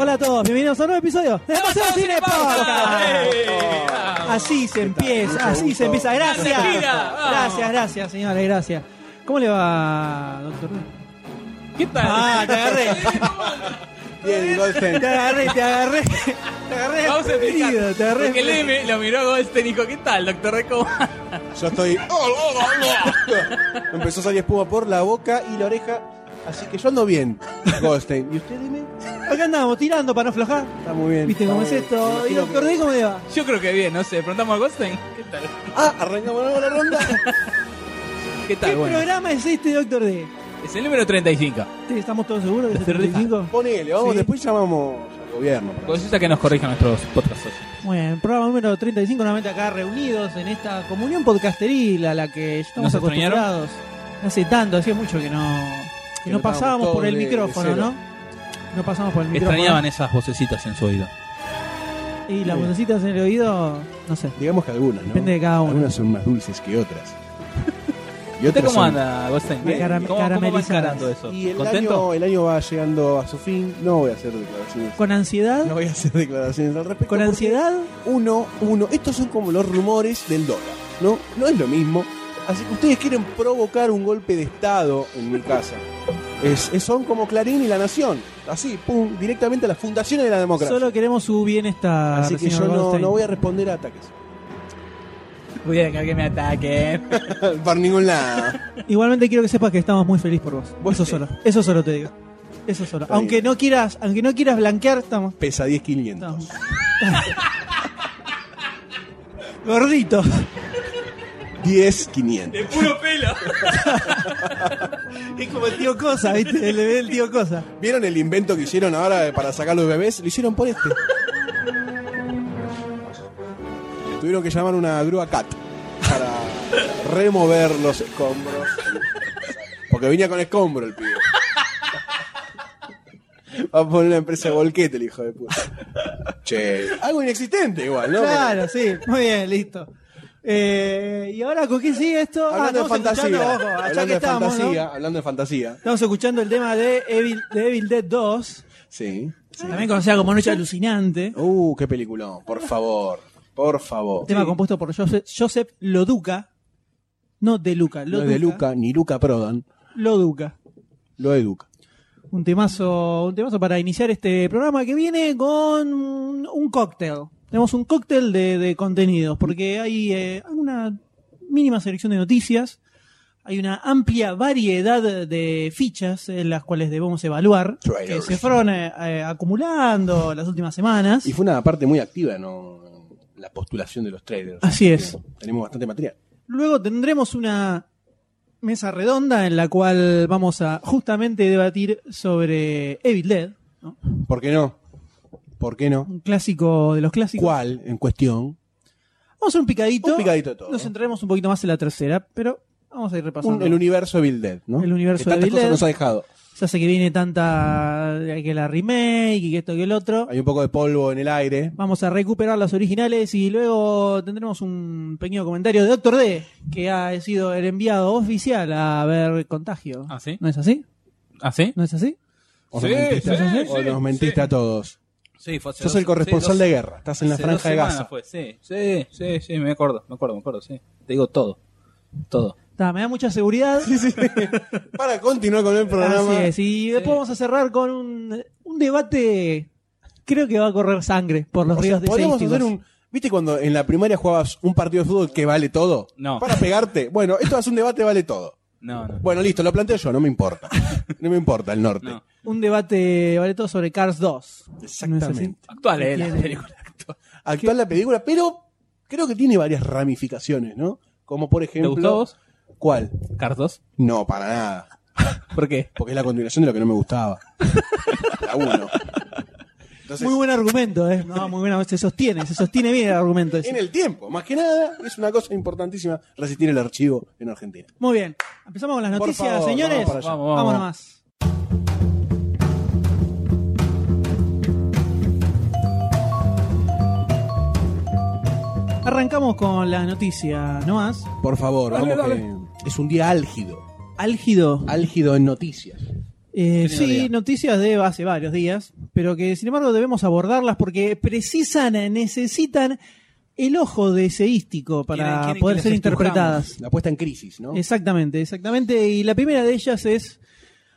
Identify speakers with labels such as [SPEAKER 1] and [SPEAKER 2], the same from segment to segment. [SPEAKER 1] Hola a todos, bienvenidos a un nuevo episodio de Demasiado Cine Ah, Podcast.
[SPEAKER 2] Podcast.
[SPEAKER 1] Así se empieza, así se empieza. Gracias.
[SPEAKER 2] Grande, Pira. Vamos.
[SPEAKER 1] Gracias, gracias, señores, gracias. ¿Cómo le va, doctor?
[SPEAKER 2] ¿Qué tal?
[SPEAKER 1] Ah, te agarré.
[SPEAKER 3] Bien, Goldstein.
[SPEAKER 1] Te agarré, te agarré. Te agarré.
[SPEAKER 2] Vamos a
[SPEAKER 1] desprevenido,
[SPEAKER 2] explicar.
[SPEAKER 1] te agarré.
[SPEAKER 2] Porque Leme lo miró a Goldstein y dijo, ¿qué tal, doctor Reco?
[SPEAKER 3] Yo estoy. Me Empezó a salir espuma por la boca y la oreja. Así que yo ando bien, Goldstein. ¿Y usted dime?
[SPEAKER 1] Acá andamos tirando para no aflojar.
[SPEAKER 3] Está muy bien.
[SPEAKER 1] ¿Viste
[SPEAKER 3] está
[SPEAKER 1] cómo
[SPEAKER 3] muy
[SPEAKER 1] es
[SPEAKER 3] bien.
[SPEAKER 1] esto? ¿Y
[SPEAKER 3] Imagino
[SPEAKER 1] doctor
[SPEAKER 3] que-
[SPEAKER 1] D cómo le va?
[SPEAKER 2] Yo creo que bien, no sé. ¿Preguntamos a Goldstein? ¿Qué tal?
[SPEAKER 3] Ah, arrancamos de nuevo la ronda.
[SPEAKER 2] ¿Qué
[SPEAKER 1] ¿Qué
[SPEAKER 2] tal? Bueno,
[SPEAKER 1] programa es este, doctor D?
[SPEAKER 2] es el número 35.
[SPEAKER 1] ¿Te- ¿Estamos todos seguros que es
[SPEAKER 2] Te
[SPEAKER 1] el
[SPEAKER 2] rifa.
[SPEAKER 1] 35?
[SPEAKER 3] Ponele, vamos,
[SPEAKER 1] Sí.
[SPEAKER 3] después llamamos al gobierno. para-
[SPEAKER 2] Pues que nos corrijan nuestros podcasts hoy.
[SPEAKER 1] Bueno, programa número 35, nuevamente acá reunidos en esta comunión podcasteril a la que ya estamos
[SPEAKER 2] ¿Nos extrañaron?
[SPEAKER 1] acostumbrados. No hace tanto, hacía mucho que no, que
[SPEAKER 3] Que
[SPEAKER 1] no
[SPEAKER 3] no
[SPEAKER 1] pasábamos
[SPEAKER 3] estábamos
[SPEAKER 1] por el
[SPEAKER 3] todos de-
[SPEAKER 1] micrófono,
[SPEAKER 3] de
[SPEAKER 1] ¿no?
[SPEAKER 3] cero.
[SPEAKER 1] No pasábamos por el micrófono.
[SPEAKER 2] Extrañaban ¿eh? esas vocecitas en su oído.
[SPEAKER 1] Y las vocecitas en el oído, no sé.
[SPEAKER 3] Digamos que algunas, ¿no?
[SPEAKER 1] Depende de cada uno.
[SPEAKER 3] Algunas son más dulces que otras. ¿Y
[SPEAKER 2] ¿Usted cómo
[SPEAKER 3] son-
[SPEAKER 2] anda, Goldstein? ¿Eh?
[SPEAKER 1] Bien. Caram-
[SPEAKER 2] ¿Cómo, cómo va
[SPEAKER 1] caramelizadas.
[SPEAKER 2] encarando eso?
[SPEAKER 3] Y el
[SPEAKER 2] ¿Contento?
[SPEAKER 3] año, el año va llegando a su fin. No voy a hacer declaraciones.
[SPEAKER 1] Con ansiedad,
[SPEAKER 3] No voy a hacer declaraciones al respecto.
[SPEAKER 1] con
[SPEAKER 3] porque-
[SPEAKER 1] ansiedad,
[SPEAKER 3] Uno, uno. Estos son como los rumores del dólar, ¿no? No es lo mismo. Así que ustedes quieren provocar un golpe de Estado en mi casa. Es, es- son como Clarín y La Nación. Así, pum, directamente a las fundaciones de la democracia.
[SPEAKER 1] solo queremos su bienestar.
[SPEAKER 3] Así que
[SPEAKER 1] Ah, señor
[SPEAKER 3] yo no,
[SPEAKER 1] Goldstein.
[SPEAKER 3] no voy a responder a ataques.
[SPEAKER 2] Voy a dejar que me ataquen.
[SPEAKER 3] Por ningún lado.
[SPEAKER 1] Igualmente quiero que sepas que estamos muy felices por vos.
[SPEAKER 3] Vos
[SPEAKER 1] Eso
[SPEAKER 3] sí.
[SPEAKER 1] solo, eso solo te digo. Eso solo.
[SPEAKER 3] Está
[SPEAKER 1] Aunque
[SPEAKER 3] bien.
[SPEAKER 1] no quieras, aunque no quieras blanquear, estamos
[SPEAKER 3] Pesa 10.500.
[SPEAKER 1] Estamos. Gordito.
[SPEAKER 3] 10.500.
[SPEAKER 2] puro pelo.
[SPEAKER 1] Es como el tío Cosa, ¿viste? El bebé del tío Cosa.
[SPEAKER 3] ¿Vieron el invento que hicieron ahora para sacar los bebés? Lo hicieron por este. Tuvieron que llamar una grúa CAT para remover los escombros. Porque venía con escombro el pibe. Va a poner una empresa de volquete el hijo de puta. Che, algo inexistente igual, ¿no?
[SPEAKER 1] Claro, sí. Muy bien, listo. Eh, ¿Y ahora con qué sigue esto? Ah,
[SPEAKER 3] Hablando de
[SPEAKER 1] estamos escuchando,
[SPEAKER 3] fantasía.
[SPEAKER 1] ojo, allá
[SPEAKER 3] Hablando
[SPEAKER 1] que
[SPEAKER 3] de
[SPEAKER 1] estamos, ¿no?
[SPEAKER 3] fantasía. Hablando de fantasía.
[SPEAKER 1] Estamos escuchando el tema de Evil, de Evil Dead 2,
[SPEAKER 3] Sí.
[SPEAKER 1] también conocida como Noche Alucinante.
[SPEAKER 3] Uh, qué peliculón. Por favor. Por favor.
[SPEAKER 1] Tema compuesto por Joseph, Joseph Loduca. No de Luca,
[SPEAKER 3] No
[SPEAKER 1] Loduca.
[SPEAKER 3] es de Luca, ni Luca Prodan.
[SPEAKER 1] Loduca.
[SPEAKER 3] Lo educa.
[SPEAKER 1] Un temazo, un temazo para iniciar este programa que viene con un cóctel. Tenemos un cóctel de, de contenidos, porque hay eh, una mínima selección de noticias, hay una amplia variedad de fichas en las cuales debemos evaluar,
[SPEAKER 3] Trailers.
[SPEAKER 1] que se fueron eh, eh, acumulando las últimas semanas.
[SPEAKER 3] Y fue una parte muy activa, ¿no? La postulación de los traders.
[SPEAKER 1] Así es.
[SPEAKER 3] Tenemos bastante material.
[SPEAKER 1] Luego tendremos una mesa redonda en la cual vamos a justamente debatir sobre Evil Dead, ¿no?
[SPEAKER 3] ¿Por qué no? ¿Por qué no?
[SPEAKER 1] un clásico de los clásicos.
[SPEAKER 3] ¿Cuál en cuestión?
[SPEAKER 1] Vamos a hacer un picadito.
[SPEAKER 3] Un picadito de todo.
[SPEAKER 1] Nos centraremos un poquito más en la tercera, pero vamos a ir repasando.
[SPEAKER 3] Un- el universo Bill Dead, ¿no?
[SPEAKER 1] El universo
[SPEAKER 3] que tantas
[SPEAKER 1] de Bill
[SPEAKER 3] cosas
[SPEAKER 1] Dead.
[SPEAKER 3] nos ha dejado.
[SPEAKER 1] ya sé que viene tanta. que la remake y que esto que el otro.
[SPEAKER 3] Hay un poco de polvo en el aire.
[SPEAKER 1] Vamos a recuperar las originales y luego tendremos un pequeño comentario de Doctor D, que ha sido el enviado oficial a ver Contagio.
[SPEAKER 2] ¿Ah, sí?
[SPEAKER 1] ¿No es así?
[SPEAKER 2] ¿Ah, sí?
[SPEAKER 1] ¿No es así?
[SPEAKER 3] O
[SPEAKER 2] Sí,
[SPEAKER 3] nos mentiste,
[SPEAKER 2] sí,
[SPEAKER 3] o
[SPEAKER 2] sí,
[SPEAKER 3] nos mentiste
[SPEAKER 2] sí.
[SPEAKER 3] a todos.
[SPEAKER 2] Sí, fue hace
[SPEAKER 3] Sos
[SPEAKER 2] dos-
[SPEAKER 3] el corresponsal
[SPEAKER 2] sí,
[SPEAKER 3] de
[SPEAKER 2] dos-
[SPEAKER 3] guerra. Estás en la
[SPEAKER 2] hace dos
[SPEAKER 3] franja de
[SPEAKER 2] semanas
[SPEAKER 3] Gaza.
[SPEAKER 2] fue, Sí, sí, sí, sí, me acuerdo, me acuerdo, me acuerdo, sí. Te digo todo. Todo.
[SPEAKER 1] Ta, me da mucha seguridad.
[SPEAKER 3] Para continuar con el programa.
[SPEAKER 1] Así es, y después vamos a cerrar con un, un debate. Creo que va a correr sangre por los
[SPEAKER 3] O sea,
[SPEAKER 1] ríos de
[SPEAKER 3] podríamos
[SPEAKER 1] Seistigos.
[SPEAKER 3] hacer un. ¿Viste cuando en la primaria jugabas un partido de fútbol que vale todo?
[SPEAKER 2] No.
[SPEAKER 3] Para pegarte. Bueno, esto hace un debate, vale todo.
[SPEAKER 2] No, no.
[SPEAKER 3] Bueno, listo, lo planteo yo, no me importa. No me importa el norte.
[SPEAKER 2] No.
[SPEAKER 1] un debate, vale todo, sobre Cars 2.
[SPEAKER 3] Exactamente.
[SPEAKER 1] ¿No es
[SPEAKER 2] Actual, eh, la
[SPEAKER 1] Tiene-
[SPEAKER 2] película actual.
[SPEAKER 3] Actual la película, pero creo que tiene varias ramificaciones, ¿no? Como por
[SPEAKER 2] ¿Te
[SPEAKER 3] ejemplo.
[SPEAKER 2] gustó a vos?
[SPEAKER 3] ¿Cuál?
[SPEAKER 2] ¿Cardos?
[SPEAKER 3] No, para nada.
[SPEAKER 2] ¿Por qué?
[SPEAKER 3] Porque es la continuación de lo que no me gustaba. La uno. Entonces,
[SPEAKER 1] muy buen argumento, ¿eh? No, muy bueno, se sostiene, se sostiene bien el argumento. ese.
[SPEAKER 3] en el tiempo, más que nada, es una cosa importantísima resistir el archivo en Argentina.
[SPEAKER 1] Muy bien, empezamos con las
[SPEAKER 3] Por
[SPEAKER 1] noticias,
[SPEAKER 3] favor,
[SPEAKER 1] señores.
[SPEAKER 3] vamos para allá.
[SPEAKER 1] Vamos
[SPEAKER 2] Vamos, vamos.
[SPEAKER 1] nomás. Arrancamos con la noticia nomás.
[SPEAKER 3] Por favor,
[SPEAKER 2] Dale,
[SPEAKER 3] vamos
[SPEAKER 2] dale.
[SPEAKER 3] que es un día álgido,
[SPEAKER 1] Álgido.
[SPEAKER 3] álgido en noticias.
[SPEAKER 1] Eh,
[SPEAKER 2] Qué lindo
[SPEAKER 1] sí,
[SPEAKER 2] día.
[SPEAKER 1] noticias de hace varios días, pero que sin embargo debemos abordarlas porque precisan, necesitan el ojo deseístico para
[SPEAKER 2] Quieren- quieren que
[SPEAKER 1] poder
[SPEAKER 2] les
[SPEAKER 1] ser
[SPEAKER 2] estrujamos.
[SPEAKER 1] interpretadas.
[SPEAKER 3] La puesta en crisis, ¿no?
[SPEAKER 1] Exactamente, exactamente. Y la primera de ellas es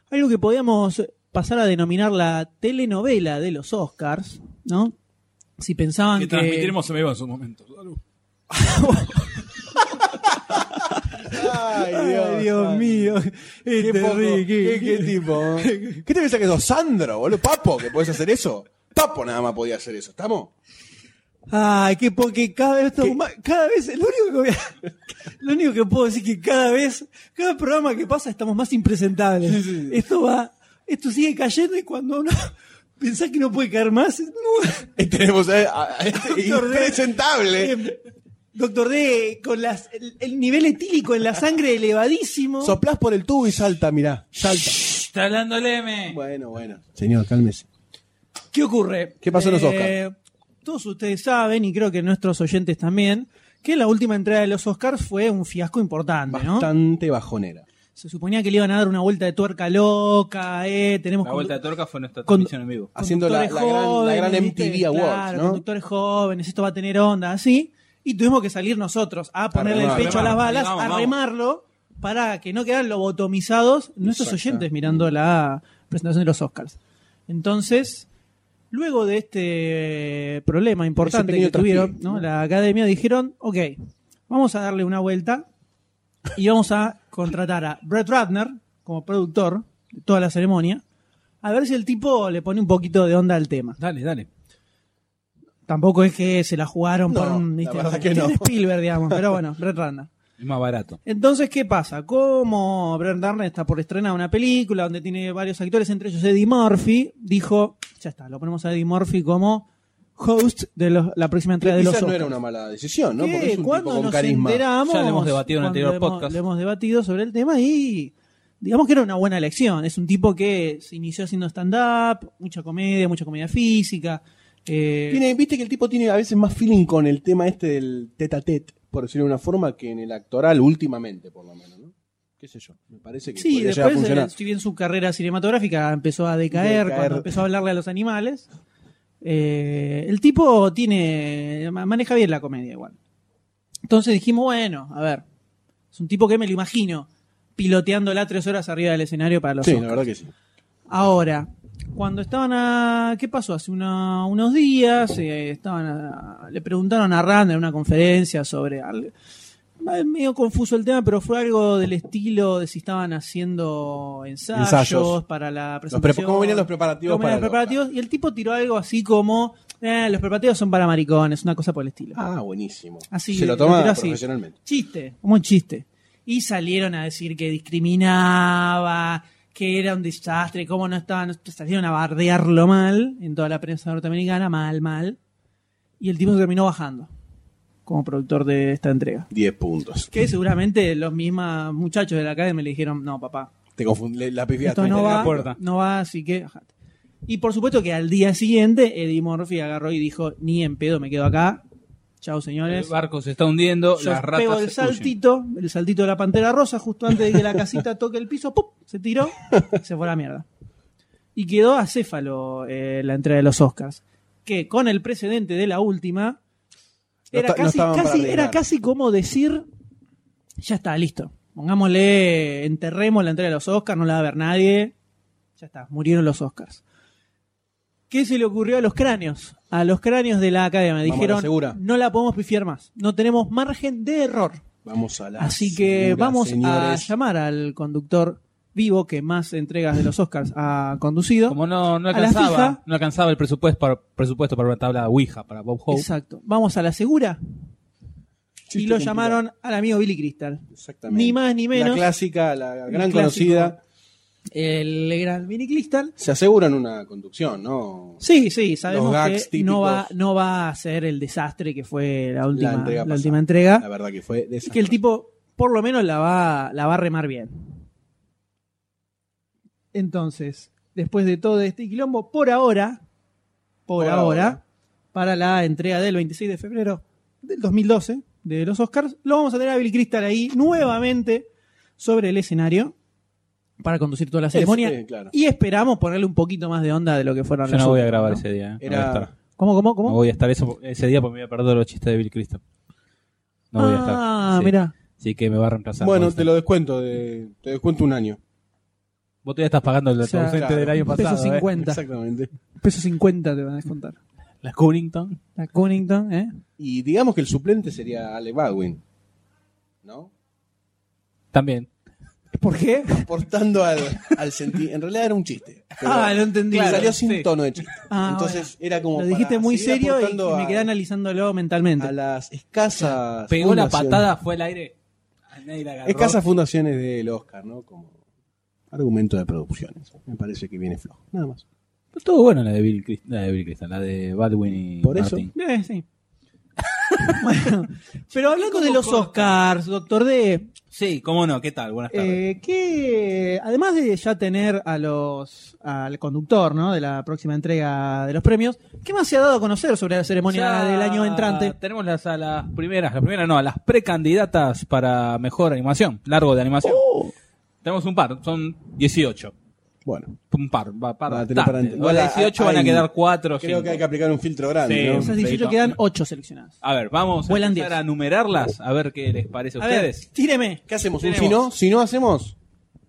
[SPEAKER 1] algo que podíamos pasar a denominar la telenovela de los Oscars, ¿no? Si pensaban
[SPEAKER 4] Que
[SPEAKER 1] que...
[SPEAKER 4] transmitiremos se me iba en su momento. Salud.
[SPEAKER 3] Ay,
[SPEAKER 1] Ay, Dios mío, este es
[SPEAKER 3] Qué, poco-
[SPEAKER 1] terrible,
[SPEAKER 3] qué-
[SPEAKER 1] qué-
[SPEAKER 3] qué tipo. ¿eh? ¿Qué te pensás que sos Sandro, boludo? Papo, que podés hacer eso. Papo nada más podía hacer eso, ¿estamos?
[SPEAKER 1] Ay, que porque cada vez esto-
[SPEAKER 3] ¿Qué?
[SPEAKER 1] ma- cada vez lo único que voy a- lo único que puedo decir es que cada vez cada programa que pasa estamos más impresentables. Esto va esto sigue cayendo y cuando uno pensás que no puede caer más, no.
[SPEAKER 3] Y Eh, tenemos a, a- a este
[SPEAKER 1] Doctor D.
[SPEAKER 3] impresentable.
[SPEAKER 1] Eh, Doctor D con las el, el nivel etílico en la sangre elevadísimo.
[SPEAKER 3] Soplás por el tubo y salta, mirá. Salta.
[SPEAKER 2] Está hablando el M.
[SPEAKER 3] Bueno, bueno. Señor, cálmese.
[SPEAKER 1] ¿Qué ocurre? Eh,
[SPEAKER 3] ¿Qué pasó en los
[SPEAKER 1] Todos ustedes saben, y creo que nuestros oyentes también, que la última entrada de los Oscars fue un fiasco importante, ¿no?
[SPEAKER 3] Bastante bajonera.
[SPEAKER 1] Se suponía que le iban a dar una vuelta de tuerca loca, eh, tenemos
[SPEAKER 2] La vuelta de torca fue nuestra
[SPEAKER 1] Con-
[SPEAKER 2] transmisión en vivo.
[SPEAKER 3] Haciendo la, la
[SPEAKER 1] conductores
[SPEAKER 3] gran, la gran
[SPEAKER 1] jóvenes,
[SPEAKER 3] MTV
[SPEAKER 1] ¿viste?
[SPEAKER 3] Awards,
[SPEAKER 1] Claro,
[SPEAKER 3] ¿no?
[SPEAKER 1] conductores jóvenes, esto va a tener onda, así. Y tuvimos que salir nosotros a ponerle
[SPEAKER 3] remar,
[SPEAKER 1] el pecho a las
[SPEAKER 2] remar,
[SPEAKER 1] balas,
[SPEAKER 2] vamos,
[SPEAKER 1] a
[SPEAKER 2] vamos.
[SPEAKER 1] remarlo, para que no quedaran lobotomizados nuestros
[SPEAKER 3] Exacto.
[SPEAKER 1] oyentes mirando la presentación de los Oscars. Entonces, luego de este problema importante
[SPEAKER 3] pequeño
[SPEAKER 1] que tuvieron,
[SPEAKER 3] traspié,
[SPEAKER 1] ¿no?
[SPEAKER 3] ¿no?
[SPEAKER 1] la academia dijeron, ok, vamos a darle una vuelta y vamos a contratar a Brett Ratner como productor de toda la ceremonia, a ver si el tipo le pone un poquito de onda al tema.
[SPEAKER 2] Dale, dale.
[SPEAKER 1] Tampoco es que se la jugaron
[SPEAKER 3] No,
[SPEAKER 1] por un,
[SPEAKER 3] la
[SPEAKER 1] ¿viste?
[SPEAKER 3] verdad que no.
[SPEAKER 1] Spielberg, digamos, pero bueno, Brett Ratner.
[SPEAKER 2] Es más barato.
[SPEAKER 1] Entonces, ¿qué pasa? Como Brett Ratner está por estrenar una película donde tiene varios actores, entre ellos Eddie Murphy, dijo, ya está, lo ponemos a Eddie Murphy como host de los- la próxima entrada de los
[SPEAKER 3] Quizás no
[SPEAKER 1] Oscars.
[SPEAKER 3] era una mala decisión, ¿no?
[SPEAKER 1] ¿Qué?
[SPEAKER 3] Porque es un
[SPEAKER 1] ¿Cuándo
[SPEAKER 3] tipo con
[SPEAKER 1] nos
[SPEAKER 3] carisma.
[SPEAKER 1] enteramos?
[SPEAKER 2] Ya lo hemos debatido en
[SPEAKER 1] Cuando
[SPEAKER 2] anterior
[SPEAKER 1] hemos-
[SPEAKER 2] podcast.
[SPEAKER 1] Lo hemos debatido sobre el tema y digamos que era una buena elección. Es un tipo que se inició haciendo stand-up, mucha comedia, mucha comedia física. eh,
[SPEAKER 3] Tiene- Viste que el tipo tiene a veces más feeling con el tema este del tete a tete, por decirlo de una forma, que en el actoral últimamente, por lo menos, ¿no? ¿Qué sé yo? Me parece que
[SPEAKER 1] Sí,
[SPEAKER 3] podría llegar a
[SPEAKER 1] después,
[SPEAKER 3] funcionar.
[SPEAKER 1] eh, si bien su carrera cinematográfica empezó a decaer,
[SPEAKER 3] Decaer.
[SPEAKER 1] cuando empezó a hablarle a los animales, eh, el tipo tiene ma- maneja bien la comedia igual. Entonces dijimos, bueno, a ver, es un tipo que me lo imagino piloteándola tres horas arriba del escenario para los
[SPEAKER 3] Sí,
[SPEAKER 1] Oscars.
[SPEAKER 3] la verdad que sí.
[SPEAKER 1] Ahora, cuando estaban a. ¿Qué pasó? Hace una- unos días eh, estaban a- le preguntaron a Rand en una conferencia sobre. al- medio confuso el tema, pero fue algo del estilo de si estaban haciendo ensayos,
[SPEAKER 3] Ensayos.
[SPEAKER 1] para la
[SPEAKER 3] Los
[SPEAKER 1] presentación.
[SPEAKER 3] pre- ¿Cómo venían los preparativos?
[SPEAKER 1] ¿Cómo venían los
[SPEAKER 3] para el Oscar?
[SPEAKER 1] preparativos? Y el tipo tiró algo así como. "Eh, los preparativos son para maricones, una cosa por el estilo.
[SPEAKER 3] Ah, buenísimo.
[SPEAKER 1] Así,
[SPEAKER 3] Se lo
[SPEAKER 1] lo
[SPEAKER 3] toma
[SPEAKER 1] tiró así.
[SPEAKER 3] profesionalmente.
[SPEAKER 1] Chiste, como un chiste. Y salieron a decir que discriminaba, que era un desastre, cómo no estaban, salieron a bardearlo mal en toda la prensa norteamericana, mal, mal. Y el tipo se terminó bajando como productor de esta entrega.
[SPEAKER 3] 10 puntos.
[SPEAKER 1] Que seguramente los mismos muchachos de la academia le dijeron, no, papá,
[SPEAKER 3] Te confundí, le- la pifiaste.
[SPEAKER 1] esto no
[SPEAKER 3] Le-
[SPEAKER 1] va,
[SPEAKER 3] la puerta.
[SPEAKER 1] no va, así que bajate. Y por supuesto que al día siguiente Eddie Murphy agarró y dijo, ni en pedo me quedo acá. Chao
[SPEAKER 2] El
[SPEAKER 1] señores.
[SPEAKER 2] barco se está hundiendo,
[SPEAKER 1] Yo
[SPEAKER 2] las
[SPEAKER 1] pego
[SPEAKER 2] ratas
[SPEAKER 1] el
[SPEAKER 2] se huyen.
[SPEAKER 1] saltito, el saltito de la pantera rosa, justo antes de que la casita toque el piso, ¡pup! se tiró, se fue a la mierda. Y quedó acéfalo eh, la entrega de los Oscars. Que con el precedente de la última,
[SPEAKER 3] No
[SPEAKER 1] era,
[SPEAKER 3] ta- no
[SPEAKER 1] casi,
[SPEAKER 3] estaban para
[SPEAKER 1] casi-
[SPEAKER 3] arreglar.
[SPEAKER 1] era casi como decir: Ya está, listo. Pongámosle, enterremos la entrega de los Oscars, no la va a ver nadie. Ya está, murieron los Oscars. ¿Qué se le ocurrió a los cráneos? A los cráneos de la academia.
[SPEAKER 3] Vamos a la
[SPEAKER 1] Dijeron,
[SPEAKER 3] segura.
[SPEAKER 1] no la podemos pifiar más. No tenemos margen de error.
[SPEAKER 3] Vamos a la.
[SPEAKER 1] Así que
[SPEAKER 3] segura,
[SPEAKER 1] vamos a
[SPEAKER 3] señores.
[SPEAKER 1] llamar al conductor vivo que más entregas de los Oscars ha conducido.
[SPEAKER 2] Como no, no
[SPEAKER 1] A la
[SPEAKER 2] alcanzaba,
[SPEAKER 1] fija-
[SPEAKER 2] no alcanzaba el presupuesto para, presupuesto para una tabla Ouija para Bob Hope.
[SPEAKER 1] Exacto. Vamos a la segura.
[SPEAKER 3] Chiste
[SPEAKER 1] y lo
[SPEAKER 3] complicado.
[SPEAKER 1] llamaron al amigo Billy Crystal.
[SPEAKER 3] Exactamente.
[SPEAKER 1] ni más ni menos.
[SPEAKER 3] La clásica, la gran
[SPEAKER 1] clásico.
[SPEAKER 3] conocida.
[SPEAKER 1] el gran mini cristal.
[SPEAKER 3] Se aseguran una conducción, ¿no?
[SPEAKER 1] Sí, sí, sabemos
[SPEAKER 3] Los gags
[SPEAKER 1] que no
[SPEAKER 3] típicos.
[SPEAKER 1] va, no va a ser el desastre que fue la última, la
[SPEAKER 3] entrega pasada.
[SPEAKER 1] última entrega.
[SPEAKER 3] La verdad que fue de
[SPEAKER 1] Y que el tipo, por lo menos, la va, la va a remar bien. Entonces, después de todo este quilombo, por ahora, por,
[SPEAKER 3] Por
[SPEAKER 1] ahora,
[SPEAKER 3] ahora.
[SPEAKER 1] para la entrega del 26 de febrero del 2012 de los Oscars, lo vamos a tener a Bill Crystal ahí nuevamente sobre el escenario para conducir toda la ceremonia.
[SPEAKER 3] eh, claro.
[SPEAKER 1] Y esperamos ponerle un poquito más de onda de lo que fueron
[SPEAKER 2] Yo
[SPEAKER 1] las
[SPEAKER 2] no voy a
[SPEAKER 1] otras,
[SPEAKER 2] grabar
[SPEAKER 1] ¿no?
[SPEAKER 2] ese día. ¿eh? No voy a
[SPEAKER 3] Era
[SPEAKER 2] estar.
[SPEAKER 1] ¿Cómo, cómo, cómo?
[SPEAKER 2] No voy a estar eso- ese día porque me voy a perder los chistes de Bill Crystal. No voy a estar.
[SPEAKER 1] Ah,
[SPEAKER 2] Sí.
[SPEAKER 1] mira.
[SPEAKER 2] Así que me va a reemplazar.
[SPEAKER 3] Bueno,
[SPEAKER 2] Monster.
[SPEAKER 3] te lo descuento, de- te descuento un año.
[SPEAKER 2] Vos todavía estás pagando el
[SPEAKER 1] O sea,
[SPEAKER 2] ausente
[SPEAKER 3] claro.
[SPEAKER 2] del año
[SPEAKER 1] Peso
[SPEAKER 2] pasado. ¿eh?
[SPEAKER 1] 50.
[SPEAKER 3] Exactamente.
[SPEAKER 1] Peso 50 te van a descontar.
[SPEAKER 2] La Cunnington.
[SPEAKER 1] La Cunnington, ¿eh?
[SPEAKER 3] Y digamos que el suplente sería Alec Baldwin, ¿no?
[SPEAKER 2] También.
[SPEAKER 1] ¿Por qué?
[SPEAKER 3] Aportando al, al sentido. En realidad era un chiste. pero
[SPEAKER 1] Ah, lo entendí.
[SPEAKER 3] salió
[SPEAKER 1] Claro,
[SPEAKER 3] sin
[SPEAKER 1] sí.
[SPEAKER 3] tono de chiste.
[SPEAKER 1] Ah,
[SPEAKER 3] Entonces era como.
[SPEAKER 1] Lo dijiste
[SPEAKER 3] para
[SPEAKER 1] muy
[SPEAKER 3] seguir
[SPEAKER 1] serio y,
[SPEAKER 3] aportando
[SPEAKER 1] y me
[SPEAKER 3] a-
[SPEAKER 1] quedé analizándolo mentalmente.
[SPEAKER 3] a las escasas.
[SPEAKER 2] Pegó la
[SPEAKER 3] fundaciones-
[SPEAKER 2] patada, fue al aire. A nadie la agarró.
[SPEAKER 3] Escasas fundaciones del Oscar, ¿no? Como argumento de producciones. Me parece que viene flojo. Nada más.
[SPEAKER 2] Estuvo bueno la de Bill Crystal, la de, Bill Crystal, la de Baldwin y
[SPEAKER 3] Por eso.
[SPEAKER 2] Martin.
[SPEAKER 1] Eh, sí. bueno, pero hablando de los Oscars, doctor D,
[SPEAKER 2] Sí, cómo no, ¿qué tal? Buenas tardes.
[SPEAKER 1] eh, que además de ya tener a los al conductor ¿no? de la próxima entrega de los premios, ¿qué más se ha dado a conocer sobre la ceremonia
[SPEAKER 2] Ya
[SPEAKER 1] del año entrante?
[SPEAKER 2] Tenemos las, a las primeras, las primeras no, a las precandidatas para mejor animación, largo de animación.
[SPEAKER 3] Oh.
[SPEAKER 2] Tenemos un par, son 18.
[SPEAKER 3] Bueno,
[SPEAKER 2] Un par, va par.
[SPEAKER 3] Van a tener
[SPEAKER 2] bastante.
[SPEAKER 3] para ent-
[SPEAKER 2] O
[SPEAKER 3] igual
[SPEAKER 2] las 18 van a
[SPEAKER 3] hay-
[SPEAKER 2] quedar 4 o
[SPEAKER 3] creo que hay que aplicar un filtro
[SPEAKER 2] Sí.
[SPEAKER 3] grande.
[SPEAKER 1] De
[SPEAKER 3] ¿no?
[SPEAKER 1] esas
[SPEAKER 2] un
[SPEAKER 1] 18
[SPEAKER 2] pedito.
[SPEAKER 1] quedan 8 seleccionadas.
[SPEAKER 2] A ver, vamos a
[SPEAKER 1] Vuelan
[SPEAKER 2] empezar
[SPEAKER 1] 10.
[SPEAKER 2] a numerarlas, a ver qué les parece a,
[SPEAKER 1] A ver,
[SPEAKER 2] ustedes.
[SPEAKER 1] tíreme.
[SPEAKER 3] ¿Qué hacemos?
[SPEAKER 2] Tenemos-
[SPEAKER 3] Si no, si no hacemos.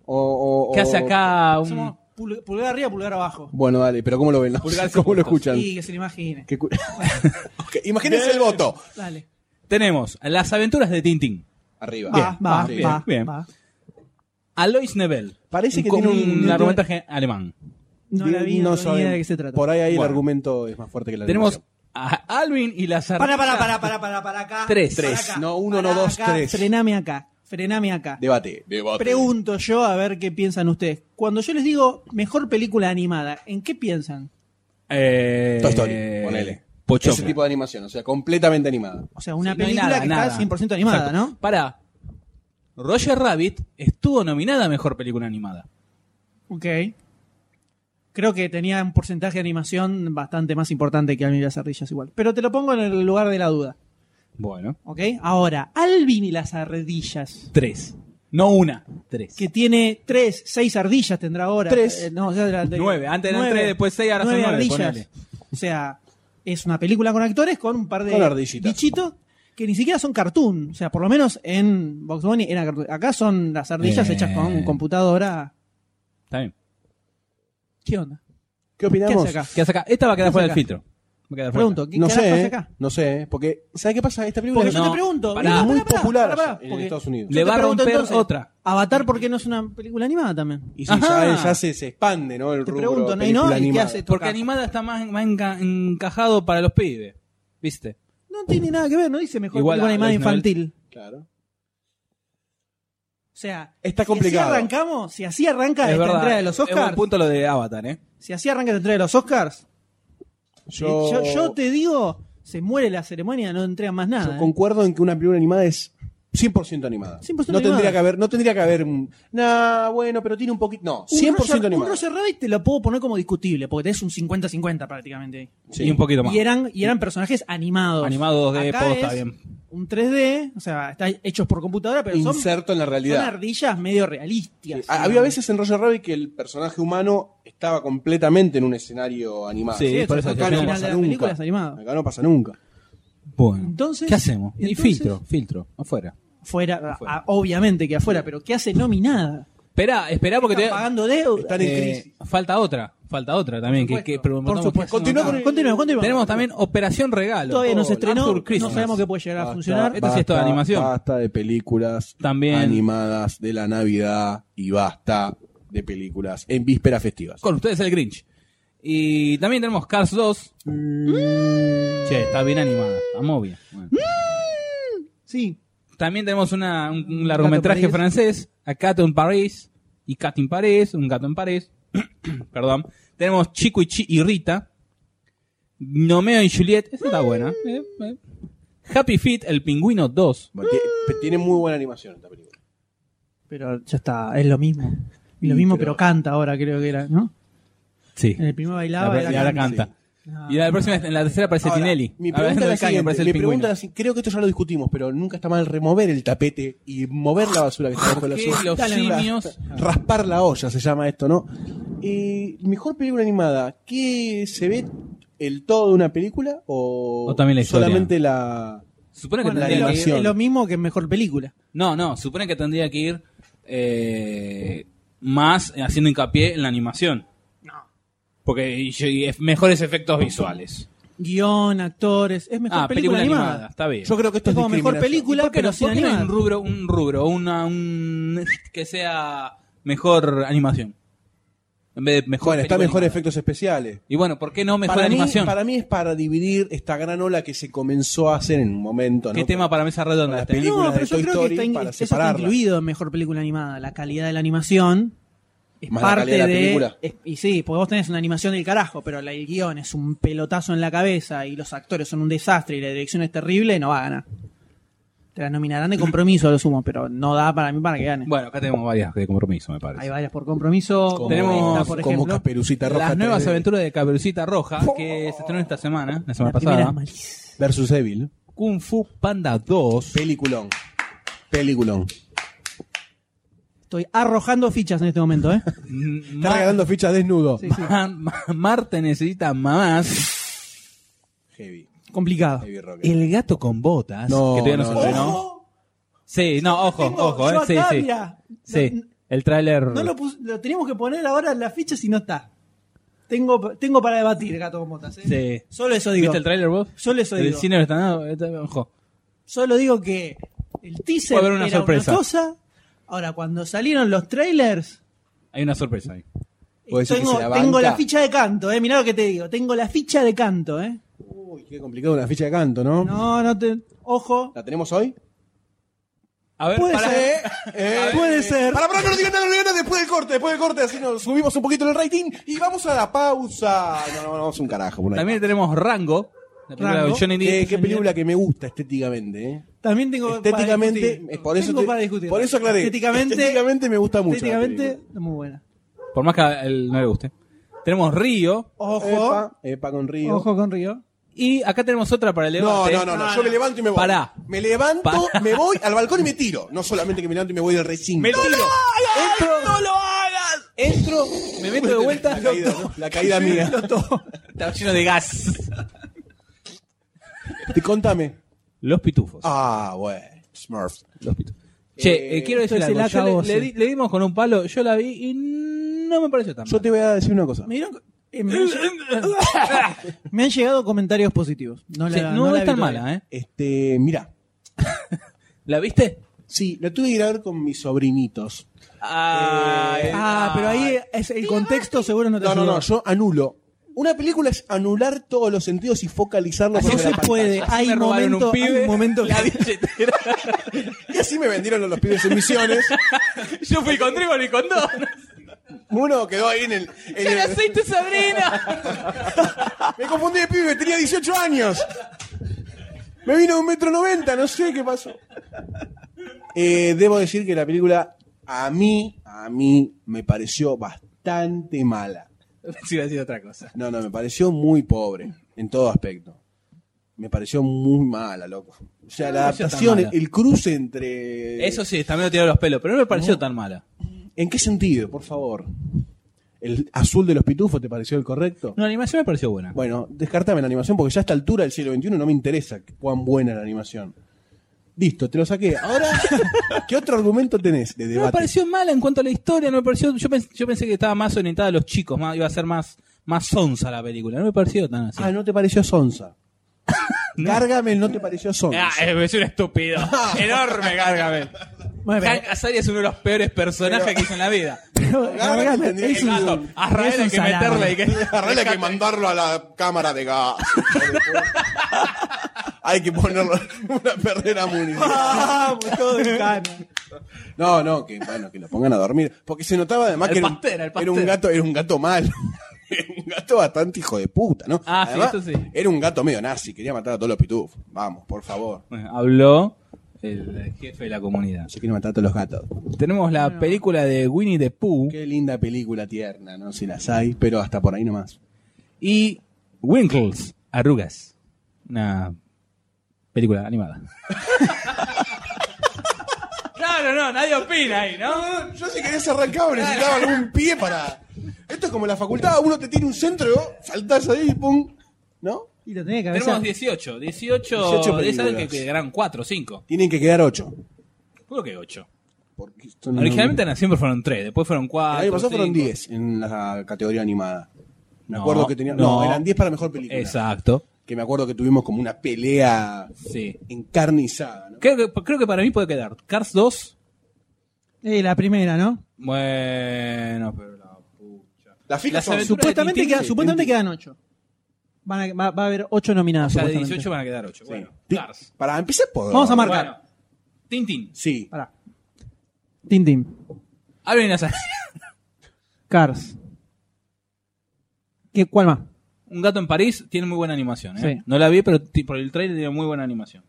[SPEAKER 3] O, o-
[SPEAKER 2] ¿Qué hace
[SPEAKER 3] o-
[SPEAKER 2] acá un
[SPEAKER 1] Hacemos pul- pulgar arriba, pulgar abajo.
[SPEAKER 3] Bueno, dale, pero ¿cómo lo ven?
[SPEAKER 2] Pulgares
[SPEAKER 3] ¿Cómo lo
[SPEAKER 2] opuestos.
[SPEAKER 3] escuchan?
[SPEAKER 1] Y que se lo imagine.
[SPEAKER 3] Qué cu- Ok, Imagínense el voto.
[SPEAKER 1] Dale.
[SPEAKER 2] Tenemos Las aventuras de Tintín.
[SPEAKER 3] Arriba.
[SPEAKER 1] Va,
[SPEAKER 3] Bien,
[SPEAKER 1] va,
[SPEAKER 3] bien.
[SPEAKER 1] va,
[SPEAKER 2] bien.
[SPEAKER 1] va.
[SPEAKER 2] Alois Nebel.
[SPEAKER 3] Parece
[SPEAKER 2] Un
[SPEAKER 3] que
[SPEAKER 2] co-
[SPEAKER 3] tiene un-
[SPEAKER 2] un largometraje alemán.
[SPEAKER 1] No la vi, no, tengo ni
[SPEAKER 3] saben.
[SPEAKER 1] idea de qué se trata.
[SPEAKER 3] Por ahí, ahí
[SPEAKER 2] Bueno.
[SPEAKER 3] el argumento es más fuerte que la
[SPEAKER 2] Tenemos
[SPEAKER 3] animación.
[SPEAKER 2] a Alvin y las
[SPEAKER 1] Para,
[SPEAKER 2] sardinas.
[SPEAKER 1] para, para, para, para, para acá.
[SPEAKER 2] Tres.
[SPEAKER 1] para
[SPEAKER 3] Tres,
[SPEAKER 1] acá,
[SPEAKER 3] no uno,
[SPEAKER 1] para
[SPEAKER 3] no dos,
[SPEAKER 1] acá.
[SPEAKER 3] tres.
[SPEAKER 1] Frename acá, frename acá.
[SPEAKER 3] Debate. Debate.
[SPEAKER 1] Pregunto yo a ver qué piensan ustedes. Cuando yo les digo mejor película animada, ¿en qué piensan?
[SPEAKER 2] Eh,
[SPEAKER 3] Toy Story, ponele.
[SPEAKER 2] Pochoclo.
[SPEAKER 3] Ese tipo de animación, o sea, completamente animada.
[SPEAKER 1] O sea, una
[SPEAKER 2] Sí, no hay
[SPEAKER 1] película
[SPEAKER 2] nada,
[SPEAKER 1] que
[SPEAKER 2] nada.
[SPEAKER 1] está 100% animada,
[SPEAKER 2] Exacto.
[SPEAKER 1] ¿no?
[SPEAKER 2] Para. Roger Rabbit estuvo nominada a mejor película animada.
[SPEAKER 1] Ok. Creo que tenía un porcentaje de animación bastante más importante que Alvin y las ardillas igual. Pero te lo pongo en el lugar de la duda,
[SPEAKER 2] Bueno.
[SPEAKER 1] ¿ok? Ahora, Alvin y las ardillas.
[SPEAKER 2] Tres. No una. Tres.
[SPEAKER 1] que tiene tres, seis ardillas tendrá ahora.
[SPEAKER 3] Tres.
[SPEAKER 1] Eh, no, ya era- de-
[SPEAKER 2] Nueve. Antes eran
[SPEAKER 1] nueve,
[SPEAKER 2] tres, después seis, ahora son
[SPEAKER 1] nueve
[SPEAKER 2] nueve,
[SPEAKER 1] ardillas.
[SPEAKER 2] ponele.
[SPEAKER 1] O sea, es una película con actores con un par de
[SPEAKER 3] Con ardillitas.
[SPEAKER 1] bichitos que ni siquiera son cartoon. O sea, por lo menos en Box Bunny era cartoon. Acá son las ardillas
[SPEAKER 2] Bien.
[SPEAKER 1] hechas con computadora.
[SPEAKER 2] Está bien.
[SPEAKER 1] ¿Qué onda?
[SPEAKER 3] ¿Qué
[SPEAKER 1] ¿Qué
[SPEAKER 3] opinamos?
[SPEAKER 1] hace acá?
[SPEAKER 2] ¿Qué hace acá? Esta va a quedar fuera del
[SPEAKER 1] acá?
[SPEAKER 2] filtro. Va a quedar fuera.
[SPEAKER 1] Pregunto, ¿qué
[SPEAKER 3] no
[SPEAKER 1] carajo hace
[SPEAKER 3] sé,
[SPEAKER 1] acá?
[SPEAKER 3] no sé, porque ¿sabes qué pasa? Esta película
[SPEAKER 1] Porque
[SPEAKER 3] es
[SPEAKER 1] yo te
[SPEAKER 2] no,
[SPEAKER 1] pregunto,
[SPEAKER 2] pará.
[SPEAKER 1] mirá,
[SPEAKER 3] muy
[SPEAKER 1] pará, pará,
[SPEAKER 3] popular
[SPEAKER 1] pará,
[SPEAKER 3] allá en
[SPEAKER 1] porque
[SPEAKER 3] Estados Unidos.
[SPEAKER 1] yo
[SPEAKER 2] Le
[SPEAKER 1] te
[SPEAKER 2] va a
[SPEAKER 1] pregunto
[SPEAKER 2] romper
[SPEAKER 1] entonces,
[SPEAKER 2] otra.
[SPEAKER 1] Avatar, ¿por qué no es una película animada también? Ah,
[SPEAKER 3] Y sí,
[SPEAKER 2] Ajá.
[SPEAKER 3] ya, ya se, se expande, ¿no? El
[SPEAKER 1] Te
[SPEAKER 3] rubro
[SPEAKER 1] pregunto, ¿no? ¿Y
[SPEAKER 3] película
[SPEAKER 1] no? ¿Y qué
[SPEAKER 3] animada.
[SPEAKER 1] hace?
[SPEAKER 2] Porque animada está más, más enca- encajado para los pibes. ¿Viste?
[SPEAKER 1] No tiene nada que ver, no dice mejor
[SPEAKER 2] Igual
[SPEAKER 1] película
[SPEAKER 2] a
[SPEAKER 1] animada
[SPEAKER 2] Lois Nobel.
[SPEAKER 1] infantil.
[SPEAKER 3] Claro.
[SPEAKER 1] Eh, O sea,
[SPEAKER 3] Está
[SPEAKER 1] Si
[SPEAKER 3] complicado.
[SPEAKER 1] así arrancamos, si así arranca esta entrada de los
[SPEAKER 2] Es buen
[SPEAKER 1] Oscars,
[SPEAKER 2] punto lo de Avatar, ¿eh?
[SPEAKER 1] si así arranca esta entrada de los Oscars, eh,
[SPEAKER 3] Yo,
[SPEAKER 1] yo, yo te digo, se muere la ceremonia, no entregan más
[SPEAKER 3] yo
[SPEAKER 1] nada. ¿eh?
[SPEAKER 3] concuerdo en que una película animada es 100% animada.
[SPEAKER 1] 100%
[SPEAKER 3] no
[SPEAKER 1] animada.
[SPEAKER 3] tendría que haber, no tendría que haber un, nah, bueno, pero tiene un poquito, no,
[SPEAKER 1] Un
[SPEAKER 3] 100%
[SPEAKER 1] Roger-
[SPEAKER 3] animada.
[SPEAKER 1] Un Roger Rabbit te lo puedo poner como discutible, porque tenés un 50-50 prácticamente ahí.
[SPEAKER 3] Sí.
[SPEAKER 2] Y un poquito más.
[SPEAKER 1] Y eran, y eran personajes animados.
[SPEAKER 2] Animados de
[SPEAKER 1] Acá
[SPEAKER 2] posta,
[SPEAKER 1] es
[SPEAKER 2] bien.
[SPEAKER 1] Un 3D, o sea, están hechos por computadora, pero son, son
[SPEAKER 3] inserto en la realidad.
[SPEAKER 1] ardillas medio realistas.
[SPEAKER 3] Ha- Había veces en Roger Rabbit que el personaje humano estaba completamente en un escenario animado.
[SPEAKER 2] Sí,
[SPEAKER 1] Sí,
[SPEAKER 2] por
[SPEAKER 1] eso,
[SPEAKER 2] eso
[SPEAKER 1] al
[SPEAKER 2] decía,
[SPEAKER 3] acá no
[SPEAKER 1] final
[SPEAKER 3] pasa
[SPEAKER 1] de la película es
[SPEAKER 3] nunca.
[SPEAKER 1] animado.
[SPEAKER 3] Acá no pasa nunca.
[SPEAKER 2] Bueno.
[SPEAKER 1] Entonces,
[SPEAKER 2] ¿Qué hacemos? Y
[SPEAKER 1] entonces-
[SPEAKER 2] filtro, filtro, afuera.
[SPEAKER 1] Fuera,
[SPEAKER 2] Afuera.
[SPEAKER 1] a- obviamente que afuera, pero ¿qué hace nominada?
[SPEAKER 2] Espera, espera porque te
[SPEAKER 1] Están pagando deuda.
[SPEAKER 3] Están en
[SPEAKER 2] eh,
[SPEAKER 3] crisis.
[SPEAKER 2] falta otra, falta otra también que,
[SPEAKER 1] supuesto.
[SPEAKER 2] que preguntamos
[SPEAKER 1] Por supuesto.
[SPEAKER 2] qué hacemos
[SPEAKER 3] Continúa
[SPEAKER 2] acá.
[SPEAKER 3] con el-
[SPEAKER 1] Continuemos, continuemos.
[SPEAKER 2] Tenemos también Operación Regalo.
[SPEAKER 1] Todavía no se
[SPEAKER 2] Oh,
[SPEAKER 1] estrenó,
[SPEAKER 2] Arthur
[SPEAKER 1] no
[SPEAKER 2] Christmas.
[SPEAKER 1] sabemos qué puede llegar a
[SPEAKER 3] Basta,
[SPEAKER 1] funcionar.
[SPEAKER 2] Esto sí es toda
[SPEAKER 3] basta,
[SPEAKER 2] animación.
[SPEAKER 3] Basta de películas
[SPEAKER 2] También.
[SPEAKER 3] animadas de la Navidad y basta de películas en vísperas festivas.
[SPEAKER 2] Con ustedes el Grinch. Y también tenemos Cars 2.
[SPEAKER 3] Mm.
[SPEAKER 2] Che, está bien animada, está movia. Bueno.
[SPEAKER 1] Sí.
[SPEAKER 2] También tenemos una, un, un
[SPEAKER 1] Gato
[SPEAKER 2] largometraje
[SPEAKER 1] París.
[SPEAKER 2] francés, Acato en París. y Cat en Paredes, un gato en Paredes. Perdón. Tenemos Chico y, Chi y Rita. Nomeo y Juliet, esa está buena. Eh, eh. Happy Feet, el pingüino 2.
[SPEAKER 3] Bueno, tie- pe- Tiene muy buena animación esta película.
[SPEAKER 1] Pero ya está, es lo mismo. Y lo mismo, pero, canta ahora, creo que era, ¿no?
[SPEAKER 2] Sí.
[SPEAKER 1] En el primero
[SPEAKER 2] La,
[SPEAKER 1] bailaba y
[SPEAKER 2] y
[SPEAKER 1] ahora
[SPEAKER 2] ahora
[SPEAKER 1] canta.
[SPEAKER 2] canta.
[SPEAKER 1] Ah.
[SPEAKER 2] Y la próxima, en la tercera aparece
[SPEAKER 3] Ahora,
[SPEAKER 2] Tinelli.
[SPEAKER 3] Mi
[SPEAKER 2] Hablando
[SPEAKER 3] pregunta es
[SPEAKER 2] del caño,
[SPEAKER 3] la siguiente.
[SPEAKER 2] aparece el
[SPEAKER 3] mi pregunta
[SPEAKER 2] pingüino.
[SPEAKER 3] es la si- creo que esto ya lo discutimos, pero nunca está mal remover el tapete y mover la basura que está debajo de la
[SPEAKER 2] ¿Por qué
[SPEAKER 3] basura.
[SPEAKER 2] los
[SPEAKER 3] Dale,
[SPEAKER 2] simios-
[SPEAKER 3] ra- Raspar la olla se llama esto, ¿no? Eh, mejor película animada. ¿Qué se ve el todo de una película o,
[SPEAKER 2] O también la historia.
[SPEAKER 3] solamente la...
[SPEAKER 2] Supone que
[SPEAKER 1] Bueno,
[SPEAKER 3] la
[SPEAKER 2] tendría que ir-
[SPEAKER 1] es, lo,
[SPEAKER 3] animación.
[SPEAKER 1] es lo mismo que mejor película.
[SPEAKER 2] No, no, supone que tendría que ir eh, más haciendo hincapié en la animación. No. Porque y- y es- mejores efectos visuales.
[SPEAKER 1] Guión, actores, es mejor
[SPEAKER 2] Ah,
[SPEAKER 1] película,
[SPEAKER 2] película
[SPEAKER 1] animada.
[SPEAKER 2] animada, está bien.
[SPEAKER 3] Yo creo que esto
[SPEAKER 1] Es
[SPEAKER 3] es
[SPEAKER 1] como mejor
[SPEAKER 3] discriminación.
[SPEAKER 1] película,
[SPEAKER 2] ¿Por qué
[SPEAKER 1] pero
[SPEAKER 2] no?
[SPEAKER 1] sin
[SPEAKER 2] ¿Por qué no hay
[SPEAKER 1] animar.
[SPEAKER 2] un rubro, un rubro, una, un que sea mejor animación? En vez de mejor
[SPEAKER 3] Bueno, está
[SPEAKER 2] película
[SPEAKER 3] mejor
[SPEAKER 2] animada.
[SPEAKER 3] efectos especiales.
[SPEAKER 2] Y bueno, ¿por qué no mejor
[SPEAKER 3] para,
[SPEAKER 2] animación?
[SPEAKER 3] Mí, para mí es para dividir esta gran ola que se comenzó a hacer en un momento.
[SPEAKER 2] ¿Qué
[SPEAKER 3] ¿no?
[SPEAKER 2] tema para mesa redonda? este
[SPEAKER 3] Para la
[SPEAKER 2] tenés?
[SPEAKER 3] película.
[SPEAKER 1] No,
[SPEAKER 3] de
[SPEAKER 1] pero yo
[SPEAKER 3] Toy
[SPEAKER 1] creo que
[SPEAKER 3] Story
[SPEAKER 1] está, in-
[SPEAKER 3] para
[SPEAKER 1] eso está
[SPEAKER 3] separarla.
[SPEAKER 1] incluido en mejor película animada. La calidad de la animación es
[SPEAKER 3] Más la
[SPEAKER 1] parte
[SPEAKER 3] calidad de la película.
[SPEAKER 1] es- y sí, porque vos tenés una animación del carajo, pero la- el guión es un pelotazo en la cabeza y los actores son un desastre y la dirección es terrible, no va a ganar. Te la nominarán de compromiso a lo sumo, pero no da para mí para que gane.
[SPEAKER 2] Bueno, acá tenemos varias de compromiso, me
[SPEAKER 1] Hay
[SPEAKER 2] parece.
[SPEAKER 1] varias por compromiso.
[SPEAKER 3] Como-
[SPEAKER 2] Tenemos-
[SPEAKER 1] esta, por
[SPEAKER 3] como
[SPEAKER 1] ejemplo.
[SPEAKER 3] Caperucita Roja
[SPEAKER 2] Las nuevas
[SPEAKER 3] 3D
[SPEAKER 2] aventuras de Caperucita Roja, que se estrenó esta semana, la
[SPEAKER 1] La
[SPEAKER 2] semana
[SPEAKER 1] primera
[SPEAKER 2] pasada.
[SPEAKER 1] es malísima.
[SPEAKER 3] versus Evil.
[SPEAKER 2] Kung Fu Panda 2.
[SPEAKER 3] Peliculón. Peliculón.
[SPEAKER 1] Estoy arrojando fichas en este momento, ¿eh?
[SPEAKER 2] Mm,
[SPEAKER 3] Está
[SPEAKER 2] Mar-
[SPEAKER 3] regalando fichas desnudo.
[SPEAKER 1] Sí, sí.
[SPEAKER 2] Ma- Ma- Marte necesita mamás.
[SPEAKER 3] Heavy.
[SPEAKER 1] Complicado.
[SPEAKER 3] Heavy rock.
[SPEAKER 2] El gato con botas.
[SPEAKER 3] No,
[SPEAKER 2] que todavía no se
[SPEAKER 3] no,
[SPEAKER 2] estrenó. Sí, no, ojo, ojo. eh, sí, sí. Sí, el tráiler.
[SPEAKER 1] No lo, pus- lo teníamos que poner ahora en la ficha si no está. Tengo, tengo para debatir, gato con botas. ¿eh?
[SPEAKER 2] Sí.
[SPEAKER 1] Solo eso digo.
[SPEAKER 2] ¿Viste el tráiler vos?
[SPEAKER 1] Solo eso
[SPEAKER 2] El
[SPEAKER 1] digo.
[SPEAKER 2] cine lo está dando, eh, está- Ojo.
[SPEAKER 1] Solo digo que el teaser
[SPEAKER 2] Puede haber una
[SPEAKER 1] era
[SPEAKER 2] sorpresa.
[SPEAKER 1] una cosa. Ahora, cuando salieron los trailers,
[SPEAKER 2] Hay una sorpresa ahí.
[SPEAKER 3] ¿Vos decís que
[SPEAKER 1] tengo,
[SPEAKER 3] se la
[SPEAKER 1] tengo la
[SPEAKER 3] banca?
[SPEAKER 1] ficha de canto, ¿eh? Mirá lo que te digo. Tengo la ficha de canto, ¿eh?
[SPEAKER 3] Uy, qué complicado una ficha de canto, ¿no?
[SPEAKER 1] No, no te. Ojo.
[SPEAKER 3] ¿La tenemos hoy? Eh,
[SPEAKER 2] A ver,
[SPEAKER 1] Puede
[SPEAKER 2] pará.
[SPEAKER 1] ser. Puede ser.
[SPEAKER 3] Para, para, no lo digan nada, no lo digan nada, después del corte, después del corte, así nos subimos un poquito en el rating y vamos a la pausa. No, no, no, vamos a un carajo. por ahí.
[SPEAKER 2] También tenemos Rango. La película
[SPEAKER 1] Rango.
[SPEAKER 2] de Johnny Depp.
[SPEAKER 3] Eh, qué película que me gusta estéticamente, ¿eh?
[SPEAKER 1] También tengo. para
[SPEAKER 3] Estéticamente,
[SPEAKER 1] discutir.
[SPEAKER 3] es por eso,
[SPEAKER 1] Tengo
[SPEAKER 3] te-
[SPEAKER 1] para discutir.
[SPEAKER 3] por eso aclaré.
[SPEAKER 1] Estéticamente,
[SPEAKER 3] Estéticamente me gusta mucho. la
[SPEAKER 1] estéticamente
[SPEAKER 3] película.
[SPEAKER 1] muy buena.
[SPEAKER 2] Por más que a él no le guste. Tenemos Río.
[SPEAKER 1] Ojo.
[SPEAKER 3] Epa, epa con Río.
[SPEAKER 1] Ojo con Río.
[SPEAKER 2] Y acá tenemos otra para el
[SPEAKER 3] No,
[SPEAKER 2] debate.
[SPEAKER 3] no, no, no, yo me levanto y me voy.
[SPEAKER 2] Pará.
[SPEAKER 3] Me levanto,
[SPEAKER 2] Pará.
[SPEAKER 3] me voy al balcón y me tiro. No solamente que me levanto y me voy del recinto.
[SPEAKER 2] Me tiro.
[SPEAKER 3] Entro,
[SPEAKER 2] ¡No lo hagas! Entro, me meto de vuelta.
[SPEAKER 3] La caída, ¿no? La caída mía.
[SPEAKER 2] Está lleno de gas.
[SPEAKER 3] Te- Contame.
[SPEAKER 2] Los pitufos.
[SPEAKER 3] Ah, bueno. Smurf.
[SPEAKER 2] Los pitufos. Che, eh,
[SPEAKER 3] Eh,
[SPEAKER 2] quiero decir
[SPEAKER 1] entonces
[SPEAKER 2] algo.
[SPEAKER 1] la
[SPEAKER 2] Yo le-
[SPEAKER 1] acabó,
[SPEAKER 2] le,
[SPEAKER 1] sí.
[SPEAKER 2] di- le dimos con un palo, yo la vi y no me pareció tan
[SPEAKER 3] Yo
[SPEAKER 2] mal.
[SPEAKER 3] te voy a decir una cosa.
[SPEAKER 1] Me, dieron- eh, me han, lle- Me han llegado comentarios positivos. No, la,
[SPEAKER 2] Sí, no,
[SPEAKER 1] la
[SPEAKER 2] es tan
[SPEAKER 1] vi todavía.
[SPEAKER 2] mala, ¿eh?
[SPEAKER 3] Este, mira.
[SPEAKER 2] ¿La viste?
[SPEAKER 3] Sí, la tuve que ir a ver con mis sobrinitos.
[SPEAKER 2] Ay,
[SPEAKER 1] Ah, pero ahí es el contexto seguro no te
[SPEAKER 3] No, no,
[SPEAKER 1] ayudó.
[SPEAKER 3] no, yo anulo. Una película es anular todos los sentidos y focalizarlos
[SPEAKER 1] No
[SPEAKER 3] sobre
[SPEAKER 1] se
[SPEAKER 3] la pantalla.
[SPEAKER 1] puede. Hay
[SPEAKER 2] me robaron
[SPEAKER 1] momentos
[SPEAKER 2] un pibe,
[SPEAKER 1] hay momentos
[SPEAKER 2] la billetera.
[SPEAKER 3] Y así me vendieron los pibes en misiones.
[SPEAKER 2] Yo fui con Tribal y con dos.
[SPEAKER 3] Uno quedó ahí en el. en
[SPEAKER 2] Yo
[SPEAKER 3] el-
[SPEAKER 2] no soy tu sobrina.
[SPEAKER 3] Me confundí de pibe, tenía 18 años. Me vino de un metro noventa, no sé qué pasó. Eh, debo decir que la película a mí, a mí me pareció bastante mala.
[SPEAKER 2] Sí, iba a decir otra cosa.
[SPEAKER 3] No, no, me pareció muy pobre en todo aspecto. Me pareció muy mala, loco. O sea,
[SPEAKER 2] No me pareció
[SPEAKER 3] la
[SPEAKER 2] tan
[SPEAKER 3] adaptación, el,
[SPEAKER 2] mala.
[SPEAKER 3] el cruce entre...
[SPEAKER 2] Eso sí, también lo tiró los pelos, pero no me pareció tan mala.
[SPEAKER 3] ¿En qué sentido, por favor? ¿El azul de los pitufos te pareció el correcto?
[SPEAKER 2] No, la animación me pareció buena.
[SPEAKER 3] Bueno, descartame la animación porque ya a esta altura del siglo XXI no me interesa cuán buena es la animación. Listo, te lo saqué. Ahora, ¿qué otro argumento tenés de
[SPEAKER 2] No me
[SPEAKER 3] debate?
[SPEAKER 2] pareció mala en cuanto a la historia, no me pareció, yo, pens- yo pensé que estaba más orientada a los chicos, más, iba a ser más, más sonsa la película, no me pareció tan así.
[SPEAKER 3] Ah, no te pareció sonsa. Cárgame el no te pareció sonsa.
[SPEAKER 2] Ah, es un estúpido. Enorme, cárgame.
[SPEAKER 1] Bueno, pero-
[SPEAKER 2] Hank Azaria es uno de los peores personajes que hizo en la vida.
[SPEAKER 1] pero-
[SPEAKER 3] Claro,
[SPEAKER 1] la verdad,
[SPEAKER 3] entendí.
[SPEAKER 1] es un-
[SPEAKER 3] Claro,
[SPEAKER 2] A Ah, Rael
[SPEAKER 1] es un
[SPEAKER 2] hay que
[SPEAKER 1] salame.
[SPEAKER 2] eh. meterle y que.
[SPEAKER 3] Arregla que mandarlo a la cámara de gas. hay que ponerlo una perrera municipal.
[SPEAKER 1] Vamos, Ah, pues todo en cana.
[SPEAKER 3] No, no, que bueno, que lo pongan a dormir. Porque se notaba además
[SPEAKER 2] Al
[SPEAKER 3] que era un,
[SPEAKER 2] pastel, al
[SPEAKER 3] era un
[SPEAKER 2] pastel.
[SPEAKER 3] gato, era un gato malo. Era un gato bastante hijo de puta, ¿no?
[SPEAKER 2] Ah, sí, eso sí.
[SPEAKER 3] Era un gato medio nazi, quería matar a todos los pitufos. Vamos, por favor.
[SPEAKER 2] Bueno, habló el jefe de la comunidad.
[SPEAKER 3] Yo quiero matar a todos los gatos.
[SPEAKER 2] Tenemos la película de Winnie the Pooh
[SPEAKER 3] Qué linda película tierna, no sé si las hay, pero hasta por ahí nomás.
[SPEAKER 2] y Winkles, Arrugas. Una película animada. claro, no, nadie opina ahí, ¿no?
[SPEAKER 3] Yo si querés arrancaba necesitaba algún pie para... Esto es como la facultad, uno te tiene un centro y vos saltás ahí y pum, ¿no?
[SPEAKER 1] Y lo tenía que
[SPEAKER 2] Tenemos
[SPEAKER 1] avisar.
[SPEAKER 2] 18, 18,
[SPEAKER 3] 18
[SPEAKER 2] de esas que
[SPEAKER 3] películas.
[SPEAKER 2] quedarán 4, 5.
[SPEAKER 3] Tienen que quedar ocho.
[SPEAKER 2] Creo que 8.
[SPEAKER 3] Porque son-
[SPEAKER 2] Originalmente siempre fueron 3, después fueron
[SPEAKER 3] Mm. El
[SPEAKER 2] 4.
[SPEAKER 3] año pasado fueron 10 en la categoría animada. Me
[SPEAKER 2] No,
[SPEAKER 3] acuerdo que tenía. No,
[SPEAKER 2] no.
[SPEAKER 3] eran 10 para mejor película.
[SPEAKER 2] Exacto,
[SPEAKER 3] Que me acuerdo que tuvimos como una pelea
[SPEAKER 2] sí.
[SPEAKER 3] encarnizada. ¿no?
[SPEAKER 2] Creo que, creo que para mí puede quedar Cars 2.
[SPEAKER 1] Eh, la primera, ¿no?
[SPEAKER 2] Bueno, pero la pucha.
[SPEAKER 3] Las fijas
[SPEAKER 2] Las
[SPEAKER 3] son.
[SPEAKER 2] aventuras-
[SPEAKER 3] super-
[SPEAKER 1] Supuestamente,
[SPEAKER 2] Disney,
[SPEAKER 1] queda-
[SPEAKER 2] sí,
[SPEAKER 1] supuestamente
[SPEAKER 3] Disney.
[SPEAKER 1] quedan ocho. Van a- va, va a haber ocho nominadas.
[SPEAKER 2] O sea, de
[SPEAKER 1] supuestamente.
[SPEAKER 2] 18 van a quedar 8. Bueno,
[SPEAKER 3] Sí.
[SPEAKER 2] Cars.
[SPEAKER 3] Para empezar por.
[SPEAKER 1] Vamos a marcar.
[SPEAKER 2] Bueno, Tintín.
[SPEAKER 3] Sí.
[SPEAKER 1] Pará. Tintín.
[SPEAKER 2] Abren las
[SPEAKER 1] Cars. ¿Qué, ¿Cuál más?
[SPEAKER 2] Un gato en París tiene muy buena animación. ¿eh?
[SPEAKER 1] Sí.
[SPEAKER 2] No la vi, pero ti- por el trailer tiene muy buena animación.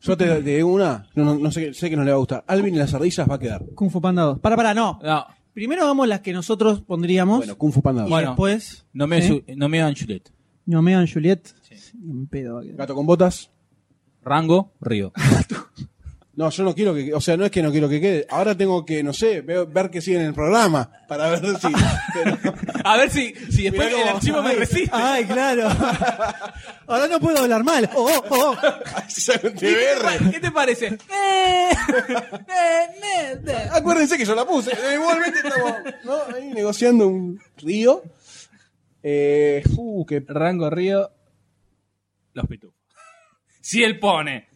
[SPEAKER 3] Yo te te digo una. No, no, no sé, que- sé que no le va a gustar. Alvin y las ardillas va a quedar.
[SPEAKER 1] Kung Fu Panda 2. Para, para, no.
[SPEAKER 2] No,
[SPEAKER 1] Primero vamos las que nosotros pondríamos.
[SPEAKER 3] Bueno, Kung Fu Panda.
[SPEAKER 1] y
[SPEAKER 3] dos.
[SPEAKER 2] bueno.
[SPEAKER 1] después.
[SPEAKER 2] no me,
[SPEAKER 1] ¿sí?
[SPEAKER 2] su- no me dan Juliet.
[SPEAKER 1] Nomeo en Juliet.
[SPEAKER 2] Sí.
[SPEAKER 1] Ni en pedo va a quedar.
[SPEAKER 3] Gato con botas.
[SPEAKER 2] Rango, Río.
[SPEAKER 3] No, yo no quiero que. O sea, no es que no quiero que quede. Ahora tengo que, no sé, veo- ver que siguen en el programa. Para ver si. pero-
[SPEAKER 2] A ver si, si después
[SPEAKER 3] Mirá
[SPEAKER 2] el
[SPEAKER 3] cómo-
[SPEAKER 2] archivo me
[SPEAKER 3] Ay.
[SPEAKER 2] resiste.
[SPEAKER 1] Ay, claro. Ahora no puedo hablar mal. Oh, oh, oh.
[SPEAKER 3] Te
[SPEAKER 2] ¿Y ¿Qué te,
[SPEAKER 3] verre.
[SPEAKER 2] pa- qué te parece? Eh, eh, eh, eh.
[SPEAKER 3] Acuérdense que yo la puse. Eh, Igualmente estamos ¿no? ahí negociando un río. Eh, uh, que
[SPEAKER 2] Rango, Río, Los Pitufos. Si él pone.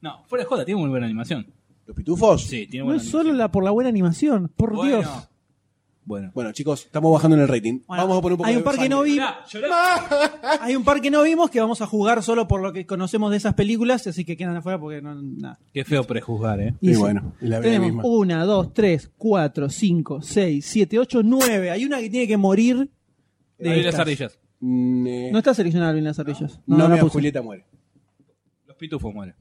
[SPEAKER 2] No, fuera de joda, tiene muy buena animación.
[SPEAKER 3] ¿Los pitufos?
[SPEAKER 2] Sí, tiene
[SPEAKER 1] No
[SPEAKER 2] buena
[SPEAKER 1] es solo
[SPEAKER 2] animación.
[SPEAKER 1] la por la buena animación. Por
[SPEAKER 2] Bueno.
[SPEAKER 1] Dios.
[SPEAKER 2] Bueno.
[SPEAKER 3] Bueno, chicos, estamos bajando en el rating.
[SPEAKER 1] Bueno,
[SPEAKER 3] Vamos a poner un poco
[SPEAKER 1] hay
[SPEAKER 3] de
[SPEAKER 1] un par que
[SPEAKER 3] sangre.
[SPEAKER 1] no vi.
[SPEAKER 2] Mirá, llorá. Ah.
[SPEAKER 1] Hay un par que no vimos que vamos a jugar solo por lo que conocemos de esas películas, así que quedan afuera porque no. nada.
[SPEAKER 2] Qué feo prejuzgar, eh.
[SPEAKER 3] Y
[SPEAKER 1] sí.
[SPEAKER 3] bueno, y la vida
[SPEAKER 1] Tenemos
[SPEAKER 3] misma.
[SPEAKER 1] una, dos, tres, cuatro, cinco, seis, siete, ocho, nueve. Hay una que tiene que morir. de
[SPEAKER 2] Abrir las
[SPEAKER 1] estas.
[SPEAKER 2] ardillas.
[SPEAKER 3] Mm, eh,
[SPEAKER 1] No está seleccionada Alvin las ardillas. No,
[SPEAKER 3] no,
[SPEAKER 1] no,
[SPEAKER 3] mira,
[SPEAKER 1] la puse.
[SPEAKER 3] Julieta muere.
[SPEAKER 2] Los Pitufos mueren.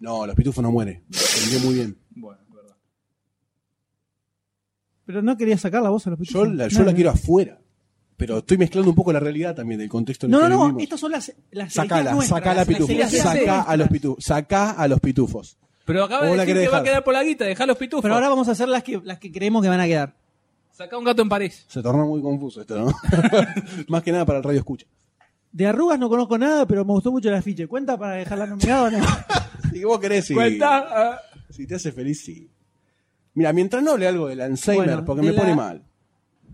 [SPEAKER 3] No, los pitufos no mueren. Entendió muy bien.
[SPEAKER 2] Bueno, es verdad.
[SPEAKER 1] Pero no quería sacar la voz a los
[SPEAKER 3] Yo
[SPEAKER 1] pitufos.
[SPEAKER 3] la, yo
[SPEAKER 1] No,
[SPEAKER 3] la
[SPEAKER 1] no.
[SPEAKER 3] quiero afuera. Pero estoy mezclando un poco la realidad también del contexto en el
[SPEAKER 1] No,
[SPEAKER 3] que
[SPEAKER 1] no, no.
[SPEAKER 3] vivimos.
[SPEAKER 1] Estas son las. las elegidas
[SPEAKER 3] Sacala,
[SPEAKER 1] nuestras,
[SPEAKER 3] sacala,
[SPEAKER 1] las
[SPEAKER 3] pitufos.
[SPEAKER 1] elegidas
[SPEAKER 3] Sacá a los
[SPEAKER 1] nuestras.
[SPEAKER 3] pitufos. Sacá a los pitufos.
[SPEAKER 2] Pero acaba
[SPEAKER 3] ¿Vos
[SPEAKER 2] de
[SPEAKER 3] la
[SPEAKER 2] decir que
[SPEAKER 3] querés
[SPEAKER 2] va a
[SPEAKER 3] dejar?
[SPEAKER 2] quedar por la guita, dejar los pitufos.
[SPEAKER 1] Pero ahora vamos a hacer las que, las que creemos que van a quedar.
[SPEAKER 2] Saca un gato en París.
[SPEAKER 3] Se tornó muy confuso esto, ¿no? Más que nada para el radio escucha.
[SPEAKER 1] De arrugas no conozco nada, pero me gustó mucho el afiche. ¿Cuenta para dejarla nominada o no?
[SPEAKER 3] Si vos querés, sí.
[SPEAKER 2] Cuenta. ah,
[SPEAKER 3] Si te hace feliz, sí. Mira, mientras no hable algo del Alzheimer,
[SPEAKER 1] Bueno,
[SPEAKER 3] porque
[SPEAKER 1] de
[SPEAKER 3] me
[SPEAKER 1] la-
[SPEAKER 3] pone mal.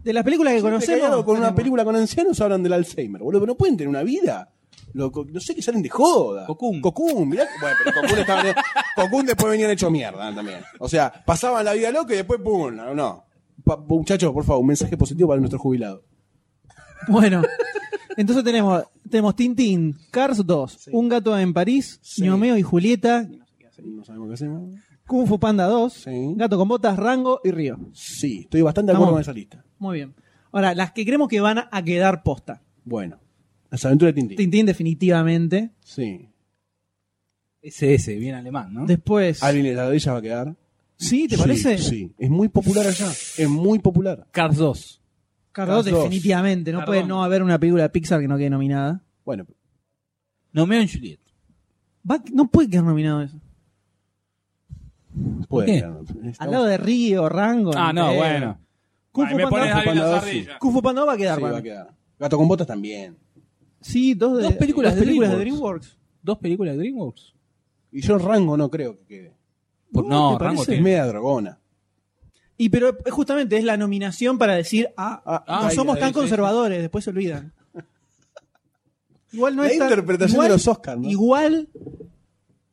[SPEAKER 1] De las películas que
[SPEAKER 3] Siempre que hay
[SPEAKER 1] conocemos.
[SPEAKER 3] algo con una
[SPEAKER 1] tenemos.
[SPEAKER 3] película con ancianos hablan del Alzheimer, boludo. pero No pueden tener una vida. Loco, no sé que salen de joda.
[SPEAKER 2] Cocoon.
[SPEAKER 3] Cocoon, mirá. Bueno, pero Cocoon estaban- Cocoon después venían hecho mierda también. O sea, pasaban la vida loca y después pum, no. no. Pa- muchachos, por favor, un mensaje positivo para nuestro jubilado.
[SPEAKER 1] Bueno, entonces tenemos, tenemos Tintín, Cars 2, Un gato en París,
[SPEAKER 3] Sí.
[SPEAKER 1] Romeo y Julieta,
[SPEAKER 3] No sabemos qué hacemos.
[SPEAKER 1] Kung Fu Panda 2,
[SPEAKER 3] Sí.
[SPEAKER 1] Gato con Botas, Rango y Río.
[SPEAKER 3] Sí, estoy bastante de acuerdo con
[SPEAKER 1] Estamos-
[SPEAKER 3] esa lista.
[SPEAKER 1] Muy bien. Ahora, las que creemos que van a quedar posta.
[SPEAKER 3] Bueno, las aventuras de Tintín.
[SPEAKER 1] Tintín definitivamente.
[SPEAKER 3] Sí.
[SPEAKER 2] SS, bien alemán, ¿no?
[SPEAKER 1] Después...
[SPEAKER 3] Alguien de la de ella va a quedar.
[SPEAKER 1] ¿Sí? ¿Te
[SPEAKER 3] Sí,
[SPEAKER 1] parece?
[SPEAKER 3] Sí, es muy popular allá. Es muy popular.
[SPEAKER 2] Cars 2.
[SPEAKER 1] Cars 2
[SPEAKER 3] Cars 2.
[SPEAKER 1] definitivamente. No
[SPEAKER 2] Cars
[SPEAKER 1] puede
[SPEAKER 2] 2.
[SPEAKER 1] no haber una película de Pixar que no quede nominada.
[SPEAKER 3] Bueno,
[SPEAKER 2] Nomeo en Juliet.
[SPEAKER 1] Va- no puede quedar nominado eso.
[SPEAKER 3] puede.
[SPEAKER 2] ¿Por qué?
[SPEAKER 3] quedar. Estamos-
[SPEAKER 1] Al lado de Río, Rango...
[SPEAKER 2] Ah, no,
[SPEAKER 1] eh,
[SPEAKER 2] bueno.
[SPEAKER 1] Kung
[SPEAKER 2] Ay,
[SPEAKER 1] Fu
[SPEAKER 2] me pones
[SPEAKER 1] Panda-
[SPEAKER 3] Kung Fu
[SPEAKER 2] ahí las
[SPEAKER 3] Panda dos,
[SPEAKER 2] ardillas.
[SPEAKER 1] Kung Fu Panda va a quedar.
[SPEAKER 3] Sí, va
[SPEAKER 1] para
[SPEAKER 3] a
[SPEAKER 1] mí.
[SPEAKER 3] quedar. Gato con botas también.
[SPEAKER 1] Sí, dos, de-
[SPEAKER 2] Dos películas
[SPEAKER 1] las
[SPEAKER 2] de
[SPEAKER 1] películas de
[SPEAKER 2] DreamWorks.
[SPEAKER 1] DreamWorks.
[SPEAKER 2] ¿Dos películas de DreamWorks?
[SPEAKER 3] Y yo Rango no creo que quede.
[SPEAKER 2] Por-
[SPEAKER 1] No,
[SPEAKER 2] no,
[SPEAKER 1] ¿te
[SPEAKER 2] Rango
[SPEAKER 1] parece?
[SPEAKER 3] Es
[SPEAKER 2] tiene.
[SPEAKER 3] media dragona.
[SPEAKER 1] Y pero eh, justamente es la nominación para decir, ah,
[SPEAKER 3] Ah,
[SPEAKER 1] no
[SPEAKER 2] ah,
[SPEAKER 1] somos
[SPEAKER 2] ahí,
[SPEAKER 1] tan
[SPEAKER 2] ahí,
[SPEAKER 1] conservadores, después se olvidan. Igual no
[SPEAKER 3] La
[SPEAKER 1] es tan-
[SPEAKER 3] interpretación
[SPEAKER 1] igual-
[SPEAKER 3] de los Oscars, ¿no?
[SPEAKER 1] Igual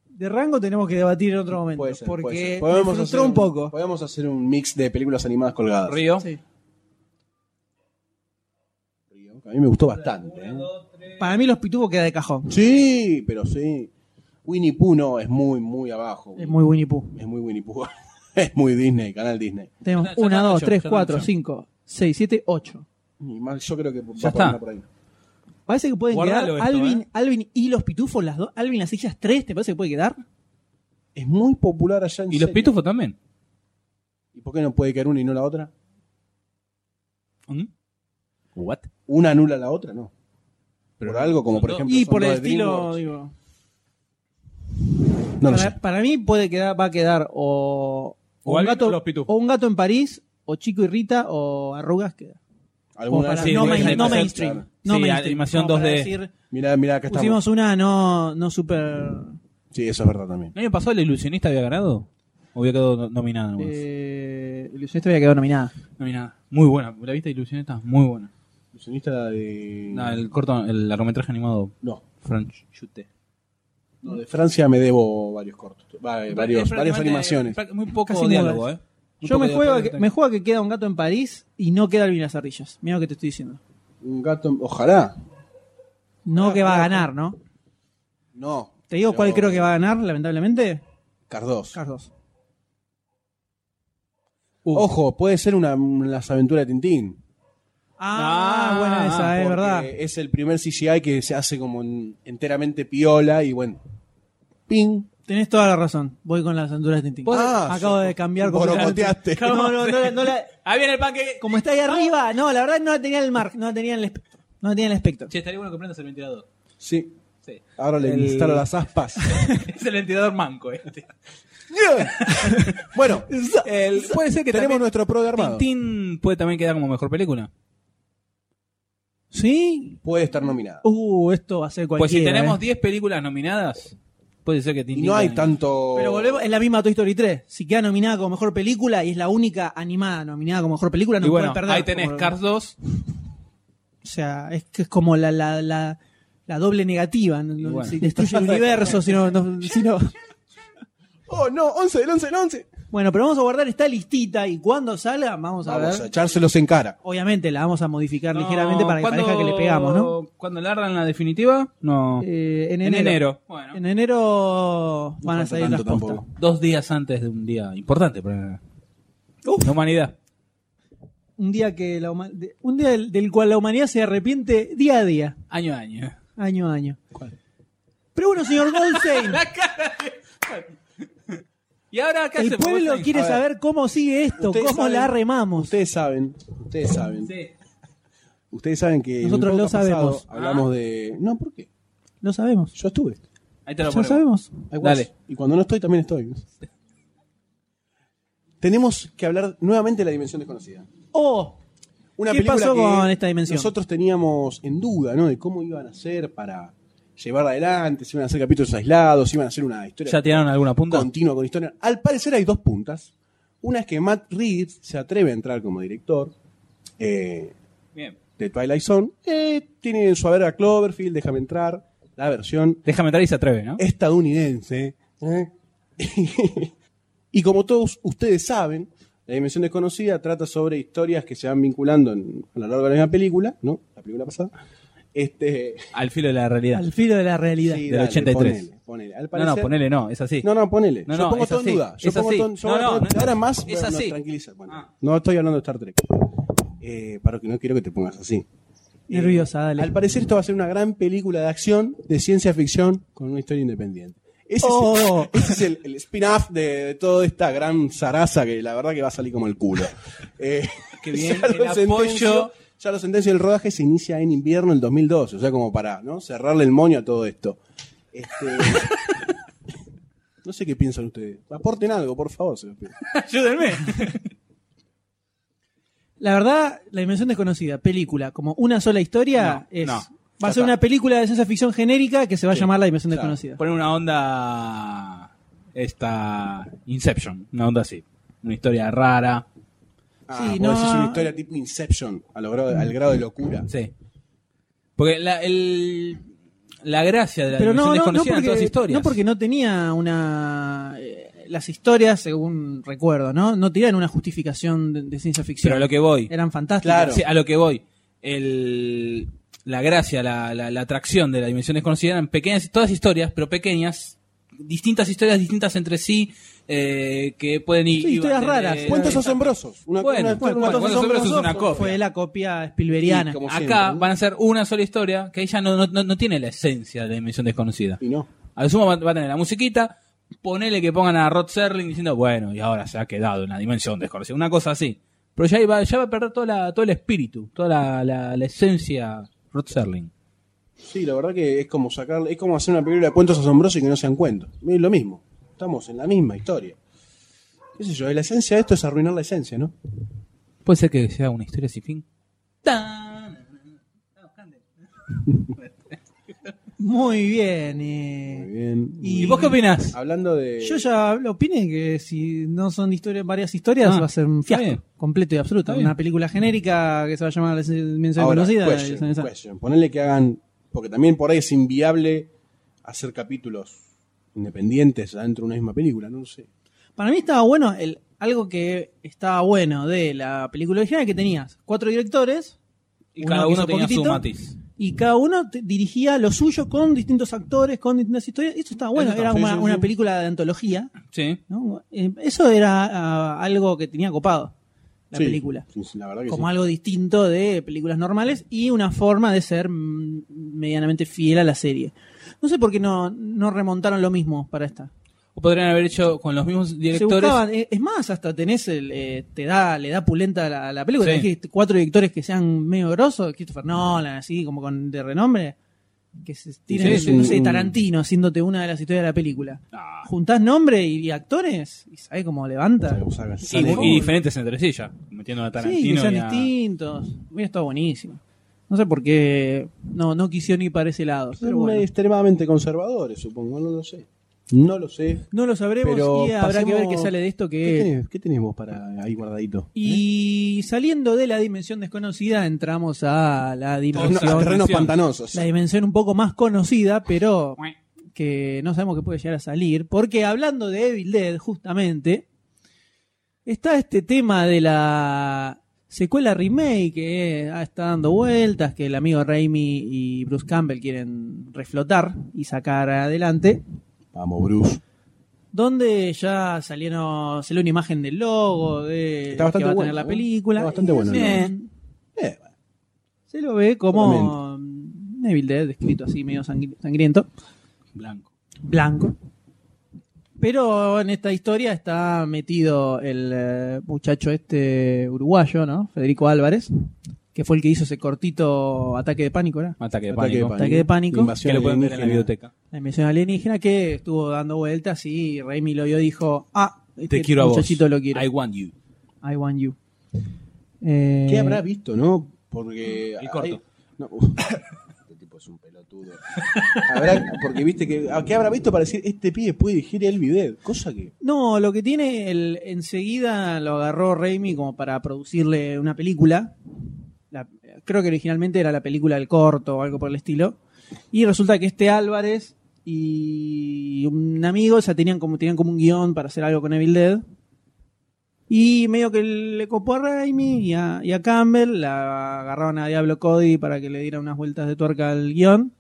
[SPEAKER 1] de rango tenemos que debatir en otro momento,
[SPEAKER 3] Puede ser, puede
[SPEAKER 1] porque
[SPEAKER 3] ser. Podemos
[SPEAKER 1] me
[SPEAKER 3] hacer
[SPEAKER 1] frustró un poco.
[SPEAKER 3] Podemos hacer un mix de películas animadas colgadas.
[SPEAKER 2] Río.
[SPEAKER 1] Sí.
[SPEAKER 3] Río, que A mí me gustó bastante. ¿eh?
[SPEAKER 1] Para mí los pitufos queda de cajón.
[SPEAKER 3] Sí, pero sí. Winnie Pooh no, es muy, muy abajo.
[SPEAKER 1] Es muy Winnie Pooh.
[SPEAKER 3] Es muy Winnie Pooh. es muy Disney, canal Disney.
[SPEAKER 1] Tenemos
[SPEAKER 2] Ya está, ya
[SPEAKER 1] 1,
[SPEAKER 2] está
[SPEAKER 1] 2,
[SPEAKER 2] ocho,
[SPEAKER 1] 3,
[SPEAKER 2] ya está
[SPEAKER 1] 4,
[SPEAKER 2] ocho.
[SPEAKER 1] 5, 6, 7, 8.
[SPEAKER 3] Y más, yo creo que va
[SPEAKER 2] Ya
[SPEAKER 3] por
[SPEAKER 2] está.
[SPEAKER 3] una por ahí.
[SPEAKER 1] Parece que pueden
[SPEAKER 2] Guardalo
[SPEAKER 1] quedar
[SPEAKER 2] esto,
[SPEAKER 1] Alvin,
[SPEAKER 2] eh.
[SPEAKER 1] Alvin y los pitufos, las dos. Alvin las sillas 3, ¿te parece que puede quedar?
[SPEAKER 3] Es muy popular allá en
[SPEAKER 2] Y los
[SPEAKER 3] serio.
[SPEAKER 2] pitufos también.
[SPEAKER 3] ¿Y por qué no puede caer una y no la otra?
[SPEAKER 2] ¿Mm? What?
[SPEAKER 3] Una anula la otra, no. por algo, como
[SPEAKER 2] son
[SPEAKER 3] por
[SPEAKER 2] dos.
[SPEAKER 3] ejemplo.
[SPEAKER 1] Y
[SPEAKER 3] son
[SPEAKER 1] por
[SPEAKER 3] dos
[SPEAKER 1] el
[SPEAKER 3] de
[SPEAKER 1] estilo,
[SPEAKER 3] DreamWorks.
[SPEAKER 1] digo.
[SPEAKER 3] No lo sé.
[SPEAKER 1] para, para mí puede quedar, va a quedar o,
[SPEAKER 2] O
[SPEAKER 1] un
[SPEAKER 2] Alvin o
[SPEAKER 1] gato,
[SPEAKER 2] los pitufos.
[SPEAKER 1] o un gato en París, o Chico y Rita, o Arrugas queda. Como
[SPEAKER 3] Alguna
[SPEAKER 1] para-
[SPEAKER 3] de esas
[SPEAKER 1] no,
[SPEAKER 3] puede
[SPEAKER 1] main-
[SPEAKER 3] ser.
[SPEAKER 1] no
[SPEAKER 3] Claro.
[SPEAKER 1] mainstream. No
[SPEAKER 2] Sí,
[SPEAKER 1] mainstream.
[SPEAKER 2] animación
[SPEAKER 1] Como para
[SPEAKER 2] 2D.
[SPEAKER 1] decir,
[SPEAKER 3] Mirá, mirá, acá estamos.
[SPEAKER 1] pusimos una no, no super.
[SPEAKER 3] Sí, eso es verdad también.
[SPEAKER 2] ¿No año pasado el ilusionista había ganado? ¿O había quedado no- nominada nomás?
[SPEAKER 1] Eh, Ilusionista había quedado nominada.
[SPEAKER 2] Nominada. Muy buena. La vista de ilusionista es muy buena.
[SPEAKER 3] Ilusionista de.
[SPEAKER 2] No, el corto, el largometraje animado
[SPEAKER 3] No,
[SPEAKER 2] French Chute.
[SPEAKER 3] no, de Francia me debo varios cortos. Va- eh, varios, varias animaciones.
[SPEAKER 2] Muy poco
[SPEAKER 1] Casi
[SPEAKER 2] diálogo,
[SPEAKER 1] mudas.
[SPEAKER 2] ¿eh? Muy
[SPEAKER 1] Yo
[SPEAKER 2] poco
[SPEAKER 1] me
[SPEAKER 2] diálogo.
[SPEAKER 1] juego, a que, me juego a que queda un gato en París y no queda Alvin y las ardillas. Mira lo que te estoy diciendo.
[SPEAKER 3] Un gato. en- Ojalá.
[SPEAKER 1] No que va a ganar, ¿no?
[SPEAKER 3] No.
[SPEAKER 1] Te digo
[SPEAKER 3] Pero-
[SPEAKER 1] cuál creo que va a ganar, lamentablemente.
[SPEAKER 3] Cardós.
[SPEAKER 1] Cars 2.
[SPEAKER 2] Uh,
[SPEAKER 3] Ojo, puede ser una las aventuras de Tintín.
[SPEAKER 1] Ah,
[SPEAKER 2] Ah,
[SPEAKER 1] buena esa, es
[SPEAKER 3] porque
[SPEAKER 1] verdad.
[SPEAKER 3] Es el primer CGI que se hace como en- enteramente piola y bueno. Ping.
[SPEAKER 1] Tenés toda la razón. Voy con las aventuras de Tintín.
[SPEAKER 3] Vos- Ah,
[SPEAKER 1] Acabo
[SPEAKER 3] sos-
[SPEAKER 1] de cambiar
[SPEAKER 3] vos lo coteaste.
[SPEAKER 1] No, no, no, la- no la-
[SPEAKER 2] Ahí viene el panque.
[SPEAKER 1] como está ahí arriba, no, la verdad no la tenía el mark, no la tenía el espectro. No la tenía el espectro.
[SPEAKER 2] Che, estaría bueno que prendas el ventilador.
[SPEAKER 3] Sí.
[SPEAKER 2] Sí.
[SPEAKER 3] Ahora le
[SPEAKER 1] El-
[SPEAKER 3] instalo las aspas.
[SPEAKER 2] es el ventilador manco este.
[SPEAKER 3] bueno,
[SPEAKER 2] El- puede ser que
[SPEAKER 3] tenemos
[SPEAKER 2] también
[SPEAKER 3] nuestro pro de armado.
[SPEAKER 2] Tintín puede también quedar como mejor película.
[SPEAKER 1] ¿Sí?
[SPEAKER 3] Puede estar nominada.
[SPEAKER 1] Uh, esto va a ser cualquiera.
[SPEAKER 2] Pues si tenemos
[SPEAKER 1] eh.
[SPEAKER 2] 10 películas nominadas, puede ser que
[SPEAKER 3] Y
[SPEAKER 2] Tintín.
[SPEAKER 3] no hay
[SPEAKER 2] gane.
[SPEAKER 3] tanto.
[SPEAKER 1] Pero volvemos, es la misma Toy Story 3. Si queda nominada como mejor película y es la única animada nominada como mejor película, no
[SPEAKER 2] y bueno,
[SPEAKER 1] puede perder.
[SPEAKER 2] ahí tenés
[SPEAKER 1] Como-
[SPEAKER 2] Cars 2.
[SPEAKER 1] O sea, es que es como la, la, la, la doble negativa. ¿no?
[SPEAKER 2] Y bueno.
[SPEAKER 1] Si destruye el universo, si no- no- si no,
[SPEAKER 3] Oh, no, 11 del 11 del 11.
[SPEAKER 1] Bueno, pero vamos a guardar esta listita y cuando salga, vamos a
[SPEAKER 3] Vamos
[SPEAKER 1] ver.
[SPEAKER 3] a echárselos en cara.
[SPEAKER 1] Obviamente la vamos a modificar
[SPEAKER 2] No,
[SPEAKER 1] ligeramente para que
[SPEAKER 2] ¿cuándo-
[SPEAKER 1] parezca que le pegamos, ¿no?
[SPEAKER 2] Cuando largan la definitiva, no.
[SPEAKER 1] Eh, en
[SPEAKER 2] en
[SPEAKER 1] enero.
[SPEAKER 2] enero. Bueno,
[SPEAKER 1] En enero van a
[SPEAKER 3] falta
[SPEAKER 1] salir las
[SPEAKER 3] tanto
[SPEAKER 1] postas.
[SPEAKER 3] tampoco.
[SPEAKER 2] dos días antes de un día importante para
[SPEAKER 1] Uf.
[SPEAKER 2] la humanidad.
[SPEAKER 1] Un día que la huma- de- un día del, del cual la humanidad se arrepiente día a día,
[SPEAKER 2] Año a año.
[SPEAKER 1] año a año. Pero bueno, señor Goldstein,
[SPEAKER 2] Y ahora, ¿qué
[SPEAKER 1] el
[SPEAKER 2] hacemos?
[SPEAKER 1] pueblo
[SPEAKER 2] Goldstein?
[SPEAKER 1] quiere
[SPEAKER 3] A ver.
[SPEAKER 1] saber cómo sigue esto,
[SPEAKER 3] Ustedes
[SPEAKER 1] cómo
[SPEAKER 3] saben-
[SPEAKER 1] la remamos.
[SPEAKER 3] Ustedes saben, ustedes saben.
[SPEAKER 2] Sí.
[SPEAKER 3] Ustedes saben que en el
[SPEAKER 1] Nosotros lo
[SPEAKER 3] podcast pasado
[SPEAKER 1] sabemos. Ah.
[SPEAKER 3] hablamos de No, ¿por qué?
[SPEAKER 1] Lo sabemos.
[SPEAKER 3] Yo estuve.
[SPEAKER 2] Ahí te lo
[SPEAKER 1] Ya
[SPEAKER 2] ponemos.
[SPEAKER 1] sabemos.
[SPEAKER 3] I was.
[SPEAKER 2] Dale.
[SPEAKER 3] Y cuando no estoy también estoy. Tenemos que hablar nuevamente de la dimensión desconocida.
[SPEAKER 1] Oh,
[SPEAKER 3] Una
[SPEAKER 1] ¿Qué
[SPEAKER 3] película
[SPEAKER 1] pasó
[SPEAKER 3] que
[SPEAKER 1] con esta dimensión?
[SPEAKER 3] Nosotros teníamos en duda, ¿no? De cómo iban a hacer para llevarla adelante, si iban a hacer capítulos aislados, si iban a hacer una historia
[SPEAKER 2] ¿Ya tiraron alguna punta?
[SPEAKER 3] continua con historia. Al parecer hay dos puntas. Una es que Matt Reeves se atreve a entrar como director eh,
[SPEAKER 2] Bien.
[SPEAKER 3] de Twilight Zone. Eh, tiene en su haber a Cloverfield, déjame entrar, la versión
[SPEAKER 2] Déjame entrar y se atreve, ¿no?
[SPEAKER 3] estadounidense. ¿eh? y como todos ustedes saben, La Dimensión Desconocida trata sobre historias que se van vinculando en- a lo largo de la misma película, ¿no? La película pasada. Este,
[SPEAKER 2] Al filo de la realidad.
[SPEAKER 1] al filo de la realidad.
[SPEAKER 3] sí,
[SPEAKER 2] del 83.
[SPEAKER 3] Ponele, ponele. Al
[SPEAKER 2] No, no,
[SPEAKER 3] parecer-
[SPEAKER 2] ponele no, es así.
[SPEAKER 3] No, no, ponele.
[SPEAKER 2] No,
[SPEAKER 3] yo
[SPEAKER 2] no,
[SPEAKER 3] pongo
[SPEAKER 2] es
[SPEAKER 3] todo en
[SPEAKER 2] así,
[SPEAKER 3] duda. Yo
[SPEAKER 2] es
[SPEAKER 3] pongo
[SPEAKER 2] así.
[SPEAKER 3] todo- yo
[SPEAKER 2] No,
[SPEAKER 3] voy a
[SPEAKER 2] no,
[SPEAKER 3] poner-
[SPEAKER 2] no,
[SPEAKER 3] ahora
[SPEAKER 2] no,
[SPEAKER 3] más.
[SPEAKER 2] es
[SPEAKER 3] no,
[SPEAKER 2] así.
[SPEAKER 3] tranquiliza, bueno.
[SPEAKER 2] Ah.
[SPEAKER 3] No estoy hablando de Star Trek. Eh, para que no quiero que te pongas así. Eh,
[SPEAKER 1] Nerviosa, dale.
[SPEAKER 3] Al parecer esto va a ser una gran película de acción, de ciencia ficción, con una historia independiente. Ese
[SPEAKER 1] Oh.
[SPEAKER 3] es el, ese es el- el spin-off de, de toda esta gran zaraza que la verdad que va a salir como el culo. Eh,
[SPEAKER 2] Qué bien,
[SPEAKER 3] ya lo
[SPEAKER 2] el
[SPEAKER 3] sentencio-
[SPEAKER 2] apoyo.
[SPEAKER 3] Ya lo sentencio del rodaje se inicia en invierno del 2012, o sea, como para ¿no? cerrarle el moño a todo esto. Este, no sé qué piensan ustedes. Aporten algo, por favor. se los pido.
[SPEAKER 2] Ayúdenme.
[SPEAKER 1] La verdad, La Dimensión Desconocida, película, como una sola historia,
[SPEAKER 2] No,
[SPEAKER 1] es.
[SPEAKER 2] no,
[SPEAKER 1] va
[SPEAKER 3] ya
[SPEAKER 1] a ser
[SPEAKER 3] está.
[SPEAKER 1] una película de ciencia ficción genérica que se va a
[SPEAKER 3] Sí,
[SPEAKER 1] llamar La Dimensión
[SPEAKER 3] claro.
[SPEAKER 1] Desconocida.
[SPEAKER 2] Poner una onda. Esta. Inception. Una onda así. Una historia rara.
[SPEAKER 3] Ah,
[SPEAKER 1] Sí,
[SPEAKER 3] vos
[SPEAKER 1] no.
[SPEAKER 3] decís una historia tipo Inception, al grado, al grado de locura.
[SPEAKER 2] Sí. Porque la, el, la gracia de la
[SPEAKER 1] Pero no,
[SPEAKER 2] dimensión
[SPEAKER 1] no, no,
[SPEAKER 2] desconocida en todas las
[SPEAKER 1] porque,
[SPEAKER 2] historias.
[SPEAKER 1] no porque no tenía una. eh, las historias, según recuerdo, ¿no? No tenían una justificación de, de ciencia ficción.
[SPEAKER 2] Pero a lo que voy.
[SPEAKER 1] Eran fantásticas.
[SPEAKER 3] Claro.
[SPEAKER 2] Sí, a lo que voy. El, la gracia, la, la- la atracción de la dimensión desconocida eran pequeñas, todas historias, pero pequeñas, distintas historias, distintas entre sí, eh, que pueden ir...
[SPEAKER 1] Sí, historias
[SPEAKER 2] iban desde-
[SPEAKER 1] raras.
[SPEAKER 3] Cuentos
[SPEAKER 1] Bueno,
[SPEAKER 3] asombrosos. Una,
[SPEAKER 2] Eh, bueno,
[SPEAKER 3] una-
[SPEAKER 2] bueno,
[SPEAKER 3] una-
[SPEAKER 2] bueno,
[SPEAKER 3] cuentos
[SPEAKER 2] bueno, eso es
[SPEAKER 3] asombrosos.
[SPEAKER 2] una copia.
[SPEAKER 1] Fue la copia Spielbergiana.
[SPEAKER 3] Sí, como-
[SPEAKER 2] Acá
[SPEAKER 3] siempre, ¿no?
[SPEAKER 2] van a ser una sola historia que ella no, no- no- no tiene la esencia de la dimensión desconocida.
[SPEAKER 3] Y no.
[SPEAKER 2] Al sumo va, va a tener la musiquita, ponele que pongan a Rod Serling diciendo, bueno, y ahora se ha quedado en la dimensión desconocida, una cosa así. Pero ya, iba, ya va a perder toda la- todo el espíritu, toda la, la- la esencia Rod Serling.
[SPEAKER 3] Sí, la verdad que es como sacar, es como hacer una película de cuentos asombrosos y que no sean cuentos. Es lo mismo. Estamos en la misma historia. ¿Qué sé yo? La esencia de esto es arruinar la esencia, ¿no?
[SPEAKER 2] Puede ser que sea una historia sin fin. Tan.
[SPEAKER 1] Muy bien. eh.
[SPEAKER 3] Muy bien.
[SPEAKER 2] ¿Y vos qué opinás?
[SPEAKER 3] Hablando de.
[SPEAKER 1] Yo ya lo opiné que si no son historias, varias historias
[SPEAKER 2] Ah,
[SPEAKER 1] va a ser un
[SPEAKER 2] está
[SPEAKER 1] fiasco
[SPEAKER 2] bien.
[SPEAKER 1] completo y
[SPEAKER 2] Está
[SPEAKER 1] absoluto.
[SPEAKER 2] bien.
[SPEAKER 1] Una película genérica que se va a llamar La Dimensión
[SPEAKER 3] Ahora,
[SPEAKER 1] Desconocida.
[SPEAKER 3] question,
[SPEAKER 1] y son esas.
[SPEAKER 3] question. Ponele que hagan. Porque también por ahí es inviable hacer capítulos independientes adentro de una misma película, no sé.
[SPEAKER 1] Para mí estaba bueno el, algo que estaba bueno de la película original que tenías cuatro directores
[SPEAKER 2] Y
[SPEAKER 1] Uno
[SPEAKER 2] cada
[SPEAKER 1] que
[SPEAKER 2] uno
[SPEAKER 1] hizo
[SPEAKER 2] tenía su
[SPEAKER 1] poquitito.
[SPEAKER 2] matiz.
[SPEAKER 1] y cada uno te- dirigía lo suyo con distintos actores, con distintas historias. Eso estaba bueno,
[SPEAKER 3] Eso está,
[SPEAKER 1] era
[SPEAKER 3] sí,
[SPEAKER 1] una,
[SPEAKER 3] sí, sí.
[SPEAKER 1] una película de antología.
[SPEAKER 2] Sí.
[SPEAKER 1] ¿no? Eh, Eso era ah, algo que tenía copado la
[SPEAKER 3] Sí,
[SPEAKER 1] película.
[SPEAKER 3] sí, sí, la verdad que
[SPEAKER 1] como
[SPEAKER 3] sí.
[SPEAKER 1] algo distinto de películas normales y una forma de ser mm, medianamente fiel a la serie. No sé por qué no, no remontaron lo mismo para esta.
[SPEAKER 2] O podrían haber hecho con los mismos
[SPEAKER 1] Se
[SPEAKER 2] directores.
[SPEAKER 1] buscaban, eh, es más, hasta tenés el, eh, te da, le da pulenta a la, a la película.
[SPEAKER 2] Sí.
[SPEAKER 1] Tenés que- cuatro directores que sean medio grosos, Christopher Nolan, así como con de renombre, que se tiren,
[SPEAKER 3] Sí, sí,
[SPEAKER 1] no
[SPEAKER 3] sí.
[SPEAKER 1] sé, Tarantino haciéndote una de las historias de la película.
[SPEAKER 2] Ah.
[SPEAKER 1] Juntás nombre y, y actores y sabés cómo levanta.
[SPEAKER 3] O sea,
[SPEAKER 2] Y,
[SPEAKER 3] sale-
[SPEAKER 2] y diferentes entre sí ya. Metiendo a
[SPEAKER 1] sí, que
[SPEAKER 2] Tarantino.
[SPEAKER 1] sean
[SPEAKER 2] y a-
[SPEAKER 1] distintos. Hubiera estado buenísimo. No sé por qué no, no quisieron ir para ese lado.
[SPEAKER 3] Son
[SPEAKER 1] Pero bueno.
[SPEAKER 3] extremadamente conservadores, supongo, no lo sé. No lo sé.
[SPEAKER 1] No lo sabremos
[SPEAKER 3] Pero
[SPEAKER 1] y habrá que ver
[SPEAKER 3] pasemos-
[SPEAKER 1] qué sale de esto que
[SPEAKER 3] ¿Qué tenés, qué tenés vos para ahí guardadito?
[SPEAKER 1] Eh,
[SPEAKER 3] ¿Eh?
[SPEAKER 1] Y saliendo de la dimensión desconocida, entramos a la
[SPEAKER 3] Terreno-
[SPEAKER 1] dimensión,
[SPEAKER 2] Otra
[SPEAKER 3] terrenos
[SPEAKER 2] dimensión.
[SPEAKER 3] pantanosos.
[SPEAKER 1] la dimensión un poco más conocida, pero que no sabemos que puede llegar a salir. Porque hablando de Evil Dead, justamente, está este tema de la secuela remake que eh, está dando vueltas, que el amigo Raimi y Bruce Campbell quieren reflotar y sacar adelante.
[SPEAKER 3] Vamos, Bruce.
[SPEAKER 1] Donde ya salieron, salió una imagen del logo, de
[SPEAKER 3] Está bastante
[SPEAKER 1] que va a tener
[SPEAKER 3] bueno,
[SPEAKER 1] la
[SPEAKER 3] ¿eh?
[SPEAKER 1] película.
[SPEAKER 3] Está bastante bueno el logo.
[SPEAKER 1] Eh,
[SPEAKER 3] Eh, bueno,
[SPEAKER 1] Se lo ve como mm, Evil Dead, escrito así, medio sangri- sangriento,
[SPEAKER 2] Blanco.
[SPEAKER 1] blanco. Pero en esta historia está metido el eh, muchacho este uruguayo, ¿no? Federico Álvarez, que fue el que hizo ese cortito ataque de pánico, ¿era?
[SPEAKER 2] Ataque de
[SPEAKER 3] ataque de
[SPEAKER 2] pánico.
[SPEAKER 1] Ataque de pánico.
[SPEAKER 3] Invasión
[SPEAKER 2] Que lo pueden ver en la
[SPEAKER 3] alienígena.
[SPEAKER 2] biblioteca.
[SPEAKER 1] La invención alienígena que estuvo dando vueltas y Raimi lo vio y dijo, ah, este
[SPEAKER 2] Te quiero a vos.
[SPEAKER 1] muchachito lo quiero.
[SPEAKER 2] I want you.
[SPEAKER 1] I, want you. Eh,
[SPEAKER 3] ¿Qué habrá visto, no? Porque.
[SPEAKER 2] El corto.
[SPEAKER 3] hay- no, uf. este tipo es un pelotudo. Habrá- porque viste que. ¿a ¿Qué habrá visto para decir este pibe puede dirigir el video? Cosa que.
[SPEAKER 1] No, lo que tiene, el, enseguida lo agarró Raimi como para producirle una película. La- creo que originalmente era la película del corto o algo por el estilo. Y resulta que este Álvarez y un amigo ya tenían como, tenían como un guión para hacer algo con Evil Dead. Y medio que le copó a Raimi y a, y a Campbell, la agarraron a Diablo Cody para que le diera unas vueltas de tuerca al guión.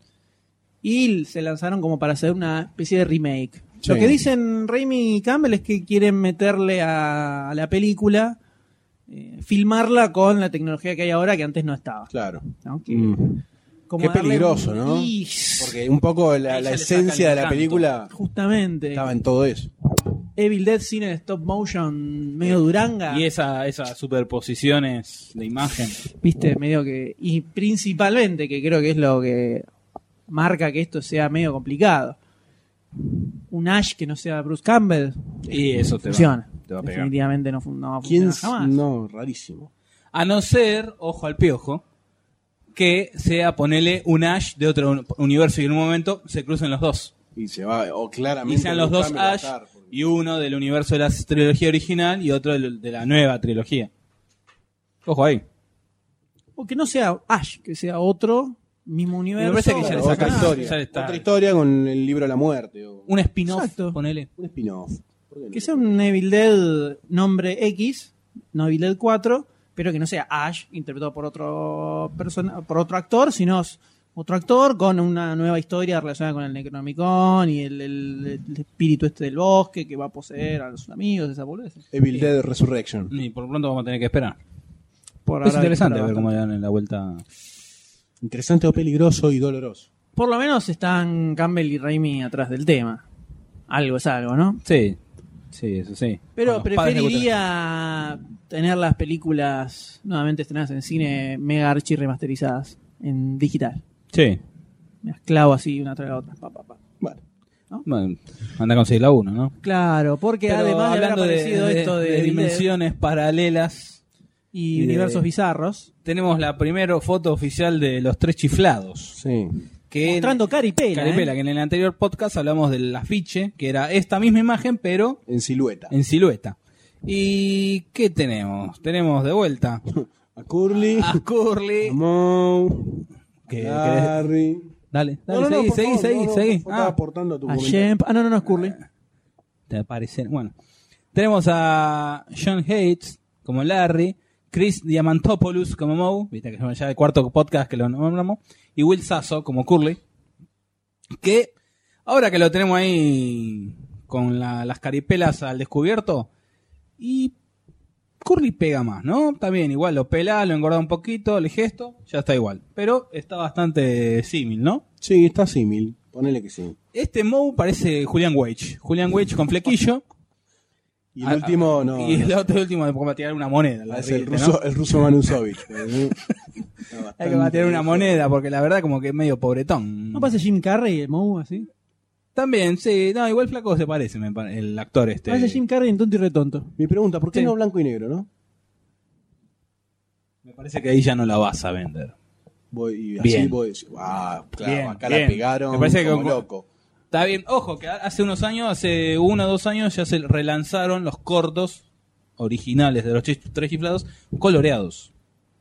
[SPEAKER 1] Y se lanzaron como para hacer una especie de remake. Lo
[SPEAKER 3] Sí.
[SPEAKER 1] que dicen Raimi y Campbell es que quieren meterle a, a la película, eh, filmarla con la tecnología que hay ahora que antes no estaba.
[SPEAKER 3] Claro.
[SPEAKER 1] ¿no? Que-
[SPEAKER 3] Mm.
[SPEAKER 1] como
[SPEAKER 3] Qué
[SPEAKER 1] darle un-
[SPEAKER 3] peligroso, ¿no?
[SPEAKER 1] Y-
[SPEAKER 3] Porque un poco la,
[SPEAKER 2] Ahí ya
[SPEAKER 3] la
[SPEAKER 2] le saca el
[SPEAKER 3] esencia de la
[SPEAKER 2] encanto.
[SPEAKER 3] película
[SPEAKER 1] Justamente.
[SPEAKER 3] estaba en todo eso.
[SPEAKER 1] Evil Dead cine de stop motion, medio duranga.
[SPEAKER 2] Y esa, esas superposiciones de imagen. uh.
[SPEAKER 1] Viste, medio que. Y principalmente, que creo que es lo que marca que esto sea medio complicado. Un Ash que no sea Bruce Campbell
[SPEAKER 2] Y eso te va,
[SPEAKER 1] funciona.
[SPEAKER 2] te va a pegar.
[SPEAKER 1] Definitivamente no, fun- no va a
[SPEAKER 3] ¿Quién?
[SPEAKER 1] funcionar jamás.
[SPEAKER 3] No, rarísimo.
[SPEAKER 2] A no ser, ojo al piojo, que sea ponerle un Ash de otro un- universo y en un momento se crucen los dos.
[SPEAKER 3] Y se va, o claramente.
[SPEAKER 2] Y sean los dos
[SPEAKER 3] Bruce Campbell va a
[SPEAKER 2] Ash
[SPEAKER 3] estar, porque-
[SPEAKER 2] y uno del universo de la trilogía original y otro del- de la nueva trilogía. Ojo ahí.
[SPEAKER 1] O que no sea Ash, que sea otro, mismo universo.
[SPEAKER 2] parece que ya le
[SPEAKER 3] Otra
[SPEAKER 2] saca-
[SPEAKER 3] historia.
[SPEAKER 2] ya le está-
[SPEAKER 3] Otra historia con el libro de la muerte. O
[SPEAKER 2] Un spin-off,
[SPEAKER 1] Exacto.
[SPEAKER 2] ponele.
[SPEAKER 3] un spin-off. ¿Por qué no?
[SPEAKER 1] Que sea un Evil Dead nombre X, no Evil Dead 4, pero que no sea Ash, interpretado por otro, persona, por otro actor, sino s- otro actor con una nueva historia relacionada con el Necronomicon y el, el- el espíritu este del bosque que va a poseer a sus amigos, esa boludez.
[SPEAKER 3] Evil Dead Resurrection.
[SPEAKER 2] Y por lo pronto vamos a tener que esperar.
[SPEAKER 1] Por ahora
[SPEAKER 2] Es
[SPEAKER 1] hay que
[SPEAKER 2] interesante
[SPEAKER 1] esperar
[SPEAKER 2] ver cómo
[SPEAKER 1] bastante.
[SPEAKER 2] le dan en la vuelta.
[SPEAKER 3] Interesante o peligroso y doloroso.
[SPEAKER 1] Por lo menos están Campbell y Raimi atrás del tema. Algo es algo, ¿no?
[SPEAKER 2] Sí, sí, eso sí.
[SPEAKER 1] Pero
[SPEAKER 2] Con los padres de
[SPEAKER 1] preferiría tener las películas nuevamente estrenadas en cine mega archi remasterizadas en digital.
[SPEAKER 2] Gutenberg. Sí.
[SPEAKER 1] Me las clavo así una tras la otra. pa, pa, pa.
[SPEAKER 3] Bueno,
[SPEAKER 2] Bueno, anda a conseguir la 1, ¿no?
[SPEAKER 1] Claro, porque
[SPEAKER 2] Pero
[SPEAKER 1] además de haber aparecido esto de, Evil Dead
[SPEAKER 2] dimensiones paralelas,
[SPEAKER 1] y,
[SPEAKER 2] y de-
[SPEAKER 1] universos bizarros,
[SPEAKER 2] tenemos la primera foto oficial de los tres chiflados.
[SPEAKER 3] sí.
[SPEAKER 2] Que
[SPEAKER 1] mostrando caripela.
[SPEAKER 2] Caripela,
[SPEAKER 3] ¿eh?
[SPEAKER 2] que en el anterior podcast hablamos del afiche, que era esta misma imagen, pero
[SPEAKER 3] En silueta.
[SPEAKER 2] en silueta. ¿Y qué tenemos? Tenemos de vuelta
[SPEAKER 3] A Curly,
[SPEAKER 2] a Curly.
[SPEAKER 3] a Moe,
[SPEAKER 2] que- que-
[SPEAKER 3] Harry.
[SPEAKER 2] dale, dale, seguí,
[SPEAKER 3] por
[SPEAKER 2] seguí,
[SPEAKER 3] favor,
[SPEAKER 2] seguí,
[SPEAKER 3] no, no,
[SPEAKER 2] seguí.
[SPEAKER 3] por favor,
[SPEAKER 2] Ah,
[SPEAKER 3] aportando a tu
[SPEAKER 1] A
[SPEAKER 3] comentario.
[SPEAKER 1] Shemp- Ah, no, no, no es Curly.
[SPEAKER 2] te aparecen. Bueno, tenemos a John Hates como Larry, Chris Diamantopoulos como Moe, viste que ya el cuarto podcast que lo nombramos, y Will Sasso como Curly. Que ahora que lo tenemos ahí con la- las caripelas al descubierto, y Curly pega más, ¿no? También igual lo pela, lo engorda un poquito, el gesto, ya está igual. Pero está bastante símil, ¿no?
[SPEAKER 3] Sí, está símil. Ponele que sí.
[SPEAKER 2] Este Moe parece Julian Wage. Julian Wage con flequillo.
[SPEAKER 3] Y el
[SPEAKER 2] Ah,
[SPEAKER 3] último, no.
[SPEAKER 2] y
[SPEAKER 3] no, Ah,
[SPEAKER 2] el otro último es como a tirar una moneda. la
[SPEAKER 3] es
[SPEAKER 2] ríete, ¿no?
[SPEAKER 3] el ruso, el ruso Manusovich. pues, ¿sí?
[SPEAKER 2] Hay que va a tirar una moneda porque la verdad como que es medio pobretón.
[SPEAKER 1] ¿No pasa Jim Carrey y el Moe así?
[SPEAKER 2] También, sí. No, igual flaco se parece me pare- el actor este.
[SPEAKER 1] Parece Jim Carrey en Tonto y Retonto.
[SPEAKER 3] Mi pregunta, ¿por qué
[SPEAKER 2] Sí.
[SPEAKER 3] no blanco y negro, no?
[SPEAKER 2] Me parece que ahí ya no la vas a vender.
[SPEAKER 3] Voy, y así
[SPEAKER 2] Bien.
[SPEAKER 3] voy. Ah, claro,
[SPEAKER 2] Bien,
[SPEAKER 3] acá la
[SPEAKER 2] bien.
[SPEAKER 3] pegaron.
[SPEAKER 2] Me parece que
[SPEAKER 3] como
[SPEAKER 2] con-
[SPEAKER 3] loco.
[SPEAKER 2] Está bien. Ojo, que hace unos años, hace uno o dos años ya se relanzaron los cortos originales de los chis- tres chiflados coloreados.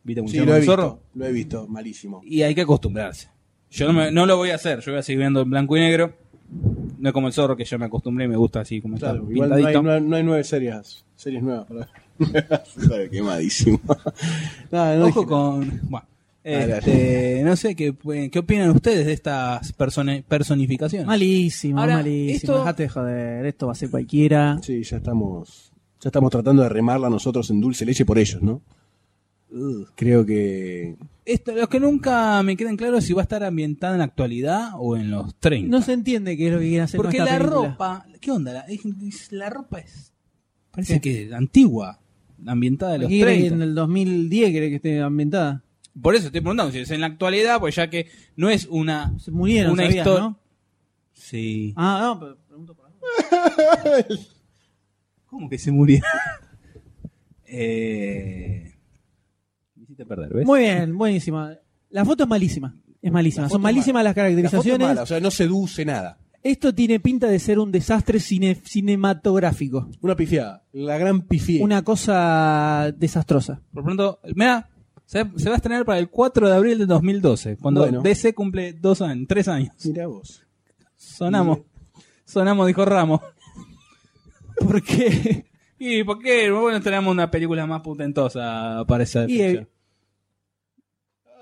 [SPEAKER 2] ¿Viste cómo
[SPEAKER 3] Sí,
[SPEAKER 2] hicieron
[SPEAKER 3] lo he
[SPEAKER 2] el zorro?
[SPEAKER 3] visto. Lo he visto, malísimo.
[SPEAKER 2] Y hay que acostumbrarse. Yo no, me- no lo voy a hacer, yo voy a seguir viendo en blanco y negro. No es como el zorro que yo me acostumbré y me gusta así como
[SPEAKER 3] Claro,
[SPEAKER 2] está
[SPEAKER 3] igual no hay,
[SPEAKER 2] pintadito.
[SPEAKER 3] no hay- no hay nueve series, series nuevas para ver. quemadísimo. Nada, no
[SPEAKER 2] Ojo
[SPEAKER 3] dije-
[SPEAKER 2] con. Bueno,
[SPEAKER 3] Dale,
[SPEAKER 2] este, no sé, ¿qué, ¿qué opinan ustedes de estas persone- personificaciones?
[SPEAKER 1] Malísimo,
[SPEAKER 2] Ahora,
[SPEAKER 1] malísimo.
[SPEAKER 2] esto-
[SPEAKER 1] Dejate de joder, esto va a ser cualquiera.
[SPEAKER 3] Sí, ya estamos, ya estamos tratando de remarla nosotros en dulce leche por ellos, ¿no? Creo que
[SPEAKER 2] Esto, lo que nunca me quedan claro es si va a estar ambientada en la actualidad o en los 30.
[SPEAKER 1] No se entiende qué es lo que quieren hacer
[SPEAKER 2] Porque
[SPEAKER 1] con
[SPEAKER 2] la
[SPEAKER 1] esta película.
[SPEAKER 2] ropa. ¿Qué onda? La, es- la ropa es. Parece que antigua. Ambientada de los
[SPEAKER 1] Aquí cree que
[SPEAKER 2] 30.
[SPEAKER 1] en el 2010 cree que esté ambientada.
[SPEAKER 2] Por eso estoy preguntando si es en la actualidad, pues ya que no es una.
[SPEAKER 1] Se murieron,
[SPEAKER 2] Una
[SPEAKER 1] sabías,
[SPEAKER 2] histo-
[SPEAKER 1] ¿no?
[SPEAKER 2] Sí.
[SPEAKER 1] Ah, no, pero pregunto por algo.
[SPEAKER 2] ¿Cómo que se murió? eh. Me hiciste perder, ¿ves?
[SPEAKER 1] Muy bien, buenísima. La foto es malísima. Es malísima.
[SPEAKER 3] La
[SPEAKER 1] Son
[SPEAKER 3] foto es
[SPEAKER 1] malísimas las
[SPEAKER 3] la foto es
[SPEAKER 1] caracterizaciones.
[SPEAKER 3] mala, o sea, no seduce nada.
[SPEAKER 1] Esto tiene pinta de ser un desastre cine- cinematográfico.
[SPEAKER 3] Una pifiada, la gran pifiada.
[SPEAKER 1] Una cosa desastrosa.
[SPEAKER 2] Por pronto, mira, se, se va a estrenar para el 4 de abril de 2012, cuando
[SPEAKER 3] Bueno.
[SPEAKER 2] DC cumple dos años, tres años.
[SPEAKER 3] Mira vos.
[SPEAKER 2] Sonamos, sonamos, dijo Ramos.
[SPEAKER 1] ¿Por qué?
[SPEAKER 2] ¿Y por qué? Bueno, tenemos una película más putentosa para esa
[SPEAKER 1] Y el-
[SPEAKER 2] fecha.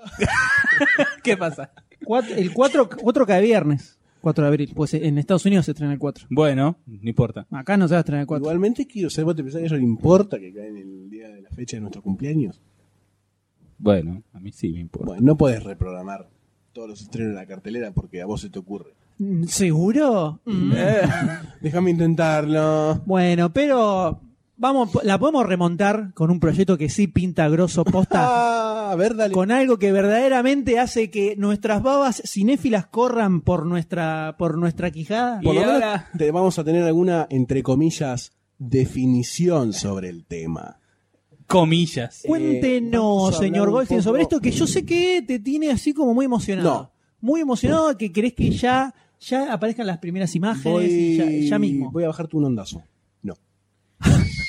[SPEAKER 2] ¿Qué pasa?
[SPEAKER 1] Cuat- el 4, cada viernes. 4 de abril. Pues en Estados Unidos se estrena el 4.
[SPEAKER 2] Bueno, no importa.
[SPEAKER 1] Acá no se va a estrenar el 4.
[SPEAKER 3] Igualmente quiero saber, ¿vos te pensás que a ellos le importa que caen el día de la fecha de nuestro cumpleaños?
[SPEAKER 2] Bueno, a mí sí me importa.
[SPEAKER 3] Bueno, no podés reprogramar todos los estrenos de la cartelera porque a vos se te ocurre.
[SPEAKER 1] Mm, ¿Seguro? Mm.
[SPEAKER 3] Eh. Déjame intentarlo.
[SPEAKER 1] Bueno, pero vamos, la podemos remontar con un proyecto que sí pinta grosso posta.
[SPEAKER 3] Ah, a ver, dale.
[SPEAKER 1] con algo que verdaderamente hace que nuestras babas cinéfilas corran por nuestra por nuestra quijada.
[SPEAKER 3] Por lo
[SPEAKER 2] Y
[SPEAKER 3] menos
[SPEAKER 2] ahora-
[SPEAKER 3] te- vamos a tener alguna, entre comillas, definición sobre el tema.
[SPEAKER 2] Comillas.
[SPEAKER 3] eh, vamos
[SPEAKER 1] Cuéntenos,
[SPEAKER 3] a hablar
[SPEAKER 1] señor
[SPEAKER 3] un
[SPEAKER 1] Goldstein,
[SPEAKER 3] poco-
[SPEAKER 1] sobre esto que yo sé que te tiene así como muy emocionado.
[SPEAKER 3] No.
[SPEAKER 1] Muy emocionado que crees que ya ya aparezcan las primeras imágenes y Ah, ya, ya mismo.
[SPEAKER 3] voy a bajarte un ondazo. No.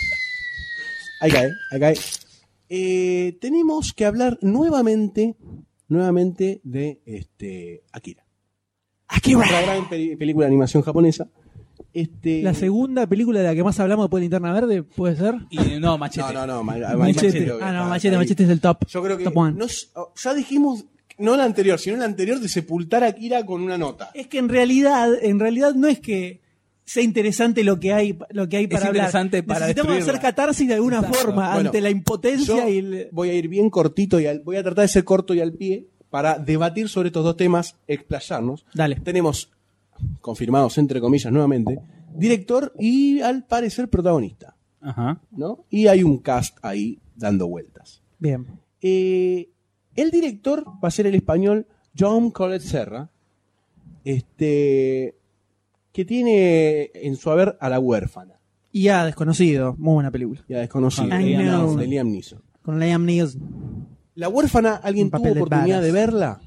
[SPEAKER 3] ahí cae, ahí cae. Eh, tenemos que hablar nuevamente, nuevamente de este Akira.
[SPEAKER 1] Akira.
[SPEAKER 3] Otra gran peli- película de animación japonesa Este,
[SPEAKER 1] La segunda película de la que más hablamos después de Linterna Verde, ¿puede ser?
[SPEAKER 2] Y no, machete.
[SPEAKER 3] No, no, no. Ma- ma-
[SPEAKER 1] Machete.
[SPEAKER 3] obvio,
[SPEAKER 1] Ah, no,
[SPEAKER 3] está-
[SPEAKER 1] Machete,
[SPEAKER 3] está ahí.
[SPEAKER 1] Machete es el top.
[SPEAKER 3] Yo creo que
[SPEAKER 1] Top one.
[SPEAKER 3] no s- ya dijimos, no la anterior, sino la anterior de sepultar a Kira con una nota.
[SPEAKER 1] Es que en realidad, en realidad no es que sea interesante lo que hay, lo que hay para hablar.
[SPEAKER 2] interesante para
[SPEAKER 1] Necesitamos
[SPEAKER 2] destruirla.
[SPEAKER 1] hacer catarsis de alguna
[SPEAKER 2] Exacto.
[SPEAKER 1] forma
[SPEAKER 3] Bueno,
[SPEAKER 1] ante la impotencia
[SPEAKER 3] Yo
[SPEAKER 1] y el...
[SPEAKER 3] voy a ir bien cortito y al- voy a tratar de ser corto y al pie para debatir sobre estos dos temas, explayarnos.
[SPEAKER 1] Dale.
[SPEAKER 3] Tenemos confirmados entre comillas nuevamente director y al parecer protagonista,
[SPEAKER 2] Ajá.
[SPEAKER 3] ¿no? Y hay un cast ahí dando vueltas.
[SPEAKER 1] Bien.
[SPEAKER 3] Eh, el director va a ser el español John Colette Serra, este, que tiene en su haber a la huérfana
[SPEAKER 1] Y a Desconocido, muy buena película.
[SPEAKER 3] y a desconocida
[SPEAKER 1] I
[SPEAKER 3] de
[SPEAKER 1] know.
[SPEAKER 3] de Liam Neeson.
[SPEAKER 1] Con Liam Neeson.
[SPEAKER 3] La huérfana, ¿alguien
[SPEAKER 1] Un
[SPEAKER 3] tuvo
[SPEAKER 1] papel de
[SPEAKER 3] oportunidad
[SPEAKER 1] varas.
[SPEAKER 3] de verla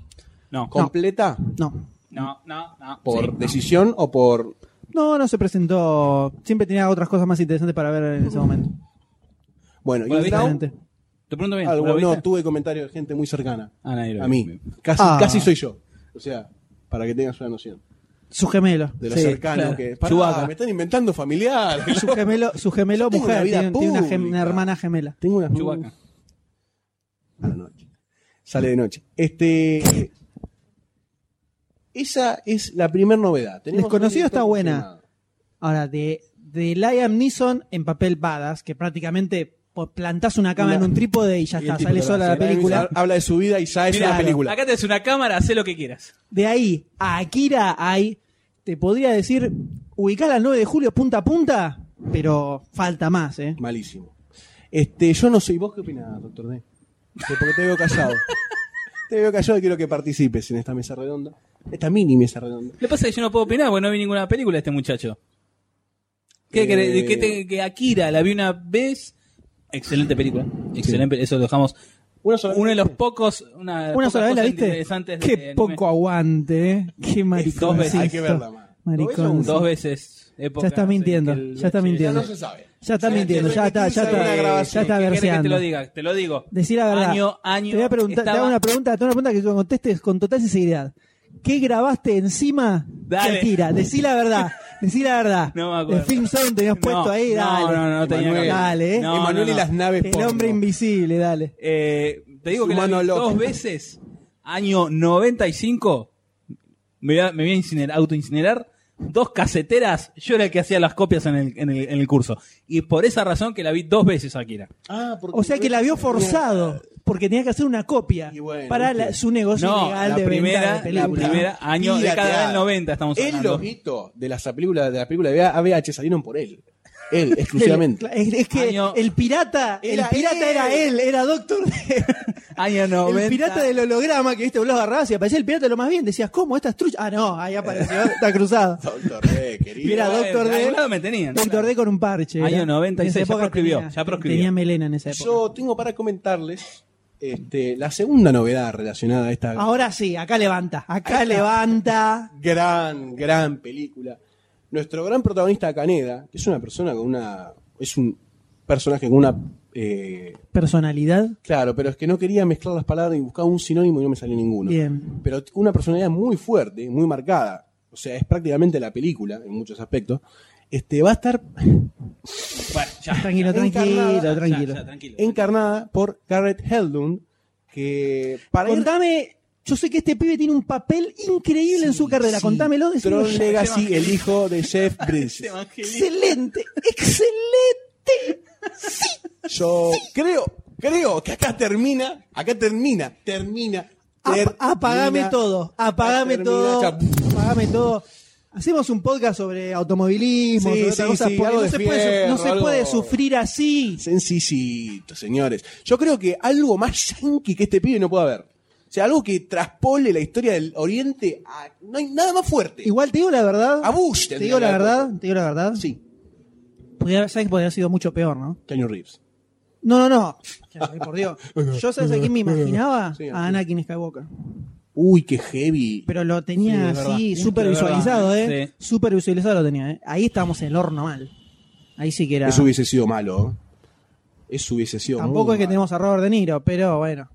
[SPEAKER 2] No,
[SPEAKER 3] completa?
[SPEAKER 1] No.
[SPEAKER 2] no, no, no.
[SPEAKER 3] ¿Por
[SPEAKER 2] Sí, no.
[SPEAKER 3] decisión o por.?
[SPEAKER 1] No, no se presentó. Siempre tenía otras cosas más interesantes para ver en ese momento.
[SPEAKER 3] Bueno, y
[SPEAKER 2] ¿La viste?
[SPEAKER 3] Down,
[SPEAKER 1] Realmente.
[SPEAKER 2] Te pregunto bien.
[SPEAKER 3] algo-
[SPEAKER 2] ¿la viste?
[SPEAKER 3] no, tuve comentarios de gente muy cercana
[SPEAKER 2] Ah, nadie lo
[SPEAKER 3] a
[SPEAKER 2] vio.
[SPEAKER 3] mí. Casi,
[SPEAKER 1] Ah.
[SPEAKER 3] casi soy yo. O sea, para que tengas una noción
[SPEAKER 1] Su gemelo.
[SPEAKER 3] de lo
[SPEAKER 1] Sí,
[SPEAKER 3] cercano
[SPEAKER 1] claro.
[SPEAKER 3] que. Pará,
[SPEAKER 2] Chewbacca.
[SPEAKER 3] me están inventando familiar.
[SPEAKER 1] Su gemelo, su gemelo
[SPEAKER 3] Yo tengo
[SPEAKER 1] mujer.
[SPEAKER 3] una vida
[SPEAKER 1] Tiene, tiene una, gem-
[SPEAKER 3] pública.
[SPEAKER 1] una hermana gemela.
[SPEAKER 3] Tengo una
[SPEAKER 2] Chewbacca.
[SPEAKER 3] a la noche. Sale de noche. Este. Esa es la primer novedad. Tenemos
[SPEAKER 1] Desconocido
[SPEAKER 3] un
[SPEAKER 1] está
[SPEAKER 3] director
[SPEAKER 1] buena.
[SPEAKER 3] confirmado.
[SPEAKER 1] Ahora, de, de Liam Neeson en papel badass, que prácticamente po- plantás una cama
[SPEAKER 3] Una-
[SPEAKER 1] en un trípode y ya
[SPEAKER 3] Y el
[SPEAKER 1] está,
[SPEAKER 3] tipo
[SPEAKER 1] sale
[SPEAKER 3] que
[SPEAKER 1] sola la
[SPEAKER 3] hace
[SPEAKER 1] película.
[SPEAKER 3] Habla de su vida y ya es
[SPEAKER 2] Mira,
[SPEAKER 3] una película.
[SPEAKER 2] Acá tenés una cámara, haz lo que quieras.
[SPEAKER 1] De ahí a Akira hay, te podría decir, ubicala al 9 de julio punta a punta, pero falta más, ¿eh?
[SPEAKER 3] Malísimo. Este, yo no soy. ¿Vos qué opinás, doctor D? Este, Porque te veo callado. te veo callado y quiero que participes en esta mesa redonda. Esta mini mesa redonda.
[SPEAKER 2] Lo que pasa es que yo no puedo opinar porque no vi ninguna película de este muchacho. ¿Qué
[SPEAKER 3] Eh,
[SPEAKER 2] querés? ¿De qué te- que Akira la vi una vez. Excelente película. Excelente, eso lo dejamos.
[SPEAKER 3] Una sola
[SPEAKER 2] Uno de
[SPEAKER 3] vez.
[SPEAKER 2] los pocos. Una, de las
[SPEAKER 1] Una
[SPEAKER 2] pocas
[SPEAKER 1] sola vez la
[SPEAKER 2] cosas
[SPEAKER 1] viste.
[SPEAKER 2] interesantes de
[SPEAKER 1] Qué
[SPEAKER 2] anime.
[SPEAKER 1] poco aguante, ¿eh? Qué maricón.
[SPEAKER 2] veces.
[SPEAKER 3] Hay que verla más.
[SPEAKER 1] Maricón.
[SPEAKER 2] Dos veces. época,
[SPEAKER 1] Ya está
[SPEAKER 2] no sé,
[SPEAKER 1] mintiendo,
[SPEAKER 2] que el
[SPEAKER 1] ya está
[SPEAKER 2] VHS.
[SPEAKER 3] Ya
[SPEAKER 1] mintiendo.
[SPEAKER 3] no se sabe.
[SPEAKER 1] Ya está mintiendo, ya está, eh, ya
[SPEAKER 3] Una
[SPEAKER 1] está,
[SPEAKER 3] grabación.
[SPEAKER 1] ya está
[SPEAKER 2] ¿Qué querés que te
[SPEAKER 1] verseando.
[SPEAKER 2] lo diga? Te lo digo.
[SPEAKER 1] Decir la verdad.
[SPEAKER 2] Año, año.
[SPEAKER 1] te voy a preguntar, te hago
[SPEAKER 2] estaba-
[SPEAKER 1] una pregunta, te hago una pregunta que contestes con total sinceridad. ¿Qué grabaste encima
[SPEAKER 2] Dale.
[SPEAKER 1] de Akira? Decí la verdad, decí la verdad.
[SPEAKER 2] No me acuerdo.
[SPEAKER 1] El film sound tenías
[SPEAKER 2] No,
[SPEAKER 1] puesto ahí,
[SPEAKER 2] no,
[SPEAKER 1] dale.
[SPEAKER 2] no, no, no tenía
[SPEAKER 3] Emanuel.
[SPEAKER 2] que-
[SPEAKER 1] Dale, eh.
[SPEAKER 2] No,
[SPEAKER 3] Emanuel
[SPEAKER 2] no,
[SPEAKER 3] y
[SPEAKER 2] no.
[SPEAKER 3] las naves
[SPEAKER 1] El
[SPEAKER 3] porno.
[SPEAKER 1] hombre invisible, dale.
[SPEAKER 2] Eh, te digo
[SPEAKER 3] Su
[SPEAKER 2] que la vi
[SPEAKER 3] mano loca.
[SPEAKER 2] dos veces, año 95, me voy a, me voy a incinerar- autoincinerar. Dos caseteras, yo era el que hacía las copias en el, en, el, en el curso. Y por esa razón que la vi dos veces, Akira.
[SPEAKER 3] Ah, porque-
[SPEAKER 1] O sea que la vio forzado, porque tenía que hacer una copia
[SPEAKER 3] Y bueno,
[SPEAKER 1] para
[SPEAKER 3] ¿viste?
[SPEAKER 1] la- su negocio
[SPEAKER 2] No,
[SPEAKER 1] legal
[SPEAKER 2] la
[SPEAKER 1] de venta
[SPEAKER 2] primera,
[SPEAKER 1] de
[SPEAKER 2] la
[SPEAKER 1] película.
[SPEAKER 2] primera, año,
[SPEAKER 3] Pirateada.
[SPEAKER 2] década del 90 estamos
[SPEAKER 3] El
[SPEAKER 2] hablando.
[SPEAKER 3] lojito de las películas de la película de ABH salieron por él. Él, exclusivamente.
[SPEAKER 1] Es, es que
[SPEAKER 2] Año-
[SPEAKER 1] el pirata,
[SPEAKER 3] Era
[SPEAKER 1] el pirata era él, era Doctor
[SPEAKER 2] Año 90.
[SPEAKER 1] El pirata del holograma que viste, vos lo agarrabas y aparecía el pirata de lo más bien. Decías, ¿cómo? Esta es trucha. Ah, no, ahí apareció, está cruzado.
[SPEAKER 3] Doctor D, querido.
[SPEAKER 1] Mira, Doctor
[SPEAKER 2] de
[SPEAKER 1] D.
[SPEAKER 2] algún lado me tenían.
[SPEAKER 1] Doctor D con un parche.
[SPEAKER 2] Año
[SPEAKER 1] era.
[SPEAKER 2] 96,
[SPEAKER 1] En esa
[SPEAKER 2] ya
[SPEAKER 1] época
[SPEAKER 2] proscribió,
[SPEAKER 1] tenía-
[SPEAKER 2] ya proscribió.
[SPEAKER 1] Tenía melena en esa época.
[SPEAKER 3] Yo tengo para comentarles este, la segunda novedad relacionada a esta
[SPEAKER 1] Ahora sí, acá levanta, acá levanta.
[SPEAKER 3] gran, gran película. Nuestro gran protagonista Caneda, que es una persona con una. es un personaje con una. eh,
[SPEAKER 1] Personalidad,
[SPEAKER 3] claro, pero es que no quería mezclar las palabras y buscaba un sinónimo y no me salió ninguno.
[SPEAKER 1] bien.
[SPEAKER 3] Pero t- una personalidad muy fuerte, muy marcada. O sea, es prácticamente la película en muchos aspectos. Este, va a estar
[SPEAKER 2] Bueno, ya,
[SPEAKER 1] Tranquilo, tranquilo,
[SPEAKER 3] Encarnada, ya,
[SPEAKER 2] ya,
[SPEAKER 1] tranquilo.
[SPEAKER 2] ya, tranquilo.
[SPEAKER 3] encarnada por Garrett Hedlund, que para ir
[SPEAKER 1] Contame, yo sé que este pibe tiene un papel increíble en su carrera. Contámelo, decilo
[SPEAKER 3] Tron
[SPEAKER 1] ya.
[SPEAKER 3] Legacy, el hijo de Jeff Bridges.
[SPEAKER 1] Excelente, excelente.
[SPEAKER 3] Yo creo, creo que acá termina, acá termina, termina.
[SPEAKER 1] Ap-
[SPEAKER 3] termina,
[SPEAKER 1] apagame todo, apagame
[SPEAKER 3] termina,
[SPEAKER 1] todo,
[SPEAKER 3] ya, pff,
[SPEAKER 1] apagame todo. Hacemos un podcast sobre automovilismo,
[SPEAKER 3] Sí,
[SPEAKER 1] sobre
[SPEAKER 3] sí,
[SPEAKER 1] otras cosas,
[SPEAKER 3] sí,
[SPEAKER 1] porque
[SPEAKER 3] algo
[SPEAKER 1] no,
[SPEAKER 3] de
[SPEAKER 1] se puede, su- no se
[SPEAKER 3] fierro,
[SPEAKER 1] puede
[SPEAKER 3] algo-
[SPEAKER 1] sufrir así.
[SPEAKER 3] Sencillito, señores. Yo creo que algo más yankee que este pibe no puede haber. O sea, algo que traspole la historia del Oriente a- No hay nada más fuerte.
[SPEAKER 1] Igual te digo la verdad,
[SPEAKER 3] A Bush
[SPEAKER 1] te
[SPEAKER 3] tendría
[SPEAKER 1] digo la
[SPEAKER 3] que haber
[SPEAKER 1] verdad,
[SPEAKER 3] puesto.
[SPEAKER 1] te digo la verdad.
[SPEAKER 3] Sí,
[SPEAKER 1] Podría- sabes que podría haber sido mucho peor, ¿no?
[SPEAKER 3] Keanu Reeves.
[SPEAKER 1] No, no, no. Ya, ay, Por Dios. Yo sabes a quién me imaginaba
[SPEAKER 3] Sí,
[SPEAKER 1] a Anakin Skywalker.
[SPEAKER 3] Uy, qué heavy.
[SPEAKER 1] Pero lo
[SPEAKER 3] Sí,
[SPEAKER 1] tenía
[SPEAKER 3] es
[SPEAKER 1] así,
[SPEAKER 3] verdad.
[SPEAKER 1] súper visualizado,
[SPEAKER 2] Es verdad,
[SPEAKER 1] ¿eh? Súper visualizado lo tenía, ¿eh? Ahí estábamos en el horno mal. Ahí sí que era.
[SPEAKER 3] Eso hubiese sido malo. ¿eh? Eso hubiese sido
[SPEAKER 1] Tampoco
[SPEAKER 3] muy
[SPEAKER 1] es que
[SPEAKER 3] malo.
[SPEAKER 1] tenemos a Robert De Niro, pero bueno.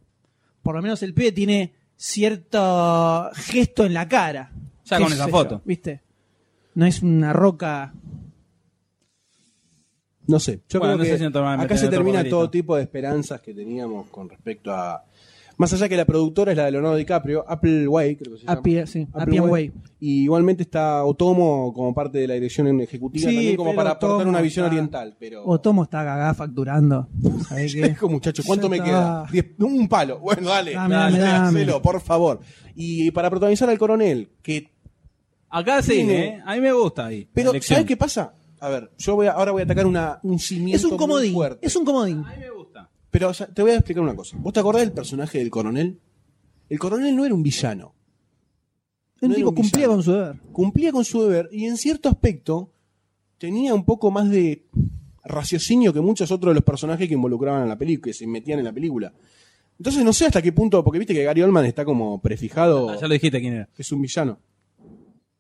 [SPEAKER 1] Por lo menos el pibe tiene cierto gesto en la cara.
[SPEAKER 2] Ya
[SPEAKER 1] Qué
[SPEAKER 2] con
[SPEAKER 1] sé
[SPEAKER 2] esa
[SPEAKER 1] yo,
[SPEAKER 2] foto.
[SPEAKER 1] ¿Viste? No es una roca
[SPEAKER 3] No sé. Yo
[SPEAKER 2] Bueno,
[SPEAKER 3] creo
[SPEAKER 2] no sé
[SPEAKER 3] que
[SPEAKER 2] si no te van a meter
[SPEAKER 3] acá
[SPEAKER 2] en
[SPEAKER 3] se
[SPEAKER 2] otro
[SPEAKER 3] termina
[SPEAKER 2] cuadrito.
[SPEAKER 3] todo tipo de esperanzas que teníamos con respecto a. Más allá que la productora es la de Leonardo DiCaprio, Apple Way, creo que se llama.
[SPEAKER 1] Apia, sí,
[SPEAKER 3] Apple
[SPEAKER 1] Appian
[SPEAKER 3] Way.
[SPEAKER 1] Way.
[SPEAKER 3] Ah, Y igualmente está Otomo como parte de la dirección en ejecutiva,
[SPEAKER 1] Sí,
[SPEAKER 3] también como
[SPEAKER 1] pero
[SPEAKER 3] para aportar
[SPEAKER 1] Otomo
[SPEAKER 3] una visión
[SPEAKER 1] está-
[SPEAKER 3] oriental. Pero.
[SPEAKER 1] Otomo está cagá facturando. ¿Sabés qué?
[SPEAKER 3] Dijo, muchacho, ¿cuánto
[SPEAKER 1] Ya
[SPEAKER 3] me
[SPEAKER 1] está.
[SPEAKER 3] queda? Diez- un palo. Bueno, dale.
[SPEAKER 1] Dame,
[SPEAKER 3] dale,
[SPEAKER 1] dame, dame.
[SPEAKER 3] hacelo, por favor. Y para protagonizar al coronel, que.
[SPEAKER 2] Acá sí,
[SPEAKER 3] Tiene-
[SPEAKER 2] ¿eh? A mí me gusta ahí. la
[SPEAKER 3] Pero,
[SPEAKER 2] elección.
[SPEAKER 3] ¿sabes qué pasa? A ver, yo voy a- ahora voy a atacar una, un cimiento
[SPEAKER 1] Es un
[SPEAKER 3] muy
[SPEAKER 1] comodín.
[SPEAKER 3] fuerte.
[SPEAKER 1] Es un comodín.
[SPEAKER 2] A mí me gusta.
[SPEAKER 3] Pero o sea, te voy a explicar una cosa. ¿Vos te acordás del personaje del coronel? El coronel no era un villano.
[SPEAKER 1] El
[SPEAKER 3] No era
[SPEAKER 1] tipo
[SPEAKER 3] un
[SPEAKER 1] cumplía
[SPEAKER 3] villano.
[SPEAKER 1] con su deber.
[SPEAKER 3] Cumplía con su deber y en cierto aspecto tenía un poco más de raciocinio que muchos otros de los personajes que involucraban en la película, que se metían en la película. Entonces no sé hasta qué punto, porque viste que Gary Oldman está como prefijado
[SPEAKER 2] Ah, ya lo dijiste quién era.
[SPEAKER 3] que es un villano.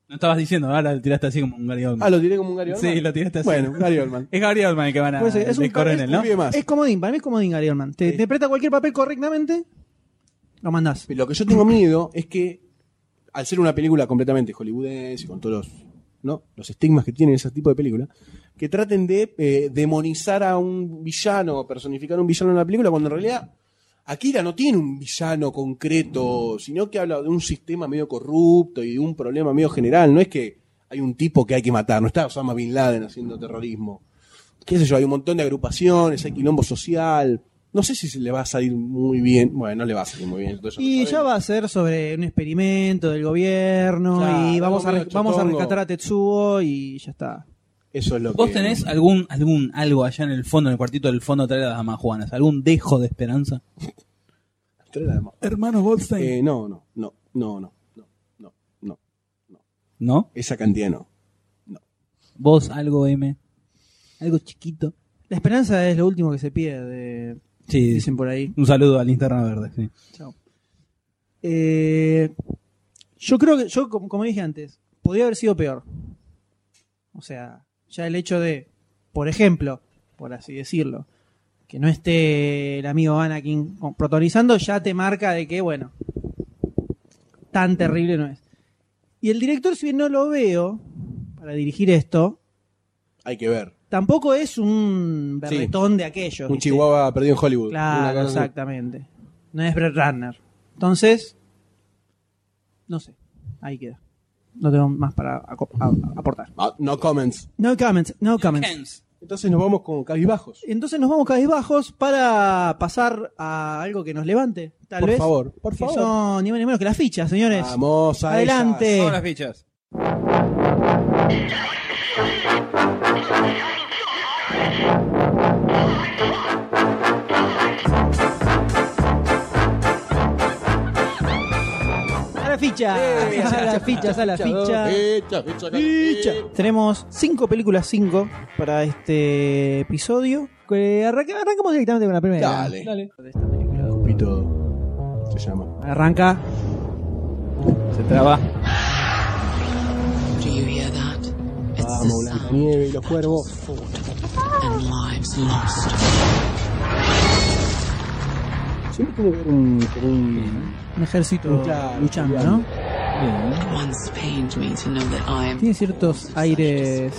[SPEAKER 2] No estabas diciendo, ahora lo tiraste así como un Gary Oldman.
[SPEAKER 3] Ah, lo tiré como un Gary Oldman.
[SPEAKER 2] Sí, lo tiraste así.
[SPEAKER 3] Bueno, Gary Oldman.
[SPEAKER 2] Es Gary Oldman el que van a
[SPEAKER 1] Puede ser, es
[SPEAKER 2] de
[SPEAKER 1] un-
[SPEAKER 2] coronel,
[SPEAKER 3] es
[SPEAKER 2] ¿no?
[SPEAKER 3] un bien- más.
[SPEAKER 1] Es comodín, para mí es comodín, Gary Oldman. Te
[SPEAKER 3] Sí.
[SPEAKER 1] te interpreta cualquier papel correctamente, lo mandás.
[SPEAKER 3] Pero lo que yo tengo miedo es que, al ser una película completamente hollywoodense, con todos los, ¿no? los estigmas que tienen ese tipo de película, que traten de eh, demonizar a un villano, o personificar a un villano en la película, cuando en realidad Akira no tiene un villano concreto, sino que habla de un sistema medio corrupto y de un problema medio general. No es que hay un tipo que hay que matar, no está Osama Bin Laden haciendo terrorismo. Qué sé yo, hay un montón de agrupaciones, hay quilombo social. No sé si se le va a salir muy bien. Bueno, no le va a salir muy bien. todo eso
[SPEAKER 1] Y
[SPEAKER 3] lo
[SPEAKER 1] ya
[SPEAKER 3] sabemos.
[SPEAKER 1] va a ser sobre un experimento del gobierno
[SPEAKER 3] Claro,
[SPEAKER 1] y vamos a,
[SPEAKER 3] algo
[SPEAKER 1] re-
[SPEAKER 3] medio
[SPEAKER 1] vamos a
[SPEAKER 3] chotongo.
[SPEAKER 1] rescatar a Tetsuo y ya está.
[SPEAKER 3] Eso es lo
[SPEAKER 2] ¿Vos
[SPEAKER 3] que.
[SPEAKER 2] tenés algún, algún algo allá en el fondo, en el cuartito del fondo trae las damas juanas? ¿Algún dejo de esperanza? Hermano Goldstein.
[SPEAKER 3] Eh, no, no, no, no, no, no, no, no.
[SPEAKER 2] ¿No?
[SPEAKER 3] Esa cantidad no.
[SPEAKER 2] ¿Vos algo, M? ¿Algo chiquito?
[SPEAKER 1] La esperanza es lo último que se pierde,
[SPEAKER 2] Sí,
[SPEAKER 1] dicen por ahí.
[SPEAKER 2] un saludo a Linterna Verde. Sí.
[SPEAKER 1] Chao. Eh, yo creo que, yo como, como dije antes, podía haber sido peor. O sea, ya el hecho de, por ejemplo, por así decirlo, que no esté el amigo Anakin con- protagonizando, ya te marca de que, bueno, tan terrible no es. Y el director, si bien no lo veo para dirigir esto,
[SPEAKER 3] Hay que ver.
[SPEAKER 1] tampoco es un berretón de aquellos.
[SPEAKER 3] Un
[SPEAKER 1] ¿viste?
[SPEAKER 3] chihuahua perdido en Hollywood. Una
[SPEAKER 1] Claro,
[SPEAKER 3] cosa así.
[SPEAKER 1] exactamente. No es Brett Runner. Entonces, no sé. Ahí queda. No tengo más para aco- a- aportar.
[SPEAKER 3] Ah, no comments.
[SPEAKER 1] No comments, no comments.
[SPEAKER 3] Entonces nos vamos con cabizbajos.
[SPEAKER 1] Entonces nos vamos bajos para pasar a algo que nos levante, tal
[SPEAKER 3] Por
[SPEAKER 1] vez.
[SPEAKER 3] favor, por
[SPEAKER 1] que
[SPEAKER 3] favor.
[SPEAKER 1] son ni más ni menos que las fichas, señores.
[SPEAKER 3] Vamos, a
[SPEAKER 1] Adelante.
[SPEAKER 3] esas.
[SPEAKER 2] Todas las fichas.
[SPEAKER 1] A las fichas, a las fichas, a las fichas.
[SPEAKER 3] Ficha, ficha, ficha.
[SPEAKER 1] Tenemos cinco películas, cinco para este episodio. Que arranca- arrancamos directamente con la primera.
[SPEAKER 3] Dale.
[SPEAKER 1] De esta película.
[SPEAKER 3] Pito se llama.
[SPEAKER 1] Arranca.
[SPEAKER 2] Se traba.
[SPEAKER 5] Do you hear that? It's
[SPEAKER 3] Vamos,
[SPEAKER 5] the
[SPEAKER 3] Blanca
[SPEAKER 5] sound
[SPEAKER 3] Nieve y los cuervos.
[SPEAKER 5] fought and lives lost.
[SPEAKER 3] Siempre tiene que ver un. con un-
[SPEAKER 1] un ejército
[SPEAKER 3] Claro,
[SPEAKER 1] luchando,
[SPEAKER 3] claro.
[SPEAKER 1] ¿no?
[SPEAKER 2] Bien. ¿eh?
[SPEAKER 5] Once pained me to know that I am
[SPEAKER 1] Tiene ciertos aires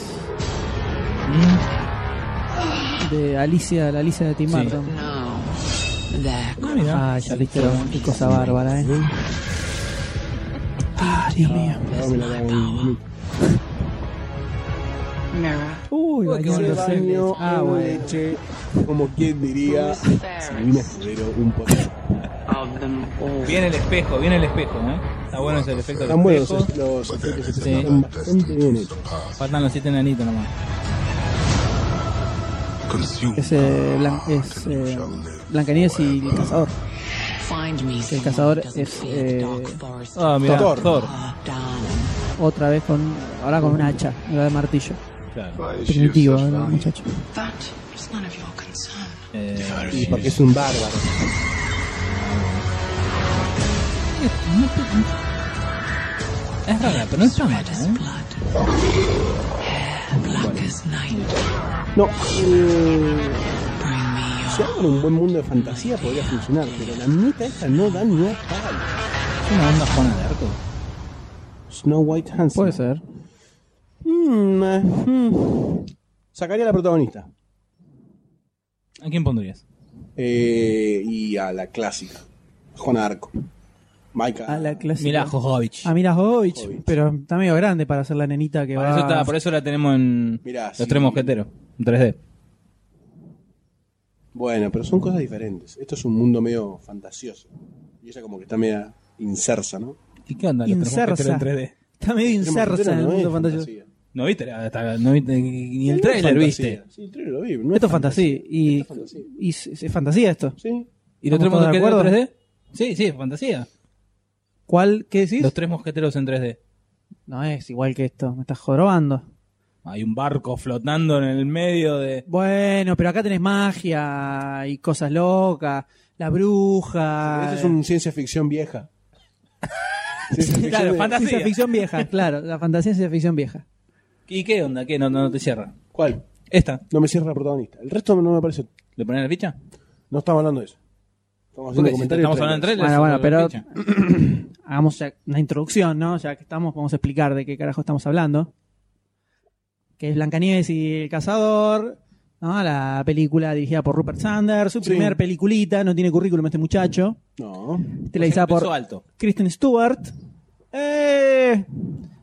[SPEAKER 1] ¿Mm? de Alicia, la Alicia de Tim
[SPEAKER 2] Sí.
[SPEAKER 1] Burton.
[SPEAKER 5] now their
[SPEAKER 1] Ah, ya le quiero qué cosa bárbara, eh. Ah, Dios mío.
[SPEAKER 3] Dámela, dámela.
[SPEAKER 5] mirror.
[SPEAKER 1] Uy, bañó
[SPEAKER 3] Se
[SPEAKER 1] los
[SPEAKER 3] bañó
[SPEAKER 1] celos. Ah,
[SPEAKER 3] en
[SPEAKER 1] bueno.
[SPEAKER 3] leche, como quien diría, Silvina Escudero, un poco.
[SPEAKER 5] Of them all.
[SPEAKER 2] Viene el espejo, viene el espejo, ¿eh? Está bueno ese el efecto del
[SPEAKER 3] Están buenos eh.
[SPEAKER 2] espejo.
[SPEAKER 3] los, los efectos
[SPEAKER 2] Sí.
[SPEAKER 3] especiales, están bastante bien hechos.
[SPEAKER 2] Faltan los siete enanitos nomás.
[SPEAKER 6] Consume
[SPEAKER 1] Es, eh, Blan- es eh, Blancanieves y el cazador.
[SPEAKER 5] Find me
[SPEAKER 1] El
[SPEAKER 5] someone
[SPEAKER 1] cazador
[SPEAKER 5] who doesn't
[SPEAKER 1] es,
[SPEAKER 5] fear the dark
[SPEAKER 1] eh,
[SPEAKER 5] forest.
[SPEAKER 2] Ah, mira,
[SPEAKER 3] Thor.
[SPEAKER 2] Thor.
[SPEAKER 5] Ah, darling.
[SPEAKER 1] Otra vez con. Ahora con un hacha, ahora de martillo.
[SPEAKER 2] Claro.
[SPEAKER 1] Primitivo, ¿no, muchacho.
[SPEAKER 5] That is none of your concern.
[SPEAKER 2] Eh,
[SPEAKER 3] Y porque es un bárbaro.
[SPEAKER 2] es rara, pero no es tan
[SPEAKER 5] Red
[SPEAKER 2] mala,
[SPEAKER 5] as
[SPEAKER 2] ¿eh?
[SPEAKER 5] blood. Hair black as night.
[SPEAKER 3] No,
[SPEAKER 1] Mm.
[SPEAKER 3] eh,
[SPEAKER 5] Bring me your
[SPEAKER 3] si hagan un buen mundo de fantasía podría funcionar, pero la mitad esta no da ni a palo.
[SPEAKER 2] Es una banda Juana de Arco.
[SPEAKER 3] Snow White Hansen.
[SPEAKER 1] Puede ser.
[SPEAKER 3] Mm, eh, mm. Sacaría a la protagonista.
[SPEAKER 2] ¿A quién pondrías?
[SPEAKER 3] Eh, y a la clásica. Juan Arco. Maika.
[SPEAKER 6] A la clase.
[SPEAKER 2] Mirá, Jojovich.
[SPEAKER 1] A Miras
[SPEAKER 3] Jovovich.
[SPEAKER 1] pero está medio grande para ser la nenita que
[SPEAKER 2] Por
[SPEAKER 1] va.
[SPEAKER 2] eso, está- por eso la tenemos en
[SPEAKER 3] Mirá,
[SPEAKER 2] Los
[SPEAKER 3] sí.
[SPEAKER 2] Tres Mosqueteros, en 3D.
[SPEAKER 3] Bueno, pero son cosas diferentes. Esto es un mundo medio fantasioso. Y ella como que está media insersa, ¿no?
[SPEAKER 2] ¿Y qué onda Los Tres
[SPEAKER 1] Insersa.
[SPEAKER 2] Mosqueteros en 3D?
[SPEAKER 1] Está medio inserta en el
[SPEAKER 3] No es
[SPEAKER 1] mundo fantasioso.
[SPEAKER 3] fantasía.
[SPEAKER 2] ¿No viste? la- hasta- no viste ni
[SPEAKER 3] No
[SPEAKER 2] el
[SPEAKER 3] es
[SPEAKER 2] trailer,
[SPEAKER 3] fantasía.
[SPEAKER 2] viste.
[SPEAKER 3] Sí, el trailer lo vi. no
[SPEAKER 1] esto es fantasía. Y,
[SPEAKER 3] Esto es fantasía.
[SPEAKER 1] y se- se- fantasía esto.
[SPEAKER 3] Sí.
[SPEAKER 2] ¿Y los tres
[SPEAKER 1] ¿Estamos todos de
[SPEAKER 2] mosqueteros en
[SPEAKER 1] acuerdo?
[SPEAKER 2] 3D? Sí, sí, es fantasía.
[SPEAKER 1] ¿Cuál? ¿Qué decís?
[SPEAKER 2] Los tres mosqueteros en 3D.
[SPEAKER 1] No es igual que esto. Me estás jorobando.
[SPEAKER 2] Hay un barco flotando en el medio de.
[SPEAKER 1] Bueno, pero acá tenés magia y cosas locas. La bruja.
[SPEAKER 3] Esto es un ciencia ficción vieja. Ciencia ficción
[SPEAKER 2] Claro,
[SPEAKER 3] de-
[SPEAKER 2] fantasía.
[SPEAKER 1] Ciencia ficción vieja, claro. La fantasía es ciencia ficción vieja.
[SPEAKER 2] ¿Y qué onda? ¿Qué? No, no, no te cierra.
[SPEAKER 3] ¿Cuál?
[SPEAKER 2] Esta.
[SPEAKER 3] No me cierra la protagonista. El resto no me parece.
[SPEAKER 2] ¿Le ponen la ficha?
[SPEAKER 3] No estamos hablando de eso. Estamos
[SPEAKER 2] Porque
[SPEAKER 3] haciendo
[SPEAKER 2] si
[SPEAKER 3] comentarios.
[SPEAKER 2] estamos hablando
[SPEAKER 3] de
[SPEAKER 2] de trailers.
[SPEAKER 1] Bueno, bueno, pero
[SPEAKER 2] ponle la ficha.
[SPEAKER 1] hagamos ya una introducción, ¿no? Ya que estamos, vamos a explicar de qué carajo estamos hablando. Que es Blancanieves y el cazador, ¿no? La película dirigida por Rupert Sanders, su
[SPEAKER 3] Sí.
[SPEAKER 1] primer peliculita, no tiene currículum este muchacho.
[SPEAKER 3] No.
[SPEAKER 1] Televisada
[SPEAKER 2] Empezó
[SPEAKER 1] por
[SPEAKER 2] alto.
[SPEAKER 1] Kristen Stewart, eh,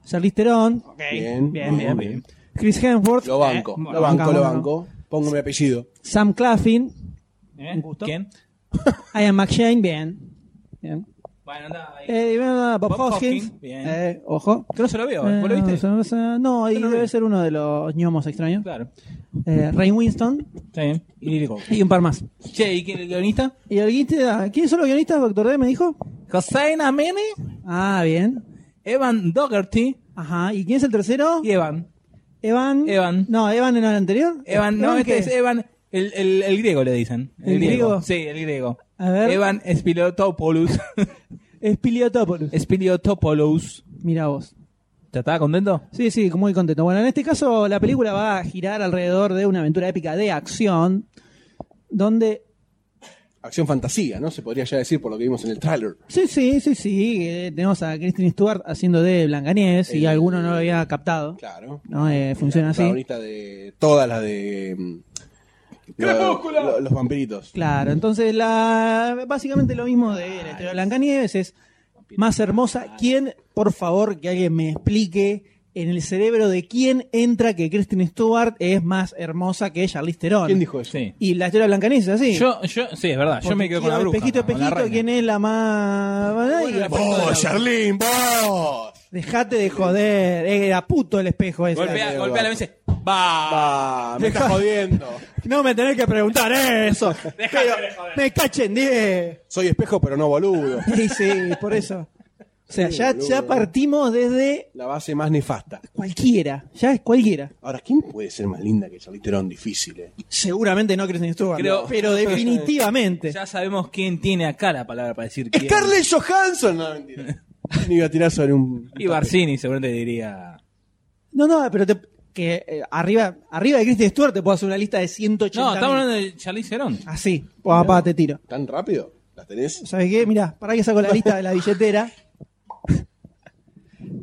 [SPEAKER 1] Charlize Theron,
[SPEAKER 3] Bien,
[SPEAKER 1] bien, bien, Chris Hemsworth,
[SPEAKER 3] Lo banco.
[SPEAKER 1] eh, bueno,
[SPEAKER 3] lo banco, lo
[SPEAKER 1] bancamos,
[SPEAKER 3] banco. Pongo mi apellido.
[SPEAKER 1] Sam Claflin,
[SPEAKER 2] ¿Eh?
[SPEAKER 1] Un gusto.
[SPEAKER 2] ¿Quién?
[SPEAKER 1] Ian McShane, bien. bien.
[SPEAKER 2] Bueno, anda. ahí.
[SPEAKER 1] Eh, y bueno, Bob,
[SPEAKER 2] Bob
[SPEAKER 1] Hoskins,
[SPEAKER 2] Hoskins, bien.
[SPEAKER 1] eh, ojo.
[SPEAKER 2] Que no se lo veo, ¿vos lo
[SPEAKER 1] Eh,
[SPEAKER 2] viste?
[SPEAKER 1] no, no, no, ahí
[SPEAKER 2] Yo no lo
[SPEAKER 1] debe
[SPEAKER 2] vi.
[SPEAKER 1] ser uno de los ñomos extraños.
[SPEAKER 2] Claro.
[SPEAKER 1] Eh, Ray Winston
[SPEAKER 2] Está bien. Y Lily Cox.
[SPEAKER 1] y un par más.
[SPEAKER 2] Che, ¿y quién es el guionista?
[SPEAKER 1] ¿Y el guionista- ¿Quiénes son los guionistas, Doctor D? ¿Me dijo?
[SPEAKER 2] Hossein Amene,
[SPEAKER 1] Ah, bien.
[SPEAKER 2] Evan Dougherty
[SPEAKER 1] Ajá. ¿Y quién es el tercero?
[SPEAKER 2] y Evan.
[SPEAKER 1] Evan.
[SPEAKER 2] Evan.
[SPEAKER 1] No, Evan era el anterior.
[SPEAKER 2] Evan, no, este
[SPEAKER 1] qué?
[SPEAKER 2] es Evan, el, el, el griego le dicen.
[SPEAKER 1] ¿El griego?
[SPEAKER 2] Sí, el griego.
[SPEAKER 1] A ver.
[SPEAKER 2] Evan Spiliotopoulos.
[SPEAKER 1] Spiliotopoulos.
[SPEAKER 2] Spiliotopoulos.
[SPEAKER 1] Mira vos.
[SPEAKER 2] ¿Ya estaba contento?
[SPEAKER 1] Sí, sí, muy contento. Bueno, en este caso la película va a girar alrededor de una aventura épica de acción donde
[SPEAKER 3] Acción fantasía, ¿no? Se podría ya decir por lo que vimos en el tráiler.
[SPEAKER 1] Sí, sí, sí, sí. eh, tenemos a Kristen Stewart haciendo de Blancanieves, si
[SPEAKER 3] El-
[SPEAKER 1] alguno no lo había captado.
[SPEAKER 3] Claro.
[SPEAKER 1] ¿no? Eh, funciona
[SPEAKER 3] la
[SPEAKER 1] así.
[SPEAKER 3] protagonista de todas las de. mm,
[SPEAKER 4] ¡Crepúsculo!
[SPEAKER 3] lo- los vampiritos.
[SPEAKER 1] Claro, entonces la básicamente lo mismo de la historia de Blancanieves es más hermosa. ¿Quién, por favor, que alguien me explique en el cerebro de quién entra que Kristen Stewart es más hermosa que Charlize Theron?
[SPEAKER 3] ¿Quién dijo eso?
[SPEAKER 2] Sí.
[SPEAKER 1] Y la historia de Blancanieves es así.
[SPEAKER 2] Yo, yo, sí, es verdad. Yo
[SPEAKER 1] Porque
[SPEAKER 2] me quedo con la
[SPEAKER 1] quiero
[SPEAKER 2] bruja.
[SPEAKER 1] Espejito,
[SPEAKER 2] con la
[SPEAKER 1] espejito,
[SPEAKER 2] reina.
[SPEAKER 1] ¿quién es la más...? Y-
[SPEAKER 3] ¡Vos, Charlene! ¡Vos!
[SPEAKER 1] Dejate de joder. Era puto el espejo ese.
[SPEAKER 2] Golpea, golpea la mesa. y- ¡Va!
[SPEAKER 3] Ah, me estás jodiendo.
[SPEAKER 1] No me tenés que preguntar eso.
[SPEAKER 2] Dejate de joder.
[SPEAKER 1] Me cachen 10.
[SPEAKER 3] Soy espejo, pero no boludo.
[SPEAKER 1] Sí, sí, por eso. O sea,
[SPEAKER 3] Sí,
[SPEAKER 1] ya,
[SPEAKER 3] boludo.
[SPEAKER 1] ya partimos desde
[SPEAKER 3] La base más nefasta.
[SPEAKER 1] cualquiera. Ya es cualquiera.
[SPEAKER 3] Ahora, ¿quién puede ser más linda que Charlize Theron? Difícil, ¿eh?
[SPEAKER 1] Seguramente no Kristen Stewart.
[SPEAKER 2] Creo-
[SPEAKER 1] Pero definitivamente.
[SPEAKER 2] Ya sabemos quién tiene acá la palabra para decir quién.
[SPEAKER 3] ¡Scarlett Johansson! No, mentira. Ni iba a tirar sobre un.
[SPEAKER 2] Y Barcini seguramente diría.
[SPEAKER 1] No, no, pero te- que eh, arriba, arriba de Kristen Stewart te puedo hacer una lista de 180.
[SPEAKER 2] No, estamos
[SPEAKER 1] mil.
[SPEAKER 2] hablando de Charlize Theron.
[SPEAKER 1] Así. Papá, papá, te tiro.
[SPEAKER 3] ¿Tan rápido? ¿Las tenés?
[SPEAKER 1] ¿Sabes qué? Mirá, para que saco la lista de la billetera.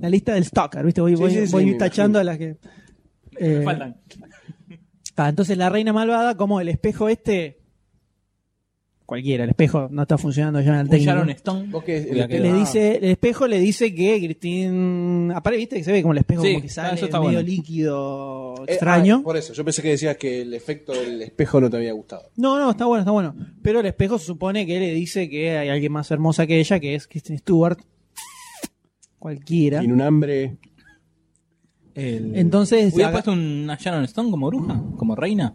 [SPEAKER 1] La lista del stalker, ¿viste? Voy,
[SPEAKER 3] Sí,
[SPEAKER 1] voy,
[SPEAKER 3] sí, sí,
[SPEAKER 1] voy
[SPEAKER 3] me
[SPEAKER 1] tachando a las que. eh,
[SPEAKER 2] Faltan.
[SPEAKER 1] Ah, entonces la reina malvada, como el espejo este. Cualquiera, el espejo no está funcionando ya en el
[SPEAKER 2] Un este. Ah.
[SPEAKER 1] técnico.
[SPEAKER 2] Sharon Stone.
[SPEAKER 3] ¿Vos qué-
[SPEAKER 2] Cuidado
[SPEAKER 3] el- Eh,
[SPEAKER 2] que
[SPEAKER 1] Le
[SPEAKER 2] no.
[SPEAKER 1] dice, el espejo le dice que Cristín. Aparte, viste que se ve como el espejo
[SPEAKER 2] Sí,
[SPEAKER 1] como que
[SPEAKER 2] ah,
[SPEAKER 1] sale
[SPEAKER 2] eso
[SPEAKER 1] medio
[SPEAKER 2] está bueno.
[SPEAKER 1] líquido
[SPEAKER 3] Eh,
[SPEAKER 1] extraño.
[SPEAKER 3] ah, por eso, yo pensé que decías que el efecto del espejo no te había gustado.
[SPEAKER 1] No, no, está bueno, está bueno. Pero el espejo se supone que le dice que hay alguien más hermosa que ella, que es Kristen Stewart. Cualquiera.
[SPEAKER 3] Tiene un hambre.
[SPEAKER 2] El-
[SPEAKER 1] Entonces,
[SPEAKER 2] ¿Hubiera
[SPEAKER 1] haga-
[SPEAKER 2] puesto una Sharon Stone como bruja? ¿Como reina?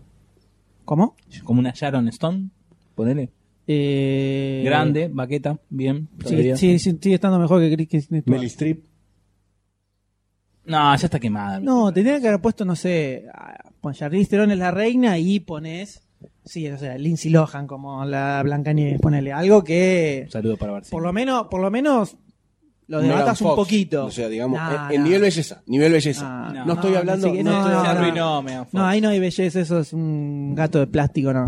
[SPEAKER 1] ¿Cómo?
[SPEAKER 2] Como una Sharon Stone. Ponele.
[SPEAKER 1] Eh,
[SPEAKER 2] Grande, baqueta, bien.
[SPEAKER 1] Sí,
[SPEAKER 2] todavía.
[SPEAKER 1] sí, sí, sigue estando mejor que Kristen Stewart.
[SPEAKER 3] Meryl Streep.
[SPEAKER 2] No, ya está quemada.
[SPEAKER 1] No, tendría que haber puesto, no sé, a- pon Charlize Theron es la reina y pones, sí, o sea, Lindsay Lohan como la Blanca Nieves, ponele algo que,
[SPEAKER 2] Un saludo para Barcini.
[SPEAKER 1] por lo menos, por lo menos, lo
[SPEAKER 3] Megan
[SPEAKER 1] debatas un
[SPEAKER 3] Fox.
[SPEAKER 1] poquito.
[SPEAKER 3] O sea, digamos,
[SPEAKER 1] Nah,
[SPEAKER 3] en, en
[SPEAKER 1] nah.
[SPEAKER 3] nivel belleza. Nivel belleza.
[SPEAKER 1] Ah,
[SPEAKER 3] no,
[SPEAKER 1] no,
[SPEAKER 3] estoy
[SPEAKER 1] no,
[SPEAKER 3] hablando.
[SPEAKER 1] sí que
[SPEAKER 3] no
[SPEAKER 1] no,
[SPEAKER 3] estoy
[SPEAKER 1] no,
[SPEAKER 2] se
[SPEAKER 3] hablando-
[SPEAKER 2] arruinó, Megan Fox.
[SPEAKER 1] No, ahí no hay belleza, eso es un gato de plástico, no.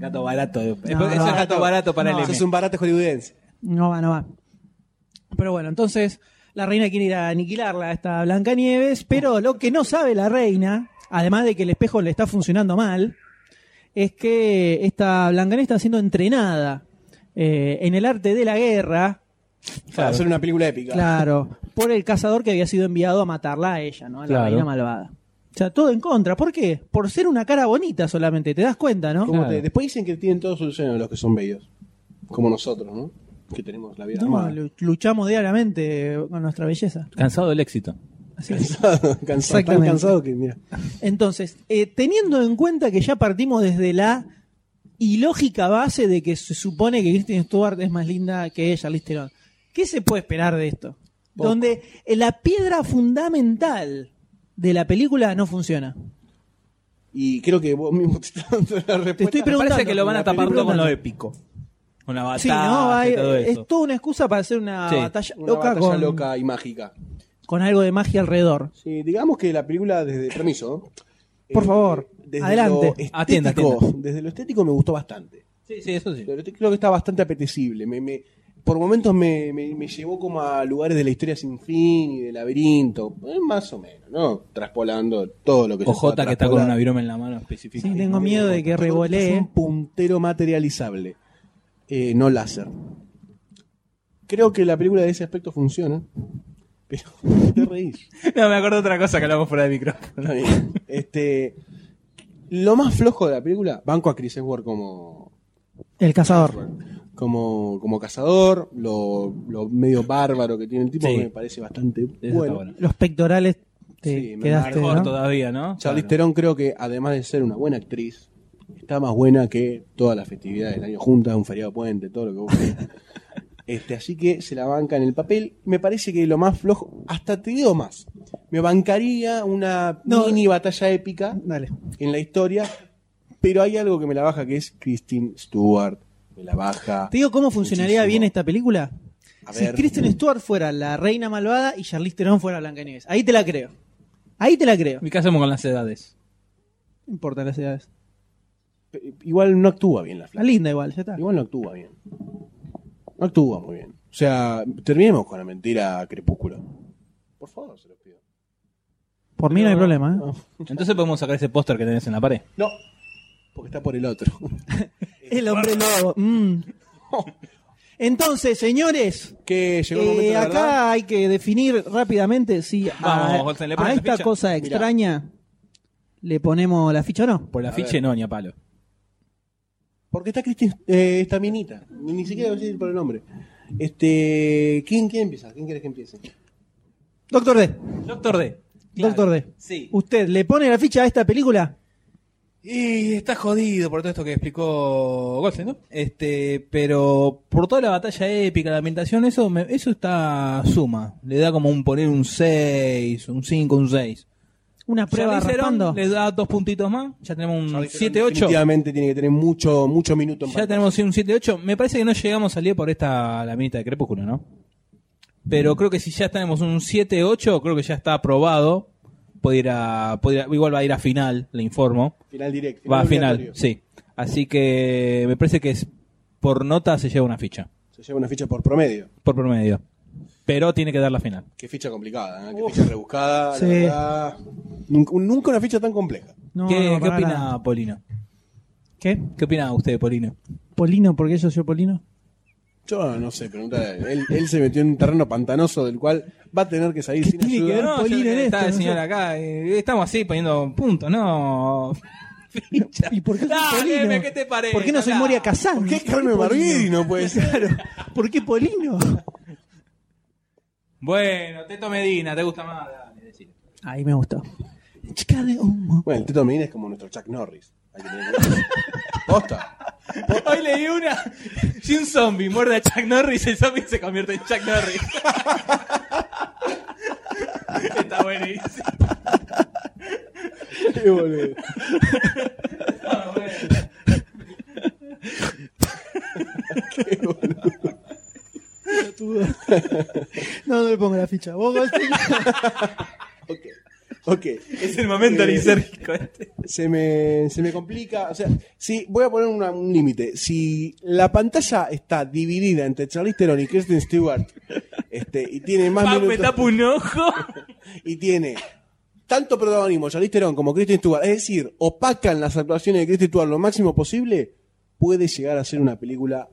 [SPEAKER 2] Gato barato. eh. Eso
[SPEAKER 1] no,
[SPEAKER 2] es gato barato para
[SPEAKER 1] no,
[SPEAKER 2] el
[SPEAKER 3] Eso
[SPEAKER 2] M.
[SPEAKER 3] es un barato hollywoodense.
[SPEAKER 1] No va, no va. Pero bueno, entonces la reina quiere ir a aniquilarla a esta Blancanieves, pero lo que no sabe la reina, además de que el espejo le está funcionando mal, es que esta Blancanieves está siendo entrenada eh, en el arte de la guerra,
[SPEAKER 3] Para hacer una película épica.
[SPEAKER 1] claro, por el cazador que había sido enviado a matarla a ella, ¿no? A la
[SPEAKER 2] Claro.
[SPEAKER 1] reina malvada. O sea, todo en contra. ¿Por qué? Por ser una cara bonita solamente, te das cuenta, ¿no?
[SPEAKER 3] Como
[SPEAKER 2] Claro.
[SPEAKER 3] te- después dicen que tienen todos soluciones los que son bellos. Como nosotros, ¿no? Que tenemos la vida
[SPEAKER 1] No,
[SPEAKER 3] armada.
[SPEAKER 1] lu- luchamos diariamente con nuestra belleza.
[SPEAKER 2] Cansado del éxito.
[SPEAKER 1] Así es.
[SPEAKER 3] Cansado, cansado, tan
[SPEAKER 1] Exactamente.
[SPEAKER 3] cansado que, mira.
[SPEAKER 1] Entonces, eh, teniendo en cuenta que ya partimos desde la ilógica base de que se supone que Kristen Stewart es más linda que Charlize Theron, ¿qué se puede esperar de esto?
[SPEAKER 3] Poco.
[SPEAKER 1] Donde eh, la piedra fundamental de la película no funciona.
[SPEAKER 3] Y creo que vos mismo te estás dando la respuesta.
[SPEAKER 1] estoy
[SPEAKER 2] Me
[SPEAKER 1] preguntando,
[SPEAKER 2] parece que lo van a
[SPEAKER 1] la
[SPEAKER 2] tapar todo
[SPEAKER 1] película
[SPEAKER 2] con lo
[SPEAKER 1] no.
[SPEAKER 2] épico. Una batalla
[SPEAKER 1] Sí, no, hay-
[SPEAKER 2] y todo
[SPEAKER 1] es
[SPEAKER 2] eso.
[SPEAKER 1] toda una excusa para hacer una
[SPEAKER 2] Sí,
[SPEAKER 1] batalla
[SPEAKER 3] Una
[SPEAKER 1] loca
[SPEAKER 3] batalla
[SPEAKER 1] con,
[SPEAKER 3] loca y mágica.
[SPEAKER 1] con algo de magia alrededor.
[SPEAKER 3] Sí, digamos que la película desde permiso. ¿no?
[SPEAKER 1] Por favor,
[SPEAKER 3] desde
[SPEAKER 1] adelante.
[SPEAKER 3] lo estético-
[SPEAKER 2] Atienda, atienda.
[SPEAKER 3] Desde lo estético me gustó bastante.
[SPEAKER 2] Sí, sí, eso sí.
[SPEAKER 3] Lo estético Creo que está bastante apetecible. Me, me- por momentos me, me- me llevó como a lugares de la historia sin fin y de laberinto. Eh, más o menos, ¿no? Traspolando todo lo que se
[SPEAKER 2] Ojota
[SPEAKER 3] pueda
[SPEAKER 2] que está con
[SPEAKER 3] traspolar.
[SPEAKER 2] una viroma en la mano específica.
[SPEAKER 1] Sí, tengo miedo de que revolee.
[SPEAKER 3] Es un puntero materializable, eh, no láser. Creo que la película de ese aspecto funciona, pero te reís.
[SPEAKER 2] No, me acuerdo otra cosa que hablamos fuera de micrófono.
[SPEAKER 3] Está bien. Este, lo más flojo de la película, banco a Chris Hemsworth como,
[SPEAKER 1] El cazador.
[SPEAKER 3] como, como cazador, lo, lo medio bárbaro que tiene el tipo
[SPEAKER 2] Sí.
[SPEAKER 3] me parece bastante
[SPEAKER 2] está
[SPEAKER 3] bueno.
[SPEAKER 2] bueno.
[SPEAKER 1] Los pectorales te
[SPEAKER 3] Sí, me
[SPEAKER 1] quedaste.
[SPEAKER 2] Mejor
[SPEAKER 1] ¿no?
[SPEAKER 2] todavía, ¿no?
[SPEAKER 3] Charlize
[SPEAKER 2] Claro.
[SPEAKER 3] Theron creo que además de ser una buena actriz, está más buena que todas las festividades del año juntas, un feriado puente, todo lo que vos quieras. Este, así que se la banca en el papel. Me parece que lo más flojo, hasta te digo más, me bancaría una
[SPEAKER 1] No.
[SPEAKER 3] mini batalla épica
[SPEAKER 1] Dale.
[SPEAKER 3] en la historia, pero hay algo que me la baja que es Christine Stewart. Me la baja.
[SPEAKER 1] Te digo cómo funcionaría
[SPEAKER 3] Muchísimo.
[SPEAKER 1] bien esta película.
[SPEAKER 3] A
[SPEAKER 1] Si
[SPEAKER 3] ver.
[SPEAKER 1] Kristen Stewart fuera la reina malvada y Charlize Theron fuera Blancanieves. Ahí te la creo. Ahí te la creo.
[SPEAKER 2] ¿Y qué hacemos con las edades?
[SPEAKER 1] No importa las edades.
[SPEAKER 3] Igual no actúa bien la
[SPEAKER 1] La
[SPEAKER 3] flaca.
[SPEAKER 1] linda igual, ya está.
[SPEAKER 3] Igual no actúa bien. No actúa muy bien. O sea, terminemos con la mentira crepúsculo. Por favor, se los pido.
[SPEAKER 1] Por mí no hay problema. ¿eh?
[SPEAKER 2] Entonces podemos sacar ese póster que tenés en la pared.
[SPEAKER 3] No, porque está por el otro.
[SPEAKER 1] El hombre lobo. Mm. Entonces, señores,
[SPEAKER 3] que llegó el
[SPEAKER 1] eh,
[SPEAKER 3] momento de la
[SPEAKER 1] acá
[SPEAKER 3] verdad.
[SPEAKER 1] hay que definir rápidamente si a-
[SPEAKER 2] Vamos,
[SPEAKER 1] a,
[SPEAKER 2] Holstein, ¿le pones la
[SPEAKER 1] esta
[SPEAKER 2] ficha?
[SPEAKER 1] cosa
[SPEAKER 3] Mirá.
[SPEAKER 1] extraña le ponemos la ficha o no.
[SPEAKER 2] Por la
[SPEAKER 3] A
[SPEAKER 2] ficha
[SPEAKER 3] ver.
[SPEAKER 2] no, ni a palo.
[SPEAKER 3] Porque está Cristin, eh, esta minita. Ni, ni siquiera voy a decir por el nombre. Este, ¿quién, quién empieza? ¿Quién quieres que empiece?
[SPEAKER 2] Mm,
[SPEAKER 1] Doctor D,
[SPEAKER 2] Doctor D.
[SPEAKER 1] Doctor D,
[SPEAKER 2] Sí.
[SPEAKER 1] ¿usted le pone la ficha a esta película?
[SPEAKER 2] Y está jodido por todo esto que explicó Goldstein, ¿no? Este, pero por toda la batalla épica, la ambientación, eso me- eso está suma. Le da como un poner un 6, un 5, un 6.
[SPEAKER 1] Una prueba
[SPEAKER 2] Charlize Theron
[SPEAKER 1] raspando.
[SPEAKER 2] le da dos puntitos más, ya tenemos un 7, 8.
[SPEAKER 3] Definitivamente tiene que tener mucho, mucho minuto en
[SPEAKER 2] Ya
[SPEAKER 3] pantalla.
[SPEAKER 2] tenemos un 7-8. Me parece que no llegamos a salir por esta la minita de Crepúsculo, ¿no? Pero creo que si ya tenemos un 7-8, creo que ya está aprobado. Puede ir a, puede ir a- igual va a ir a final, le informo.
[SPEAKER 3] Final directo.
[SPEAKER 2] Va a final,
[SPEAKER 3] obligatorio.
[SPEAKER 2] sí. Así que me parece que es, por nota se lleva una ficha,
[SPEAKER 3] Se lleva una ficha por promedio.
[SPEAKER 2] por promedio. Pero tiene que dar la final.
[SPEAKER 3] Qué ficha complicada, ¿eh? qué ficha rebuscada.
[SPEAKER 1] Sí.
[SPEAKER 3] La verdad. Nunca, nunca una ficha tan compleja.
[SPEAKER 1] No,
[SPEAKER 2] ¿Qué,
[SPEAKER 1] no,
[SPEAKER 2] qué
[SPEAKER 1] para
[SPEAKER 2] opina
[SPEAKER 1] nada.
[SPEAKER 2] Polino?
[SPEAKER 1] ¿Qué?
[SPEAKER 2] ¿Qué opina usted, Polino?
[SPEAKER 1] ¿Polino? ¿Por qué yo soy Polino?
[SPEAKER 3] Yo no sé, pregúntale. Él, él se metió en un terreno pantanoso del cual va a tener que salir sin
[SPEAKER 1] tiene que
[SPEAKER 3] ayuda.
[SPEAKER 1] ver
[SPEAKER 2] No,
[SPEAKER 1] Polino
[SPEAKER 2] yo-
[SPEAKER 1] en
[SPEAKER 2] está
[SPEAKER 1] esto,
[SPEAKER 2] el
[SPEAKER 1] no
[SPEAKER 2] señor
[SPEAKER 1] sé.
[SPEAKER 2] acá. eh, estamos así poniendo puntos, ¿no? Ficha.
[SPEAKER 1] ¿Y por qué soy
[SPEAKER 2] Dale,
[SPEAKER 1] Polino?
[SPEAKER 2] me- ¿qué te parece?
[SPEAKER 1] ¿Por qué no soy
[SPEAKER 2] Hola.
[SPEAKER 1] Moria Kazan?
[SPEAKER 3] ¿Por qué Carmen Barbieri no puede ser?
[SPEAKER 1] Claro. ¿Por qué Polino?
[SPEAKER 2] Bueno, Teto Medina, ¿te gusta más? Dale, decilo.
[SPEAKER 1] Ahí me gustó. Chica de humo.
[SPEAKER 3] Bueno, el Teto Medina es como nuestro Chuck Norris. Hay que tener cuidado. Posta.
[SPEAKER 2] Hoy leí una. Si un zombie muerde a Chuck Norris, el zombie se convierte en Chuck Norris. Está buenísimo.
[SPEAKER 3] Qué boludo.
[SPEAKER 2] Está bueno.
[SPEAKER 1] No, no le pongo la ficha. Vos, Goldstein.
[SPEAKER 3] Ok. Ok.
[SPEAKER 2] Es el momento lisérgico este.
[SPEAKER 3] Se me, se me complica. O sea, si, voy a poner una- un límite. Si la pantalla está dividida entre Charlize Theron y Kristen Stewart este, y tiene más
[SPEAKER 2] Pau, me
[SPEAKER 3] minutos
[SPEAKER 2] tapa un ojo.
[SPEAKER 3] y tiene tanto protagonismo Charlize Theron como Kristen Stewart, es decir, opacan las actuaciones de Kristen Stewart lo máximo posible, puede llegar a ser una película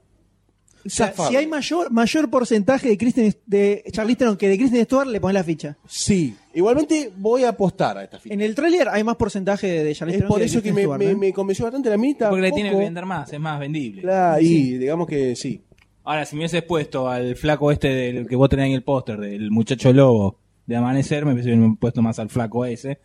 [SPEAKER 1] O sea, si hay mayor, mayor porcentaje de, Kristen, de Charlize Theron que de Kristen Stewart, le pones la ficha.
[SPEAKER 3] Sí, igualmente voy a apostar a esta ficha.
[SPEAKER 1] En el tráiler hay más porcentaje de Charlize
[SPEAKER 3] Es
[SPEAKER 1] Theron
[SPEAKER 3] por
[SPEAKER 1] de
[SPEAKER 3] eso que
[SPEAKER 1] Kristen
[SPEAKER 3] me,
[SPEAKER 1] Stewart, ¿eh?
[SPEAKER 3] me-
[SPEAKER 1] ¿no?
[SPEAKER 3] me convenció bastante la minita.
[SPEAKER 2] Porque le
[SPEAKER 3] poco.
[SPEAKER 2] tiene que vender más, es más vendible.
[SPEAKER 3] Claro, y digamos que sí.
[SPEAKER 2] Ahora, si me hubieses puesto al flaco este del que vos tenés en el póster, del muchacho lobo de Amanecer, me hubiesen puesto más al flaco ese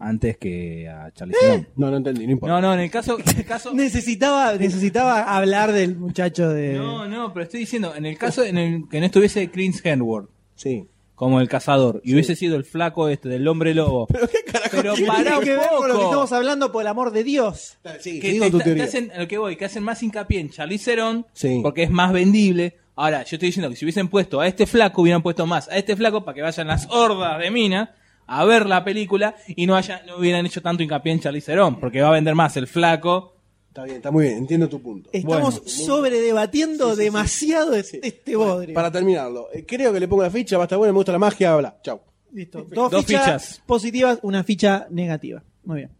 [SPEAKER 2] antes que a Charlie
[SPEAKER 3] No, no entendí, no importa.
[SPEAKER 2] Eh. No, no, en el caso... En el caso
[SPEAKER 1] Necesitaba, necesitaba hablar del muchacho de.
[SPEAKER 2] no, no, pero estoy diciendo, en el caso en el que no estuviese Chris Hemsworth
[SPEAKER 3] Sí.
[SPEAKER 2] como el cazador y hubiese sido el flaco este del hombre lobo... Pero qué carajo
[SPEAKER 1] Tiene
[SPEAKER 2] pará un
[SPEAKER 1] que ver con lo que
[SPEAKER 2] poco.
[SPEAKER 1] estamos hablando, por el amor de Dios.
[SPEAKER 3] Sí,
[SPEAKER 2] que
[SPEAKER 3] sigo
[SPEAKER 2] te-
[SPEAKER 3] tu
[SPEAKER 2] te
[SPEAKER 3] teoría.
[SPEAKER 2] hacen, a lo que voy, que hacen más hincapié en Charlize Theron
[SPEAKER 3] Sí.
[SPEAKER 2] porque es más vendible. Ahora, yo estoy diciendo que si hubiesen puesto a este flaco, hubieran puesto más a este flaco para que vayan las hordas de minas a ver la película y no, haya, no hubieran hecho tanto hincapié en Charlize Theron porque va a vender más el flaco.
[SPEAKER 3] Está bien, está muy bien, entiendo tu punto.
[SPEAKER 1] Estamos
[SPEAKER 2] Bueno.
[SPEAKER 1] sobredebatiendo demasiado de este bodrio.
[SPEAKER 3] Para terminarlo, eh, creo que le pongo la ficha, basta bueno, me gusta la magia, bla, chau.
[SPEAKER 1] Listo. Dos,
[SPEAKER 2] Dos
[SPEAKER 1] fichas,
[SPEAKER 2] fichas.
[SPEAKER 1] positivas, una ficha negativa. Muy bien.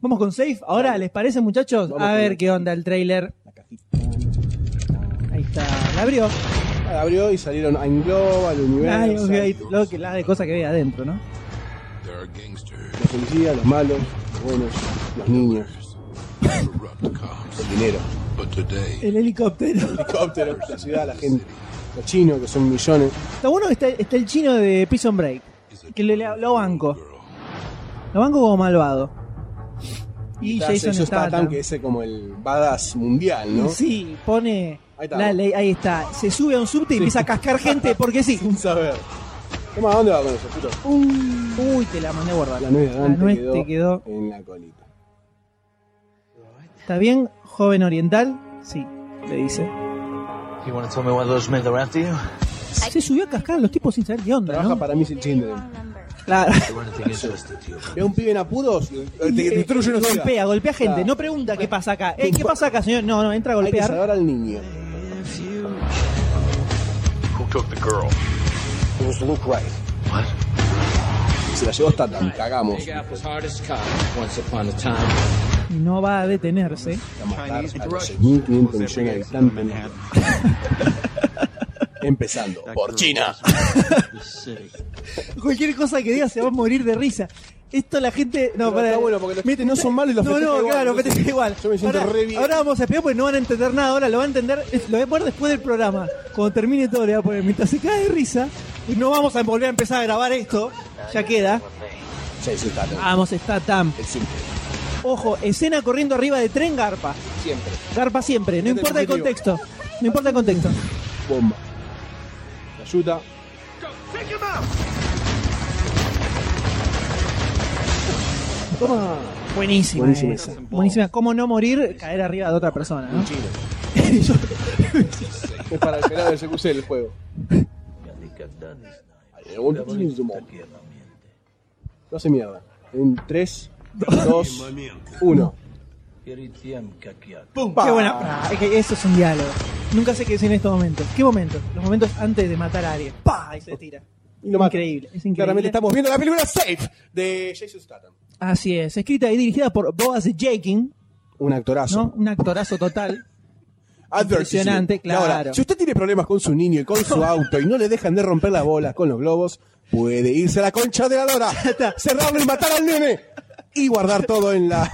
[SPEAKER 1] Vamos con safe. Ahora, ¿les parece, muchachos?
[SPEAKER 3] Vamos
[SPEAKER 1] a
[SPEAKER 3] con
[SPEAKER 1] ver
[SPEAKER 3] el-
[SPEAKER 1] qué onda el trailer. Ahí está, la abrió.
[SPEAKER 3] La abrió y salieron a Global,
[SPEAKER 1] Ay,
[SPEAKER 3] Universo,
[SPEAKER 1] ok, lo que, la de cosas que veía adentro, ¿no?
[SPEAKER 6] There are gangsters,
[SPEAKER 3] los policías, los malos, los buenos, los niños,
[SPEAKER 6] corrupt cops.
[SPEAKER 3] el dinero,
[SPEAKER 6] But today,
[SPEAKER 1] El helicóptero.
[SPEAKER 3] helicópteros, la ciudad, la gente, los chinos que son millones.
[SPEAKER 1] Está bueno que está, está el chino de Prison Break. Que le, le- lo banco.
[SPEAKER 6] girl,
[SPEAKER 1] Lo banco como malvado. Y
[SPEAKER 3] Está
[SPEAKER 1] Jason
[SPEAKER 3] Jason Statham,
[SPEAKER 1] Statham.
[SPEAKER 3] que es como el badass mundial, ¿no?
[SPEAKER 1] Sí, pone
[SPEAKER 3] Ahí está.
[SPEAKER 1] la ley. Ahí está. Se sube a un subte y empieza a cascar gente porque sí.
[SPEAKER 3] Sin saber. Toma, ¿a dónde va con eso, puto?
[SPEAKER 1] Uy, te la mandé a guardar.
[SPEAKER 3] La nuez de Dante
[SPEAKER 1] nuez
[SPEAKER 3] quedó,
[SPEAKER 1] te quedó.
[SPEAKER 3] en la colita.
[SPEAKER 1] ¿Está bien, joven oriental? Sí, le dice.
[SPEAKER 7] You want to tell me why those men are after you?
[SPEAKER 1] Se subió a cascar a los tipos sin saber qué onda,
[SPEAKER 3] Trabaja
[SPEAKER 1] ¿no?
[SPEAKER 3] para mí sin Chindren.
[SPEAKER 1] Claro.
[SPEAKER 7] Or anything interested to you?
[SPEAKER 3] Ve a un pibe en apuros y te destruye una ciudad.
[SPEAKER 1] eh, golpea, golpea gente.
[SPEAKER 3] Claro.
[SPEAKER 1] No pregunta qué pasa acá. Eh, ¿Qué pasa acá, señor? No, no, entra a
[SPEAKER 3] Hay que
[SPEAKER 1] golpear.
[SPEAKER 3] salvar al niño.
[SPEAKER 6] Who took the girl?
[SPEAKER 3] It was Luke Wright.
[SPEAKER 7] What?
[SPEAKER 3] Se la llevó Statham, cagamos.
[SPEAKER 8] Apple's hardest cop once upon a time.
[SPEAKER 1] Y no va a detenerse.
[SPEAKER 3] a matar a los 6.500 millones de habitantes. Empezando por China.
[SPEAKER 1] Cualquier cosa que diga se va a morir de risa. Esto la gente. No,
[SPEAKER 3] Pero
[SPEAKER 1] para.
[SPEAKER 3] está bueno, porque los chistes no son malos y los
[SPEAKER 1] No,
[SPEAKER 3] festeja
[SPEAKER 1] no,
[SPEAKER 3] igual,
[SPEAKER 1] claro,
[SPEAKER 3] entonces,
[SPEAKER 1] festeja igual.
[SPEAKER 3] yo me siento
[SPEAKER 1] Pará,
[SPEAKER 3] re bien.
[SPEAKER 1] Ahora vamos a esperar porque no van a entender nada. Ahora lo van a entender. es- Lo voy a poner después del programa. Cuando termine todo, le voy a poner. Mientras se cae de risa, y no vamos a volver a empezar a grabar esto. Ya queda.
[SPEAKER 3] Jason Statham,
[SPEAKER 1] Vamos, está Tam.
[SPEAKER 3] el simple,
[SPEAKER 1] Ojo, escena corriendo arriba de tren, garpa.
[SPEAKER 3] siempre.
[SPEAKER 1] Garpa siempre, no
[SPEAKER 3] Este
[SPEAKER 1] importa el
[SPEAKER 3] es el objetivo.
[SPEAKER 1] contexto. No importa el contexto.
[SPEAKER 3] Bomba. La ayuda. Toma.
[SPEAKER 1] Buenísima.
[SPEAKER 3] Buenísima
[SPEAKER 1] esa.
[SPEAKER 3] esa.
[SPEAKER 1] Buenísima. ¿Cómo no morir? Caer arriba de otra persona, ¿no?
[SPEAKER 3] Chino.
[SPEAKER 1] Yo-
[SPEAKER 3] Es para el pelado del CQC el juego. No hace mierda. En 3, 2, 1.
[SPEAKER 1] Qué buena. Ah, es que eso es un diálogo. Nunca sé qué decir en estos momentos. ¿Qué momentos? Los momentos antes de matar a alguien. ¡Pah! Y se tira.
[SPEAKER 3] Y lo mata.
[SPEAKER 1] Increíble, es increíble.
[SPEAKER 3] Claramente estamos viendo la película Safe de Jason Statham.
[SPEAKER 1] Así es. Escrita y dirigida por Boaz Jakin,
[SPEAKER 3] Un actorazo.
[SPEAKER 1] ¿no? Un actorazo total.
[SPEAKER 3] Advertising.
[SPEAKER 1] Impresionante,
[SPEAKER 3] Y ahora,
[SPEAKER 1] claro.
[SPEAKER 3] si usted tiene problemas con su niño y con su auto y no le dejan de romper las bolas con los globos, puede irse a la concha de la lora, cerrarlo y matar al nene y guardar todo en la,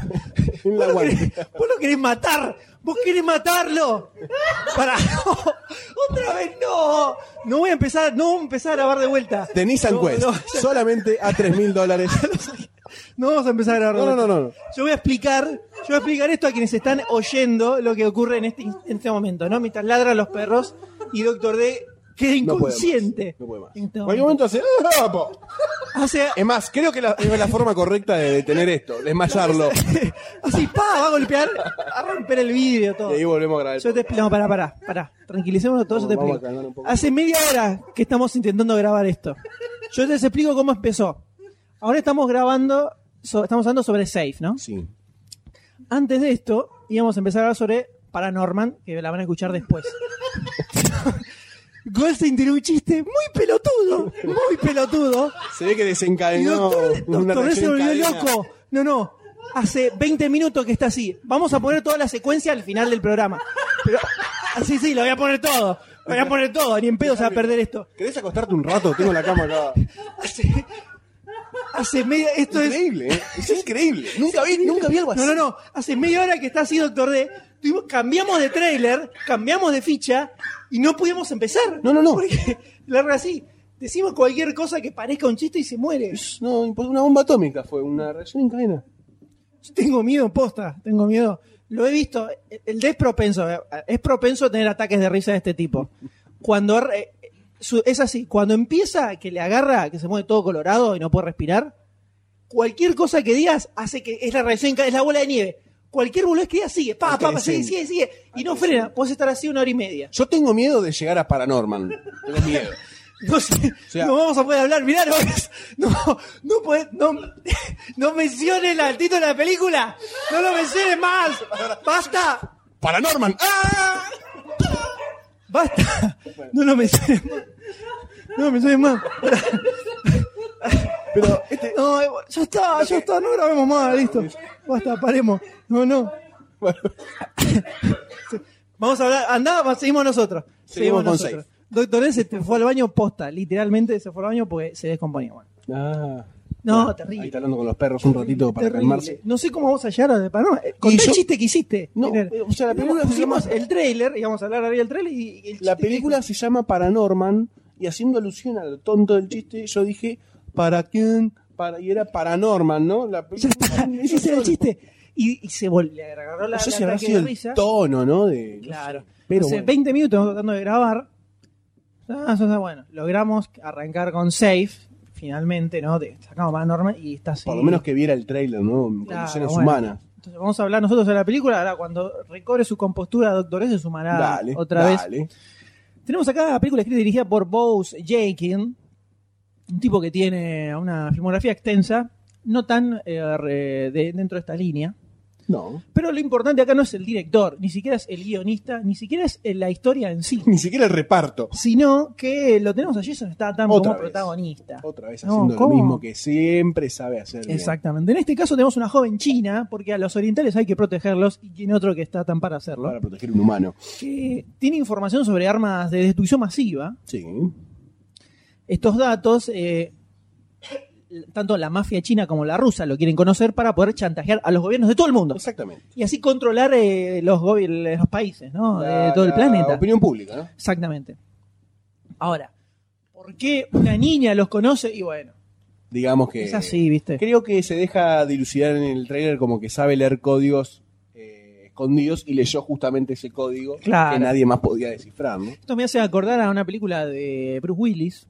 [SPEAKER 3] en la
[SPEAKER 1] ¿Vos lo, querés,
[SPEAKER 3] guantera.
[SPEAKER 1] vos lo querés matar. Vos querés matarlo. Para. Otra vez no. No voy a empezar, no voy a empezar a grabar de vuelta.
[SPEAKER 3] De Nissan
[SPEAKER 1] No,
[SPEAKER 3] Quest,
[SPEAKER 1] No,
[SPEAKER 3] solamente a 3 mil dólares.
[SPEAKER 1] no vamos a empezar a grabar de
[SPEAKER 3] No, no,
[SPEAKER 1] vuelta.
[SPEAKER 3] no, no, no.
[SPEAKER 1] Yo voy a explicar, yo voy a explicar esto a quienes están oyendo lo que ocurre en este, en este momento, ¿no? Mientras ladran los perros y Doctor D queda
[SPEAKER 3] No puede más.
[SPEAKER 1] inconsciente.
[SPEAKER 3] No puede más.
[SPEAKER 1] En este
[SPEAKER 3] En cualquier momento hace. ¡Ah, po!
[SPEAKER 1] Hace,
[SPEAKER 3] Es más, creo que la- es la forma correcta de detener esto, desmayarlo.
[SPEAKER 1] así, pa, va a golpear, a romper el vidrio, todo.
[SPEAKER 3] Y ahí volvemos a grabar. el
[SPEAKER 1] Yo te
[SPEAKER 3] podcast.
[SPEAKER 1] explico, no, pará, pará, pará. Tranquilicémonos todos, yo te
[SPEAKER 3] Vamos a
[SPEAKER 1] explico.
[SPEAKER 3] calmar un poco.
[SPEAKER 1] Hace media hora que estamos intentando grabar esto. Yo les explico cómo empezó. Ahora estamos grabando, so- estamos hablando sobre Safe, ¿no?
[SPEAKER 3] Sí.
[SPEAKER 1] Antes de esto, íbamos a empezar a hablar sobre Paranorman, que la van a escuchar después. Goldstein tiene un chiste muy pelotudo, muy pelotudo.
[SPEAKER 3] Se ve que
[SPEAKER 1] Y
[SPEAKER 3] desencadenó
[SPEAKER 1] doctor,
[SPEAKER 3] una
[SPEAKER 1] doctor D se
[SPEAKER 3] reacción en
[SPEAKER 1] volvió
[SPEAKER 3] cadena.
[SPEAKER 1] loco. No, no. Hace 20 minutos que está así. Vamos a poner toda la secuencia al final del programa. Pero, ah, sí, sí, lo voy a poner todo. Lo voy a poner todo. Ni en pedo se va a perder esto.
[SPEAKER 3] ¿Querés acostarte un rato? Tengo la cama acá.
[SPEAKER 1] Hace, hace media. Esto es.
[SPEAKER 3] Increíble, ¿eh? Es increíble. Nunca vi, nunca vi algo así.
[SPEAKER 1] No, no, no. Hace media hora que está así, doctor D. Tuvimos- cambiamos de trailer, cambiamos de ficha y no pudimos empezar.
[SPEAKER 3] No, no, no.
[SPEAKER 1] Porque larga así. Decimos cualquier cosa que parezca un chiste y se muere.
[SPEAKER 3] No, impo- una bomba atómica fue, una reacción en cadena.
[SPEAKER 1] Yo tengo miedo, posta, tengo miedo. Lo he visto, el- el de es propenso, eh, es propenso a tener ataques de risa de este tipo. Cuando er- eh, su- es así, cuando empieza que le agarra, que se mueve todo colorado y no puede respirar, cualquier cosa que digas hace que es la reacción, en ca- es la bola de nieve. Cualquier boludez que digas sigue, pa, pa, pa, sigue,
[SPEAKER 3] Acrecenta.
[SPEAKER 1] sigue, sigue, y no frena. Puedes estar así una hora y media.
[SPEAKER 3] Yo tengo miedo de llegar a Paranorman. Tengo miedo.
[SPEAKER 1] No sé,
[SPEAKER 3] sea-
[SPEAKER 1] no vamos a poder hablar, mirá, no, es- no, no, podés- no, no menciones la- el título de la película, no lo menciones más, basta.
[SPEAKER 3] ¡Paranorman! ¡Ah!
[SPEAKER 1] Basta, no lo menciones más. No lo menciones más.
[SPEAKER 3] Pero este.
[SPEAKER 1] No, eh, ya está, ya está, no grabemos más, listo. Basta, paremos. No, no. Vamos a hablar, andá, va- seguimos nosotros. Seguimos
[SPEAKER 3] Seguimos con
[SPEAKER 1] nosotros. Doctor S se fue al baño posta, literalmente se fue al baño porque se descomponía. Bueno.
[SPEAKER 3] Ah.
[SPEAKER 1] No,
[SPEAKER 3] Ahí
[SPEAKER 1] terrible.
[SPEAKER 3] está hablando con los perros un ratito para
[SPEAKER 1] terrible.
[SPEAKER 3] calmarse.
[SPEAKER 1] No sé cómo vamos a llegar a Panamá. Con
[SPEAKER 3] Y
[SPEAKER 1] eh, el
[SPEAKER 3] yo-
[SPEAKER 1] chiste que hiciste.
[SPEAKER 3] No,
[SPEAKER 1] Mira,
[SPEAKER 3] eh, o sea, la película se
[SPEAKER 1] pusimos
[SPEAKER 3] llama-
[SPEAKER 1] el trailer, y vamos a hablar ahora del trailer y, y el
[SPEAKER 3] La
[SPEAKER 1] chiste que
[SPEAKER 3] película se llama Paranorman y haciendo alusión a lo tonto del chiste, yo dije, ¿para quién? Para, y era Paranorman, ¿no? La
[SPEAKER 1] Ya está, ese era el chiste. Y, y se volvió, le agarró la,
[SPEAKER 3] No sé
[SPEAKER 1] la
[SPEAKER 3] si habrá
[SPEAKER 1] ataque
[SPEAKER 3] sido
[SPEAKER 1] de
[SPEAKER 3] el
[SPEAKER 1] risa.
[SPEAKER 3] tono, ¿no? De, no
[SPEAKER 1] Claro.
[SPEAKER 3] sé. Pero
[SPEAKER 1] Hace
[SPEAKER 3] bueno.
[SPEAKER 1] 20 minutos estamos tratando de grabar. Ah, ah, ah, bueno, logramos arrancar con Safe, finalmente, ¿no? De- Sacamos más norma y está así.
[SPEAKER 3] Por lo menos que viera el trailer, ¿no? En
[SPEAKER 1] Claro,
[SPEAKER 3] condiciones
[SPEAKER 1] bueno.
[SPEAKER 3] humanas.
[SPEAKER 1] Entonces vamos a hablar nosotros de la película. Ahora, cuando recobre su compostura, Doctor S se sumará
[SPEAKER 3] dale.
[SPEAKER 1] otra vez.
[SPEAKER 3] dale.
[SPEAKER 1] Tenemos acá la película escrita y dirigida por Bose Jakin, un tipo que tiene una filmografía extensa, no tan eh, re- de- dentro de esta línea.
[SPEAKER 3] No.
[SPEAKER 1] Pero lo importante acá no es el director, ni siquiera es el guionista, ni siquiera es eh, la historia en sí,
[SPEAKER 3] Ni siquiera el reparto.
[SPEAKER 1] sino que lo tenemos a Jason Statham
[SPEAKER 3] Otra
[SPEAKER 1] como
[SPEAKER 3] vez.
[SPEAKER 1] protagonista.
[SPEAKER 3] Otra vez
[SPEAKER 1] No,
[SPEAKER 3] haciendo lo
[SPEAKER 1] ¿cómo?
[SPEAKER 3] mismo que siempre sabe hacer. bien.
[SPEAKER 1] Exactamente. En este caso tenemos una joven china, porque a los orientales hay que protegerlos y tiene otro que está tan para hacerlo,
[SPEAKER 3] Para proteger un humano.
[SPEAKER 1] que tiene información sobre armas de destrucción masiva.
[SPEAKER 3] Sí.
[SPEAKER 1] Estos datos, eh, tanto la mafia china como la rusa lo quieren conocer para poder chantajear a los gobiernos de todo el mundo
[SPEAKER 3] Exactamente.
[SPEAKER 1] y así controlar eh, los, gobi- los países, ¿no? de todo el
[SPEAKER 3] La-
[SPEAKER 1] planeta.
[SPEAKER 3] La opinión pública, ¿no?
[SPEAKER 1] Exactamente. Ahora, ¿por qué una niña los conoce? Y bueno,
[SPEAKER 3] Digamos que.
[SPEAKER 1] es así, ¿viste?
[SPEAKER 3] Creo que se deja dilucidar en el trailer como que sabe leer códigos eh, escondidos y leyó justamente ese código
[SPEAKER 1] Claro.
[SPEAKER 3] que nadie más podía descifrar, ¿no?
[SPEAKER 1] Esto me hace acordar a una película de Bruce Willis.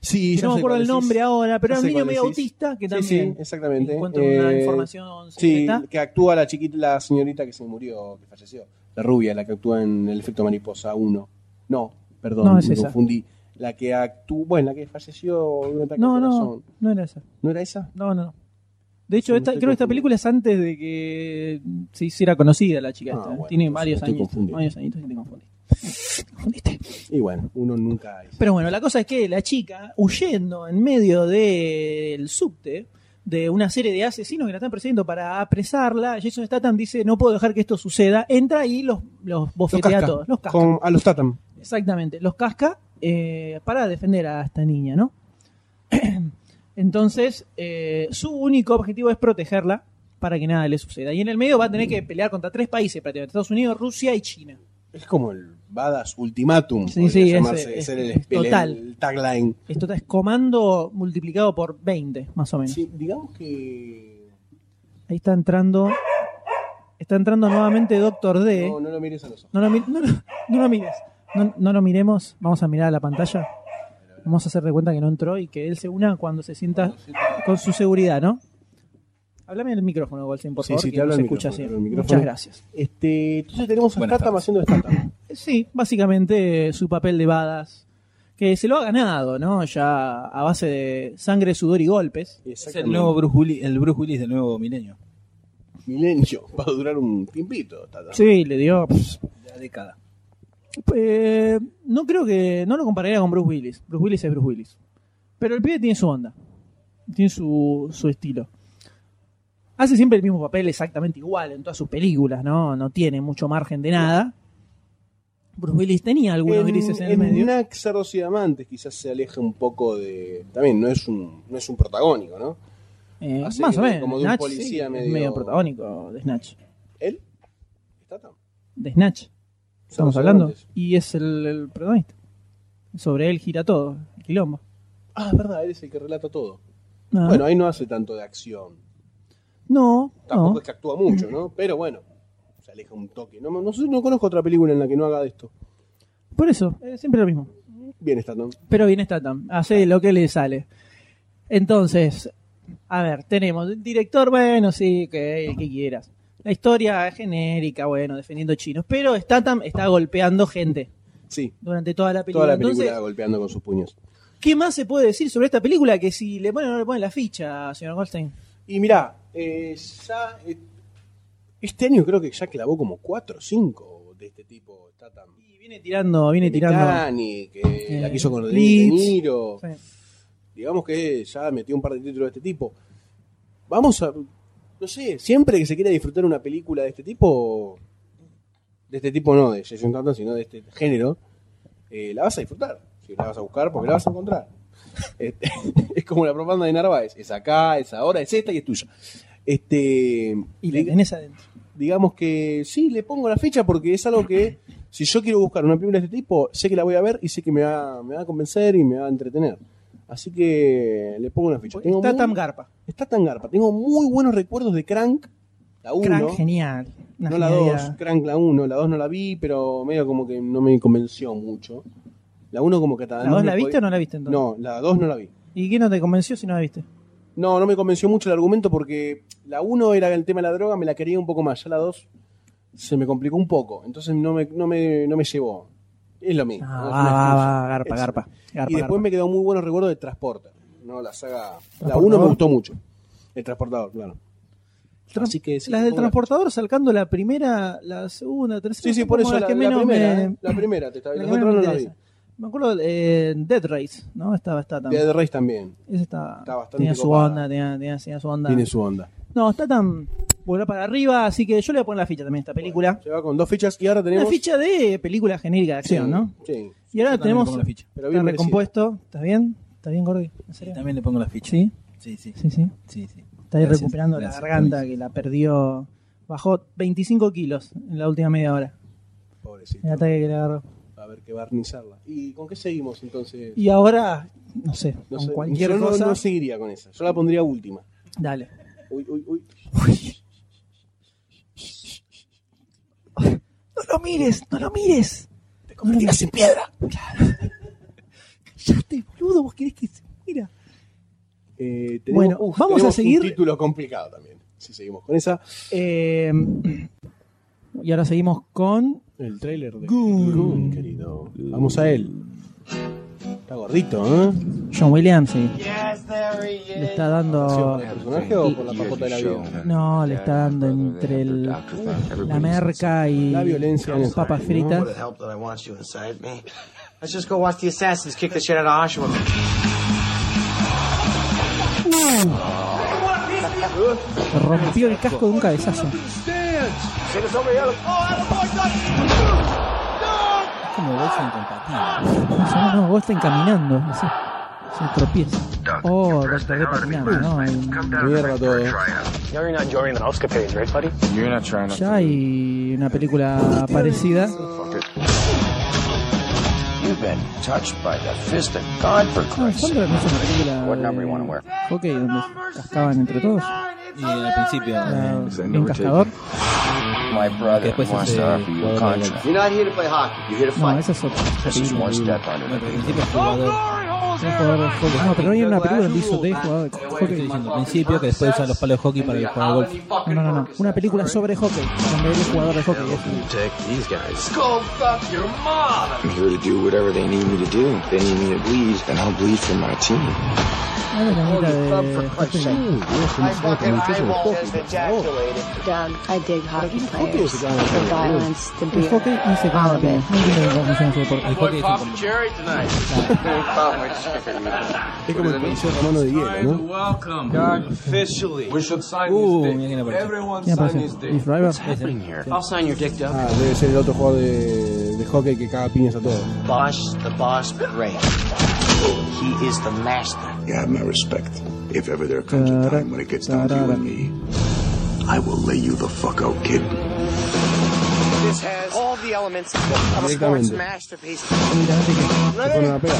[SPEAKER 3] Sí,
[SPEAKER 1] que no me acuerdo el nombre ahora, pero era
[SPEAKER 3] Ya sé
[SPEAKER 1] un niño
[SPEAKER 3] cuál
[SPEAKER 1] medio
[SPEAKER 3] decís.
[SPEAKER 1] autista que
[SPEAKER 3] Sí, sí,
[SPEAKER 1] también
[SPEAKER 3] exactamente.
[SPEAKER 1] encuentra una
[SPEAKER 3] Eh,
[SPEAKER 1] información
[SPEAKER 3] Sí,
[SPEAKER 1] secreta.
[SPEAKER 3] que actúa la chiquita, la señorita que se murió, que falleció. La rubia, la que actúa en El efecto mariposa 1. No, perdón,
[SPEAKER 1] No, es
[SPEAKER 3] me
[SPEAKER 1] esa.
[SPEAKER 3] confundí. La que actúa, bueno, la que falleció de un ataque
[SPEAKER 1] No,
[SPEAKER 3] al
[SPEAKER 1] no,
[SPEAKER 3] corazón.
[SPEAKER 1] no era esa.
[SPEAKER 3] ¿No era esa?
[SPEAKER 1] No, no, no. De hecho,
[SPEAKER 3] Me
[SPEAKER 1] esta,
[SPEAKER 3] estoy
[SPEAKER 1] creo que esta
[SPEAKER 3] confundiendo.
[SPEAKER 1] película es antes de que se hiciera conocida la chica
[SPEAKER 3] Ah,
[SPEAKER 1] esta. ¿eh?
[SPEAKER 3] bueno,
[SPEAKER 1] Tiene
[SPEAKER 3] entonces
[SPEAKER 1] varios
[SPEAKER 3] me estoy
[SPEAKER 1] años.
[SPEAKER 3] confundiendo.
[SPEAKER 1] Varios añitos y te confundí. Te confundiste.
[SPEAKER 3] Y bueno, uno nunca...
[SPEAKER 1] Pero bueno, la cosa es que la chica, huyendo en medio del subte de una serie de asesinos que la están persiguiendo para apresarla, Jason Statham dice, no puedo dejar que esto suceda, entra y los, los bofetea a
[SPEAKER 3] casca.
[SPEAKER 1] todos, los casca.
[SPEAKER 3] Con, a los Tatam.
[SPEAKER 1] Exactamente, los casca eh, para defender a esta niña, ¿no? Entonces, eh, su único objetivo es protegerla para que nada le suceda. Y en el medio va a tener que pelear contra tres países prácticamente, Estados Unidos, Rusia y China.
[SPEAKER 3] Es como el Badass Ultimatum,
[SPEAKER 1] Sí,
[SPEAKER 3] podría
[SPEAKER 1] sí, ese,
[SPEAKER 3] llamarse, es el,
[SPEAKER 1] es
[SPEAKER 3] el-
[SPEAKER 1] total.
[SPEAKER 3] el tagline.
[SPEAKER 1] Esto es comando multiplicado por 20, más o menos.
[SPEAKER 3] Sí, digamos que...
[SPEAKER 1] Ahí está entrando. Está entrando nuevamente Doctor D.
[SPEAKER 3] No, no lo mires a los ojos.
[SPEAKER 1] No lo, mi- no lo- no lo mires. No, no lo miremos. Vamos a mirar a la pantalla. Vamos a hacer de cuenta que no entró y que él se una cuando se sienta con su seguridad, ¿no? Háblame del micrófono, Goldstein, por
[SPEAKER 3] Sí,
[SPEAKER 1] favor,
[SPEAKER 3] sí, te
[SPEAKER 1] que no
[SPEAKER 3] hablo
[SPEAKER 1] se
[SPEAKER 3] al
[SPEAKER 1] escucha
[SPEAKER 3] micrófono,
[SPEAKER 1] así.
[SPEAKER 3] te hablo al micrófono.
[SPEAKER 1] Muchas gracias.
[SPEAKER 3] Este, entonces tenemos a
[SPEAKER 2] Buenas
[SPEAKER 3] Statham
[SPEAKER 2] tardes.
[SPEAKER 3] haciendo Statham.
[SPEAKER 1] Sí, básicamente eh, su papel de badas, que se lo ha ganado, ¿no? Ya a base de sangre, sudor y golpes.
[SPEAKER 2] Es el nuevo Bruce Willis, el Bruce Willis del nuevo milenio.
[SPEAKER 3] Milenio. Va a durar un tiempito. Statham.
[SPEAKER 1] Sí, le dio pff,
[SPEAKER 2] La década.
[SPEAKER 1] Eh, no creo que. No lo compararía con Bruce Willis. Bruce Willis es Bruce Willis. Pero el pibe tiene su onda. Tiene su, su estilo. Hace siempre el mismo papel exactamente igual en todas sus películas, ¿no? No tiene mucho margen de nada. Bruce Willis tenía algunos grises en el medio.
[SPEAKER 3] Knack, Cerdos y Diamantes quizás se aleja un poco de... También no es un, no es un protagónico, ¿no?
[SPEAKER 1] Eh,
[SPEAKER 3] hace
[SPEAKER 1] más o
[SPEAKER 3] como
[SPEAKER 1] menos.
[SPEAKER 3] de un
[SPEAKER 1] Snatch,
[SPEAKER 3] policía
[SPEAKER 1] sí,
[SPEAKER 3] medio-
[SPEAKER 1] protagónico de Snatch.
[SPEAKER 3] ¿Él? ¿Está tan?
[SPEAKER 1] De Snatch. Estamos
[SPEAKER 3] Cerdos y
[SPEAKER 1] hablando.
[SPEAKER 3] Diamantes.
[SPEAKER 1] Y es el, el protagonista. Sobre él gira todo. El quilombo.
[SPEAKER 3] Ah, es verdad, él es el que relata todo.
[SPEAKER 2] Ah.
[SPEAKER 1] Nada.
[SPEAKER 3] Bueno, ahí no hace tanto de acción.
[SPEAKER 1] no,
[SPEAKER 3] Tampoco
[SPEAKER 1] no.
[SPEAKER 3] es que actúa mucho, ¿no? Pero bueno, se aleja un toque. No, no, sé, no conozco otra película en la que no haga de esto.
[SPEAKER 1] Por eso, eh, siempre lo mismo.
[SPEAKER 3] Bien, está tan.
[SPEAKER 1] Pero bien Statham, hace lo que le sale. Entonces, a ver, tenemos el director, bueno, sí, que el que quieras. La historia es genérica, bueno, defendiendo chinos, pero Statham está golpeando gente
[SPEAKER 3] Sí,
[SPEAKER 1] durante toda la película.
[SPEAKER 3] toda la película
[SPEAKER 1] Entonces,
[SPEAKER 3] golpeando con sus puños.
[SPEAKER 1] ¿qué más se puede decir sobre esta película que si le ponen o no le ponen la ficha, señor Goldstein?
[SPEAKER 3] Y mirá, eh, ya, eh, este año creo que ya clavó como 4 o 5 de este tipo. Está tan.
[SPEAKER 1] Y viene tirando, viene tirando.
[SPEAKER 3] Titanic, que la
[SPEAKER 1] Eh,
[SPEAKER 3] que hizo con Denis De
[SPEAKER 1] Blitz.
[SPEAKER 3] Niro.
[SPEAKER 1] Sí.
[SPEAKER 3] digamos que ya metió un par de títulos de este tipo. Vamos a, no sé, siempre que se quiera disfrutar una película de este tipo, de este tipo no de Jason Tatum, sino de este género, eh, la vas a disfrutar. Si la vas a buscar, porque la vas a encontrar. Este, es como la propaganda de Narváez, es acá, es ahora, es esta y es tuya. Este,
[SPEAKER 1] Y la
[SPEAKER 3] diga-
[SPEAKER 1] tenés adentro.
[SPEAKER 3] digamos que sí, le pongo la fecha porque es algo que si yo quiero buscar una película de este tipo, sé que la voy a ver y sé que me va, me va a convencer y me va a entretener. Así que le pongo una fecha. Tengo muy-
[SPEAKER 1] Statham Garpa.
[SPEAKER 3] está tan garpa. Tengo muy buenos recuerdos de Crank, la 1.
[SPEAKER 1] Crank, genial. Una
[SPEAKER 3] No la
[SPEAKER 1] genialidad.
[SPEAKER 3] 2, Crank la 1. La 2 no la vi, pero medio como que no me convenció mucho. La 1 como que...
[SPEAKER 1] ¿La 2 la viste o no la viste entonces?
[SPEAKER 3] No, la 2 no la vi.
[SPEAKER 1] ¿Y qué no te convenció si no la viste?
[SPEAKER 3] No, no me convenció mucho el argumento porque la 1 era el tema de la droga, me la quería un poco más. Ya la 2 se me complicó un poco. Entonces no me, no me, no me llevó. Es lo mismo. ¿no?
[SPEAKER 1] Ah,
[SPEAKER 3] Es
[SPEAKER 1] va,
[SPEAKER 3] una
[SPEAKER 1] va,
[SPEAKER 3] excusa.
[SPEAKER 1] va, garpa,
[SPEAKER 3] Es-
[SPEAKER 1] garpa. garpa,
[SPEAKER 3] y después
[SPEAKER 1] garpa.
[SPEAKER 3] me quedó muy buenos recuerdos de Transporter. No, la saga. La
[SPEAKER 1] Transportador.
[SPEAKER 3] 1 me gustó mucho. El Transportador, claro.
[SPEAKER 1] Tran-
[SPEAKER 3] Así que sí,
[SPEAKER 1] las del
[SPEAKER 3] pongo la-
[SPEAKER 1] transportador salcando la primera, la segunda, tercera.
[SPEAKER 3] Sí, sí,
[SPEAKER 1] son
[SPEAKER 3] por
[SPEAKER 1] como
[SPEAKER 3] eso la,
[SPEAKER 1] las que
[SPEAKER 3] la
[SPEAKER 1] menos
[SPEAKER 3] primera.
[SPEAKER 1] me-
[SPEAKER 3] eh, La primera, te estaba
[SPEAKER 1] las
[SPEAKER 3] las
[SPEAKER 1] que menos me
[SPEAKER 3] otras no la vi.
[SPEAKER 1] interesan. Me acuerdo de eh, Dead Race, ¿no? Estaba Statham.
[SPEAKER 3] De Reyes también.
[SPEAKER 1] Esa estaba,
[SPEAKER 3] Está bastante
[SPEAKER 1] tenía su
[SPEAKER 3] copada.
[SPEAKER 1] onda, tenía, tenía- tenía su onda.
[SPEAKER 3] Tiene su onda.
[SPEAKER 1] No, Statham voló para arriba, así que yo le voy a poner la ficha también a esta película.
[SPEAKER 3] Se va con dos fichas y ahora tenemos.
[SPEAKER 1] Una ficha de película genérica de acción,
[SPEAKER 3] Sí,
[SPEAKER 1] ¿no?
[SPEAKER 3] Sí.
[SPEAKER 1] Y ahora
[SPEAKER 9] Yo también le
[SPEAKER 1] tenemos.
[SPEAKER 9] pongo la ficha.
[SPEAKER 3] Pero
[SPEAKER 1] está
[SPEAKER 3] bien merecida.
[SPEAKER 1] recompuesto, ¿estás bien? ¿Estás bien, Gordy? ¿En
[SPEAKER 9] Sí,
[SPEAKER 1] serio?
[SPEAKER 9] también le pongo la ficha.
[SPEAKER 1] Sí,
[SPEAKER 9] Sí, sí,
[SPEAKER 1] sí,
[SPEAKER 9] sí.
[SPEAKER 1] sí.
[SPEAKER 9] sí.
[SPEAKER 1] Está ahí
[SPEAKER 9] Gracias,
[SPEAKER 1] recuperando
[SPEAKER 9] gracias,
[SPEAKER 1] la garganta
[SPEAKER 9] permiso.
[SPEAKER 1] que la perdió. Bajó 25 kilos en la última media hora.
[SPEAKER 3] Pobrecito.
[SPEAKER 1] El ataque que le agarró.
[SPEAKER 3] A ver que barnizarla. ¿Y con qué seguimos entonces?
[SPEAKER 1] Y ahora, no sé,
[SPEAKER 3] No
[SPEAKER 1] con
[SPEAKER 3] sé,
[SPEAKER 1] cualquier
[SPEAKER 3] yo no-
[SPEAKER 1] cosa.
[SPEAKER 3] No, seguiría con esa. Yo la pondría última.
[SPEAKER 1] Dale.
[SPEAKER 3] Uy, uy, uy.
[SPEAKER 1] No lo mires, no lo mires. Te convertirás en piedra. Cállate, boludo, vos querés que se muera.
[SPEAKER 3] Eh, tenemos-
[SPEAKER 1] Bueno, vamos a
[SPEAKER 3] tenemos
[SPEAKER 1] seguir-
[SPEAKER 3] Un título complicado también. Si seguimos con esa.
[SPEAKER 1] Eh, y ahora seguimos con.
[SPEAKER 3] El trailer de
[SPEAKER 1] Goon.
[SPEAKER 3] Goon, querido. Vamos a él. Está gordito, ¿eh?
[SPEAKER 1] John Williams, sí. Le está dando.
[SPEAKER 3] ¿Por el personaje o por la pajota de la vida?
[SPEAKER 1] No, le está dando entre el- la merca y
[SPEAKER 3] La violencia en el
[SPEAKER 1] las papas fritas.
[SPEAKER 7] Would have helped that I want you inside me. Let's just go watch the assassins kick the shit out of Oshawa.
[SPEAKER 1] Se rompió el casco de un cabezazo.
[SPEAKER 9] Es como bolsa incompatible.
[SPEAKER 1] No, sé, no, no, vos estás caminando. Así. Se tropieza. Oh, Dr. Dre patinando, no. el-
[SPEAKER 3] Mierda todo. ¿eh?
[SPEAKER 1] Ya hay una película parecida. No, Sandra no es una película de hockey donde cascaban entre todos.
[SPEAKER 9] Y al principio,
[SPEAKER 1] Era
[SPEAKER 9] eh,
[SPEAKER 1] un cascador.
[SPEAKER 9] que después hace jugador de la-
[SPEAKER 7] You're not here to play hockey. You're here to
[SPEAKER 1] No,
[SPEAKER 7] fight.
[SPEAKER 1] esa es otra.
[SPEAKER 9] Bueno, pero al principio es
[SPEAKER 1] a
[SPEAKER 9] jugador.
[SPEAKER 1] jugar hockey. Ah, pero no hay una película donde hizo de jugador de
[SPEAKER 9] Estoy
[SPEAKER 1] hockey.
[SPEAKER 9] diciendo al principio que después usan los palos de hockey para el jugar al golf.
[SPEAKER 1] No, no, no. Una película sobre hockey. Donde él es jugador de hockey.
[SPEAKER 10] protect these guys. Go fuck your mom! I'm here to do whatever they need me to do. If they need me to bleed, then I'll bleed for my team.
[SPEAKER 1] Ah, es la mitad de.
[SPEAKER 11] Doug, I dig hockey players. The violence, the
[SPEAKER 1] El
[SPEAKER 11] beer.
[SPEAKER 1] hockey y se gana la pelota. No entiendo cómo funciona ese deporte.
[SPEAKER 9] El hockey es un común.
[SPEAKER 8] Jerry tonight.
[SPEAKER 3] Es como el policía romano de hielo, ¿no?
[SPEAKER 8] Welcome.
[SPEAKER 10] Officially, we should sign
[SPEAKER 9] Uh, mira quién apareció.
[SPEAKER 10] Everyone
[SPEAKER 1] ¿Qué aparece? Leaf Driver.
[SPEAKER 10] happening here?
[SPEAKER 7] I'll sign your dick,
[SPEAKER 10] Uh,
[SPEAKER 7] Doug.
[SPEAKER 3] Ah, debe ser el otro jugador de, de hockey que caga piñas a todos.
[SPEAKER 7] Bosch, the boss, Ray. He is the master.
[SPEAKER 6] You have my respect. If ever there comes a time when it gets down to you and me, I will lay you the fuck out, kid.
[SPEAKER 7] This has all the elements of a sports
[SPEAKER 3] Directamente.
[SPEAKER 7] masterpiece.
[SPEAKER 1] Directamente que-
[SPEAKER 3] Se ponen a pegar.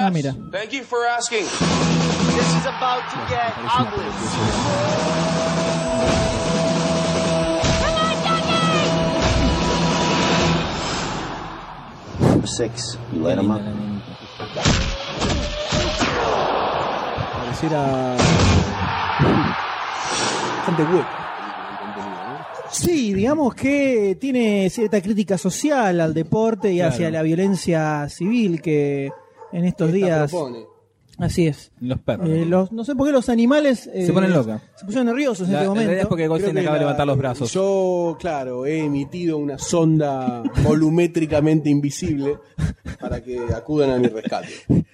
[SPEAKER 1] Ah, mira.
[SPEAKER 10] Thank you for asking.
[SPEAKER 7] This is about to get ugly. Number six. You light him up.
[SPEAKER 3] Pareciera. Bastante hueco.
[SPEAKER 1] Sí, digamos que tiene cierta crítica social al deporte y hacia la violencia civil que en estos días.
[SPEAKER 3] Propone.
[SPEAKER 1] Así es.
[SPEAKER 9] Los perros.
[SPEAKER 1] Eh, los- no sé por qué los animales eh,
[SPEAKER 9] Se ponen locos.
[SPEAKER 1] Se pusieron nerviosos en
[SPEAKER 9] La-
[SPEAKER 1] este
[SPEAKER 9] en realidad
[SPEAKER 1] momento.
[SPEAKER 9] es porque Goldstein
[SPEAKER 3] Creo que
[SPEAKER 9] acaba de
[SPEAKER 3] la-
[SPEAKER 9] levantar los brazos.
[SPEAKER 3] Yo, claro, he emitido una sonda volumétricamente invisible para que acudan a mi rescate.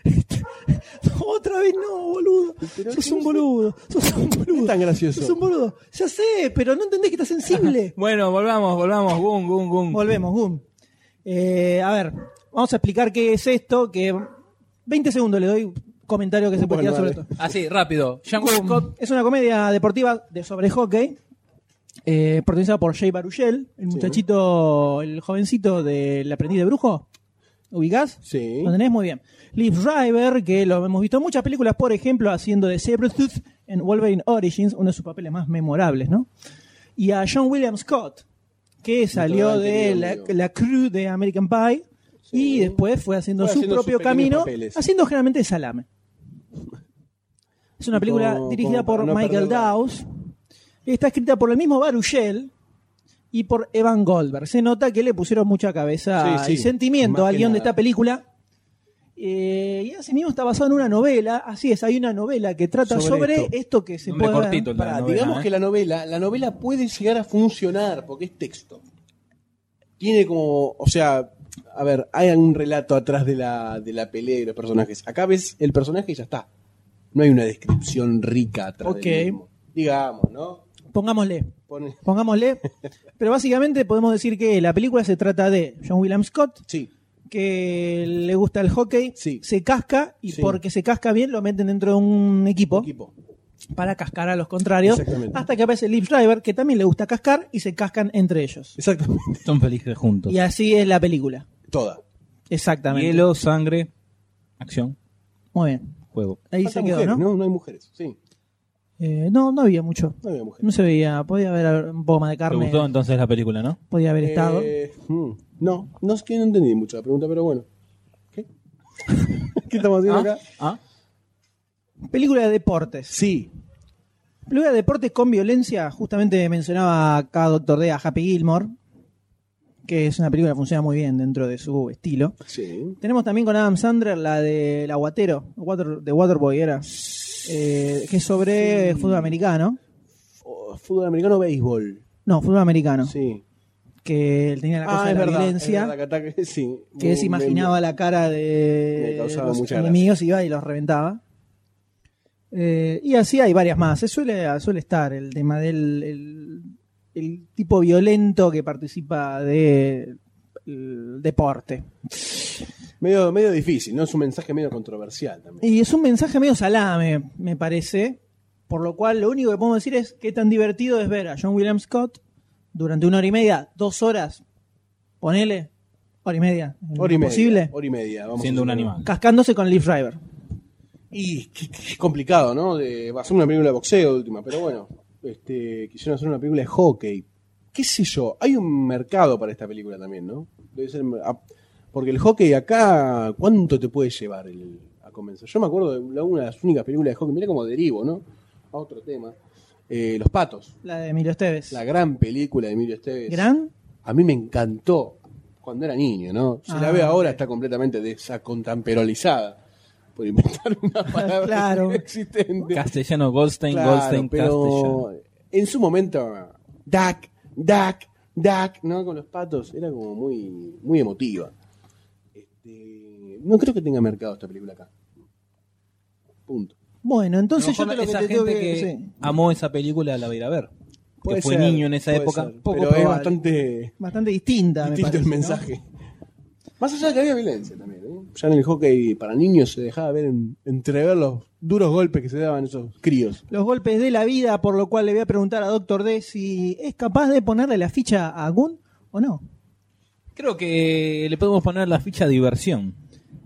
[SPEAKER 1] Otra vez no, boludo.
[SPEAKER 3] Pero
[SPEAKER 1] sos
[SPEAKER 3] que
[SPEAKER 1] un
[SPEAKER 3] no-
[SPEAKER 1] boludo. Sos un
[SPEAKER 3] No
[SPEAKER 1] boludo.
[SPEAKER 3] es tan gracioso.
[SPEAKER 1] Sos un boludo. Ya sé, pero no entendés que estás sensible.
[SPEAKER 9] Bueno, volvamos, volvamos. Gun, gun, gun.
[SPEAKER 1] Volvemos, Gum. Eh, a ver, vamos a explicar qué es esto. Que 20 segundos le doy comentario que se puede tirar
[SPEAKER 3] Bueno,
[SPEAKER 1] sobre
[SPEAKER 3] dale.
[SPEAKER 1] esto.
[SPEAKER 2] Ah,
[SPEAKER 9] Así, rápido. Jean
[SPEAKER 1] Boom.
[SPEAKER 9] Scott.
[SPEAKER 1] Es una comedia deportiva de sobre hockey, eh, protagonizada por Jay Baruchel, el muchachito, el jovencito del aprendiz de brujo. ¿Ubicás?
[SPEAKER 3] Sí.
[SPEAKER 1] ¿Lo tenés? Muy bien. Liv Driver, que lo hemos visto en muchas películas, por ejemplo, haciendo de Sabretooth en Wolverine Origins, uno de sus papeles más memorables, ¿no? Y a John William Scott, que salió de
[SPEAKER 3] querido
[SPEAKER 1] la,
[SPEAKER 3] amigo.
[SPEAKER 1] la crew de American Pie y después fue haciendo
[SPEAKER 3] Fue
[SPEAKER 1] su
[SPEAKER 3] haciendo sus
[SPEAKER 1] propio
[SPEAKER 3] pequeños
[SPEAKER 1] camino,
[SPEAKER 3] papeles.
[SPEAKER 1] haciendo generalmente salame. Es una película
[SPEAKER 3] Como-
[SPEAKER 1] dirigida
[SPEAKER 3] como para
[SPEAKER 1] por
[SPEAKER 3] no
[SPEAKER 1] Michael
[SPEAKER 3] perderla.
[SPEAKER 1] Dawes. Está escrita por el mismo Baruchel y por Evan Goldberg. Se nota que le pusieron mucha cabeza
[SPEAKER 3] Sí, sí.
[SPEAKER 1] y sentimiento
[SPEAKER 3] Más
[SPEAKER 1] al
[SPEAKER 3] que
[SPEAKER 1] guión de
[SPEAKER 3] nada.
[SPEAKER 1] esta película. Eh, y así mismo está basado en una novela. Así es, hay una novela que trata
[SPEAKER 3] Sobre
[SPEAKER 1] sobre,
[SPEAKER 3] esto.
[SPEAKER 1] esto. que se
[SPEAKER 9] Nombre
[SPEAKER 1] puede.
[SPEAKER 9] cortito el de la
[SPEAKER 3] Pará,
[SPEAKER 9] novela,
[SPEAKER 3] digamos
[SPEAKER 9] ¿eh?
[SPEAKER 3] que la novela, la novela puede llegar a funcionar porque es texto. Tiene como, o sea, a ver, hay algún relato atrás de la, de la pelea y los personajes. Acá ves el personaje y ya está. No hay una descripción rica atrás del
[SPEAKER 1] Ok.
[SPEAKER 3] mismo. Digamos, ¿no?
[SPEAKER 1] Pongámosle.
[SPEAKER 3] Pone-
[SPEAKER 1] Pongámosle. Pero básicamente podemos decir que la película se trata de John William Scott,
[SPEAKER 3] Sí.
[SPEAKER 1] que le gusta el hockey,
[SPEAKER 3] Sí.
[SPEAKER 1] se casca y
[SPEAKER 3] Sí.
[SPEAKER 1] porque se casca bien lo meten dentro de un equipo,
[SPEAKER 3] Equipo.
[SPEAKER 1] para cascar a los contrarios.
[SPEAKER 3] Exactamente.
[SPEAKER 1] Hasta que aparece Liv Driver, que también le gusta cascar y se cascan entre ellos.
[SPEAKER 3] Exactamente.
[SPEAKER 9] Son felices juntos.
[SPEAKER 1] Y así es la película.
[SPEAKER 3] Toda.
[SPEAKER 1] Exactamente.
[SPEAKER 9] Hielo, sangre, acción,
[SPEAKER 1] Muy bien.
[SPEAKER 9] juego.
[SPEAKER 1] Ahí
[SPEAKER 3] Faltan
[SPEAKER 1] se quedó,
[SPEAKER 3] mujeres,
[SPEAKER 1] ¿no?
[SPEAKER 3] ¿no? hay mujeres. Sí,
[SPEAKER 1] Eh, no, no había mucho.
[SPEAKER 3] no había mujeres.
[SPEAKER 1] No se veía, podía haber un poco más de
[SPEAKER 9] ¿Te
[SPEAKER 1] carne.
[SPEAKER 9] gustó entonces la película, no?
[SPEAKER 1] Podía haber estado.
[SPEAKER 3] Eh, mm, no, no es que no entendí mucho la pregunta, pero bueno. ¿Qué? ¿Qué estamos haciendo acá?
[SPEAKER 9] ¿Ah?
[SPEAKER 1] Película de deportes.
[SPEAKER 3] Sí,
[SPEAKER 1] Película de deportes con violencia. Justamente mencionaba acá Doctor D a Happy Gilmore, que es una película que funciona muy bien dentro de su estilo.
[SPEAKER 3] sí.
[SPEAKER 1] Tenemos también con Adam Sandler la del aguatero, Water, de Waterboy era, eh, que es sobre fútbol americano.
[SPEAKER 3] F- Fútbol americano, béisbol.
[SPEAKER 1] No, fútbol americano.
[SPEAKER 3] Sí. Ah,
[SPEAKER 1] Que él tenía Ah. la cosa de la violencia.
[SPEAKER 3] es verdad que ataque- sí.
[SPEAKER 1] que él se
[SPEAKER 3] Me- me-
[SPEAKER 1] imaginaba la cara
[SPEAKER 3] me
[SPEAKER 1] de
[SPEAKER 3] causaba
[SPEAKER 1] los
[SPEAKER 3] mucha
[SPEAKER 1] enemigos iba y los reventaba. Eh, y así hay varias más. Se suele, suele estar el tema del el, el tipo violento que participa de el deporte.
[SPEAKER 3] Medio, medio difícil, ¿no? Es un mensaje medio controversial también.
[SPEAKER 1] Y es un mensaje medio salame, me parece. Por lo cual, lo único que podemos decir es qué tan divertido es ver a John William Scott durante una hora y media, dos horas, ponele, hora y media,
[SPEAKER 3] Hora y media.
[SPEAKER 1] posible,
[SPEAKER 3] Hora y media. Vamos
[SPEAKER 9] Siendo
[SPEAKER 3] a-
[SPEAKER 9] un animal.
[SPEAKER 1] cascándose con Leaf Driver.
[SPEAKER 3] Y qué- qué- qué complicado, ¿no? De, va a ser una película de boxeo de última, pero bueno. Este, quisieron hacer una película de hockey. ¿Qué sé yo? Hay un mercado para esta película también, ¿no? Debe ser- ah, porque el hockey acá, ¿cuánto te puede llevar el, a comenzó. Yo me acuerdo de la- una de las únicas películas de hockey, mira cómo derivo, ¿no? A otro tema. Eh, Los Patos,
[SPEAKER 1] La de Emilio Esteves.
[SPEAKER 3] la gran película de Emilio Esteves.
[SPEAKER 1] ¿Gran?
[SPEAKER 3] A mí me encantó cuando era niño, ¿no? Se la
[SPEAKER 1] Ah,
[SPEAKER 3] ve ahora, está completamente desacontamperolizada. Por inventar una palabra
[SPEAKER 1] Claro.
[SPEAKER 3] inexistente.
[SPEAKER 9] Castellano, Goldstein,
[SPEAKER 3] Claro,
[SPEAKER 9] Goldstein,
[SPEAKER 3] pero
[SPEAKER 9] Castellano.
[SPEAKER 3] en su momento, Duck, Duck, Duck, ¿no? Con los patos, era como muy, muy emotiva. Este, no creo que tenga mercado esta película acá. Punto.
[SPEAKER 1] Bueno, entonces
[SPEAKER 9] A
[SPEAKER 1] yo
[SPEAKER 9] lo
[SPEAKER 1] te
[SPEAKER 9] mejor
[SPEAKER 1] lo que
[SPEAKER 9] esa
[SPEAKER 1] te
[SPEAKER 9] gente
[SPEAKER 1] tengo
[SPEAKER 9] que,
[SPEAKER 1] que- sí.
[SPEAKER 9] amó esa película la va a ir a ver.
[SPEAKER 3] Puede
[SPEAKER 9] que fue
[SPEAKER 3] ser,
[SPEAKER 9] niño en esa
[SPEAKER 3] puede
[SPEAKER 9] época.
[SPEAKER 3] ser,
[SPEAKER 1] poco
[SPEAKER 3] pero es
[SPEAKER 1] probable.
[SPEAKER 3] bastante
[SPEAKER 1] Bastante distinta, me
[SPEAKER 3] distinto
[SPEAKER 1] parece,
[SPEAKER 3] el
[SPEAKER 1] ¿no?
[SPEAKER 3] mensaje. Más allá de que había violencia también. ¿eh? Ya en el hockey para niños se dejaba ver en- entrever los duros golpes que se daban esos críos.
[SPEAKER 1] Los golpes de la vida, por lo cual le voy a preguntar a Doctor D si es capaz de ponerle la ficha a Gun o no.
[SPEAKER 9] Creo que le podemos poner la ficha diversión.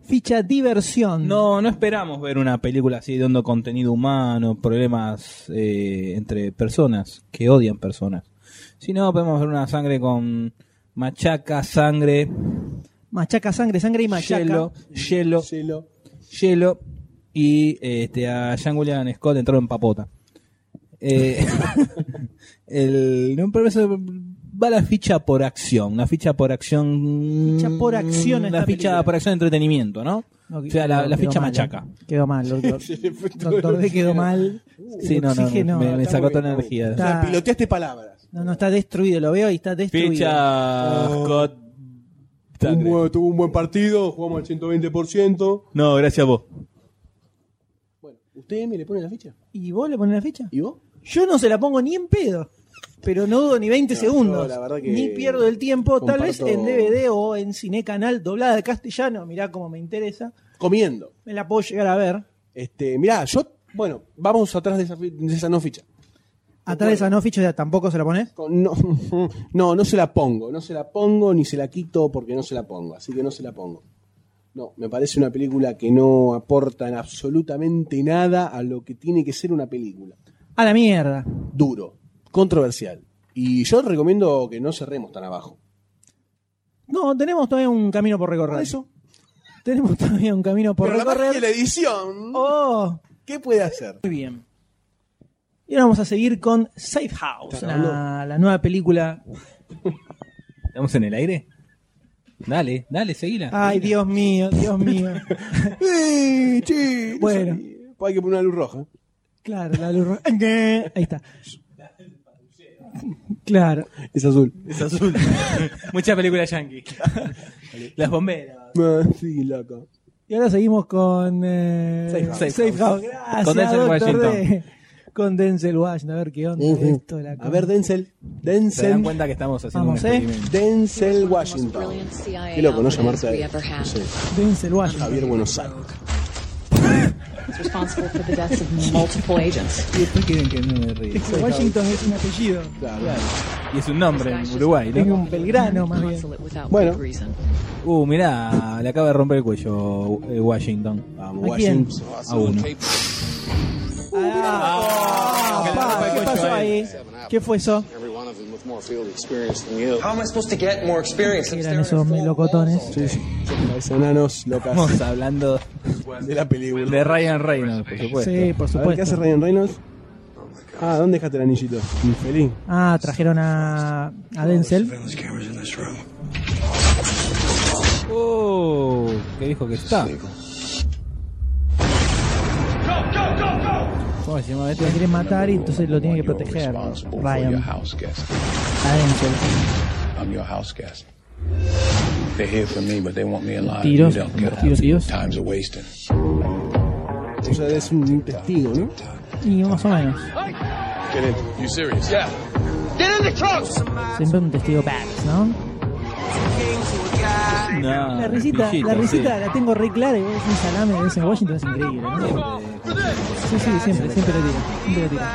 [SPEAKER 1] Ficha diversión.
[SPEAKER 9] No, no esperamos ver una película así de hondo contenido humano, problemas eh, entre personas que odian personas. Si no, podemos ver una sangre con machaca, sangre,
[SPEAKER 1] Machaca sangre, sangre y machaca.
[SPEAKER 9] hielo, hielo,
[SPEAKER 3] Cielo.
[SPEAKER 9] hielo. Y eh, este, a Jean William Scott entró en papota. Eh, el, no, pero eso va la ficha por acción, la ficha por acción.
[SPEAKER 1] Ficha por acción
[SPEAKER 9] La
[SPEAKER 1] esta
[SPEAKER 9] ficha
[SPEAKER 1] película.
[SPEAKER 9] por acción de entretenimiento, ¿no?
[SPEAKER 1] No,
[SPEAKER 9] o sea, la,
[SPEAKER 1] quedó-
[SPEAKER 9] la
[SPEAKER 1] quedó
[SPEAKER 9] ficha
[SPEAKER 1] mal,
[SPEAKER 9] machaca.
[SPEAKER 1] eh. Quedó mal, doctor. doctor D quedó mal.
[SPEAKER 9] Sí,
[SPEAKER 1] El
[SPEAKER 9] no, no,
[SPEAKER 1] oxígeno-
[SPEAKER 9] me, me
[SPEAKER 3] está
[SPEAKER 9] sacó
[SPEAKER 3] muy
[SPEAKER 9] toda
[SPEAKER 3] bien,
[SPEAKER 9] la
[SPEAKER 3] está muy
[SPEAKER 9] energía.
[SPEAKER 3] O sea,
[SPEAKER 1] Está-
[SPEAKER 3] piloteaste palabras.
[SPEAKER 1] No, no, está destruido, lo veo y está destruido.
[SPEAKER 9] Ficha Scott.
[SPEAKER 3] Tuvo un, buen- tuvo un buen partido, jugamos al 120%.
[SPEAKER 9] No, gracias a vos.
[SPEAKER 3] Bueno, ¿usted me le pone la ficha?
[SPEAKER 1] ¿Y vos le pones la ficha?
[SPEAKER 3] ¿Y vos?
[SPEAKER 1] Yo no se la pongo ni en pedo. Pero no dudo ni 20
[SPEAKER 3] No, yo
[SPEAKER 1] segundos.
[SPEAKER 3] la verdad que
[SPEAKER 1] ni pierdo el tiempo. Tal vez en
[SPEAKER 3] comparto-
[SPEAKER 1] DVD o en Cine Canal doblada de castellano. Mirá cómo me interesa.
[SPEAKER 3] Comiendo.
[SPEAKER 1] Me la puedo llegar a ver.
[SPEAKER 3] Este, mirá, yo, bueno, vamos atrás de esa, fi- de esa no ficha.
[SPEAKER 1] Atrás de esa no ficha ya tampoco se la pones.
[SPEAKER 3] Con- No, no, no se la pongo, no se la pongo ni se la quito porque no se la pongo, así que no se la pongo. No, me parece una película que no aporta en absolutamente nada a lo que tiene que ser una película.
[SPEAKER 1] A la mierda.
[SPEAKER 3] Duro, controversial. Y yo recomiendo que no cerremos tan abajo.
[SPEAKER 1] No, tenemos todavía un camino por recorrer.
[SPEAKER 3] Por eso.
[SPEAKER 1] Tenemos todavía un camino por
[SPEAKER 3] Pero la magia
[SPEAKER 1] recorrer.
[SPEAKER 3] de la edición,
[SPEAKER 1] Oh,
[SPEAKER 3] ¿qué puede hacer?
[SPEAKER 1] muy bien. Y ahora vamos a seguir con Safe House, Ah, la, la nueva película.
[SPEAKER 9] ¿Estamos en el aire? Dale, dale, seguila.
[SPEAKER 1] Ay, Dios mío, Dios mío.
[SPEAKER 3] Eh, che, no
[SPEAKER 1] Bueno.
[SPEAKER 3] sabía. Hay que poner una luz roja.
[SPEAKER 1] Claro, la luz roja. Ahí está. Claro.
[SPEAKER 3] Es azul.
[SPEAKER 9] Es azul. Muchas películas yankee. Las bomberas.
[SPEAKER 3] Ah, sí, loco.
[SPEAKER 1] Y ahora seguimos con eh,
[SPEAKER 3] Safe House.
[SPEAKER 1] Safe House. Gracias,
[SPEAKER 9] Con Denzel
[SPEAKER 1] Dr.
[SPEAKER 9] Washington.
[SPEAKER 1] D. Con Denzel Washington. A ver qué onda esto. La
[SPEAKER 3] A ver, Denzel.
[SPEAKER 9] Se dan
[SPEAKER 3] Denzel.
[SPEAKER 9] cuenta que estamos haciendo
[SPEAKER 1] Vamos,
[SPEAKER 9] un
[SPEAKER 1] ¿eh?
[SPEAKER 9] experimento.
[SPEAKER 3] Denzel Washington. Qué loco, no llamarte a no sé,
[SPEAKER 1] Denzel Washington.
[SPEAKER 3] Javier Buenos Aires.
[SPEAKER 11] responsible for the deaths of multiple agents.
[SPEAKER 9] Y después quieren que no me ríe.
[SPEAKER 1] Denzel Washington es un apellido.
[SPEAKER 3] Claro.
[SPEAKER 9] Y es un nombre en Uruguay,
[SPEAKER 1] Tengo
[SPEAKER 9] ¿no?
[SPEAKER 1] un Belgrano más bien.
[SPEAKER 5] Consulate without
[SPEAKER 3] Bueno.
[SPEAKER 5] good reason.
[SPEAKER 9] Uh, mirá, le acaba de romper el cuello eh, Washington.
[SPEAKER 3] Vamos,
[SPEAKER 1] ¿A quién?
[SPEAKER 3] Washington. Ah,
[SPEAKER 9] A uno.
[SPEAKER 1] Ah, papá, ¿Qué pasó ahí?
[SPEAKER 3] ah,
[SPEAKER 1] ¿Qué fue eso?
[SPEAKER 10] Every one of them with more field experience than you.
[SPEAKER 7] How am I supposed to get more experience?
[SPEAKER 1] Eran esos melocotones.
[SPEAKER 3] Sí, sí. Los enanos locas
[SPEAKER 9] Estamos hablando
[SPEAKER 3] de la película.
[SPEAKER 9] de Ryan Reynolds, por supuesto.
[SPEAKER 1] Sí, por
[SPEAKER 3] A ver, ¿qué hace
[SPEAKER 1] supuesto.
[SPEAKER 3] Ryan Reynolds? Ah, ¿dónde dejaste el anillito? Infeliz.
[SPEAKER 1] Ah, trajeron a, a Denzel.
[SPEAKER 9] Oh, que dijo que está. ¿Cómo se llama
[SPEAKER 1] Lo
[SPEAKER 9] este?
[SPEAKER 1] quieren matar y entonces lo tiene que proteger. Ryan.
[SPEAKER 10] house guest.
[SPEAKER 1] A Denzel.
[SPEAKER 10] I'm your house guest. They're here for me, but they want me alive.
[SPEAKER 1] Tiros,
[SPEAKER 10] You don't care.
[SPEAKER 1] tiros, tiros.
[SPEAKER 10] Time's a wasting.
[SPEAKER 3] O sea, es un testigo, ¿no?
[SPEAKER 1] Y más o menos.
[SPEAKER 10] Get in. You serious? Yeah.
[SPEAKER 1] Siempre un testigo Pax, ¿no?
[SPEAKER 9] No,
[SPEAKER 1] La risita, la
[SPEAKER 9] Pillito, sí.
[SPEAKER 1] risita la tengo re clara y es un salame de Denzel Washington, es increíble, ¿no? Sí, sí, siempre, siempre lo tira. Siempre lo tira.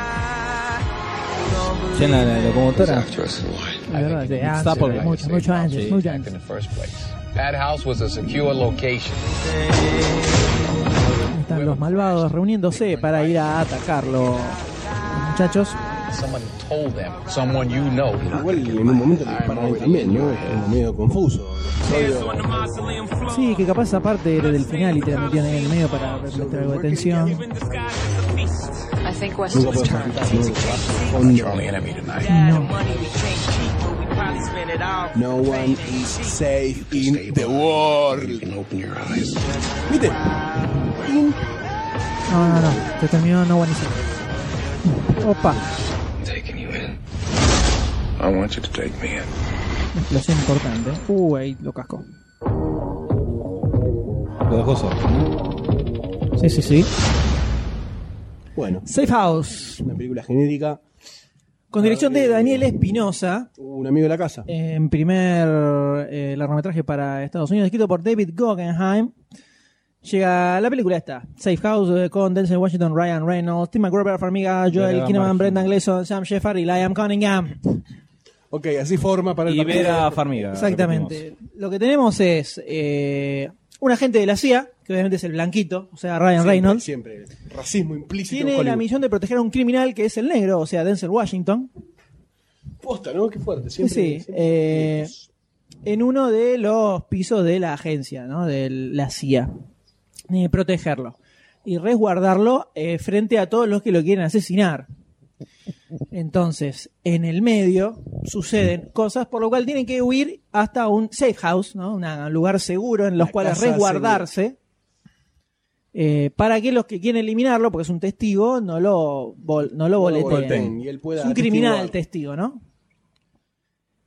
[SPEAKER 9] Ya en la, la locomotora.
[SPEAKER 1] La verdad, sí, antes,
[SPEAKER 9] Unstoppable.
[SPEAKER 1] mucho, mucho antes, mucho antes.
[SPEAKER 10] first place. That house was a secure location.
[SPEAKER 1] Están los malvados reuniéndose para ir a atacarlo. Los muchachos
[SPEAKER 12] Someone who told them. Someone you know.
[SPEAKER 3] Igual en un momento le disparan ahí también, ¿no? Es como medio confuso.
[SPEAKER 1] Sí, que capaz esa parte era del final y te la metían ahí en el medio para meter algo de tensión.
[SPEAKER 11] I think West
[SPEAKER 3] Nunca
[SPEAKER 11] was
[SPEAKER 3] puedes
[SPEAKER 11] turned.
[SPEAKER 3] confiar nunca. No one is safe in the world. ¿Viste?
[SPEAKER 1] No, no, no. Te terminó No One Is Safe. Opa.
[SPEAKER 10] I want you to take me in.
[SPEAKER 1] Una explosión importante. Uh, ahí lo casco.
[SPEAKER 9] Lo dejó solo.
[SPEAKER 1] Sí, sí, sí.
[SPEAKER 3] Bueno.
[SPEAKER 1] Safe House.
[SPEAKER 3] Una película genérica.
[SPEAKER 1] Con dirección de Daniel Espinosa.
[SPEAKER 3] Un amigo de la casa.
[SPEAKER 1] En primer eh, largometraje para Estados Unidos, escrito por David Guggenheim. Llega la película esta, Safe House, eh, con Denzel Washington, Ryan Reynolds, Tim McGraw, Farmiga, Joel
[SPEAKER 9] Brendan
[SPEAKER 1] Kinnaman,
[SPEAKER 9] Marshall.
[SPEAKER 1] Brendan Gleeson, Sam Shepard y Liam Cunningham.
[SPEAKER 3] Ok, así forma para el
[SPEAKER 9] Y ver
[SPEAKER 3] partido.
[SPEAKER 9] a Farmiga.
[SPEAKER 1] Exactamente. Lo que tenemos es eh, un agente de la CIA, que obviamente es el blanquito, o sea, Ryan
[SPEAKER 3] Siempre,
[SPEAKER 1] Reynolds.
[SPEAKER 3] Siempre. Racismo implícito. en
[SPEAKER 1] Tiene la
[SPEAKER 3] Hollywood.
[SPEAKER 1] misión de proteger a un criminal que es el negro, o sea, Denzel Washington.
[SPEAKER 3] Posta, ¿no? Qué fuerte.
[SPEAKER 1] Sí,
[SPEAKER 3] Siempre,
[SPEAKER 1] sí.
[SPEAKER 3] siempre-
[SPEAKER 1] eh, en uno de los pisos de la agencia, ¿no? De la CIA. Eh, protegerlo. Y resguardarlo eh, frente a todos los que lo quieren asesinar. Entonces, en el medio suceden cosas, por lo cual tienen que huir hasta un safe house, ¿no? Una- un lugar seguro en los
[SPEAKER 3] La
[SPEAKER 1] cuales
[SPEAKER 3] casa
[SPEAKER 1] resguardarse. eh, para que los que quieren eliminarlo, porque es un testigo, no lo, bol- no lo
[SPEAKER 3] No lo
[SPEAKER 1] boleteen.
[SPEAKER 3] boleteen y él pueda
[SPEAKER 1] es un criminal
[SPEAKER 3] atestiguar.
[SPEAKER 1] testigo, ¿no?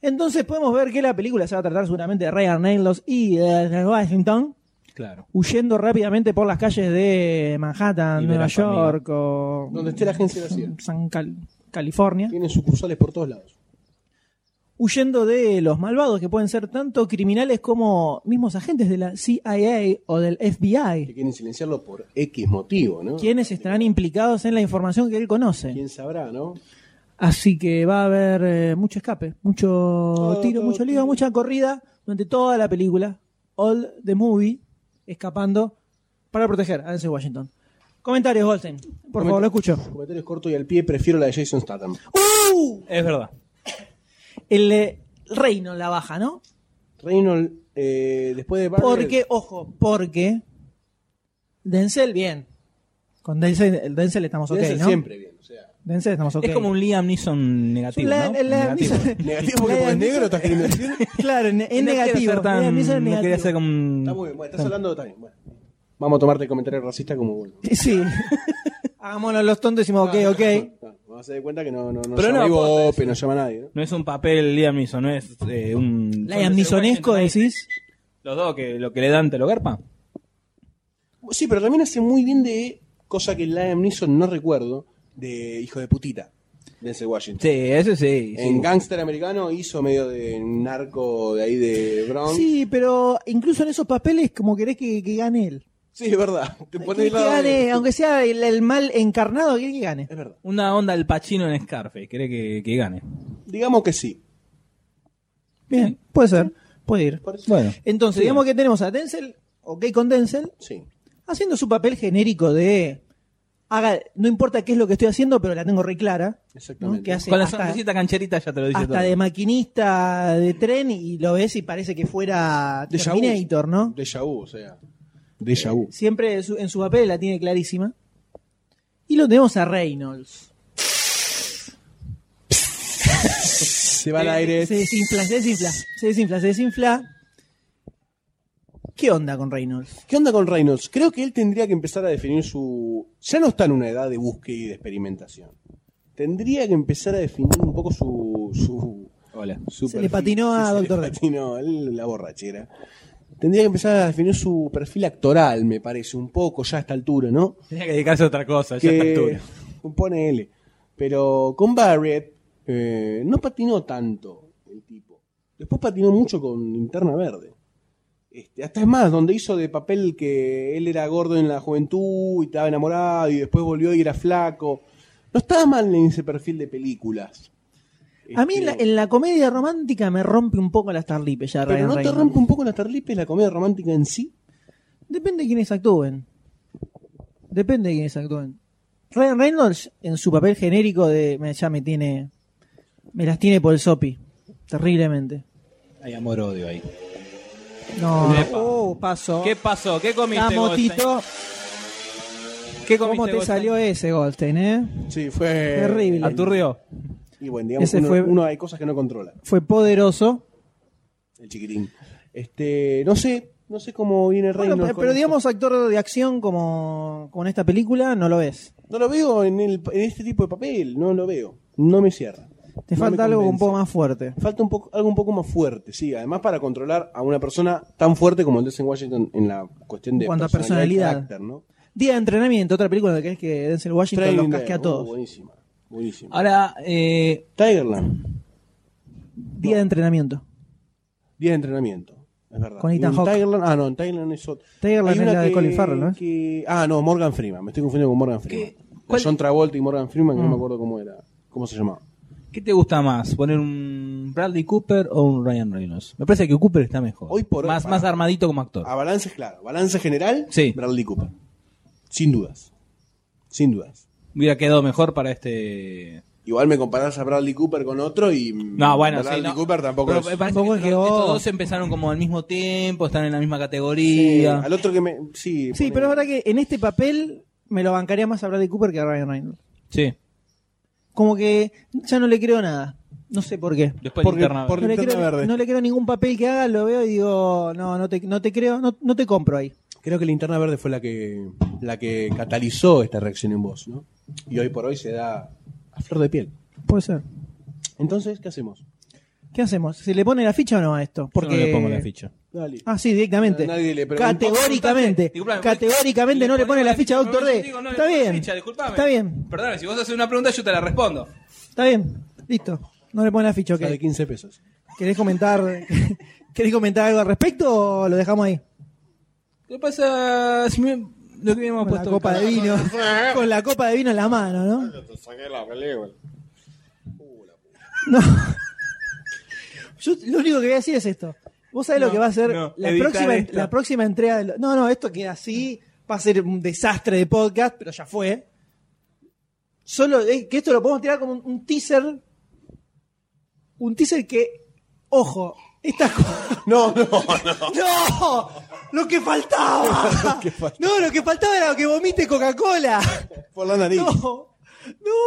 [SPEAKER 1] Entonces podemos ver que la película se va a tratar seguramente de Ryan Reynolds y de Washington
[SPEAKER 9] Claro.
[SPEAKER 1] huyendo rápidamente por las calles de Manhattan,
[SPEAKER 3] Y
[SPEAKER 1] Nueva
[SPEAKER 3] ver a familia.
[SPEAKER 1] York o
[SPEAKER 3] Donde esté la agencia de la CIA.
[SPEAKER 1] San Cal- California,
[SPEAKER 3] Tienen sucursales por todos lados.
[SPEAKER 1] huyendo de los malvados que pueden ser tanto criminales como mismos agentes de la CIA o del
[SPEAKER 3] Que
[SPEAKER 1] FBI,
[SPEAKER 3] quieren silenciarlo por X motivo, ¿no?
[SPEAKER 1] quienes estarán implicados en la información que él conoce.
[SPEAKER 3] ¿Quién sabrá, no?
[SPEAKER 1] Así que va a haber eh, mucho escape, mucho tiro,
[SPEAKER 3] todo
[SPEAKER 1] mucho lío,
[SPEAKER 3] tiro.
[SPEAKER 1] mucha corrida durante toda la película. All the movie escapando para proteger a Denzel Washington. Comentarios, Goldstein. Por favor, lo escucho.
[SPEAKER 3] Comentarios cortos y al pie, prefiero la de Jason Statham.
[SPEAKER 1] ¡Uh!
[SPEAKER 9] Es verdad.
[SPEAKER 1] El eh, reino la baja, ¿no?
[SPEAKER 3] Reynolds, eh, después de Barney-
[SPEAKER 1] Porque, ojo, porque Denzel, bien. Con Denzel, el Denzel estamos ok,
[SPEAKER 3] Debe ser
[SPEAKER 1] ¿no?
[SPEAKER 3] siempre bien, o sea.
[SPEAKER 1] Denzel estamos ok.
[SPEAKER 9] Es como un Liam Neeson negativo.
[SPEAKER 1] La-
[SPEAKER 9] ¿no?
[SPEAKER 1] la- la-
[SPEAKER 9] Negativo.
[SPEAKER 3] Negativo porque
[SPEAKER 1] Liam
[SPEAKER 3] es negro,
[SPEAKER 1] Neeson-
[SPEAKER 3] estás queriendo decir.
[SPEAKER 1] Claro, en- es
[SPEAKER 9] No quiero
[SPEAKER 1] negativo.
[SPEAKER 9] ser tan-
[SPEAKER 1] Liam Neeson es
[SPEAKER 9] no quería
[SPEAKER 1] negativo.
[SPEAKER 9] ser como.
[SPEAKER 3] Está muy bien, bueno, estás hablando también. Bueno. Vamos a tomarte el comentario racista como bueno.
[SPEAKER 1] Sí. Hagámonos los tontos y decimos, ok, ok.
[SPEAKER 3] Ah, Vamos a hacer de cuenta que no, no, no
[SPEAKER 9] Pero
[SPEAKER 3] llama
[SPEAKER 9] no,
[SPEAKER 3] Ivo
[SPEAKER 9] posta,
[SPEAKER 3] Ope, no llama a nadie, ¿no?
[SPEAKER 9] No es un papel Liam Neeson, no es eh, un.
[SPEAKER 1] Liam Neesonesco decís.
[SPEAKER 9] Los dos que lo que le dan te lo garpa.
[SPEAKER 3] Sí, pero también hace muy bien de cosa que Liam Neeson no recuerdo, de hijo de putita, de ese Washington.
[SPEAKER 9] Sí, ese sí. sí.
[SPEAKER 3] En Gangster Americano hizo medio de narco de ahí de Brown. Sí,
[SPEAKER 1] Sí, pero incluso en esos papeles, como querés que, que gane él.
[SPEAKER 3] es verdad. Te pones
[SPEAKER 1] Querés
[SPEAKER 3] del
[SPEAKER 1] que
[SPEAKER 3] lado de-
[SPEAKER 1] gane, aunque sea el, el mal encarnado, querés que gane.
[SPEAKER 3] Es verdad.
[SPEAKER 9] Una onda al Pacino en Scarface, cree que, que gane.
[SPEAKER 3] Digamos que sí.
[SPEAKER 1] Bien, puede ser, puede ir.
[SPEAKER 3] Por eso-
[SPEAKER 9] Bueno,
[SPEAKER 1] Entonces, digamos que tenemos a Denzel, ok con Denzel,
[SPEAKER 3] Sí.
[SPEAKER 1] haciendo su papel genérico de haga, no importa qué es lo que estoy haciendo, pero la tengo re clara.
[SPEAKER 3] Exactamente.
[SPEAKER 1] ¿no? Que hace
[SPEAKER 9] con la
[SPEAKER 1] hasta,
[SPEAKER 9] sonrisita cancherita ya te lo dice
[SPEAKER 1] hasta
[SPEAKER 9] todo.
[SPEAKER 1] de maquinista de tren y lo ves y parece que fuera
[SPEAKER 3] Déjà vu.
[SPEAKER 1] Terminator, ¿no?
[SPEAKER 3] Déjà vu, o sea. Déjà vu.
[SPEAKER 1] Siempre en su, en su papel la tiene clarísima. Y lo tenemos a Reynolds.
[SPEAKER 3] Se va al aire.
[SPEAKER 1] Eh, Se desinfla, se desinfla, se desinfla, se desinfla. ¿Qué onda con Reynolds?
[SPEAKER 3] ¿Qué onda con Reynolds? Creo que él tendría que empezar a definir su. Ya no está en una edad de búsqueda y de experimentación. Tendría que empezar a definir un poco su. su,
[SPEAKER 9] Hola.
[SPEAKER 3] su
[SPEAKER 1] Se le patinó a
[SPEAKER 3] Se le
[SPEAKER 1] Dr. D.
[SPEAKER 3] patinó él, la borrachera. Tendría que empezar a definir su perfil actoral, me parece, un poco ya a esta altura, ¿no?
[SPEAKER 9] Tenía que dedicarse a otra cosa, ya está
[SPEAKER 3] que
[SPEAKER 9] altura.
[SPEAKER 3] compone L. Pero con Barrett eh, no patinó tanto el tipo. Después patinó mucho con Linterna Verde. Este, hasta es más, donde hizo de papel que él era gordo en la juventud y estaba enamorado y después volvió y era flaco. No estaba mal en ese perfil de películas.
[SPEAKER 1] A mí
[SPEAKER 3] Este,
[SPEAKER 1] en la, en la comedia romántica me rompe un poco la starlipe ya
[SPEAKER 3] Pero
[SPEAKER 1] Ryan
[SPEAKER 3] no te
[SPEAKER 1] Reynolds.
[SPEAKER 3] rompe un poco las tarlipes la comedia romántica en sí.
[SPEAKER 1] Depende de quiénes actúen. Depende de quiénes actúen. Ryan Reynolds en su papel genérico de me- ya me tiene me las tiene por el sopi terriblemente.
[SPEAKER 2] Hay amor odio ahí.
[SPEAKER 1] No,
[SPEAKER 13] Epa.
[SPEAKER 1] oh, pasó.
[SPEAKER 13] ¿Qué pasó? ¿Qué comiste?
[SPEAKER 1] Vamos,
[SPEAKER 13] Goldstein?
[SPEAKER 1] Tito.
[SPEAKER 13] ¿Qué comiste,
[SPEAKER 1] Ah, ¿Cómo te
[SPEAKER 13] Goldstein?
[SPEAKER 1] salió ese Goldstein, eh?
[SPEAKER 3] Sí, fue.
[SPEAKER 1] Terrible.
[SPEAKER 13] Aturrió.
[SPEAKER 3] Y bueno, digamos,
[SPEAKER 1] Ese
[SPEAKER 3] uno,
[SPEAKER 1] fue-
[SPEAKER 3] uno hay cosas que no controla.
[SPEAKER 1] Fue poderoso.
[SPEAKER 3] El chiquitín. Este, no sé, no sé cómo viene
[SPEAKER 1] Bueno,
[SPEAKER 3] Reynolds.
[SPEAKER 1] pero,
[SPEAKER 3] con
[SPEAKER 1] pero
[SPEAKER 3] esto.
[SPEAKER 1] digamos actor de acción como con esta película no lo es.
[SPEAKER 3] No lo veo en, el- en este tipo de papel, no lo veo. No me cierra.
[SPEAKER 1] Te
[SPEAKER 3] No me
[SPEAKER 1] falta algo un
[SPEAKER 3] convence.
[SPEAKER 1] poco más fuerte.
[SPEAKER 3] Falta un poco, algo un poco más fuerte, sí. Además, para controlar a una persona tan fuerte como el Denzel Washington en la cuestión de.
[SPEAKER 1] En cuanto a
[SPEAKER 3] y
[SPEAKER 1] personalidad.
[SPEAKER 3] carácter, ¿no?
[SPEAKER 1] Día de entrenamiento, otra película que es que Denzel Washington
[SPEAKER 3] Training
[SPEAKER 1] los casque
[SPEAKER 3] Day,
[SPEAKER 1] a
[SPEAKER 3] oh,
[SPEAKER 1] todos.
[SPEAKER 3] buenísima, buenísima.
[SPEAKER 13] Ahora, eh,
[SPEAKER 3] Tigerland,
[SPEAKER 1] Día de entrenamiento.
[SPEAKER 3] día de entrenamiento. Es verdad.
[SPEAKER 1] Con Ethan
[SPEAKER 3] Y en
[SPEAKER 1] Hawke.
[SPEAKER 3] Tigerland, ah, no, en Tigerland es otro.
[SPEAKER 1] Tigerland
[SPEAKER 3] Hay
[SPEAKER 1] es
[SPEAKER 3] una
[SPEAKER 1] la de
[SPEAKER 3] que-
[SPEAKER 1] Colin Farrell, ¿no?
[SPEAKER 3] que- ah, no, Morgan Freeman. Me estoy confundiendo con Morgan Freeman.
[SPEAKER 13] ¿Cuál-
[SPEAKER 3] John Travolta y Morgan Freeman, que no
[SPEAKER 13] Mm.
[SPEAKER 3] me acuerdo cómo era. ¿Cómo se llamaba?
[SPEAKER 2] ¿Qué te gusta más? ¿Poner un Bradley Cooper o un Ryan Reynolds? Me parece que Cooper está mejor.
[SPEAKER 3] Hoy por hoy,
[SPEAKER 2] más,
[SPEAKER 3] para-
[SPEAKER 2] más armadito como actor.
[SPEAKER 9] Ah.
[SPEAKER 3] A Ah, balance, claro. Balance general,
[SPEAKER 2] Sí.
[SPEAKER 3] Bradley Cooper. Sin dudas. Sin dudas.
[SPEAKER 2] Hubiera quedado mejor para este.
[SPEAKER 3] Igual me comparás a Bradley Cooper con otro y.
[SPEAKER 2] No, bueno,
[SPEAKER 3] Bradley
[SPEAKER 2] sí, no.
[SPEAKER 3] Cooper tampoco
[SPEAKER 2] Pero
[SPEAKER 3] es.
[SPEAKER 1] eh,
[SPEAKER 2] me parece que estos- estos dos empezaron como al mismo tiempo, están en la misma
[SPEAKER 3] Sí,
[SPEAKER 2] categoría.
[SPEAKER 3] al otro que me. Sí,
[SPEAKER 1] Sí, pero es verdad que en este papel me lo bancaría más a Bradley Cooper que a Ryan Reynolds.
[SPEAKER 2] Sí.
[SPEAKER 1] Como que ya no le creo nada. No sé por qué.
[SPEAKER 2] Después
[SPEAKER 3] Porque-
[SPEAKER 2] linterna
[SPEAKER 3] por-
[SPEAKER 1] No
[SPEAKER 2] verde.
[SPEAKER 1] le,
[SPEAKER 3] Linterna
[SPEAKER 1] creo,
[SPEAKER 3] Verde.
[SPEAKER 1] no le creo ningún papel que haga, lo veo y digo, no, no te, no te creo, no, no te compro ahí.
[SPEAKER 3] Creo que Linterna Verde fue la que, la que catalizó esta reacción en vos, ¿no? Y hoy por hoy se da a flor de piel.
[SPEAKER 1] Puede ser.
[SPEAKER 3] Entonces, ¿qué hacemos?
[SPEAKER 1] ¿Qué hacemos? ¿Se le pone la ficha o no a esto?
[SPEAKER 2] Yo
[SPEAKER 1] Porque...
[SPEAKER 2] no le pongo la ficha.
[SPEAKER 3] Dale.
[SPEAKER 1] Ah, sí, directamente.
[SPEAKER 3] Nadie le preguntó.
[SPEAKER 1] Categóricamente,
[SPEAKER 13] Disculpame,
[SPEAKER 1] categóricamente no le pone la ficha a Doctor
[SPEAKER 13] No, yo
[SPEAKER 1] D.
[SPEAKER 13] te digo, no le
[SPEAKER 1] Está
[SPEAKER 13] pongo la
[SPEAKER 1] bien,
[SPEAKER 13] ficha, disculpame.
[SPEAKER 1] está bien,
[SPEAKER 13] Perdón, si vos haces una pregunta, yo te la respondo.
[SPEAKER 1] está bien. Listo. No le pone la ficha, ok.
[SPEAKER 3] Sale 15 pesos.
[SPEAKER 1] ¿Querés comentar, ¿Querés comentar algo al respecto o lo dejamos ahí?
[SPEAKER 13] ¿Qué pasa si me- lo que habíamos
[SPEAKER 1] Con la
[SPEAKER 13] puesto?
[SPEAKER 1] copa de vino. Con la copa de vino en la mano, ¿no?
[SPEAKER 14] Te saqué la Uh, película.
[SPEAKER 1] No. Yo lo único que voy a decir es esto. Vos sabés lo
[SPEAKER 13] No,
[SPEAKER 1] que va a ser
[SPEAKER 13] no,
[SPEAKER 1] la,
[SPEAKER 13] editar
[SPEAKER 1] próxima,
[SPEAKER 13] esto.
[SPEAKER 1] la próxima entrega. de lo- no, no, esto queda así. Va a ser un desastre de podcast, pero ya fue. Solo eh, que esto lo podemos tirar como un, un teaser. Un teaser que, ojo, estas cosas.
[SPEAKER 3] No, no, no.
[SPEAKER 1] ¡No! ¡Lo que faltaba! No, lo que faltaba era que vomite Coca-Cola.
[SPEAKER 3] Por la nariz.
[SPEAKER 1] No, no,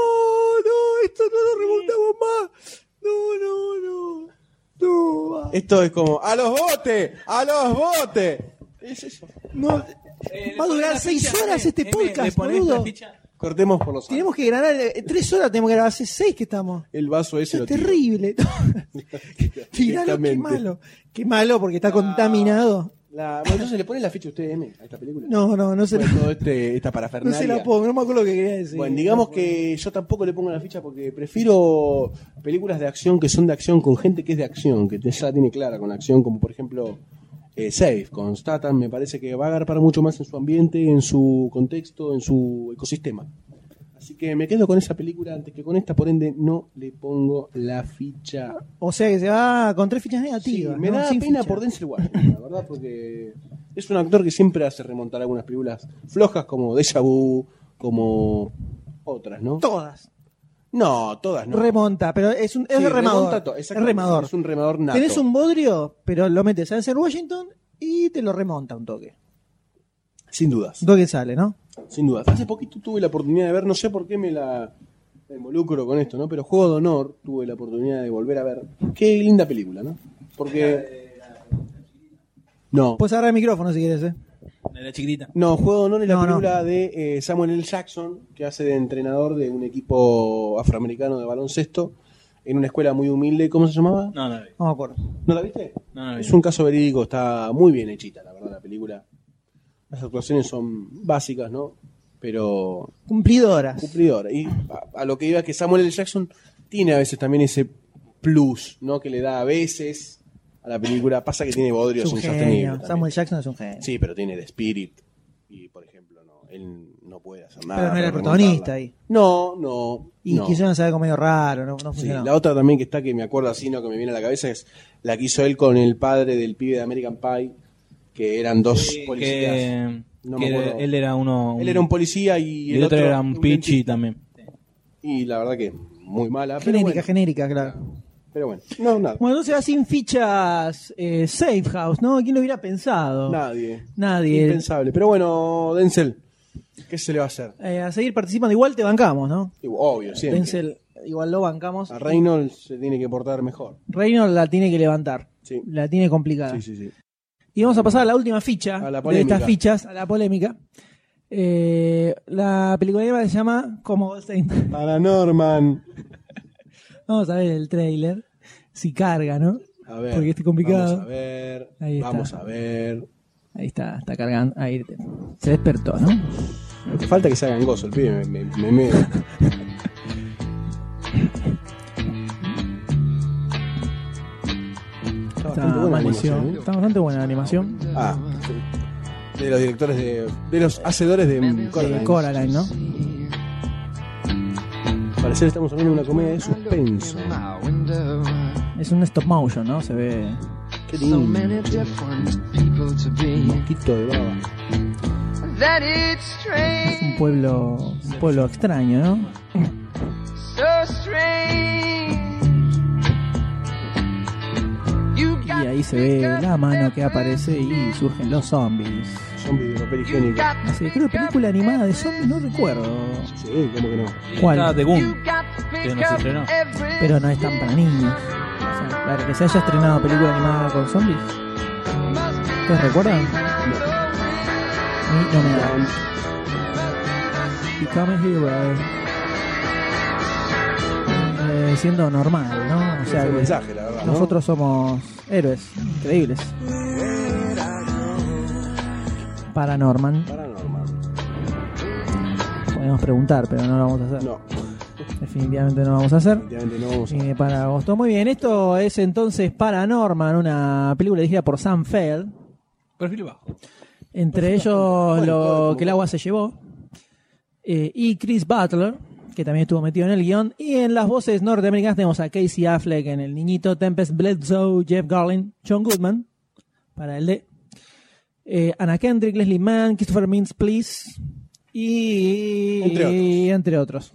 [SPEAKER 1] no, esto no lo remontamos más. No, no, no. No, va.
[SPEAKER 3] Esto es como. ¡A los botes! ¡A los botes! Es eso.
[SPEAKER 1] No,
[SPEAKER 2] Eh,
[SPEAKER 1] va a durar seis horas este podcast, boludo.
[SPEAKER 3] Cortemos por los
[SPEAKER 1] Tenemos que grabar eh, tres horas, tenemos que grabar hace seis que estamos.
[SPEAKER 3] El vaso Eh, ese
[SPEAKER 1] Esto es
[SPEAKER 3] lo tiro.
[SPEAKER 1] terrible. Tiralo, qué
[SPEAKER 3] Directamente.
[SPEAKER 1] malo. Qué malo porque está contaminado.
[SPEAKER 3] La- bueno, entonces le ponen la ficha a usted, M, a esta película.
[SPEAKER 1] No, no, no se la,
[SPEAKER 3] Bueno, todo este, esta
[SPEAKER 1] no
[SPEAKER 3] parafernalia.
[SPEAKER 1] se la pongo, no me acuerdo lo que quería decir.
[SPEAKER 3] Bueno, digamos que yo tampoco le pongo la ficha porque prefiero películas de acción que son de acción con gente que es de acción, que te- ya la tiene clara con la acción, como por ejemplo eh, Safe, con Statham, me parece que va a agarpar mucho más en su ambiente, en su contexto, en su ecosistema. Así que me quedo con esa película antes que con esta, por ende no le pongo la ficha.
[SPEAKER 1] O sea que se va con tres fichas
[SPEAKER 3] Sí,
[SPEAKER 1] negativas.
[SPEAKER 3] me
[SPEAKER 1] ¿no?
[SPEAKER 3] da
[SPEAKER 1] Sin
[SPEAKER 3] pena
[SPEAKER 1] ficha.
[SPEAKER 3] por Denzel Washington, la verdad, porque es un actor que siempre hace remontar algunas películas flojas como Deja Vu, como otras, ¿no?
[SPEAKER 1] Todas.
[SPEAKER 3] No, todas no.
[SPEAKER 1] Remonta, pero es un es
[SPEAKER 3] Sí,
[SPEAKER 1] remador.
[SPEAKER 3] remonta to-
[SPEAKER 1] es
[SPEAKER 3] exactamente,
[SPEAKER 1] remador.
[SPEAKER 3] Es un remador nato.
[SPEAKER 1] Tenés un bodrio, pero lo metes a Denzel Washington y te lo remonta un toque.
[SPEAKER 3] Sin dudas,
[SPEAKER 1] Un toque sale, ¿no?
[SPEAKER 3] sin dudas. Hace poquito tuve la oportunidad de ver, no sé por qué me la me involucro con esto, ¿no? Pero Juego de Honor tuve la oportunidad de volver a ver. Qué linda película, ¿no? Porque... No,
[SPEAKER 1] Puedes agarrar el micrófono si quieres, ¿eh?
[SPEAKER 2] La de la chiquitita.
[SPEAKER 3] no, Juego de Honor es la
[SPEAKER 1] No, no.
[SPEAKER 3] película de eh, Samuel L. Jackson, que hace de entrenador de un equipo afroamericano de baloncesto en una escuela muy humilde. ¿Cómo se llamaba?
[SPEAKER 2] No, no, no.
[SPEAKER 1] No me acuerdo.
[SPEAKER 3] ¿No la viste?
[SPEAKER 2] no, no, no.
[SPEAKER 3] Es un caso verídico, está muy bien hechita, la verdad, la película. Las actuaciones son básicas, ¿no? Pero
[SPEAKER 1] Cumplidoras.
[SPEAKER 3] cumplidora. Y a, a lo que iba es que Samuel L. Jackson tiene a veces también ese plus, ¿no? Que le da a veces a la película. Pasa que tiene bodrios
[SPEAKER 1] es un
[SPEAKER 3] insostenibles.
[SPEAKER 1] genio.
[SPEAKER 3] también.
[SPEAKER 1] Samuel Jackson es un genio.
[SPEAKER 3] Sí, pero tiene The Spirit. Y, por ejemplo, no, él no puede hacer nada.
[SPEAKER 1] pero no era el
[SPEAKER 3] para
[SPEAKER 1] protagonista
[SPEAKER 3] remontarla.
[SPEAKER 1] ahí.
[SPEAKER 3] No, no.
[SPEAKER 1] Y
[SPEAKER 3] no.
[SPEAKER 1] quisieron saber algo medio raro, no, no
[SPEAKER 3] Sí,
[SPEAKER 1] funcionó.
[SPEAKER 3] la otra también que está que me acuerdo así, no que me viene a la cabeza, es la que hizo él con el padre del pibe de American Pie, que eran dos
[SPEAKER 2] Sí,
[SPEAKER 3] policías.
[SPEAKER 2] eh, que,
[SPEAKER 3] No
[SPEAKER 9] que
[SPEAKER 3] me acuerdo.
[SPEAKER 9] él era uno.
[SPEAKER 3] Él era un policía y
[SPEAKER 9] el, otro, era un pichi también.
[SPEAKER 3] Y la verdad que muy mala. Pero
[SPEAKER 1] Genérica,
[SPEAKER 3] bueno,
[SPEAKER 1] genérica, claro.
[SPEAKER 3] pero bueno. no, nada.
[SPEAKER 1] Bueno, entonces va sin fichas eh, Safe House, ¿no? ¿Quién lo hubiera pensado?
[SPEAKER 3] Nadie.
[SPEAKER 1] Nadie.
[SPEAKER 3] Impensable. Pero bueno, Denzel, ¿qué se le va a hacer?
[SPEAKER 1] Eh, a seguir participando. Igual te bancamos, ¿no?
[SPEAKER 3] Obvio, siempre.
[SPEAKER 1] Denzel, igual lo bancamos.
[SPEAKER 3] A Reynolds se tiene que portar mejor.
[SPEAKER 1] Reynolds la tiene que levantar.
[SPEAKER 3] Sí.
[SPEAKER 1] La tiene complicada.
[SPEAKER 3] Sí, sí, sí.
[SPEAKER 1] Y vamos a pasar a la última ficha
[SPEAKER 3] A la
[SPEAKER 1] de
[SPEAKER 3] polémica.
[SPEAKER 1] estas fichas, a la polémica. Eh, la película se llama Como Goldstein.
[SPEAKER 3] Paranorman.
[SPEAKER 1] Vamos a ver el trailer. Si carga, ¿no?
[SPEAKER 3] A ver.
[SPEAKER 1] Porque está complicado.
[SPEAKER 3] Vamos a ver.
[SPEAKER 1] Ahí está.
[SPEAKER 3] Vamos a ver.
[SPEAKER 1] Ahí está, está cargando. Ahí te- se despertó, ¿no?
[SPEAKER 3] Hace falta que sea gangoso el pibe. Me, me, me- me-
[SPEAKER 1] Está,
[SPEAKER 3] Está bastante buena la
[SPEAKER 1] malísimo.
[SPEAKER 3] animación, ¿eh?
[SPEAKER 1] Está bastante buena la animación.
[SPEAKER 3] Ah, de los directores de. de los hacedores de Coraline.
[SPEAKER 1] De Eh, Coraline, ¿no?
[SPEAKER 3] Parecer estamos hablando de una comedia de suspenso.
[SPEAKER 1] Es un stop motion, ¿no? Se ve.
[SPEAKER 3] Qué lindo. che. Un poquito de baba.
[SPEAKER 5] That it's strange,
[SPEAKER 1] Un pueblo. Un pueblo extraño, ¿no?
[SPEAKER 5] so strange.
[SPEAKER 1] Y ahí se ve la mano que aparece y surgen los zombies.
[SPEAKER 3] Zombie de papel higiénico.
[SPEAKER 1] Así que creo que película animada de zombies no recuerdo.
[SPEAKER 3] Sí, ¿cómo que no?
[SPEAKER 1] ¿Cuál?
[SPEAKER 2] Está The Goon, que no se estrenó.
[SPEAKER 1] Pero no es tan para niños. O sea, claro, que se haya estrenado película animada con zombies. ¿Ustedes recuerdan? A mí no me da. Become a hero. Eh, siendo normal, ¿no? O sea,
[SPEAKER 3] Ese
[SPEAKER 1] que
[SPEAKER 3] mensaje, la verdad, ¿no?
[SPEAKER 1] nosotros somos héroes, increíbles. Paranorman,
[SPEAKER 3] Paranormal.
[SPEAKER 1] podemos preguntar, pero no lo vamos a hacer.
[SPEAKER 3] No,
[SPEAKER 1] Definitivamente no lo vamos a hacer.
[SPEAKER 3] definitivamente no vamos a.
[SPEAKER 1] Eh, para agosto. Muy bien, esto es entonces Paranorman, una película dirigida por Sam Feld.
[SPEAKER 2] Perfil bajo.
[SPEAKER 1] Entre ellos
[SPEAKER 3] Bueno, todo
[SPEAKER 1] lo
[SPEAKER 3] como-
[SPEAKER 1] que el agua se llevó. eh, y Chris Butler, que también estuvo metido en el guión. Y en las voces norteamericanas tenemos a Casey Affleck en El Niñito, Tempest Bledsoe, Jeff Garlin, John Goodman, para el D. eh, Anna Kendrick, Leslie Mann, Christopher Mintz, Please. Y
[SPEAKER 3] Entre otros.
[SPEAKER 1] y entre otros.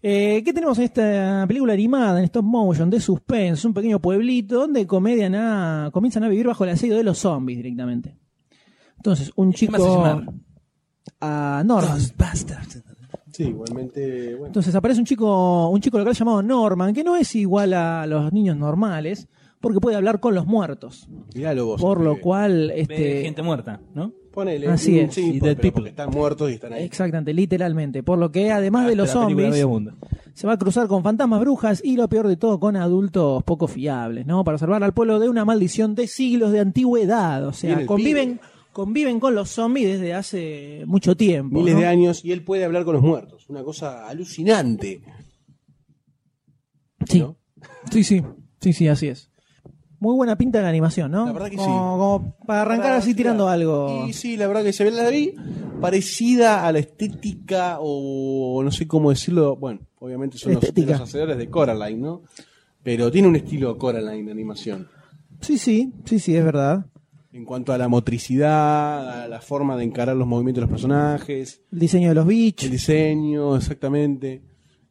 [SPEAKER 1] Eh, ¿Qué tenemos en esta película animada, en stop motion, de suspense? Un pequeño pueblito donde comedian a- comienzan a vivir bajo el asedio de los zombies directamente. Entonces, un
[SPEAKER 2] ¿Qué más se
[SPEAKER 1] chico.
[SPEAKER 2] llama?
[SPEAKER 1] A Norman.
[SPEAKER 3] Sí, igualmente. Bueno.
[SPEAKER 1] Entonces aparece un chico, un chico local llamado Norman, que no es igual a los niños normales, porque puede hablar con los muertos.
[SPEAKER 3] Miralo vos.
[SPEAKER 1] Por lo
[SPEAKER 3] pibe.
[SPEAKER 1] cual,
[SPEAKER 2] Ve
[SPEAKER 1] este.
[SPEAKER 2] gente muerta, ¿no?
[SPEAKER 3] Ponele.
[SPEAKER 1] Así
[SPEAKER 3] mm,
[SPEAKER 1] es.
[SPEAKER 3] Sí,
[SPEAKER 2] Y
[SPEAKER 3] por-
[SPEAKER 2] Dead
[SPEAKER 3] pero
[SPEAKER 2] People.
[SPEAKER 3] porque están muertos y están ahí. Ah,
[SPEAKER 1] Exactamente, literalmente. Por lo que además de los
[SPEAKER 2] La película
[SPEAKER 1] zombies.
[SPEAKER 2] Vagabunda.
[SPEAKER 1] se va a cruzar con fantasmas, brujas y lo peor de todo con adultos poco fiables, ¿no? Para salvar al pueblo de una maldición de siglos de antigüedad, o
[SPEAKER 3] Bien,
[SPEAKER 1] sea,
[SPEAKER 3] el
[SPEAKER 1] conviven conviven con los zombies desde hace mucho tiempo.
[SPEAKER 3] Miles
[SPEAKER 1] ¿no?
[SPEAKER 3] de años y él puede hablar con los muertos. Una cosa alucinante.
[SPEAKER 1] Sí.
[SPEAKER 3] ¿no?
[SPEAKER 1] sí, sí, sí, sí, así es. Muy buena pinta de la animación, ¿no?
[SPEAKER 3] La verdad que
[SPEAKER 1] como,
[SPEAKER 3] sí.
[SPEAKER 1] como para arrancar
[SPEAKER 3] Para
[SPEAKER 1] así tirando
[SPEAKER 3] tirar.
[SPEAKER 1] algo.
[SPEAKER 3] Y sí, la verdad que se ve la vi parecida a la estética o no sé cómo decirlo. Bueno, obviamente son los,
[SPEAKER 1] Estética.
[SPEAKER 3] los hacedores de Coraline, ¿no? Pero tiene un estilo Coraline de animación.
[SPEAKER 1] Sí, sí, sí, sí, es verdad.
[SPEAKER 3] En cuanto a la motricidad, a la forma de encarar los movimientos de los personajes,
[SPEAKER 1] El diseño de los
[SPEAKER 3] el
[SPEAKER 1] bichos.
[SPEAKER 3] diseño, exactamente.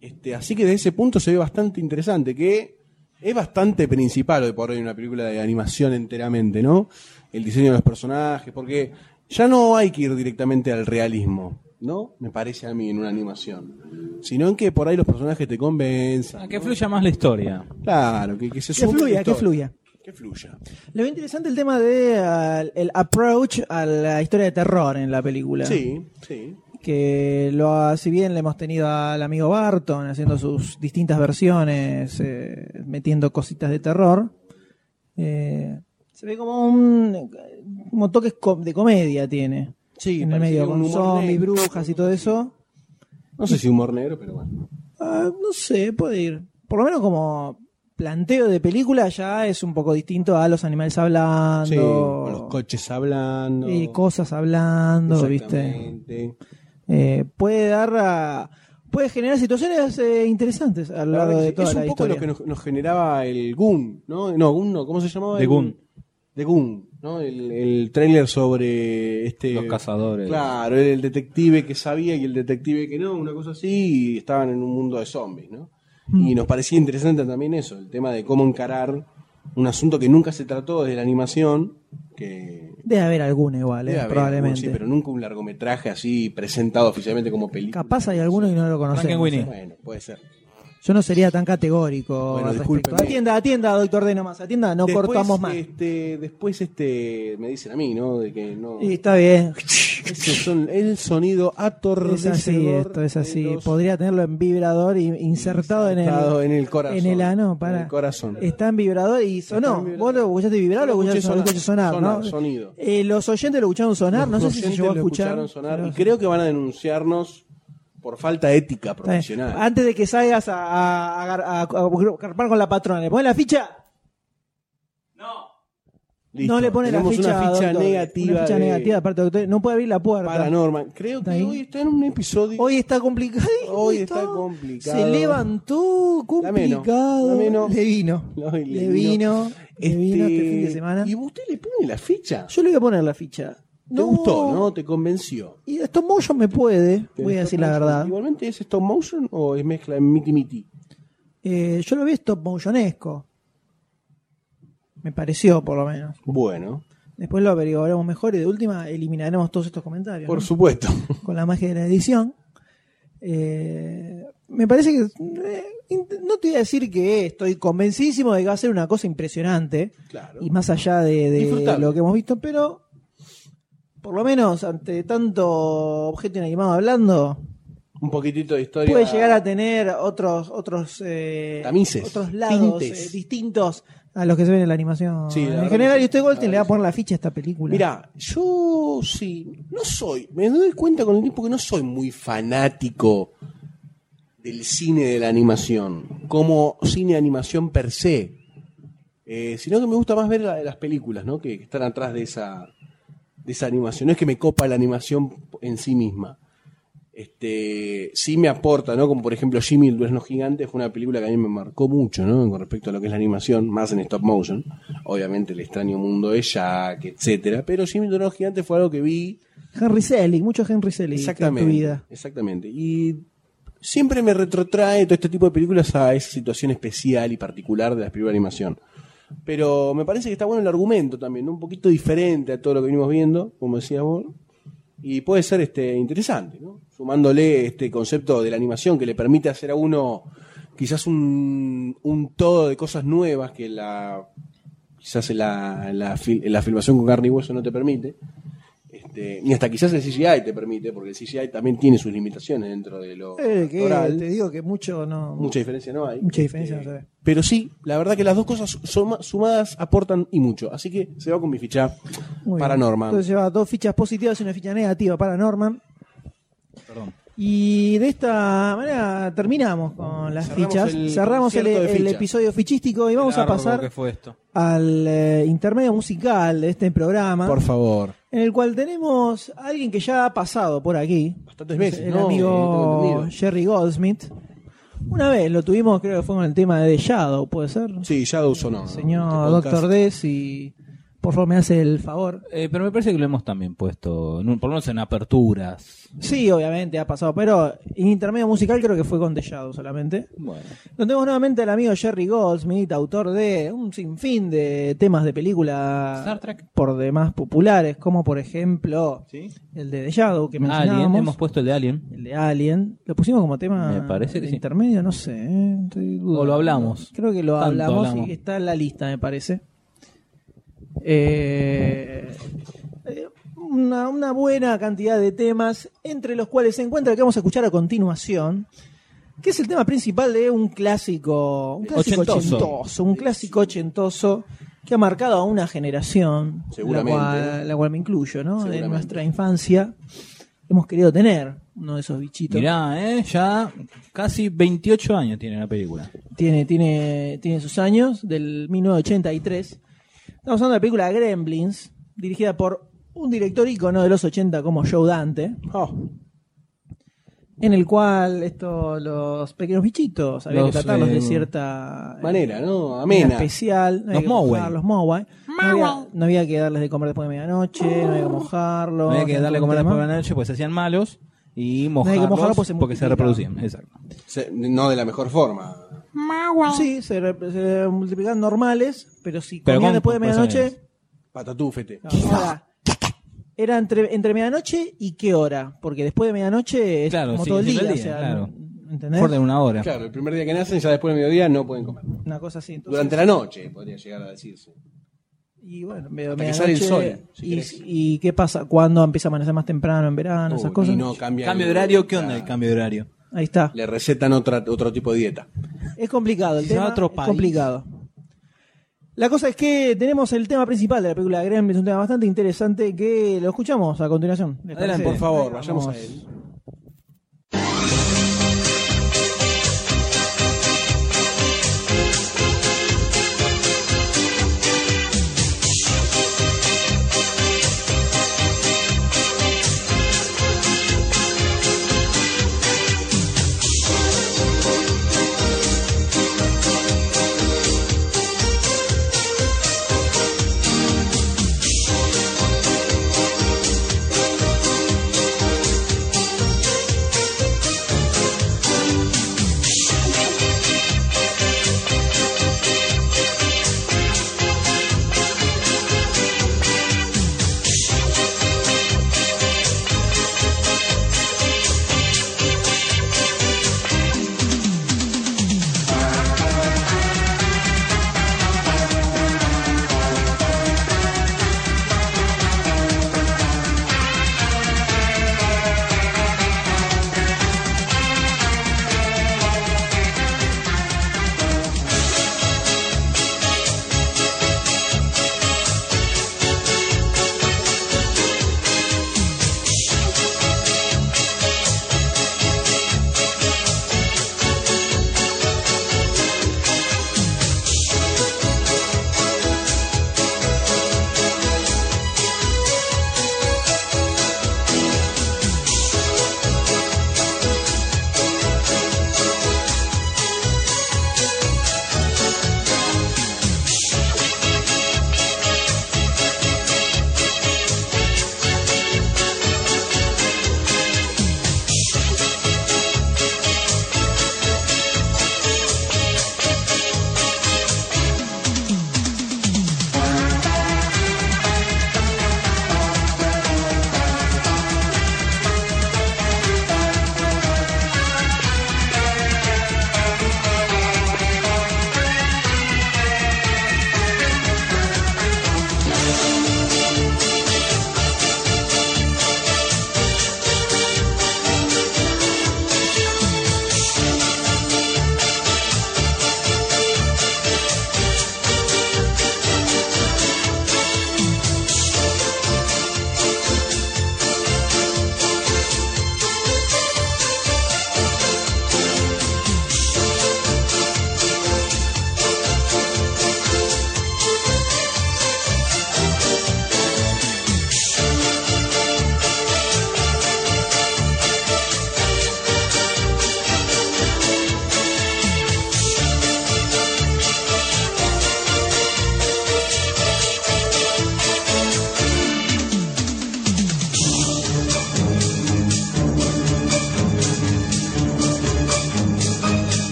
[SPEAKER 3] Este, así que desde ese punto se ve bastante interesante, que es bastante principal hoy por hoy una película de animación enteramente, ¿no? El diseño de los personajes, porque ya no hay que ir directamente al realismo, ¿no? Me parece a mí en una animación. Sino en que por ahí los personajes te
[SPEAKER 2] A
[SPEAKER 1] Ah,
[SPEAKER 3] convenzan.
[SPEAKER 2] que fluya más la historia.
[SPEAKER 3] Claro, que, que se
[SPEAKER 1] Que
[SPEAKER 3] sume
[SPEAKER 1] fluya,
[SPEAKER 3] la
[SPEAKER 1] que
[SPEAKER 3] historia.
[SPEAKER 1] fluya.
[SPEAKER 3] Que fluya.
[SPEAKER 1] Le veo interesante el tema de ah, el approach a la historia de terror en la película.
[SPEAKER 3] Sí, sí.
[SPEAKER 1] que lo ha- si bien le hemos tenido al amigo Barton haciendo sus distintas versiones, eh, metiendo cositas de terror, eh, se ve como un como toques co- de comedia tiene
[SPEAKER 3] Sí,
[SPEAKER 1] en el
[SPEAKER 3] parece
[SPEAKER 1] medio
[SPEAKER 3] que un
[SPEAKER 1] con
[SPEAKER 3] humor
[SPEAKER 1] zombies,
[SPEAKER 3] negro,
[SPEAKER 1] brujas y todo eso.
[SPEAKER 3] No sé si humor negro, pero bueno.
[SPEAKER 1] Ah, no sé, puede ir. Por lo menos como planteo de película ya es un poco distinto a los animales hablando
[SPEAKER 3] Sí, con los coches hablando.
[SPEAKER 1] y cosas hablando, viste.
[SPEAKER 3] Exactamente.
[SPEAKER 1] Eh, puede dar a- puede generar situaciones eh, interesantes a lo
[SPEAKER 3] La verdad
[SPEAKER 1] largo
[SPEAKER 3] que
[SPEAKER 1] de
[SPEAKER 3] sí.
[SPEAKER 1] toda
[SPEAKER 3] es un
[SPEAKER 1] la
[SPEAKER 3] poco
[SPEAKER 1] historia.
[SPEAKER 3] lo que nos, nos generaba el Goon, Eh, ¿no? No, Goon no, ¿cómo se llamaba?
[SPEAKER 2] The
[SPEAKER 3] El-
[SPEAKER 2] Goon.
[SPEAKER 3] The Goon, ¿no? El, el tráiler sobre este...
[SPEAKER 9] Los cazadores.
[SPEAKER 3] Claro, el detective que sabía y el detective que no, una cosa así, y estaban en un mundo de zombies, ¿no? Y nos parecía interesante también eso, el tema de cómo encarar un asunto que nunca se trató desde la animación, que
[SPEAKER 1] Debe haber alguna igual, eh,
[SPEAKER 3] debe haber
[SPEAKER 1] probablemente.
[SPEAKER 3] algún, sí, pero nunca un largometraje así presentado oficialmente como película.
[SPEAKER 1] Capaz hay algunos y no lo conocemos.
[SPEAKER 3] Bueno,
[SPEAKER 1] eh.
[SPEAKER 3] Bueno, puede ser.
[SPEAKER 1] Yo no sería tan categórico
[SPEAKER 3] Bueno,
[SPEAKER 1] al respecto.
[SPEAKER 3] discúlpeme.
[SPEAKER 1] Atienda, atienda, doctor D nomás, atienda, no
[SPEAKER 3] Después,
[SPEAKER 1] cortamos más.
[SPEAKER 3] Este, después este me dicen a mí, ¿no? De que no.
[SPEAKER 1] Y está bien.
[SPEAKER 3] Ese son el sonido
[SPEAKER 1] Es así
[SPEAKER 3] atordecedor
[SPEAKER 1] esto, es así. Podría tenerlo en vibrador y insertado,
[SPEAKER 3] dado
[SPEAKER 1] en el
[SPEAKER 3] en el corazón.
[SPEAKER 1] en el ano, para.
[SPEAKER 3] En el corazón.
[SPEAKER 1] Está en vibrador y sonó. Vos lo escuchaste vibrar, lo escuchaste sonar,
[SPEAKER 3] escuché
[SPEAKER 1] sonar, ¿no?
[SPEAKER 3] sonar, sonido.
[SPEAKER 1] Eh, los oyentes lo escucharon sonar, no sé
[SPEAKER 3] Los
[SPEAKER 1] si se
[SPEAKER 3] docentes
[SPEAKER 1] llegó a
[SPEAKER 3] lo
[SPEAKER 1] escuchar.
[SPEAKER 3] escucharon sonar y creo que van a denunciarnos por falta ética
[SPEAKER 1] Está bien.
[SPEAKER 3] profesional.
[SPEAKER 1] Antes de que salgas a, a- a- a- a- a carpar con la patrona, ¿le pones la ficha?
[SPEAKER 3] Listo.
[SPEAKER 1] No le pones la
[SPEAKER 3] Tenemos
[SPEAKER 1] ficha.
[SPEAKER 3] una ficha
[SPEAKER 1] doctor.
[SPEAKER 3] negativa.
[SPEAKER 1] Una ficha
[SPEAKER 3] de
[SPEAKER 1] negativa, aparte, doctor. No puede abrir la puerta.
[SPEAKER 3] Paranorman. Creo
[SPEAKER 1] Está
[SPEAKER 3] que
[SPEAKER 1] ahí.
[SPEAKER 3] hoy está en un episodio.
[SPEAKER 1] Hoy está complicado.
[SPEAKER 3] Hoy está complicado.
[SPEAKER 1] Se levantó
[SPEAKER 3] menos,
[SPEAKER 1] complicado.
[SPEAKER 3] la menos.
[SPEAKER 1] Le vino.
[SPEAKER 3] Hoy
[SPEAKER 1] Le vino. Le vino este fin de semana.
[SPEAKER 3] ¿Y usted le pone la ficha?
[SPEAKER 1] Yo le voy a poner la ficha.
[SPEAKER 3] ¿Te gustó, no? ¿Te convenció?
[SPEAKER 1] Y Stop Motion me puede, voy a decir la verdad.
[SPEAKER 3] ¿Igualmente es stop motion o es mezcla en miti miti?
[SPEAKER 1] Eh, yo lo vi stop motionesco. Me pareció, por lo menos.
[SPEAKER 3] Bueno,
[SPEAKER 1] Después lo averiguaremos mejor y de última eliminaremos todos estos comentarios.
[SPEAKER 3] por
[SPEAKER 1] ¿no?
[SPEAKER 3] supuesto.
[SPEAKER 1] Con la magia de la edición. Eh, me parece que. eh, int- no te voy a decir que estoy convencidísimo de que va a ser una cosa impresionante.
[SPEAKER 3] Claro.
[SPEAKER 1] Y más allá de, de
[SPEAKER 3] Disfrutable.
[SPEAKER 1] lo que hemos visto, pero. Por lo menos, ante tanto objeto inanimado hablando,
[SPEAKER 3] Un poquitito de historia.
[SPEAKER 1] puede llegar a tener otros otros eh,
[SPEAKER 3] Tamices,
[SPEAKER 1] otros lados
[SPEAKER 3] tintes.
[SPEAKER 1] eh, distintos a los que se ven en la animación
[SPEAKER 3] Sí, la verdad
[SPEAKER 1] en
[SPEAKER 3] que
[SPEAKER 1] general
[SPEAKER 3] sí.
[SPEAKER 1] y usted Goldstein
[SPEAKER 3] La
[SPEAKER 1] le va a
[SPEAKER 3] verdad
[SPEAKER 1] poner la ficha a esta película
[SPEAKER 3] Mirá, yo sí, no soy, me doy cuenta con el tiempo que no soy muy fanático del cine de la animación, como cine de animación per se, Eh, sino que me gusta más ver la- las películas ¿no? que, que están atrás de esa, de esa animación. No es que me copa la animación en sí misma. Este, sí me aporta, ¿no? Como por ejemplo Jimmy el Durazno Gigante fue una película que a mí me marcó mucho, ¿no? Con respecto a lo que es la animación, más en stop motion. Obviamente el extraño mundo de Jack, etcétera. Pero Jimmy el Durazno Gigante fue algo que vi
[SPEAKER 1] Henry Selig mucho Henry Selig en tu vida
[SPEAKER 3] Exactamente. Y siempre me retrotrae todo este tipo de películas a esa situación especial y particular de las películas de animación. Pero me parece que está bueno el argumento también, ¿no? un poquito diferente a todo lo que venimos viendo, como decías vos. Y puede ser este interesante, ¿no? Sumándole este concepto de la animación que le permite hacer a uno quizás un, un todo de cosas nuevas que la quizás la, la, fil- la filmación con carne y hueso no te permite. Este, ni hasta quizás el CGI te permite, porque el CGI también tiene sus limitaciones dentro de lo
[SPEAKER 1] Eh, que
[SPEAKER 3] actoral.
[SPEAKER 1] te digo que mucho no
[SPEAKER 3] Mucha diferencia no hay.
[SPEAKER 1] mucha diferencia
[SPEAKER 3] Este,
[SPEAKER 1] no se ve.
[SPEAKER 3] Pero sí, la verdad que las dos cosas suma- sumadas aportan y mucho. Así que se va con mi ficha
[SPEAKER 1] Muy bien.
[SPEAKER 3] para Norman.
[SPEAKER 1] entonces lleva dos fichas positivas y una ficha negativa para Norman
[SPEAKER 9] Perdón.
[SPEAKER 1] y de esta manera terminamos con las
[SPEAKER 3] Cerramos
[SPEAKER 1] fichas
[SPEAKER 3] el
[SPEAKER 1] cerramos el,
[SPEAKER 3] concierto de
[SPEAKER 1] el
[SPEAKER 3] fichas.
[SPEAKER 1] episodio fichístico y vamos a
[SPEAKER 9] Largo
[SPEAKER 1] pasar
[SPEAKER 9] que fue esto.
[SPEAKER 1] al eh, intermedio musical de este programa
[SPEAKER 3] Por favor.
[SPEAKER 1] en el cual tenemos a alguien que ya ha pasado por aquí,
[SPEAKER 3] Bastantes veces,
[SPEAKER 1] el
[SPEAKER 3] ¿no? Eh, tengo
[SPEAKER 1] amigo
[SPEAKER 3] entendido.
[SPEAKER 1] Jerry Goldsmith. Una vez lo tuvimos, creo que fue con el tema de The Shadow, ¿puede ser?
[SPEAKER 3] Sí, ya uso no. Este
[SPEAKER 1] Señor Doctor D, si por favor me hace el favor.
[SPEAKER 9] Eh, pero me parece que lo hemos también puesto, en un- por lo menos en aperturas.
[SPEAKER 1] Sí, obviamente ha pasado, pero en intermedio musical creo que fue con The Shadow solamente.
[SPEAKER 9] Bueno.
[SPEAKER 1] Nos tenemos nuevamente al amigo Jerry Goldsmith, autor de un sinfín de temas de película
[SPEAKER 9] Star Trek.
[SPEAKER 1] por demás populares, como por ejemplo el de The Shadow que
[SPEAKER 9] Alien,
[SPEAKER 1] mencionábamos.
[SPEAKER 9] hemos puesto el de Alien.
[SPEAKER 1] El de Alien. Lo pusimos como tema
[SPEAKER 9] Me parece que
[SPEAKER 1] de
[SPEAKER 9] sí.
[SPEAKER 1] intermedio, no sé. eh, estoy dudando.
[SPEAKER 9] O lo hablamos.
[SPEAKER 1] Creo que lo
[SPEAKER 9] Tanto
[SPEAKER 1] hablamos,
[SPEAKER 9] hablamos.
[SPEAKER 1] y está en la lista, me parece. Eh, eh, una, una buena cantidad de temas, entre los cuales se encuentra el que vamos a escuchar a continuación, que es el tema principal de un clásico, un clásico
[SPEAKER 9] Ochentoso.
[SPEAKER 1] ochentoso, un clásico ochentoso que ha marcado a una generación,
[SPEAKER 3] Seguramente.
[SPEAKER 1] La, cual, la cual me incluyo, ¿no? De
[SPEAKER 3] Seguramente.
[SPEAKER 1] nuestra infancia hemos querido tener uno de esos bichitos.
[SPEAKER 9] Mirá, eh, ya casi 28 años tiene la película.
[SPEAKER 1] Tiene, tiene, tiene sus años, del 1983. Estamos hablando de la película Gremlins,
[SPEAKER 9] Oh.
[SPEAKER 1] dirigida por un director ícono de los 80 como Joe Dante. en el cual estos los pequeños bichitos había
[SPEAKER 3] Los,
[SPEAKER 1] que tratarlos
[SPEAKER 3] eh,
[SPEAKER 1] de cierta eh,
[SPEAKER 3] manera, ¿no? Amena.
[SPEAKER 1] especial. había
[SPEAKER 3] Los
[SPEAKER 1] que
[SPEAKER 3] Moway.
[SPEAKER 1] mojar, Los Moway. No había, no había que darles de comer después de medianoche, no había que mojarlos.
[SPEAKER 9] No había que darle a comer
[SPEAKER 1] ningún
[SPEAKER 9] después de
[SPEAKER 1] tema.
[SPEAKER 9] la noche, pues se hacían malos. Y
[SPEAKER 1] había que
[SPEAKER 9] mojarlos,
[SPEAKER 1] mojarlos, pues, se
[SPEAKER 9] porque se reproducían. Exacto.
[SPEAKER 3] Se- no de la mejor forma.
[SPEAKER 1] Sí, se, re- se multiplicaban normales, pero si
[SPEAKER 3] Pero
[SPEAKER 1] comían
[SPEAKER 3] con-
[SPEAKER 1] después de
[SPEAKER 3] con
[SPEAKER 1] medianoche,
[SPEAKER 3] Patatúfete.
[SPEAKER 1] Ah. ahora, era entre, entre medianoche y qué hora, porque después de medianoche es
[SPEAKER 9] Claro,
[SPEAKER 1] como
[SPEAKER 9] sí,
[SPEAKER 1] todo el
[SPEAKER 9] sí,
[SPEAKER 1] día,
[SPEAKER 9] todo el
[SPEAKER 1] o
[SPEAKER 9] día,
[SPEAKER 1] sea,
[SPEAKER 9] claro.
[SPEAKER 1] ¿entendés?
[SPEAKER 9] Mejor de una hora.
[SPEAKER 3] Claro, el primer día que nacen, ya después del mediodía no pueden comer.
[SPEAKER 1] Una cosa así. entonces-
[SPEAKER 3] Durante la noche, podría llegar a decirse.
[SPEAKER 1] Y bueno, medio
[SPEAKER 3] Hasta que
[SPEAKER 1] medianoche,
[SPEAKER 3] sale el sol, si
[SPEAKER 1] y,
[SPEAKER 3] querés.
[SPEAKER 1] y qué pasa? ¿Cuándo empieza a amanecer más temprano en verano? Ah, esas
[SPEAKER 3] Oh,
[SPEAKER 1] cosas.
[SPEAKER 3] y no cambia
[SPEAKER 9] Cambio
[SPEAKER 3] el- Ah,
[SPEAKER 9] de horario, ¿qué onda el cambio de horario?
[SPEAKER 1] Ahí está.
[SPEAKER 3] Le recetan otra, otro tipo de dieta.
[SPEAKER 1] Es complicado el
[SPEAKER 9] Se va
[SPEAKER 1] tema.
[SPEAKER 9] a otro
[SPEAKER 1] es
[SPEAKER 9] país.
[SPEAKER 1] complicado. La cosa es que tenemos el tema principal de la película de Gremlins, un tema bastante interesante que lo escuchamos a continuación. ¿Les
[SPEAKER 3] Adelante,
[SPEAKER 1] parece?
[SPEAKER 3] por favor,
[SPEAKER 1] Ahí
[SPEAKER 3] vayamos
[SPEAKER 1] vamos.
[SPEAKER 3] a él.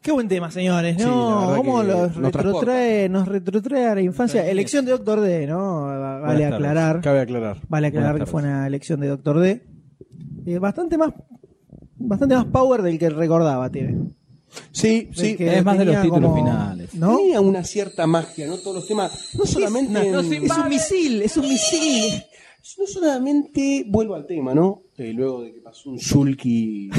[SPEAKER 1] Qué buen tema, señores,
[SPEAKER 3] Sí, la
[SPEAKER 1] ¿no?
[SPEAKER 3] verdad
[SPEAKER 1] ¿Cómo
[SPEAKER 3] que
[SPEAKER 1] los
[SPEAKER 3] nos
[SPEAKER 1] retrotrae, nos retrotrae a la infancia? Elección de Doctor D, ¿no? Va- Vale
[SPEAKER 3] Buenas tardes.
[SPEAKER 1] aclarar.
[SPEAKER 3] Cabe aclarar.
[SPEAKER 1] Vale aclarar que
[SPEAKER 3] Buenas
[SPEAKER 1] fue una elección de Doctor D. Eh, bastante más bastante más power del que recordaba tiene.
[SPEAKER 3] Sí,
[SPEAKER 1] Del
[SPEAKER 3] sí. eh,
[SPEAKER 1] que tenía como- ¿No?
[SPEAKER 3] Tenía una cierta magia, ¿no? Todos los temas. No solamente.
[SPEAKER 1] Es,
[SPEAKER 3] en-
[SPEAKER 1] es un misil, es un misil.
[SPEAKER 3] No solamente vuelvo al tema, ¿no? Eh, luego de que pasó un sulky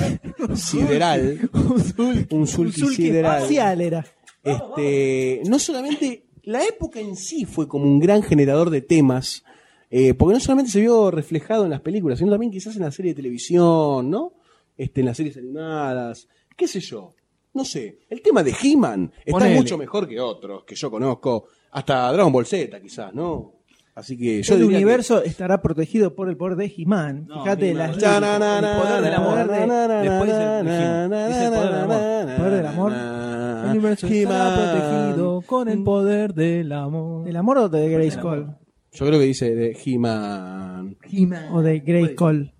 [SPEAKER 3] sideral. un sulky
[SPEAKER 1] Un sulky
[SPEAKER 3] sideral.
[SPEAKER 1] espacial era.
[SPEAKER 3] Este, no solamente. La época en sí fue como un gran generador de temas. eh, porque no solamente se vio reflejado en las películas, sino también quizás en la serie de televisión, ¿no? este, en las series animadas, qué sé yo. No sé, el tema de He-Man está
[SPEAKER 2] Ponele.
[SPEAKER 3] mucho mejor que otros que yo conozco, hasta Dragon Ball Z quizás, ¿no? Así que yo
[SPEAKER 1] el
[SPEAKER 3] diría que-
[SPEAKER 1] universo estará protegido por el poder de He-Man. Fíjate las
[SPEAKER 3] Ya,
[SPEAKER 1] leyes.
[SPEAKER 3] na, na, na,
[SPEAKER 1] el poder del amor.
[SPEAKER 3] na, na, na,
[SPEAKER 1] Después es el
[SPEAKER 3] na,
[SPEAKER 1] He-Man.
[SPEAKER 3] na,
[SPEAKER 1] Es el poder del amor.
[SPEAKER 3] na,
[SPEAKER 1] Poder del amor.
[SPEAKER 3] na,
[SPEAKER 1] El universo estará
[SPEAKER 3] He-Man.
[SPEAKER 1] protegido
[SPEAKER 2] con el poder del amor.
[SPEAKER 1] ¿Del amor o de Grace Cole?
[SPEAKER 3] Yo creo que dice de He-Man.
[SPEAKER 1] O de Grace Cole.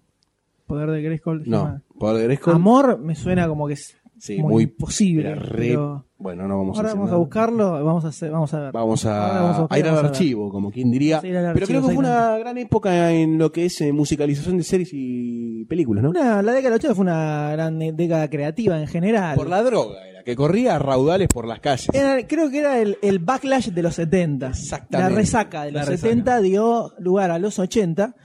[SPEAKER 1] Poder de Grace Cole.
[SPEAKER 3] No, poder de Grayskull.
[SPEAKER 1] Amor me suena como que es
[SPEAKER 3] Sí,
[SPEAKER 1] muy,
[SPEAKER 3] muy-
[SPEAKER 1] imposible.
[SPEAKER 3] era re-
[SPEAKER 1] pero-
[SPEAKER 3] Bueno, no vamos
[SPEAKER 1] ahora
[SPEAKER 3] a hacer
[SPEAKER 1] vamos a
[SPEAKER 3] nada.
[SPEAKER 1] buscarlo, vamos a, hacer- vamos a ver.
[SPEAKER 3] Vamos
[SPEAKER 1] Ahora vamos a
[SPEAKER 3] a,
[SPEAKER 1] buscar,
[SPEAKER 3] a ir al
[SPEAKER 1] vamos a ver.
[SPEAKER 3] archivo, como quien diría.
[SPEAKER 1] Vamos a ir al
[SPEAKER 3] Pero creo
[SPEAKER 1] archivo,
[SPEAKER 3] que fue una
[SPEAKER 1] exactamente.
[SPEAKER 3] gran época en lo que es eh, musicalización de series y películas, ¿no?
[SPEAKER 1] Una- la década del 80 fue una gran eh, década creativa en general.
[SPEAKER 3] Por la droga era, que corría a raudales por las calles.
[SPEAKER 1] Era- creo que era el, el backlash de los 70. La
[SPEAKER 3] Exactamente.
[SPEAKER 1] resaca de
[SPEAKER 3] La
[SPEAKER 1] los
[SPEAKER 3] resaca.
[SPEAKER 1] 70 dio lugar a los 80,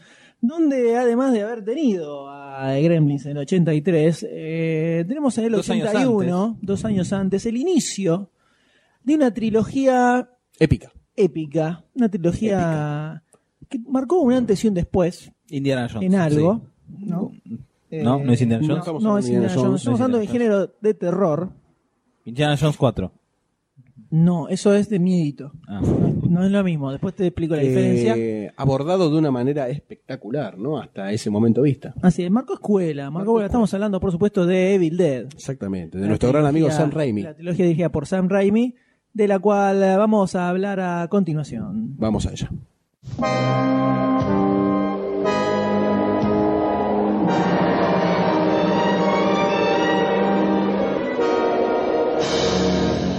[SPEAKER 1] donde además de haber tenido a Gremlins en el 83, eh, tenemos en el
[SPEAKER 2] Dos años
[SPEAKER 1] 81, dos años antes, el inicio de una trilogía
[SPEAKER 3] Épica.
[SPEAKER 1] épica, una trilogía que marcó un antes y un después
[SPEAKER 2] Indiana Jones.
[SPEAKER 1] en algo.
[SPEAKER 2] sí.
[SPEAKER 1] ¿no?
[SPEAKER 2] No, no es Indiana Jones.
[SPEAKER 1] No,
[SPEAKER 2] Estamos
[SPEAKER 1] no
[SPEAKER 2] hablando
[SPEAKER 1] es
[SPEAKER 2] de
[SPEAKER 1] Indiana
[SPEAKER 2] Indiana
[SPEAKER 1] Jones.
[SPEAKER 2] Jones,
[SPEAKER 1] Estamos
[SPEAKER 2] no es
[SPEAKER 1] hablando de
[SPEAKER 2] Indiana
[SPEAKER 1] género de terror.
[SPEAKER 2] Indiana Jones 4.
[SPEAKER 1] No, eso es de miedito.
[SPEAKER 2] Ah.
[SPEAKER 1] No es lo mismo. Después te explico la
[SPEAKER 3] Eh,
[SPEAKER 1] diferencia.
[SPEAKER 3] abordado de una manera espectacular, ¿no? Hasta ese momento vista.
[SPEAKER 1] Así es, Ah, Marco Escuela. Marco Escuela, estamos hablando, por supuesto, de Evil Dead.
[SPEAKER 3] Exactamente. De
[SPEAKER 1] La
[SPEAKER 3] nuestro gran amigo
[SPEAKER 1] trilogía-
[SPEAKER 3] Sam Raimi.
[SPEAKER 1] La trilogía dirigida por Sam Raimi, de la cual eh, vamos a hablar a continuación.
[SPEAKER 3] Vamos a ella.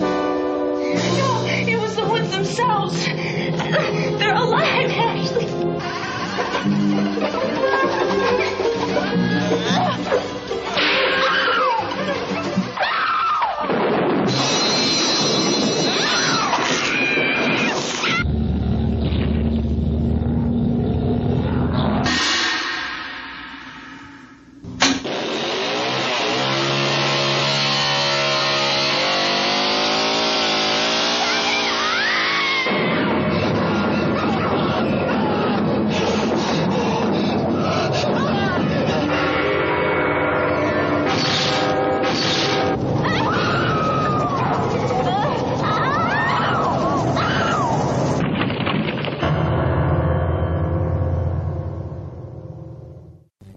[SPEAKER 11] No, it was the woods themselves. They're alive, Ashley.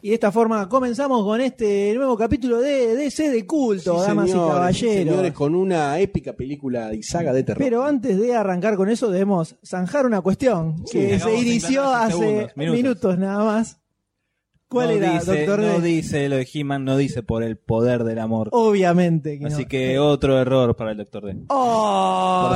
[SPEAKER 1] Y de esta forma comenzamos con este nuevo capítulo de DC de culto,
[SPEAKER 3] Sí,
[SPEAKER 1] damas
[SPEAKER 3] señores,
[SPEAKER 1] y caballeros.
[SPEAKER 3] señores, con una épica película y saga de terror.
[SPEAKER 1] Pero antes de arrancar con eso, debemos zanjar una cuestión
[SPEAKER 3] Sí,
[SPEAKER 1] que se
[SPEAKER 3] acabamos
[SPEAKER 2] de
[SPEAKER 1] inició
[SPEAKER 2] aclarar hace
[SPEAKER 1] hace
[SPEAKER 2] segundos, minutos.
[SPEAKER 1] minutos. nada más. ¿Cuál
[SPEAKER 2] No
[SPEAKER 1] era,
[SPEAKER 2] dice,
[SPEAKER 1] doctor
[SPEAKER 2] No
[SPEAKER 1] D? Oh,
[SPEAKER 2] dice lo de He-Man, no dice por el poder del amor.
[SPEAKER 1] Obviamente que
[SPEAKER 2] Así
[SPEAKER 1] no.
[SPEAKER 2] que otro error para el doctor D.
[SPEAKER 1] ¡Ay,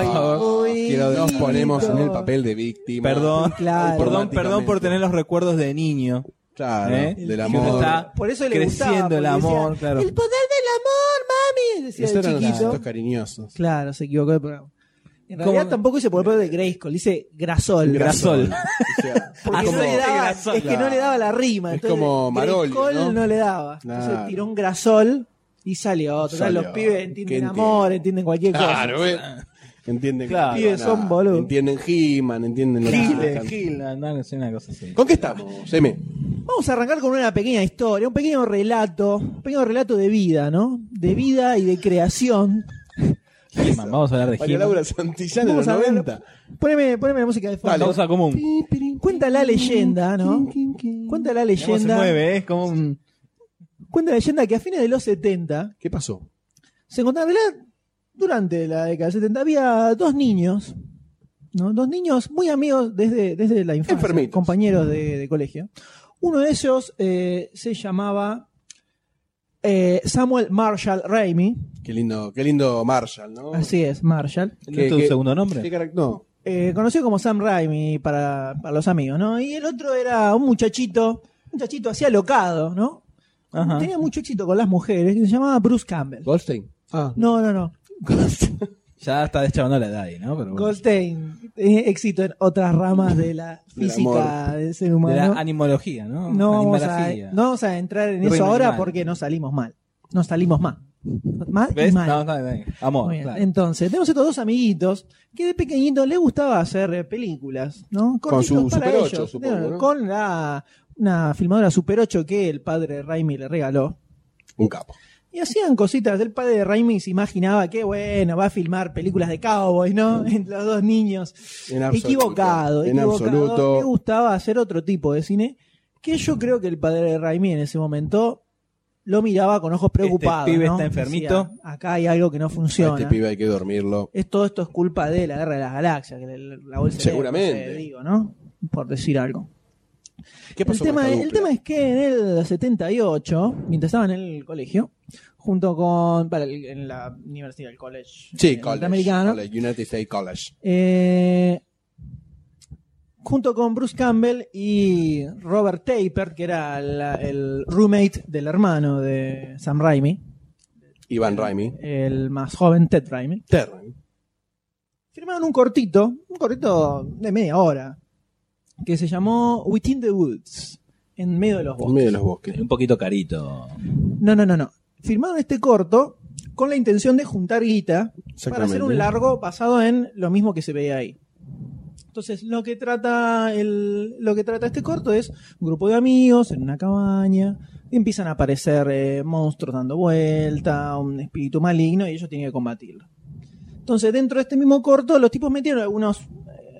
[SPEAKER 3] Por favor,
[SPEAKER 1] muy
[SPEAKER 3] quiero- nos
[SPEAKER 1] lindo!
[SPEAKER 3] ponemos en el papel de víctima.
[SPEAKER 2] Perdón,
[SPEAKER 1] Claro.
[SPEAKER 2] perdón, perdón por tener los recuerdos de niño.
[SPEAKER 3] Claro,
[SPEAKER 2] ¿eh?
[SPEAKER 3] del
[SPEAKER 2] Que
[SPEAKER 3] amor.
[SPEAKER 2] uno está
[SPEAKER 1] Por eso le gustaba,
[SPEAKER 2] creciendo el
[SPEAKER 1] porque decía,
[SPEAKER 2] amor, claro.
[SPEAKER 1] El poder del amor, mami. Decía
[SPEAKER 3] Esos
[SPEAKER 1] de
[SPEAKER 3] eran los
[SPEAKER 1] Este chiquito.
[SPEAKER 3] gestos cariñosos.
[SPEAKER 1] Claro, se equivocó el programa. En
[SPEAKER 2] ¿Cómo?
[SPEAKER 1] realidad tampoco hice por el poder de Grayskull, hice Grasol.
[SPEAKER 2] Grasol. Ah,
[SPEAKER 3] O sea,
[SPEAKER 1] Porque
[SPEAKER 2] como-
[SPEAKER 1] no le daba-
[SPEAKER 2] Grasol.
[SPEAKER 1] es que no le daba la rima.
[SPEAKER 3] Es
[SPEAKER 1] entonces
[SPEAKER 3] como Marolio,
[SPEAKER 1] Grayskull
[SPEAKER 3] ¿no?
[SPEAKER 1] ¿no? le daba. Entonces
[SPEAKER 3] Claro.
[SPEAKER 1] tiró un Grasol y salió. Total,
[SPEAKER 3] Salió.
[SPEAKER 1] los pibes
[SPEAKER 3] ¿Qué
[SPEAKER 1] entienden
[SPEAKER 3] entienden?
[SPEAKER 1] amor, entienden cualquier cosa.
[SPEAKER 3] Claro, ¿ves? Entienden
[SPEAKER 2] Claro.
[SPEAKER 3] que
[SPEAKER 1] Pibes son boludos.
[SPEAKER 3] Entienden He-Man, entienden lo que
[SPEAKER 2] Gil,
[SPEAKER 3] sacan.
[SPEAKER 2] Gil, no, no, es una cosa así.
[SPEAKER 3] ¿Con qué estamos, Seme?
[SPEAKER 1] Vamos a arrancar con una pequeña historia, un pequeño relato, un pequeño relato de vida, ¿no? De vida y de creación.
[SPEAKER 2] He-Man, vamos a hablar de
[SPEAKER 3] María
[SPEAKER 2] He-Man.
[SPEAKER 3] Laura Santillán de
[SPEAKER 1] Vamos
[SPEAKER 3] los
[SPEAKER 1] a hablar-
[SPEAKER 3] 90.
[SPEAKER 1] Poneme, poneme música de fondo.
[SPEAKER 2] Causa común.
[SPEAKER 1] Cuenta la leyenda, ¿no? Cuenta la
[SPEAKER 2] ¿Cómo se
[SPEAKER 1] leyenda.
[SPEAKER 2] mueve? eh? Es como un.
[SPEAKER 1] Cuenta la leyenda que a fines de los 70
[SPEAKER 3] ¿Qué pasó?
[SPEAKER 1] se encontraron, en realidad, durante la década del 70 había dos niños, ¿no? dos niños muy amigos desde, desde la infancia,
[SPEAKER 3] Enfermitos.
[SPEAKER 1] compañeros de, de colegio. Uno de ellos eh, se llamaba eh, Samuel Marshall Raimi,
[SPEAKER 3] Qué lindo, qué lindo Marshall, ¿no?
[SPEAKER 1] así es, Marshall,
[SPEAKER 2] ¿No es tu
[SPEAKER 3] qué-
[SPEAKER 2] segundo
[SPEAKER 3] ¿Qué
[SPEAKER 2] nombre?
[SPEAKER 3] carac- No.
[SPEAKER 1] eh, conocido como Sam Raimi para, para los amigos, ¿no? Y el otro era un muchachito, un muchachito así alocado, ¿no?
[SPEAKER 2] Ajá.
[SPEAKER 1] Tenía mucho éxito con las mujeres, que se llamaba Bruce Campbell.
[SPEAKER 3] Goldstein. Ah.
[SPEAKER 1] No, no, no.
[SPEAKER 2] Ya está deschavando la edad ahí, ¿no? Pero bueno.
[SPEAKER 1] Goldstein eh, éxito en otras ramas de la
[SPEAKER 3] Del
[SPEAKER 1] física
[SPEAKER 3] amor.
[SPEAKER 1] del ser
[SPEAKER 2] De
[SPEAKER 1] humano.
[SPEAKER 2] la animología, ¿no?
[SPEAKER 1] no, vamos a,
[SPEAKER 2] Animalogía.
[SPEAKER 1] no vamos a entrar en
[SPEAKER 2] Reino
[SPEAKER 1] eso ahora
[SPEAKER 2] animal.
[SPEAKER 1] porque no salimos mal. No salimos mal. Mal y
[SPEAKER 2] ¿Ves?
[SPEAKER 1] mal.
[SPEAKER 2] No, está bien, está bien. Amor,
[SPEAKER 1] Muy bien.
[SPEAKER 2] claro.
[SPEAKER 1] Entonces, tenemos estos dos amiguitos que de pequeñitos les gustaba hacer eh, películas, ¿no?
[SPEAKER 3] Con su
[SPEAKER 1] Cortitos para
[SPEAKER 3] Super 8,
[SPEAKER 1] ellos.
[SPEAKER 3] supongo, ¿no?
[SPEAKER 1] Con la, una filmadora Super 8 que el padre Raimi le regaló.
[SPEAKER 3] Un capo.
[SPEAKER 1] Y hacían cositas. El padre de Raimi se imaginaba que, bueno, va a filmar películas de cowboys, ¿no? Entre los dos niños.
[SPEAKER 3] Mm. En absoluto.
[SPEAKER 1] equivocado,
[SPEAKER 3] En
[SPEAKER 1] equivocado.
[SPEAKER 3] absoluto.
[SPEAKER 1] Le gustaba hacer otro tipo de cine que yo creo que el padre de Raimi en ese momento lo miraba con
[SPEAKER 3] Este
[SPEAKER 1] ojos preocupados.
[SPEAKER 9] pibe
[SPEAKER 1] ¿no?
[SPEAKER 9] está enfermito.
[SPEAKER 1] Decía, Acá hay algo que no
[SPEAKER 3] A
[SPEAKER 1] funciona.
[SPEAKER 3] este pibe hay que dormirlo.
[SPEAKER 1] Es- todo esto es culpa de la guerra de las galaxias, que la, la bolsa de-
[SPEAKER 3] Seguramente.
[SPEAKER 1] no sé, digo, ¿no? Por decir algo.
[SPEAKER 3] ¿Qué pasó
[SPEAKER 1] el,
[SPEAKER 3] con
[SPEAKER 1] tema,
[SPEAKER 3] esta
[SPEAKER 1] el
[SPEAKER 3] dupla?
[SPEAKER 1] tema es que en el 78, mientras estaba en el colegio, junto con. para el- en la universidad, el college.
[SPEAKER 3] Sí,
[SPEAKER 1] eh,
[SPEAKER 3] college,
[SPEAKER 1] norteamericano,
[SPEAKER 3] college, United States College.
[SPEAKER 1] eh, junto con Bruce Campbell y Robert Taper, que era la- el roommate del hermano de Sam Raimi,
[SPEAKER 3] Iván Raimi.
[SPEAKER 1] el más joven Ted Raimi.
[SPEAKER 3] Ted
[SPEAKER 1] Firmaron un cortito, un cortito de media hora, que se llamó Within the Woods, en medio de los bosques.
[SPEAKER 3] En medio de los bosques.
[SPEAKER 9] Un poquito carito.
[SPEAKER 1] No, no, no, no. Firmaron este corto con la intención de juntar guita para hacer un largo basado en lo mismo que se veía ahí. Entonces, lo que trata el, lo que trata este corto es un grupo de amigos en una cabaña, y empiezan a aparecer eh, monstruos dando vuelta, un espíritu maligno, y ellos tienen que combatirlo. Entonces, dentro de este mismo corto, los tipos metieron algunos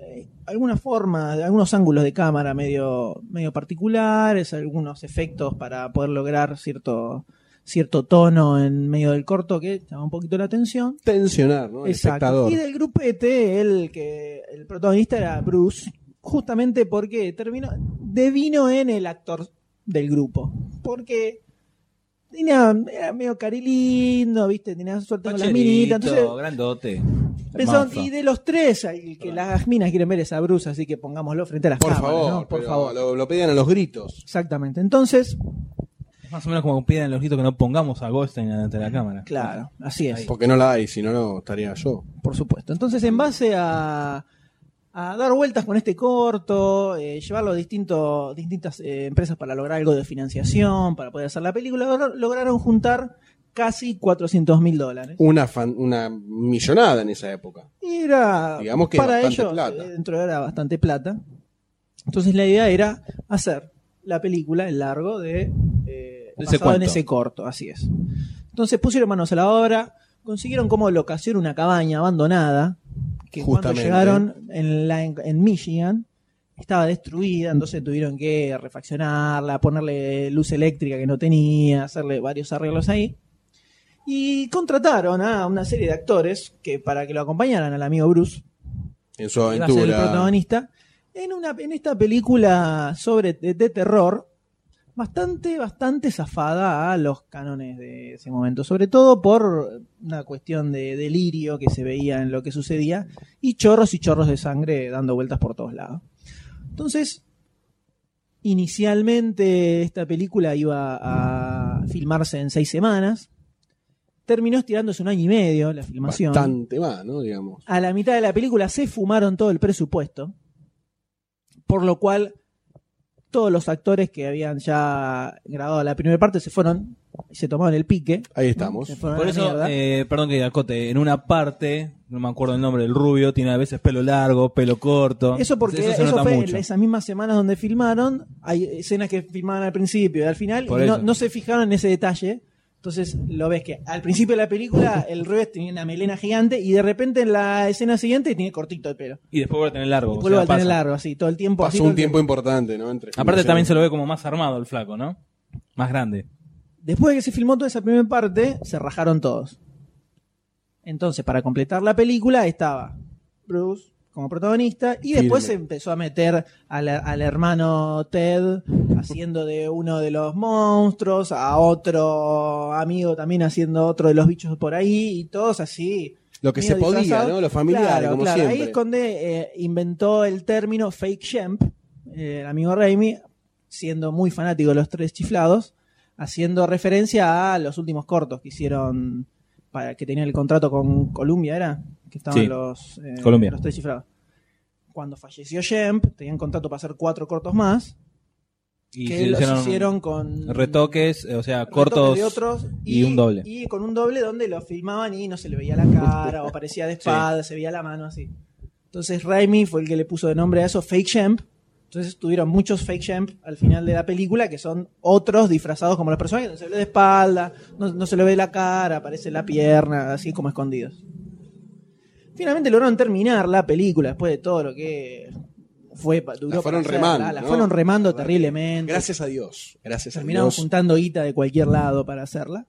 [SPEAKER 1] eh, algunas formas, algunos ángulos de cámara medio, medio particulares, algunos efectos para poder lograr cierto, cierto tono en medio del corto que llama un poquito la atención.
[SPEAKER 3] Tensionar, ¿no? Al
[SPEAKER 1] Exacto.
[SPEAKER 3] espectador.
[SPEAKER 1] Y del grupete, el que el protagonista era Bruce, justamente porque terminó, devino en el actor del grupo. Porque tenía, era medio carilindo, viste, tenía suerte con las minitas. Entonces,
[SPEAKER 9] grandote.
[SPEAKER 1] pensaron,
[SPEAKER 9] hermoso.
[SPEAKER 1] y de los tres, el que las minas quieren ver es a Bruce, así que pongámoslo frente a las
[SPEAKER 3] Por
[SPEAKER 1] cámaras,
[SPEAKER 3] favor,
[SPEAKER 1] ¿no? Por
[SPEAKER 3] pero
[SPEAKER 1] favor.
[SPEAKER 3] Lo, lo pedían a los gritos.
[SPEAKER 1] Exactamente. Entonces,
[SPEAKER 9] Más o menos como piden los gritos que no pongamos a Goldstein ante la cámara.
[SPEAKER 1] claro, así es.
[SPEAKER 3] Porque no la hay, si no, no estaría yo.
[SPEAKER 1] Por supuesto. Entonces, en base a, a dar vueltas con este corto, eh, llevarlo a distinto- distintas eh, empresas para lograr algo de financiación, para poder hacer la película, lograr- lograron juntar casi 400 mil dólares.
[SPEAKER 3] Una, fan- una millonada en esa época.
[SPEAKER 1] Y era,
[SPEAKER 3] Digamos que
[SPEAKER 1] para
[SPEAKER 3] bastante
[SPEAKER 1] ellos,
[SPEAKER 3] plata.
[SPEAKER 1] eh, dentro era bastante plata. Entonces, la idea era hacer la película, el largo, de eh,
[SPEAKER 9] Ese
[SPEAKER 1] basado en
[SPEAKER 9] cuento.
[SPEAKER 1] ese corto, así es. Entonces, pusieron manos a la obra, consiguieron como locación una cabaña abandonada, que cuando
[SPEAKER 3] Justamente.
[SPEAKER 1] llegaron en, la- en Michigan estaba destruida, entonces tuvieron que refaccionarla, ponerle luz eléctrica que no tenía, hacerle varios arreglos ahí. Y contrataron a una serie de actores que para que lo acompañaran al amigo Bruce,
[SPEAKER 3] En su
[SPEAKER 1] que iba a ser el
[SPEAKER 3] aventura.
[SPEAKER 1] protagonista, en, una, en esta película sobre de, de terror, bastante, bastante zafada a los cánones de ese momento, sobre todo por una cuestión de delirio que se veía en lo que sucedía, y chorros y chorros de sangre dando vueltas por todos lados. Entonces, inicialmente esta película iba a filmarse en seis semanas, terminó estirándose un año y medio la filmación.
[SPEAKER 3] Bastante más, ¿no? Digamos.
[SPEAKER 1] A la mitad de la película se fumaron todo el presupuesto. Por lo cual, todos los actores que habían ya grabado la primera parte se fueron y se tomaron el pique.
[SPEAKER 3] Ahí estamos.
[SPEAKER 1] Se fueron a
[SPEAKER 9] Por
[SPEAKER 1] la
[SPEAKER 9] eso,
[SPEAKER 1] mierda.
[SPEAKER 9] eh, perdón que acote, en una parte, no me acuerdo el nombre del rubio, tiene a veces pelo largo, pelo corto.
[SPEAKER 1] Eso porque
[SPEAKER 9] Entonces
[SPEAKER 1] eso,
[SPEAKER 9] se nota
[SPEAKER 1] fue
[SPEAKER 9] mucho.
[SPEAKER 1] en esas mismas semanas donde filmaron. Hay escenas que filmaban al principio y al final.
[SPEAKER 9] Por
[SPEAKER 1] y no,
[SPEAKER 9] eso.
[SPEAKER 1] no se fijaron en ese detalle. Entonces lo ves que al principio de la película el Rubens tenía una melena gigante y de repente en la escena siguiente tiene cortito el pelo.
[SPEAKER 9] Y después vuelve a tener largo.
[SPEAKER 1] Y
[SPEAKER 9] o
[SPEAKER 1] vuelve
[SPEAKER 9] sea,
[SPEAKER 1] a tener
[SPEAKER 9] pasa.
[SPEAKER 1] largo así todo el tiempo. así,
[SPEAKER 3] Pasó
[SPEAKER 1] todo
[SPEAKER 3] un
[SPEAKER 1] el
[SPEAKER 3] tiempo importante, ¿no? Entre
[SPEAKER 9] Aparte
[SPEAKER 3] filmaciones.
[SPEAKER 9] también se lo ve como más armado el flaco, ¿no? Más grande.
[SPEAKER 1] Después de que se filmó toda esa primera parte, se rajaron todos. Entonces, para completar la película, estaba Bruce como protagonista y después se
[SPEAKER 3] Firme.
[SPEAKER 1] empezó a meter al, al hermano Ted haciendo de uno de los monstruos, a otro amigo también haciendo otro de los bichos por ahí y todos así.
[SPEAKER 3] Lo que
[SPEAKER 1] medio
[SPEAKER 3] se podía,
[SPEAKER 1] disfrazados.
[SPEAKER 3] ¿no? Los familiares,
[SPEAKER 1] Claro,
[SPEAKER 3] como
[SPEAKER 1] claro. Ahí
[SPEAKER 3] siempre.
[SPEAKER 1] es cuando eh, inventó el término fake champ, eh, el amigo Raimi, siendo muy fanático de los tres chiflados, haciendo referencia a los últimos cortos que hicieron para que tenían el contrato con Columbia, ¿era? Que estaban
[SPEAKER 9] Sí,
[SPEAKER 1] los, eh,
[SPEAKER 9] Columbia.
[SPEAKER 1] los tres chiflados. Cuando falleció Shemp, tenían contrato para hacer cuatro cortos más,
[SPEAKER 9] Y
[SPEAKER 1] que
[SPEAKER 9] se
[SPEAKER 1] los hicieron,
[SPEAKER 9] hicieron
[SPEAKER 1] con
[SPEAKER 9] retoques, eh, o sea,
[SPEAKER 1] retoques
[SPEAKER 9] cortos
[SPEAKER 1] de otros
[SPEAKER 9] y, un doble.
[SPEAKER 1] Y con un doble donde lo filmaban y no se le veía la cara, o parecía de espada, se veía la mano así. Entonces Raimi fue el que le puso de nombre a eso Fake Champ. Entonces Entonces tuvieron muchos fake champ al final de la película que son otros disfrazados como los personajes, no se le ve de espalda, no, no se le ve la cara, aparece la pierna, así como escondidos. Finalmente lograron terminar la película después de todo lo que fue duró
[SPEAKER 3] La fueron
[SPEAKER 1] para
[SPEAKER 3] remando,
[SPEAKER 1] hacerla, la
[SPEAKER 3] ¿no?
[SPEAKER 1] fueron remando
[SPEAKER 3] Vale.
[SPEAKER 1] terriblemente.
[SPEAKER 3] Gracias a Dios. Gracias
[SPEAKER 1] Terminaron
[SPEAKER 3] a Dios.
[SPEAKER 1] juntando guita de cualquier lado para hacerla.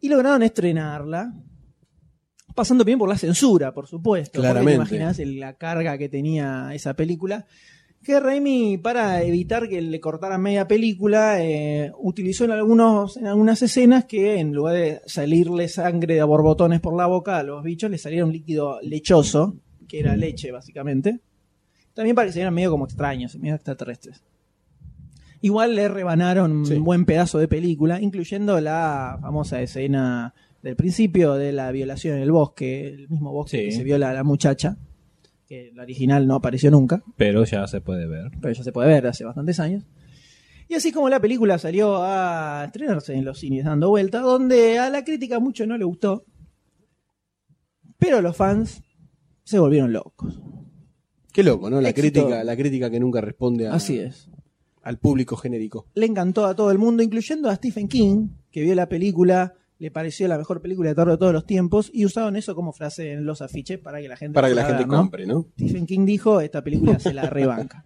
[SPEAKER 1] Y lograron estrenarla. Pasando bien por la censura, por supuesto. porque
[SPEAKER 3] Claramente.
[SPEAKER 1] ¿Te imaginas el- la carga que tenía esa película? Que Raimi, para evitar que le cortaran media película, eh, utilizó en, algunos, en algunas escenas que en lugar de salirle sangre de a borbotones por la boca a los bichos, le salía un líquido lechoso, que era leche básicamente. También para que se vieran medio como extraños, medio extraterrestres. Igual le rebanaron un buen pedazo de película, incluyendo la famosa escena del principio de la violación en el bosque, el mismo bosque
[SPEAKER 9] Sí.
[SPEAKER 1] que se viola a la muchacha, que la original no apareció nunca,
[SPEAKER 9] Pero ya se puede ver.
[SPEAKER 1] pero ya se puede ver hace bastantes años. Y así es como la película salió a estrenarse en los cines dando vuelta, donde a la crítica mucho no le gustó, pero los fans se volvieron locos.
[SPEAKER 3] Qué loco, ¿no? La
[SPEAKER 1] Éxito.
[SPEAKER 3] crítica, la crítica que nunca responde a-
[SPEAKER 1] Así es.
[SPEAKER 3] al público genérico.
[SPEAKER 1] le encantó a todo el mundo, incluyendo a Stephen King, que vio la película, le pareció la mejor película de terror de todos los tiempos, y usaron eso como frase en los afiches para que la gente
[SPEAKER 3] Para que la
[SPEAKER 1] pueda
[SPEAKER 3] gente
[SPEAKER 1] ver, ¿no?
[SPEAKER 3] compre, ¿no?
[SPEAKER 1] Stephen King dijo, esta película se la rebanca.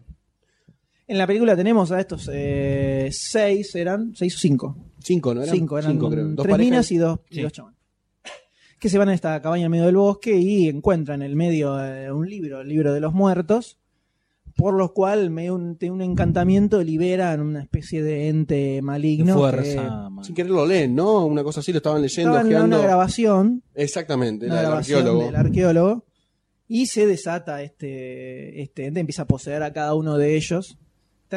[SPEAKER 1] En la película tenemos a estos eh, seis, eran seis o cinco.
[SPEAKER 3] Cinco, ¿no? Eran
[SPEAKER 1] Cinco, eran
[SPEAKER 3] cinco, creo. Dos
[SPEAKER 1] tres
[SPEAKER 3] parejas
[SPEAKER 1] minas
[SPEAKER 3] y-
[SPEAKER 1] y dos, y
[SPEAKER 3] Sí.
[SPEAKER 1] dos chabones. Que se van a esta cabaña en medio del bosque y encuentran en el medio eh, un libro, el libro de los muertos, por lo cual medio un, tiene un encantamiento liberan una especie de ente maligno.
[SPEAKER 3] Fuerza, Sin querer lo leen, ¿no? Una cosa así, lo estaban
[SPEAKER 1] que
[SPEAKER 3] leyendo,
[SPEAKER 1] estaba en
[SPEAKER 3] ojeando.
[SPEAKER 1] una grabación,
[SPEAKER 3] Exactamente,
[SPEAKER 1] una
[SPEAKER 3] la del
[SPEAKER 1] grabación
[SPEAKER 3] arqueólogo.
[SPEAKER 1] del arqueólogo, y se desata este, este ente, empieza a poseer a cada uno de ellos,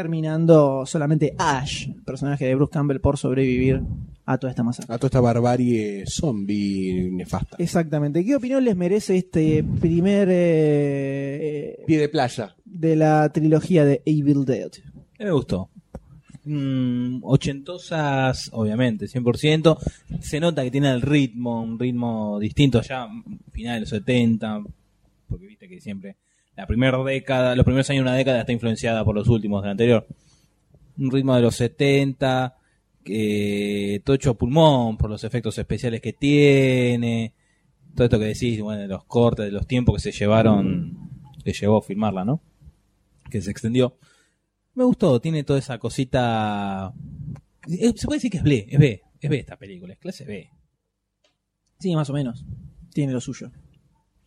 [SPEAKER 1] terminando solamente Ash, el personaje de Bruce Campbell, por sobrevivir a toda esta masacre.
[SPEAKER 3] A Ah, toda esta barbarie zombie nefasta.
[SPEAKER 1] Eh, Exactamente. ¿Qué opinión les merece este primer eh, eh,
[SPEAKER 3] Pie de playa.
[SPEAKER 1] de la trilogía de Evil Dead?
[SPEAKER 9] Eh,
[SPEAKER 2] A mí me gustó. Mm, ochentosas, obviamente, 100%. Se nota que tiene el ritmo, un ritmo distinto ya, mm, final de los 70, porque viste que siempre la primera década, los primeros años de una década está influenciada por los últimos de la anterior. Un ritmo de los 70, que tocho a pulmón por los efectos especiales que tiene, todo esto que decís, bueno, de los cortes, de los tiempos que se llevaron, que llevó a filmarla, ¿no? Que se extendió. Me gustó, tiene toda esa cosita. eh, Se puede decir que es B, es B, es B esta película, es clase B.
[SPEAKER 1] Sí, más o menos. Tiene lo suyo.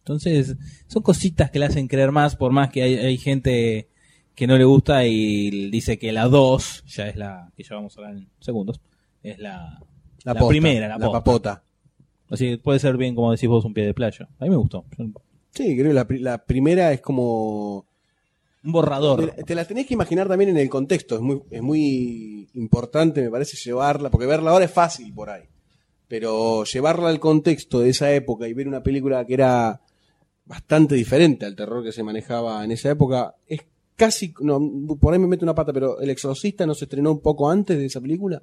[SPEAKER 2] Entonces, son cositas que le hacen creer más, por más que hay, hay gente que no le gusta y dice que la 2, ya es la, que ya vamos a hablar en segundos, es la, la,
[SPEAKER 3] posta,
[SPEAKER 2] primera, la,
[SPEAKER 3] la
[SPEAKER 2] posta.
[SPEAKER 3] papota.
[SPEAKER 2] Así que puede ser bien, como decís vos, un pie de playa. A mí me gustó. Yo-
[SPEAKER 3] Sí, creo que la, pri- la primera es como.
[SPEAKER 2] Un borrador.
[SPEAKER 3] Te, te la tenés que imaginar también en el contexto. Es muy, es muy importante, me parece, llevarla. Porque verla ahora es fácil por ahí. Pero llevarla al contexto de esa época y ver una película que era bastante diferente al terror que se manejaba en esa época es casi. No, por ahí me meto una pata, pero El Exorcista no se estrenó un poco antes de esa película.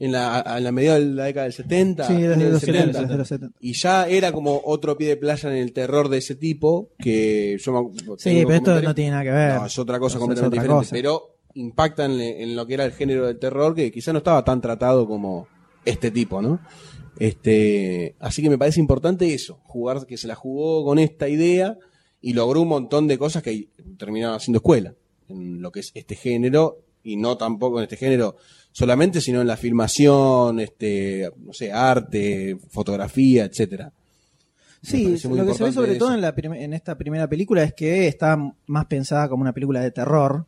[SPEAKER 3] En la, a- en la mediados de la década del 70.
[SPEAKER 1] Sí,
[SPEAKER 3] fines
[SPEAKER 1] desde
[SPEAKER 3] del
[SPEAKER 1] los
[SPEAKER 3] 70.
[SPEAKER 1] 70, desde los 70.
[SPEAKER 3] Y ya era como otro pie de playa en el terror de ese tipo, que yo me acu-
[SPEAKER 1] Sí,
[SPEAKER 3] tengo
[SPEAKER 1] pero esto
[SPEAKER 3] comentarios.
[SPEAKER 1] no tiene nada que ver.
[SPEAKER 3] No, es otra
[SPEAKER 1] Es
[SPEAKER 3] cosa completamente
[SPEAKER 1] otra
[SPEAKER 3] diferente,
[SPEAKER 1] cosa.
[SPEAKER 3] pero impacta en, le- en lo que era el género del terror, que quizás no estaba tan tratado como este tipo, ¿no? Este, así que me parece importante eso, jugar que se la jugó con esta idea y logró un montón de cosas que terminaron haciendo escuela en lo que es este género y no tampoco en este género solamente, sino en la filmación, este, no sé, arte, fotografía, etcétera. Me
[SPEAKER 1] Sí, lo que se
[SPEAKER 3] parece muy
[SPEAKER 1] ve
[SPEAKER 3] importante
[SPEAKER 1] sobre
[SPEAKER 3] eso.
[SPEAKER 1] todo en, la prim- en esta primera película es que está m- más pensada como una película de terror,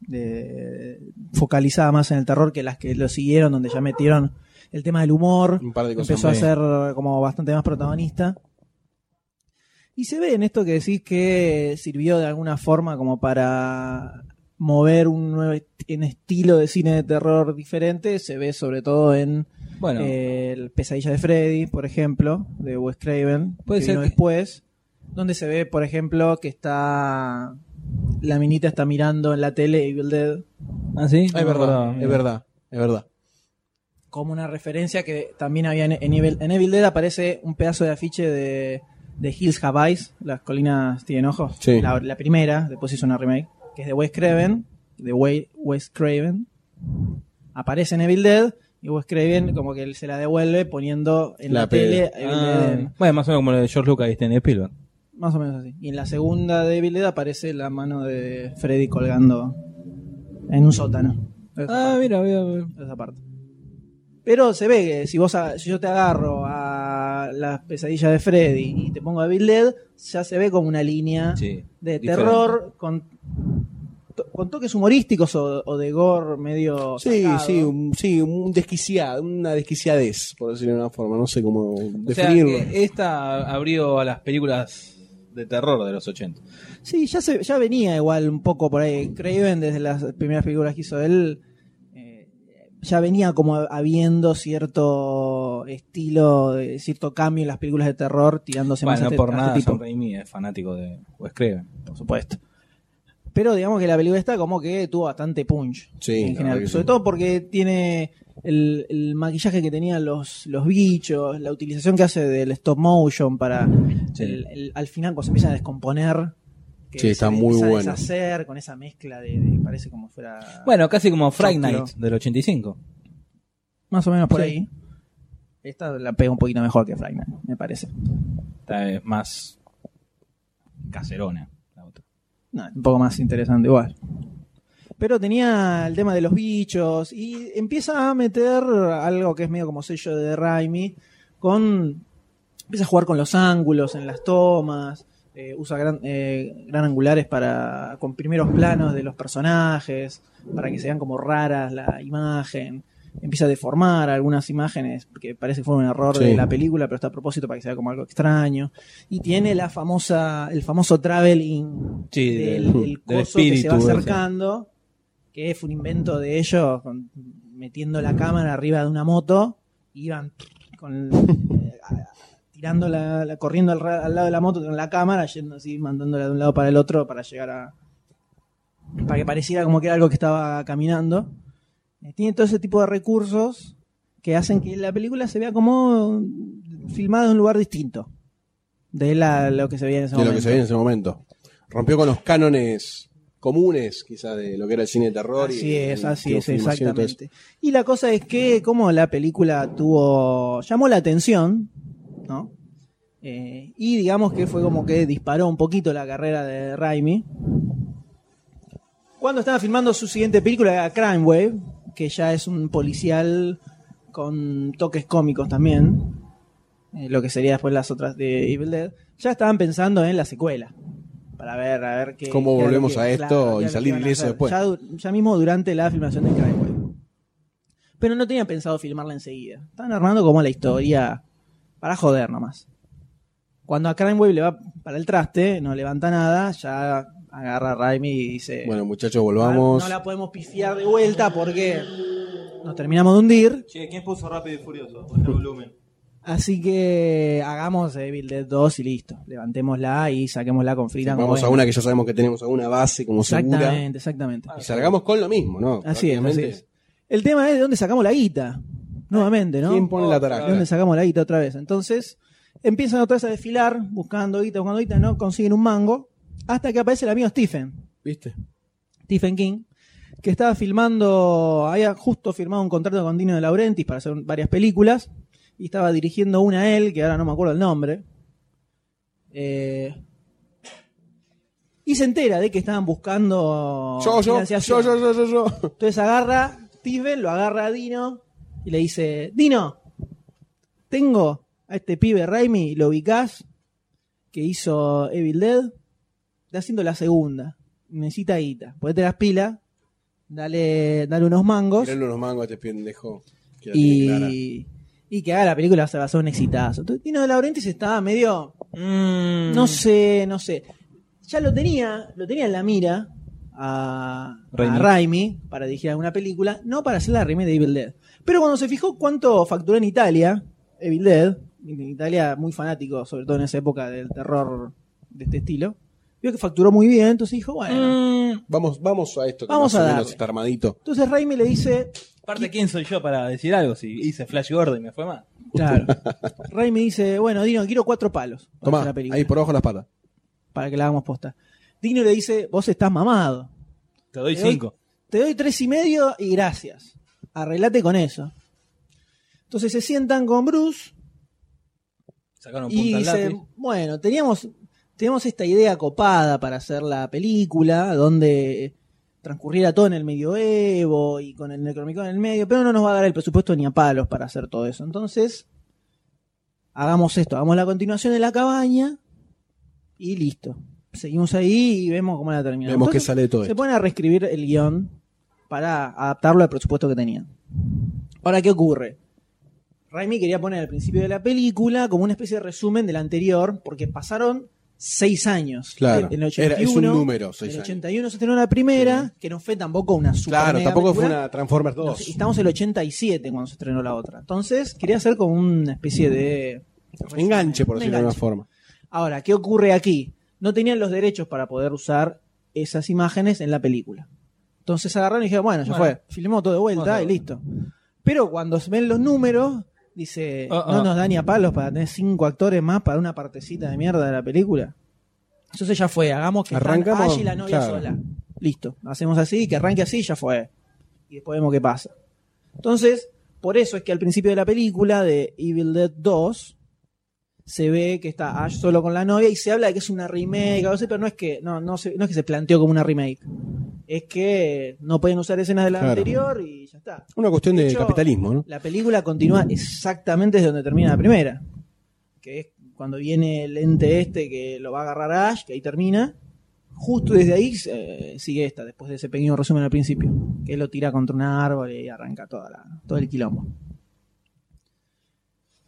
[SPEAKER 1] de- focalizada más en el terror que las que lo siguieron, donde ya metieron el tema del humor,
[SPEAKER 3] Un par de cosas
[SPEAKER 1] empezó a
[SPEAKER 3] más.
[SPEAKER 1] ser eh, como bastante más protagonista. Y se ve en esto que decís que sirvió de alguna forma como para mover un nuevo est- un estilo de cine de terror diferente, se ve sobre todo en
[SPEAKER 2] Bueno.
[SPEAKER 1] eh, el Pesadilla de Freddy, por ejemplo, de Wes Craven,
[SPEAKER 2] Puede
[SPEAKER 1] que
[SPEAKER 2] ser
[SPEAKER 1] vino
[SPEAKER 2] que-
[SPEAKER 1] después, donde se ve, por ejemplo, que está la minita está mirando en la tele Evil Dead
[SPEAKER 2] Ah, sí.
[SPEAKER 3] Ah, es
[SPEAKER 2] No me acordaba,
[SPEAKER 3] verdad,
[SPEAKER 2] mira.
[SPEAKER 3] es verdad, es verdad.
[SPEAKER 1] como una referencia que también había en, en Evil, en Evil Dead aparece un pedazo de afiche de, de Hills Have Eyes, las colinas tienen ojos,
[SPEAKER 3] Sí.
[SPEAKER 1] la, la primera, después hizo una remake, que es de Wes Craven, de Wei- Wes Craven, aparece en Evil Dead y Wes Craven como que él se la devuelve poniendo en la, tele Evil Dead en-
[SPEAKER 9] Ah, bueno, más o menos como lo de George Lucas y Steven Spielberg.
[SPEAKER 1] más o menos así. Y en la segunda de Evil Dead aparece la mano de Freddy colgando en un sótano.
[SPEAKER 9] Ah, mira, mira,
[SPEAKER 1] Esa parte. Pero se ve que si vos a- si yo te agarro a la pesadilla de Freddy y te pongo a Evil Dead, ya se ve como una línea
[SPEAKER 9] Sí,
[SPEAKER 1] de
[SPEAKER 9] diferente.
[SPEAKER 1] terror con, to- con toques humorísticos o, o de gore medio
[SPEAKER 3] Sí,
[SPEAKER 1] sacado.
[SPEAKER 3] sí, un, sí, un desquiciado, una desquiciadez, por decirlo de una forma, no sé cómo
[SPEAKER 9] O sea, que
[SPEAKER 3] definirlo.
[SPEAKER 1] eh,
[SPEAKER 9] esta abrió a las películas de terror de los 80.
[SPEAKER 1] Sí, ya, se, ya venía igual un poco por ahí. Craven, desde las primeras figuras que hizo él, eh, ya venía como habiendo cierto estilo, de- cierto cambio en las películas de terror, tirándose más
[SPEAKER 9] bueno,
[SPEAKER 1] a
[SPEAKER 9] no
[SPEAKER 1] este-
[SPEAKER 9] por
[SPEAKER 1] a este
[SPEAKER 9] nada
[SPEAKER 1] tipo.
[SPEAKER 9] Sam Raimi es fanático de Wes Craven.
[SPEAKER 1] Por supuesto. Pero digamos que la película está como que tuvo bastante punch.
[SPEAKER 3] Sí,
[SPEAKER 1] en
[SPEAKER 3] la
[SPEAKER 1] general.
[SPEAKER 3] verdad que
[SPEAKER 1] Sobre
[SPEAKER 3] sí.
[SPEAKER 1] todo porque tiene el, el maquillaje que tenían los, los bichos, la utilización que hace del stop motion para el- el- al final cuando se empiezan a descomponer. que
[SPEAKER 3] Sí, está
[SPEAKER 1] se
[SPEAKER 3] muy
[SPEAKER 1] empieza a
[SPEAKER 3] bueno.
[SPEAKER 1] deshacer con esa mezcla de, de- parece como fuera...
[SPEAKER 9] Bueno, casi como Fright
[SPEAKER 1] Choclo.
[SPEAKER 9] Night del 85.
[SPEAKER 1] Más o menos por
[SPEAKER 9] Sí.
[SPEAKER 1] ahí. Esta la pega un poquito mejor que Fragment, me parece.
[SPEAKER 9] Esta
[SPEAKER 2] eh,
[SPEAKER 9] es más caserona.
[SPEAKER 1] No, un poco más interesante igual. Pero tenía el tema de los bichos y empieza a meter algo que es medio como sello de Raimi, con empieza a jugar con los ángulos en las tomas, eh, usa gran, eh, gran angulares para con primeros planos de los personajes, para que se vean como raras la imagen. Empieza a deformar algunas imágenes que parece que fue un error
[SPEAKER 3] Sí.
[SPEAKER 1] de la película, pero está a propósito para que se vea como algo extraño. Y tiene la famosa, el famoso traveling
[SPEAKER 9] Sí,
[SPEAKER 1] del,
[SPEAKER 9] del-
[SPEAKER 1] del
[SPEAKER 9] del
[SPEAKER 1] coso que se va
[SPEAKER 9] espíritu,
[SPEAKER 1] acercando, que fue un invento de ellos, con- metiendo la cámara arriba de una moto, y iban con, eh, a- tirando la, la- corriendo al, ra- al lado de la moto con la cámara, yendo así, mandándola de un lado para el otro para llegar a. para que pareciera como que era algo que estaba caminando. Eh, Tiene todo ese tipo de recursos que hacen que la película se vea como filmada en un lugar distinto de la, lo que se veía en ese
[SPEAKER 3] de lo
[SPEAKER 1] momento.
[SPEAKER 3] que se veía en ese momento. Rompió con los cánones comunes, quizás, de lo que era el cine de terror. y-
[SPEAKER 1] Así es,
[SPEAKER 3] y
[SPEAKER 1] así
[SPEAKER 3] tipo
[SPEAKER 1] es,
[SPEAKER 3] filmación y todo eso.
[SPEAKER 1] exactamente. Y la cosa es que como la película tuvo, llamó la atención, ¿no? Eh, y digamos que fue como que disparó un poquito la carrera de Raimi. Cuando estaba filmando su siguiente película, Crime Wave, que ya es un policial con toques cómicos también, eh, lo que sería después las otras de Evil Dead, ya estaban pensando en la secuela. Para ver, a ver qué.
[SPEAKER 3] Cómo
[SPEAKER 1] qué era lo
[SPEAKER 3] volvemos a esto y
[SPEAKER 1] qué era lo
[SPEAKER 3] salir
[SPEAKER 1] iban a
[SPEAKER 3] ileso
[SPEAKER 1] hacer.
[SPEAKER 3] después.
[SPEAKER 1] Ya, du- ya mismo durante la filmación de Crime Wave. Pero no tenían pensado filmarla enseguida. Estaban armando como la historia para joder nomás. Cuando a Crime Wave le va para el traste, no levanta nada, ya agarra a Raimi y dice.
[SPEAKER 3] Bueno, muchachos, volvamos.
[SPEAKER 1] Ah, No la podemos pifiar de vuelta porque nos terminamos de hundir.
[SPEAKER 15] Che, ¿quién puso rápido y furioso? Pon
[SPEAKER 2] Mm.
[SPEAKER 15] el volumen.
[SPEAKER 1] Así que hagamos eh, Evil Dead 2 y listo. Levantémosla y saquémosla con Frida. como
[SPEAKER 3] Vamos a
[SPEAKER 1] es.
[SPEAKER 3] una que ya sabemos que tenemos alguna base como segura.
[SPEAKER 1] Exactamente, exactamente.
[SPEAKER 3] Y salgamos con lo mismo, ¿no?
[SPEAKER 1] Así es, así
[SPEAKER 3] Ah, Prácticamente.
[SPEAKER 1] es. El tema es de dónde sacamos la guita. Nuevamente, ¿no?
[SPEAKER 3] ¿Quién pone la
[SPEAKER 1] ¿De
[SPEAKER 3] taraca?
[SPEAKER 1] dónde sacamos la guita otra vez? Entonces, empiezan otra vez a desfilar, buscando guita, buscando guita, no consiguen un mango, hasta que aparece el amigo Stephen.
[SPEAKER 3] ¿Viste?
[SPEAKER 1] Stephen King, que estaba filmando, había justo firmado un contrato con Dino de Laurentiis para hacer varias películas, y estaba dirigiendo una a él, que ahora no me acuerdo el nombre. Eh, y se entera de que estaban buscando
[SPEAKER 3] Yo, yo,
[SPEAKER 1] financiación.
[SPEAKER 3] yo, yo, yo, yo, yo.
[SPEAKER 1] Entonces agarra Steven, lo agarra a Dino y le dice, Dino, tengo a este pibe Raimi, lo ubicás, que hizo Evil Dead, está haciendo la segunda, necesita guita, ponete las pilas, dale, dale unos mangos
[SPEAKER 3] Tirarle unos mangos a este pendejo. que la tiene clara.
[SPEAKER 1] y, y que haga la película, se va a hacer un exitazo. Entonces Dino de Laurentiis estaba medio,
[SPEAKER 2] Mm.
[SPEAKER 1] no sé, no sé. Ya lo tenía, lo tenía en la mira a a Raimi.
[SPEAKER 9] Raimi.
[SPEAKER 1] para dirigir alguna película, no para hacer la remake de Evil Dead. Pero cuando se fijó cuánto facturó en Italia, Evil Dead, en Italia muy fanático, sobre todo en esa época del terror de este estilo, vio que facturó muy bien, entonces dijo, bueno.
[SPEAKER 2] Mm.
[SPEAKER 3] Vamos, vamos a esto que
[SPEAKER 1] Vamos
[SPEAKER 3] más
[SPEAKER 1] a
[SPEAKER 3] o menos
[SPEAKER 1] darle.
[SPEAKER 3] está armadito.
[SPEAKER 1] Entonces Raimi le dice,
[SPEAKER 9] Aparte, ¿quién soy yo para decir algo? Si hice Flash Gordon y me fue mal.
[SPEAKER 1] claro, Raimi dice, bueno, Dino, quiero cuatro palos para
[SPEAKER 3] Tomá,
[SPEAKER 1] hacer la película,
[SPEAKER 3] ahí por abajo las patas.
[SPEAKER 1] para que la hagamos posta. Dino le dice, vos estás mamado.
[SPEAKER 2] Te doy
[SPEAKER 1] Te doy-
[SPEAKER 2] cinco.
[SPEAKER 1] Te doy tres y medio y gracias. Arreglate con eso. Entonces se sientan con Bruce
[SPEAKER 2] Sacaron
[SPEAKER 1] y
[SPEAKER 2] punta al lápiz.
[SPEAKER 1] dice, bueno, teníamos, teníamos esta idea copada para hacer la película, donde transcurriera todo en el medioevo y con el Necromicón en el medio, pero no nos va a dar el presupuesto ni a palos para hacer todo eso. Entonces, hagamos esto, hagamos la continuación de la cabaña y listo. Seguimos ahí y vemos cómo la terminamos.
[SPEAKER 3] Vemos qué
[SPEAKER 1] Entonces,
[SPEAKER 3] sale de todo
[SPEAKER 1] Se
[SPEAKER 3] esto.
[SPEAKER 1] ponen a reescribir el guión para adaptarlo al presupuesto que tenían. Ahora, ¿qué ocurre? Raimi quería poner al principio de la película como una especie de resumen del anterior, porque pasaron seis años.
[SPEAKER 3] Claro.
[SPEAKER 1] En el
[SPEAKER 3] Era-
[SPEAKER 1] 81,
[SPEAKER 3] es un número, seis
[SPEAKER 1] En el
[SPEAKER 3] años.
[SPEAKER 1] 81 se estrenó la primera, que no fue tampoco una super
[SPEAKER 3] Claro,
[SPEAKER 1] mega
[SPEAKER 3] tampoco fue
[SPEAKER 1] película.
[SPEAKER 3] una Transformers
[SPEAKER 1] No,
[SPEAKER 3] 2.
[SPEAKER 1] Estamos en el 87 cuando se estrenó la otra. Entonces, quería hacer como una especie de.
[SPEAKER 3] Enganche, por
[SPEAKER 1] Un
[SPEAKER 3] decirlo de alguna
[SPEAKER 1] enganche.
[SPEAKER 3] forma.
[SPEAKER 1] Ahora, ¿qué ocurre aquí? No tenían los derechos para poder usar esas imágenes en la película. Entonces agarraron y dijeron, bueno, ya
[SPEAKER 16] Bueno.
[SPEAKER 1] fue, filmó todo de vuelta y listo. Pero cuando se ven los números, dice,
[SPEAKER 16] Ah,
[SPEAKER 1] no
[SPEAKER 16] ah.
[SPEAKER 1] nos da ni a palos para tener cinco actores más para una partecita de mierda de la película. Entonces ya fue, hagamos que están
[SPEAKER 16] Arrancamos,
[SPEAKER 1] Ash y la novia
[SPEAKER 16] claro.
[SPEAKER 1] sola. Listo, hacemos así, que arranque así, ya fue. Y después vemos qué pasa. Entonces, por eso es que al principio de la película de Evil Dead 2 se ve que está Ash solo con la novia y se habla de que es una remake, algo así, pero no es que no, no, se, no es que se planteó como una remake. Es que no pueden usar escenas de la
[SPEAKER 3] Claro.
[SPEAKER 1] anterior y ya está.
[SPEAKER 3] Una cuestión de,
[SPEAKER 1] hecho,
[SPEAKER 3] capitalismo, ¿no?
[SPEAKER 1] La película continúa exactamente desde donde termina la primera. Que es cuando viene el ente este que lo va a agarrar a Ash, que ahí termina. Justo desde ahí eh, sigue esta, después de ese pequeño resumen al principio. Que lo tira contra un árbol y arranca toda la, todo el quilombo.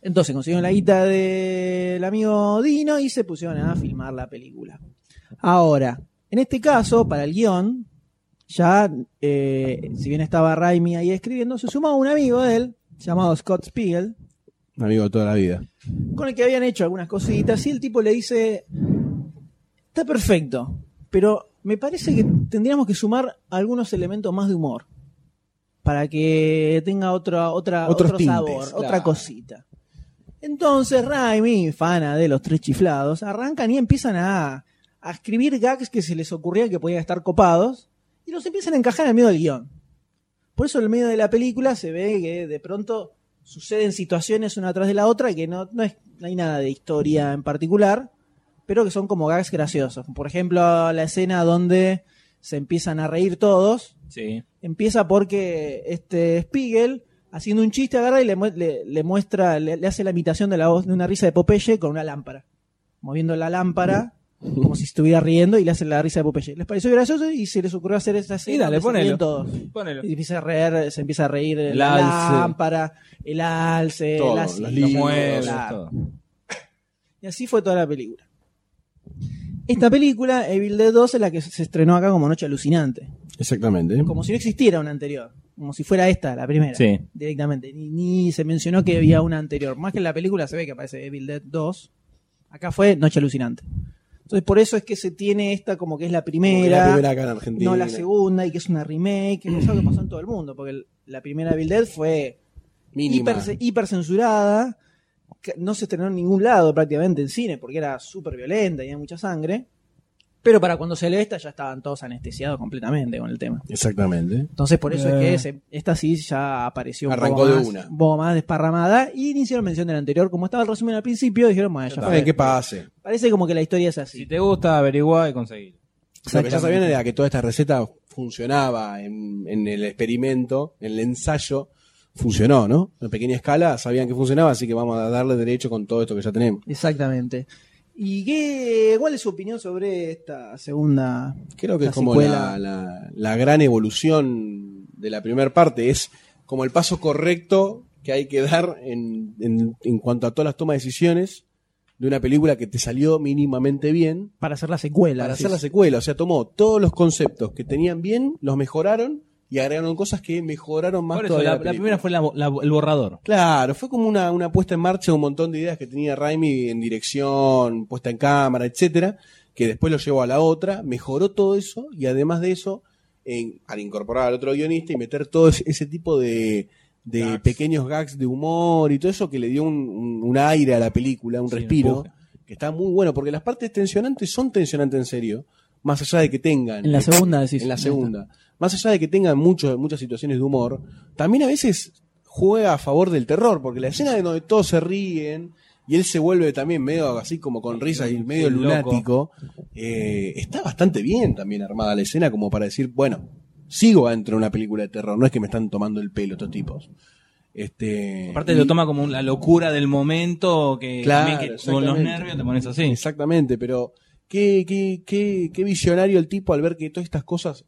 [SPEAKER 1] Entonces consiguieron la guita del amigo Dino y se pusieron a filmar la película. Ahora, en este caso, para el guión, ya, eh, si bien estaba Raimi ahí escribiendo, se sumó un amigo de él, llamado Scott Spiegel,
[SPEAKER 3] Un amigo de toda la vida.
[SPEAKER 1] con el que habían hecho algunas cositas, y el tipo le dice, está perfecto, pero me parece que tendríamos que sumar algunos elementos más de humor, para que tenga otra, otra,
[SPEAKER 3] Otros
[SPEAKER 1] otro
[SPEAKER 3] tintes,
[SPEAKER 1] sabor,
[SPEAKER 3] claro.
[SPEAKER 1] otra cosita. Entonces Raimi, fana de los tres chiflados, arrancan y empiezan a, a escribir gags que se les ocurría que podían estar copados, y los empiezan a encajar en el medio del guión. Por eso en el medio de la película se ve que de pronto suceden situaciones una tras de la otra que no, no, es- no hay nada de historia en particular, pero que son como gags graciosos. Por ejemplo, la escena donde se empiezan a reír todos,
[SPEAKER 2] Sí.
[SPEAKER 1] empieza porque este Spiegel, haciendo un chiste, agarra y le, mue- le- le muestra, le, le hace la imitación de la voz de una risa de Popeye con una lámpara. Moviendo la lámpara, como si estuviera riendo, y le hace la risa de Popeye. Les pareció gracioso y se les ocurrió hacer esa escena.
[SPEAKER 2] Y
[SPEAKER 1] donde se
[SPEAKER 2] dale,
[SPEAKER 1] ríen
[SPEAKER 2] ponelo.
[SPEAKER 1] todos.
[SPEAKER 2] Ponelo.
[SPEAKER 1] Y empieza a reír, se empieza a reír
[SPEAKER 2] El
[SPEAKER 1] la
[SPEAKER 2] alce.
[SPEAKER 1] lámpara, el alce,
[SPEAKER 3] Todo,
[SPEAKER 1] el
[SPEAKER 3] los
[SPEAKER 1] ácido,
[SPEAKER 3] libros,
[SPEAKER 1] claro.
[SPEAKER 2] todo.
[SPEAKER 1] Y así fue toda la película. Esta película, Evil Dead 2, es la que se estrenó acá como Noche Alucinante.
[SPEAKER 3] Exactamente.
[SPEAKER 1] Como si no existiera una anterior. Como si fuera esta, la primera.
[SPEAKER 3] Sí.
[SPEAKER 1] Directamente. Ni, ni se mencionó que había una anterior. Más que en la película se ve que aparece Evil Dead 2. Acá fue Noche Alucinante. Entonces, por eso es que se tiene esta como que es la primera.
[SPEAKER 3] La primera acá en Argentina.
[SPEAKER 1] No la segunda y que es una remake. Que es algo que pasó en todo el mundo. Porque el- la primera Evil Dead fue
[SPEAKER 3] Mínima.
[SPEAKER 1] hiper- hipercensurada. que No se estrenó en ningún lado prácticamente en cine porque era súper violenta, tenía mucha sangre. Pero para cuando se lee esta ya estaban todos anestesiados completamente con el tema.
[SPEAKER 3] Exactamente.
[SPEAKER 1] Entonces por eso es
[SPEAKER 3] Eh.
[SPEAKER 1] que se- esta sí ya apareció un
[SPEAKER 3] Arrancó
[SPEAKER 1] poco
[SPEAKER 3] de
[SPEAKER 1] más,
[SPEAKER 3] una.
[SPEAKER 1] un poco más desparramada y ni hicieron mención del anterior. Como estaba el resumen al principio, dijeron, bueno, ya
[SPEAKER 3] Ay,
[SPEAKER 1] fue".
[SPEAKER 3] que pase.
[SPEAKER 1] Parece como que la historia es así.
[SPEAKER 2] Si te gusta, averiguá y conseguí.
[SPEAKER 3] Lo que
[SPEAKER 1] Exactamente.
[SPEAKER 3] ya sabían era que toda esta receta funcionaba en, en el experimento, en el ensayo. Funcionó, ¿no? En pequeña escala sabían que funcionaba, así que vamos a darle derecho con todo esto que ya tenemos.
[SPEAKER 1] Exactamente. ¿Y qué, cuál es su opinión sobre esta segunda?
[SPEAKER 3] Creo que
[SPEAKER 1] esta
[SPEAKER 3] es como
[SPEAKER 1] secuela?
[SPEAKER 3] la, la- la gran evolución de la primera parte. Es como el paso correcto que hay que dar en, en- en cuanto a todas las tomas de decisiones de una película que te salió mínimamente bien
[SPEAKER 1] para hacer la secuela.
[SPEAKER 3] para
[SPEAKER 1] decís.
[SPEAKER 3] hacer la secuela. O sea, tomó todos los conceptos que tenían bien, los mejoraron y agregaron cosas que mejoraron más
[SPEAKER 2] Por eso,
[SPEAKER 3] todavía.
[SPEAKER 2] la,
[SPEAKER 3] la
[SPEAKER 2] la
[SPEAKER 3] película.
[SPEAKER 2] primera fue la- la- el borrador.
[SPEAKER 3] Claro, fue como una, una puesta en marcha de un montón de ideas que tenía Raimi en dirección, puesta en cámara, etcétera, que después lo llevó a la otra, mejoró todo eso y además de eso, en- al incorporar al otro guionista y meter todo ese, ese tipo de, de pequeños gags de humor y todo eso que le dio un, un- un aire a la película, un
[SPEAKER 2] Sí, un
[SPEAKER 3] respiro,
[SPEAKER 2] empuje.
[SPEAKER 3] que está muy bueno, porque las partes tensionantes son tensionantes en serio, más allá de que tengan.
[SPEAKER 17] En la segunda, decís.
[SPEAKER 3] En la segunda. Más allá de que tengan mucho- muchas situaciones de humor, también a veces juega a favor del terror, porque la escena de donde todos se ríen y él se vuelve también medio así como con risas y medio
[SPEAKER 2] Sí, loco.
[SPEAKER 3] lunático, eh, está bastante bien también armada la escena como para decir, bueno, sigo dentro de una película de terror, no es que me están tomando el pelo estos tipos. Este,
[SPEAKER 2] Aparte
[SPEAKER 3] y-
[SPEAKER 2] lo toma como la locura del momento que,
[SPEAKER 3] Claro,
[SPEAKER 2] también que con los
[SPEAKER 3] exactamente.
[SPEAKER 2] nervios te pones así.
[SPEAKER 3] Exactamente, pero qué, qué, qué, qué visionario el tipo al ver que todas estas cosas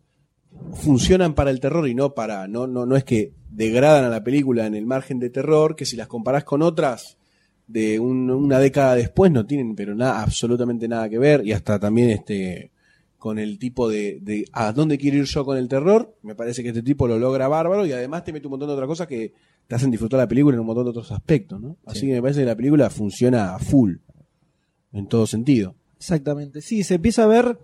[SPEAKER 3] funcionan para el terror y no para, no, no, no es que degradan a la película en el margen de terror, que si las comparás con otras de un- una década después no tienen pero nada, absolutamente nada que ver, y hasta también este con el tipo de, de a dónde quiero ir yo con el terror, me parece que este tipo lo logra bárbaro y además te mete un montón de otras cosas que te hacen disfrutar la película en un montón de otros aspectos, ¿no? Así que me parece que la película funciona a full en todo sentido.
[SPEAKER 1] Exactamente. Sí, se empieza a ver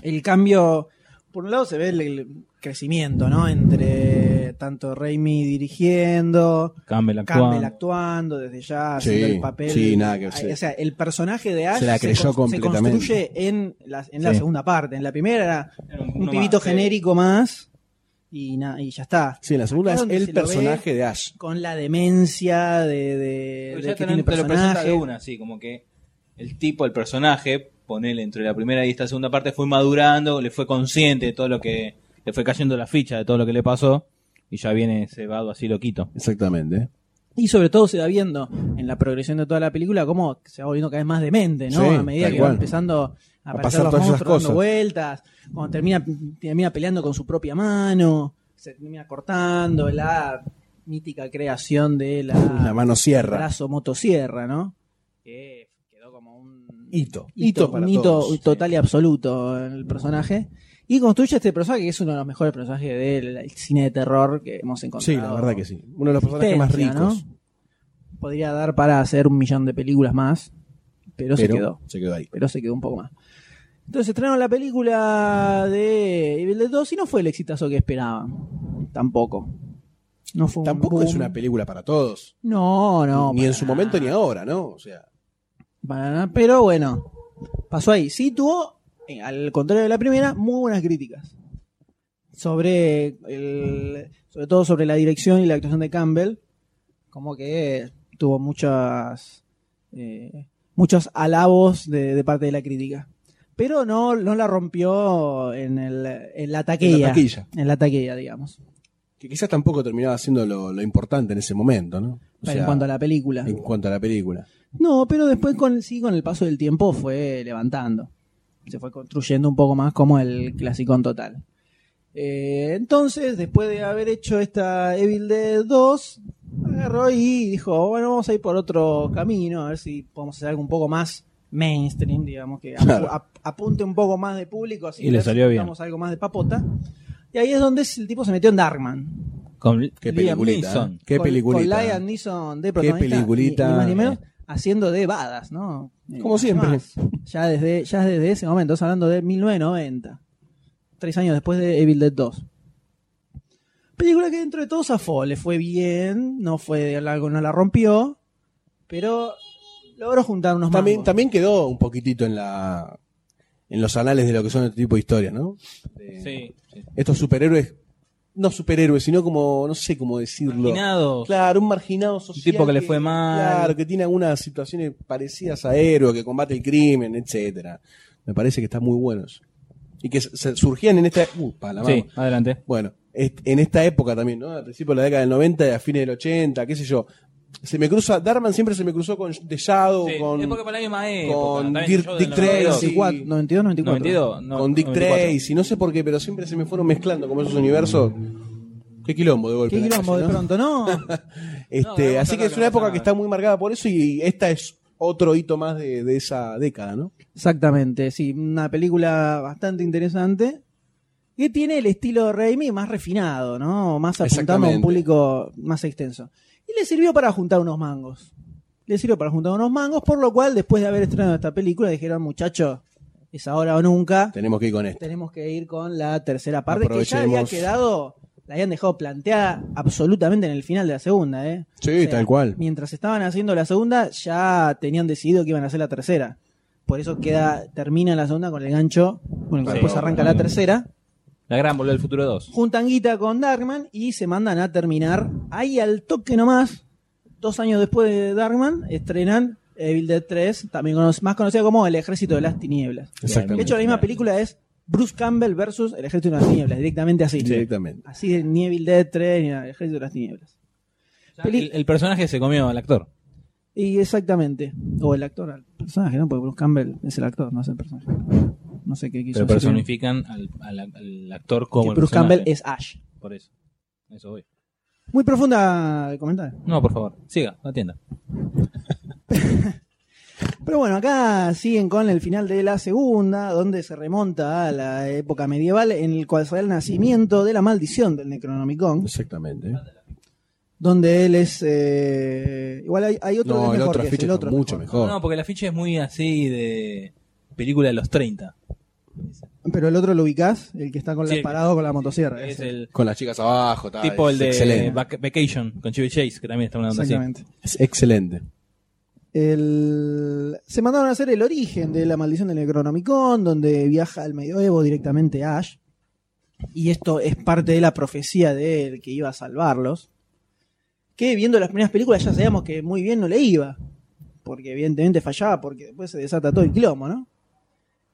[SPEAKER 1] el cambio. Por un lado se ve el, el crecimiento, ¿no? Entre tanto Raimi dirigiendo,
[SPEAKER 2] Campbell
[SPEAKER 1] Campbell
[SPEAKER 2] actuando.
[SPEAKER 1] actuando desde ya,
[SPEAKER 3] Sí,
[SPEAKER 1] haciendo el papel.
[SPEAKER 3] sí, nada que- sí.
[SPEAKER 1] O sea, el personaje de Ash
[SPEAKER 3] Se la creyó
[SPEAKER 1] con-
[SPEAKER 3] completamente.
[SPEAKER 1] construye en la, en la
[SPEAKER 3] Sí.
[SPEAKER 1] segunda parte. En la primera era un
[SPEAKER 2] uno
[SPEAKER 1] pibito
[SPEAKER 2] más, sí.
[SPEAKER 1] genérico más y, na- y ya está.
[SPEAKER 3] Sí, la segunda
[SPEAKER 1] Acá
[SPEAKER 3] es
[SPEAKER 1] donde
[SPEAKER 3] el
[SPEAKER 1] se lo ve
[SPEAKER 3] personaje de Ash.
[SPEAKER 1] Con la demencia de, de,
[SPEAKER 2] Pero
[SPEAKER 1] de
[SPEAKER 2] ya
[SPEAKER 1] que
[SPEAKER 2] te, lo-
[SPEAKER 1] tiene
[SPEAKER 2] te lo presenta
[SPEAKER 1] personaje.
[SPEAKER 2] de una, así como que el tipo, el personaje, ponele entre la primera y esta segunda parte, fue madurando, le fue consciente de todo lo que le fue cayendo la ficha de todo lo que le pasó y ya viene cebado así loquito.
[SPEAKER 3] Exactamente.
[SPEAKER 1] Y sobre todo se va viendo en la progresión de toda la película cómo se va volviendo cada vez más demente, ¿no?
[SPEAKER 3] Sí,
[SPEAKER 1] a medida
[SPEAKER 3] tal
[SPEAKER 1] que va
[SPEAKER 3] cual.
[SPEAKER 1] empezando a,
[SPEAKER 3] A
[SPEAKER 1] aparecer
[SPEAKER 3] pasar
[SPEAKER 1] los
[SPEAKER 3] todas esas
[SPEAKER 1] monstruos dando
[SPEAKER 3] cosas.
[SPEAKER 1] vueltas, cuando termina, termina peleando con su propia mano, se termina cortando la mítica creación de la,
[SPEAKER 3] La mano sierra.
[SPEAKER 1] brazo motosierra, ¿no? Que quedó como un
[SPEAKER 3] Hito.
[SPEAKER 1] hito,
[SPEAKER 3] para
[SPEAKER 1] un hito
[SPEAKER 3] todos.
[SPEAKER 1] total y absoluto en el personaje. Y construye este personaje que es uno de los mejores personajes del cine de terror que hemos encontrado
[SPEAKER 3] Sí, la verdad que sí. Uno de los personajes más
[SPEAKER 1] existencia,
[SPEAKER 3] ricos.
[SPEAKER 1] ¿no? Podría dar para hacer un millón de películas más, pero, se
[SPEAKER 3] Pero
[SPEAKER 1] quedó.
[SPEAKER 3] se quedó ahí.
[SPEAKER 1] Pero se quedó un poco más. Entonces estrenaron la película de Evil Dead 2 y no fue el exitazo que esperaban. Tampoco. No fue un
[SPEAKER 3] Tampoco es
[SPEAKER 1] boom.
[SPEAKER 3] una película para todos.
[SPEAKER 1] No, no.
[SPEAKER 3] ni en su momento ni ahora, ¿no? O sea,
[SPEAKER 1] para nada, pero bueno, pasó ahí. Sí tuvo, eh, al contrario de la primera, muy buenas críticas. Sobre, el- sobre todo sobre la dirección y la actuación de Campbell. Como que tuvo muchas, eh, muchos alabos de, de parte de la crítica. Pero no, no la rompió en, el, en la taquilla.
[SPEAKER 3] En la taquilla.
[SPEAKER 1] En la taquilla, digamos.
[SPEAKER 3] que quizás tampoco terminaba siendo lo, lo importante en ese momento, ¿no? O
[SPEAKER 1] Pero en
[SPEAKER 3] sea,
[SPEAKER 1] cuanto a la película.
[SPEAKER 3] en cuanto a la película.
[SPEAKER 1] No, pero después con, sí, con el paso del tiempo fue levantando. Se fue construyendo un poco más como el clasicón total. Eh, entonces, después de haber hecho esta Evil Dead 2, agarró y dijo, bueno, vamos a ir por otro camino, a ver si podemos hacer algo un poco más mainstream, digamos, que apu-
[SPEAKER 9] Claro.
[SPEAKER 1] ap- apunte un poco más de público, así
[SPEAKER 9] Y le
[SPEAKER 1] ver si
[SPEAKER 9] salió bien.
[SPEAKER 1] damos algo más de papota. Y ahí es donde el tipo se metió en Darkman.
[SPEAKER 2] Con
[SPEAKER 3] Qué
[SPEAKER 2] Liam
[SPEAKER 3] peliculita.
[SPEAKER 2] Neeson.
[SPEAKER 3] ¿eh? Qué
[SPEAKER 1] con,
[SPEAKER 3] peliculita.
[SPEAKER 1] Con Liam Neeson de protagonista.
[SPEAKER 3] peliculita.
[SPEAKER 1] Ni, ni más ni menos, haciendo de badas, ¿no? Eh,
[SPEAKER 3] Como siempre.
[SPEAKER 1] más. Ya desde, ya desde ese momento, estamos hablando de 1990. Tres años después de Evil Dead 2. Película que dentro de todo zafó, le fue bien, no fue algo, no la rompió, pero logró juntar unos
[SPEAKER 3] También,
[SPEAKER 1] mangos.
[SPEAKER 3] también quedó un poquitito en la en los anales de lo que son este tipo de historias, ¿no?
[SPEAKER 2] Sí, sí.
[SPEAKER 3] Estos superhéroes, no superhéroes, sino como, no sé cómo decirlo.
[SPEAKER 2] Marginados.
[SPEAKER 3] Claro, un marginado social.
[SPEAKER 2] tipo que le fue mal.
[SPEAKER 3] Claro, que tiene algunas situaciones parecidas a héroe, que combate el crimen, etcétera. Me parece que están muy buenos. Y que se- se surgían en esta. Uh, pa, la
[SPEAKER 2] Sí,
[SPEAKER 3] vamos.
[SPEAKER 2] adelante.
[SPEAKER 3] Bueno, est- en esta época también, ¿no? Al principio de la década del 90 y a fines del 80, qué sé yo. Se me cruza, Darman siempre se me cruzó con The Shadow, con,
[SPEAKER 2] es porque para la misma
[SPEAKER 3] con
[SPEAKER 2] época.
[SPEAKER 3] Dirk- Dick Tracy,
[SPEAKER 1] 94, 92, 94.
[SPEAKER 2] 92, no,
[SPEAKER 3] con Dick
[SPEAKER 2] 94.
[SPEAKER 3] Tracy, no sé por qué, pero siempre se me fueron mezclando como esos universos. Qué quilombo de golpe.
[SPEAKER 1] Qué
[SPEAKER 3] en la
[SPEAKER 1] quilombo
[SPEAKER 3] calle,
[SPEAKER 1] de
[SPEAKER 3] ¿no?
[SPEAKER 1] pronto, ¿no?
[SPEAKER 3] Este,
[SPEAKER 1] No,
[SPEAKER 3] así
[SPEAKER 1] no, no,
[SPEAKER 3] que es
[SPEAKER 1] no,
[SPEAKER 3] una época
[SPEAKER 1] no.
[SPEAKER 3] que está muy marcada por eso y esta es otro hito más de, de esa década, ¿no?
[SPEAKER 1] Exactamente, sí, una película bastante interesante que tiene el estilo de Raimi más refinado, ¿no? Más apuntando a un
[SPEAKER 3] Exactamente.
[SPEAKER 1] público más extenso. Y le sirvió para juntar unos mangos. Le sirvió para juntar unos mangos, por lo cual después de haber estrenado esta película dijeron, muchachos, es ahora o nunca,
[SPEAKER 3] Tenemos que ir con esto.
[SPEAKER 1] tenemos que ir con la tercera parte que ya había
[SPEAKER 3] Aprovechemos.
[SPEAKER 1] quedado, la habían dejado planteada absolutamente en el final de la segunda, ¿eh?
[SPEAKER 3] Sí, tal cual.
[SPEAKER 1] Mientras estaban haciendo la segunda, ya tenían decidido que iban a hacer la tercera. Por eso queda, termina la segunda con el gancho, con el que
[SPEAKER 2] Sí.
[SPEAKER 1] después arranca la tercera.
[SPEAKER 2] La gran volvió al futuro 2.
[SPEAKER 1] Juntan guita con Darkman y se mandan a terminar. Ahí al toque nomás, dos años después de Darkman, estrenan Evil Dead 3, también cono- más conocida como El Ejército de las Tinieblas. De hecho, la misma película es Bruce Campbell versus El Ejército de las Tinieblas, directamente así.
[SPEAKER 3] Directamente.
[SPEAKER 1] Así de ni Evil Dead 3 ni nada, El Ejército de las Tinieblas. Peli-
[SPEAKER 2] El, el personaje se comió al actor.
[SPEAKER 1] Y exactamente. O el actor, el personaje, ¿no? Porque Bruce Campbell es el actor, no es el personaje. No sé qué quiso
[SPEAKER 2] Pero
[SPEAKER 1] decir.
[SPEAKER 2] personifican al, al- al actor como
[SPEAKER 1] Que
[SPEAKER 2] el
[SPEAKER 1] Bruce
[SPEAKER 2] personaje.
[SPEAKER 1] Campbell es Ash.
[SPEAKER 2] Por eso. Eso voy.
[SPEAKER 1] Muy profunda el comentario.
[SPEAKER 2] No, por favor. Siga, atienda.
[SPEAKER 1] Pero bueno, acá siguen con el final de la segunda, donde se remonta a la época medieval, en el cual se da el nacimiento de la maldición del Necronomicon.
[SPEAKER 3] Exactamente.
[SPEAKER 1] Donde él es. eh, Igual hay, hay otro
[SPEAKER 3] No,
[SPEAKER 1] que es
[SPEAKER 3] el
[SPEAKER 1] mejor
[SPEAKER 3] otro
[SPEAKER 1] que ese,
[SPEAKER 3] afiche
[SPEAKER 1] el
[SPEAKER 3] está
[SPEAKER 1] otro. es
[SPEAKER 3] mucho
[SPEAKER 1] mejor.
[SPEAKER 2] No, porque la ficha es muy así de película de los 30.
[SPEAKER 1] Pero el otro lo ubicás, el que está con la,
[SPEAKER 2] Sí.
[SPEAKER 1] parado con la motosierra.
[SPEAKER 2] Es
[SPEAKER 1] ese.
[SPEAKER 2] el
[SPEAKER 3] Con las chicas abajo, tal.
[SPEAKER 2] tipo el
[SPEAKER 3] Ah, es
[SPEAKER 2] de
[SPEAKER 3] excelente.
[SPEAKER 2] Vac- Vacation con Chevy Chase, que también está una onda así.
[SPEAKER 1] Exactamente.
[SPEAKER 3] Es excelente.
[SPEAKER 1] El- Se mandaron a hacer el origen de la maldición del Necronomicon, donde viaja al medioevo directamente Ash. Y esto es parte de la profecía de él que iba a salvarlos. Que viendo las primeras películas ya sabíamos que muy bien no le iba. Porque evidentemente fallaba, porque después se desata todo el quilombo, ¿no?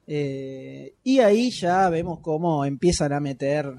[SPEAKER 1] Eh, y ahí ya vemos cómo empiezan a meter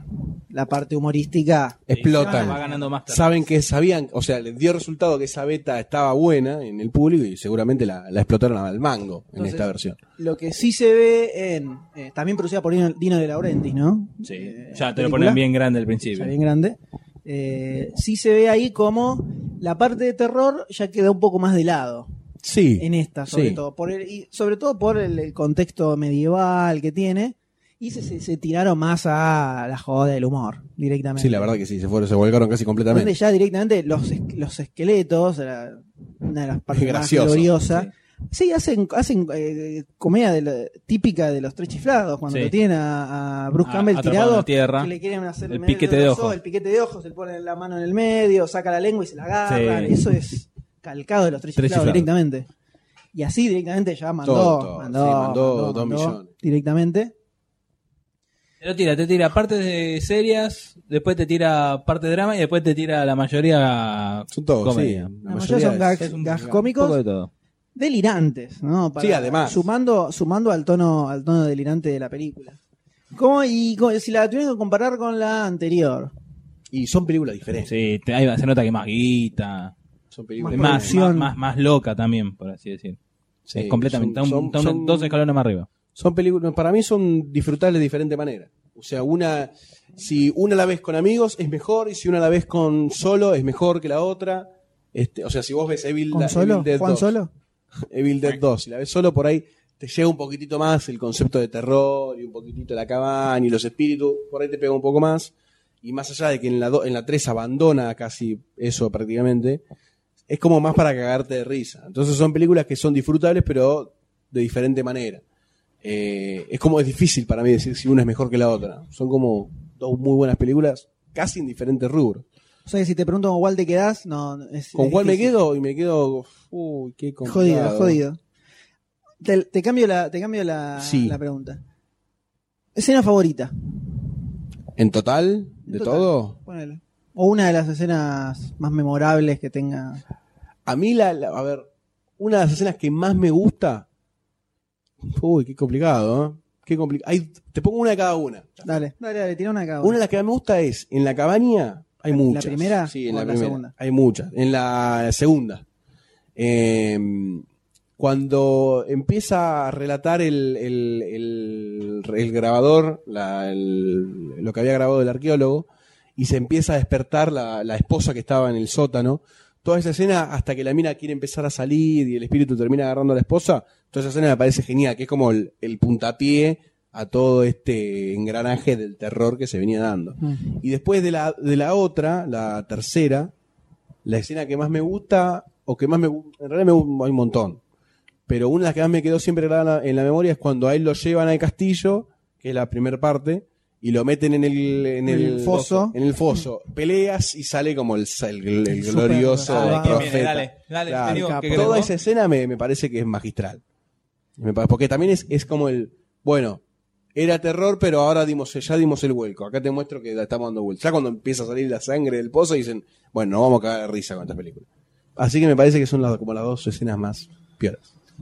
[SPEAKER 1] la parte humorística.
[SPEAKER 3] Explotan.
[SPEAKER 2] Va ganando más tarde.
[SPEAKER 3] Saben que sabían, o sea, les dio resultado que esa beta estaba buena en el público y seguramente la, la explotaron al mango en
[SPEAKER 1] Entonces,
[SPEAKER 3] esta versión.
[SPEAKER 1] Lo que sí se ve en. eh, también producida por Dino, Dino de Laurentiis, ¿no?
[SPEAKER 2] Sí,
[SPEAKER 1] Eh,
[SPEAKER 2] ya te
[SPEAKER 1] película.
[SPEAKER 2] lo ponen bien grande al principio. Ah,
[SPEAKER 1] Ya bien grande. Eh, sí se ve ahí como la parte de terror ya queda un poco más de lado
[SPEAKER 3] Sí.
[SPEAKER 1] en esta, sobre
[SPEAKER 3] Sí.
[SPEAKER 1] todo. Por el, y sobre todo por el, el contexto medieval que tiene. Y se, se- se tiraron más a la joda del humor directamente.
[SPEAKER 3] Sí, la verdad que sí, se fueron, se volcaron casi
[SPEAKER 1] Donde
[SPEAKER 3] completamente.
[SPEAKER 1] ya directamente los, es- los esqueletos, la- una de las partes más
[SPEAKER 3] Gracioso,
[SPEAKER 1] gloriosas. Sí, hacen, hacen eh, comedia de la- típica de los tres chiflados, cuando
[SPEAKER 2] Sí.
[SPEAKER 1] lo tienen a, a Bruce
[SPEAKER 2] A-
[SPEAKER 1] Campbell
[SPEAKER 2] atrapado en
[SPEAKER 1] tirado,
[SPEAKER 2] la tierra.
[SPEAKER 1] que le quieren hacer
[SPEAKER 2] El
[SPEAKER 1] meter
[SPEAKER 2] piquete de
[SPEAKER 1] los
[SPEAKER 2] ojos.
[SPEAKER 1] El piquete de ojos, él pone la mano en el medio, saca la lengua y se la agarra.
[SPEAKER 2] Sí.
[SPEAKER 1] Eso es calcado de los tres,
[SPEAKER 2] Tres
[SPEAKER 1] chiflados
[SPEAKER 2] chiflados.
[SPEAKER 1] directamente. Y así directamente ya mandó,
[SPEAKER 3] Todo, todo.
[SPEAKER 1] mandó,
[SPEAKER 3] Sí, mandó
[SPEAKER 1] mandó,
[SPEAKER 3] dos
[SPEAKER 1] mandó
[SPEAKER 3] millones.
[SPEAKER 1] directamente.
[SPEAKER 2] Te lo tira, te tira partes de serias, después te tira parte de drama y después te tira la mayoría
[SPEAKER 3] Son todos,
[SPEAKER 2] comedia.
[SPEAKER 3] sí.
[SPEAKER 1] La mayoría son gags,
[SPEAKER 2] es un
[SPEAKER 1] gags
[SPEAKER 2] gag.
[SPEAKER 1] cómicos.
[SPEAKER 2] Poco de todo.
[SPEAKER 1] delirantes, ¿no?
[SPEAKER 3] Sí, además.
[SPEAKER 1] Sumando, sumando al tono, al tono delirante de la película. ¿Cómo, y co- si la tuvieran que comparar con la anterior,
[SPEAKER 3] Y son películas diferentes.
[SPEAKER 2] Sí, te- ahí va, se nota que más guita,
[SPEAKER 3] Son
[SPEAKER 2] más,
[SPEAKER 3] películas
[SPEAKER 2] más,
[SPEAKER 1] producción.
[SPEAKER 2] más- más loca también, por así decir.
[SPEAKER 3] Sí,
[SPEAKER 2] es completamente,
[SPEAKER 3] son-
[SPEAKER 2] está un-
[SPEAKER 3] son-
[SPEAKER 2] está un-
[SPEAKER 3] son-
[SPEAKER 2] dos escalones más arriba.
[SPEAKER 3] son películas para mí son disfrutables de diferente manera o sea una si una la ves con amigos es mejor y si una la ves con solo es mejor que la otra este, o sea si vos ves Evil,
[SPEAKER 1] con
[SPEAKER 3] Da-
[SPEAKER 1] solo,
[SPEAKER 3] Evil Dead
[SPEAKER 1] Juan
[SPEAKER 3] 2
[SPEAKER 1] solo.
[SPEAKER 3] Evil Dead 2 si la ves solo por ahí te llega un poquitito más el concepto de terror y un poquitito la cabaña y los espíritus por ahí te pega un poco más y más allá de que en la do- en la 3 abandona casi eso prácticamente es como más para cagarte de risa entonces son películas que son disfrutables pero de diferente manera eh, es como es difícil para mí decir si una es mejor que la otra. Son como dos muy buenas películas, casi en diferentes rubros.
[SPEAKER 1] O sea, que si te pregunto con cuál te quedás, no, no, es-
[SPEAKER 3] ¿Con
[SPEAKER 1] es
[SPEAKER 3] cuál me
[SPEAKER 1] difícil.
[SPEAKER 3] quedo? Y me quedo. Uy, qué
[SPEAKER 1] Jodido,
[SPEAKER 3] complicado.
[SPEAKER 1] jodido. Te, te cambio la, te cambio la,
[SPEAKER 3] Sí.
[SPEAKER 1] la pregunta. Escena favorita,
[SPEAKER 3] ¿En total?
[SPEAKER 1] En
[SPEAKER 3] ¿De
[SPEAKER 1] total.
[SPEAKER 3] todo?
[SPEAKER 1] ponele. O una de las escenas más memorables que tenga.
[SPEAKER 3] A mí, la, la- a ver, una de las escenas que más me gusta. Uy, qué complicado, ¿eh? Qué compli- Ahí, te pongo una de cada una.
[SPEAKER 1] Dale, dale, dale, tira una acá.
[SPEAKER 3] Una de las que más me gusta es en la cabaña hay
[SPEAKER 1] ¿La
[SPEAKER 3] muchas.
[SPEAKER 1] primera
[SPEAKER 3] Sí, en
[SPEAKER 1] o
[SPEAKER 3] la,
[SPEAKER 1] la
[SPEAKER 3] primera.
[SPEAKER 1] segunda?
[SPEAKER 3] Hay muchas. En la segunda. Eh, cuando empieza a relatar el, el- el- el grabador, la- el- lo que había grabado el arqueólogo, y se empieza a despertar la, la esposa que estaba en el sótano, toda esa escena hasta que la mina quiere empezar a salir y el espíritu termina agarrando a la esposa, toda esa escena me parece genial, que es como el, el puntapié a todo este engranaje del terror que se venía dando. Y después de la, de la otra, la tercera, la escena que más me gusta, o que más me gu- en realidad me gu- hay un montón, pero una de las que más me quedó siempre grabada en la- en la memoria es cuando a él lo llevan al castillo, que es la primera parte, y lo meten en el,
[SPEAKER 1] En
[SPEAKER 3] en el,
[SPEAKER 1] el foso.
[SPEAKER 3] En el foso. Peleas y sale como el, sa- el- el
[SPEAKER 1] El super-
[SPEAKER 3] glorioso
[SPEAKER 1] Ah,
[SPEAKER 2] que viene,
[SPEAKER 3] profeta.
[SPEAKER 2] dale, dale, te digo que
[SPEAKER 3] Toda
[SPEAKER 2] grabó.
[SPEAKER 3] esa escena me, me parece que es magistral. Me pa- Porque también es, es como el, bueno, era terror, pero ahora dimos, ya dimos el vuelco. Acá te muestro que la estamos dando vuelta. Ya cuando empieza a salir la sangre del pozo, dicen, bueno, nos vamos a cagar de risa con esta película. Así que me parece que son las, como las dos escenas más pioras.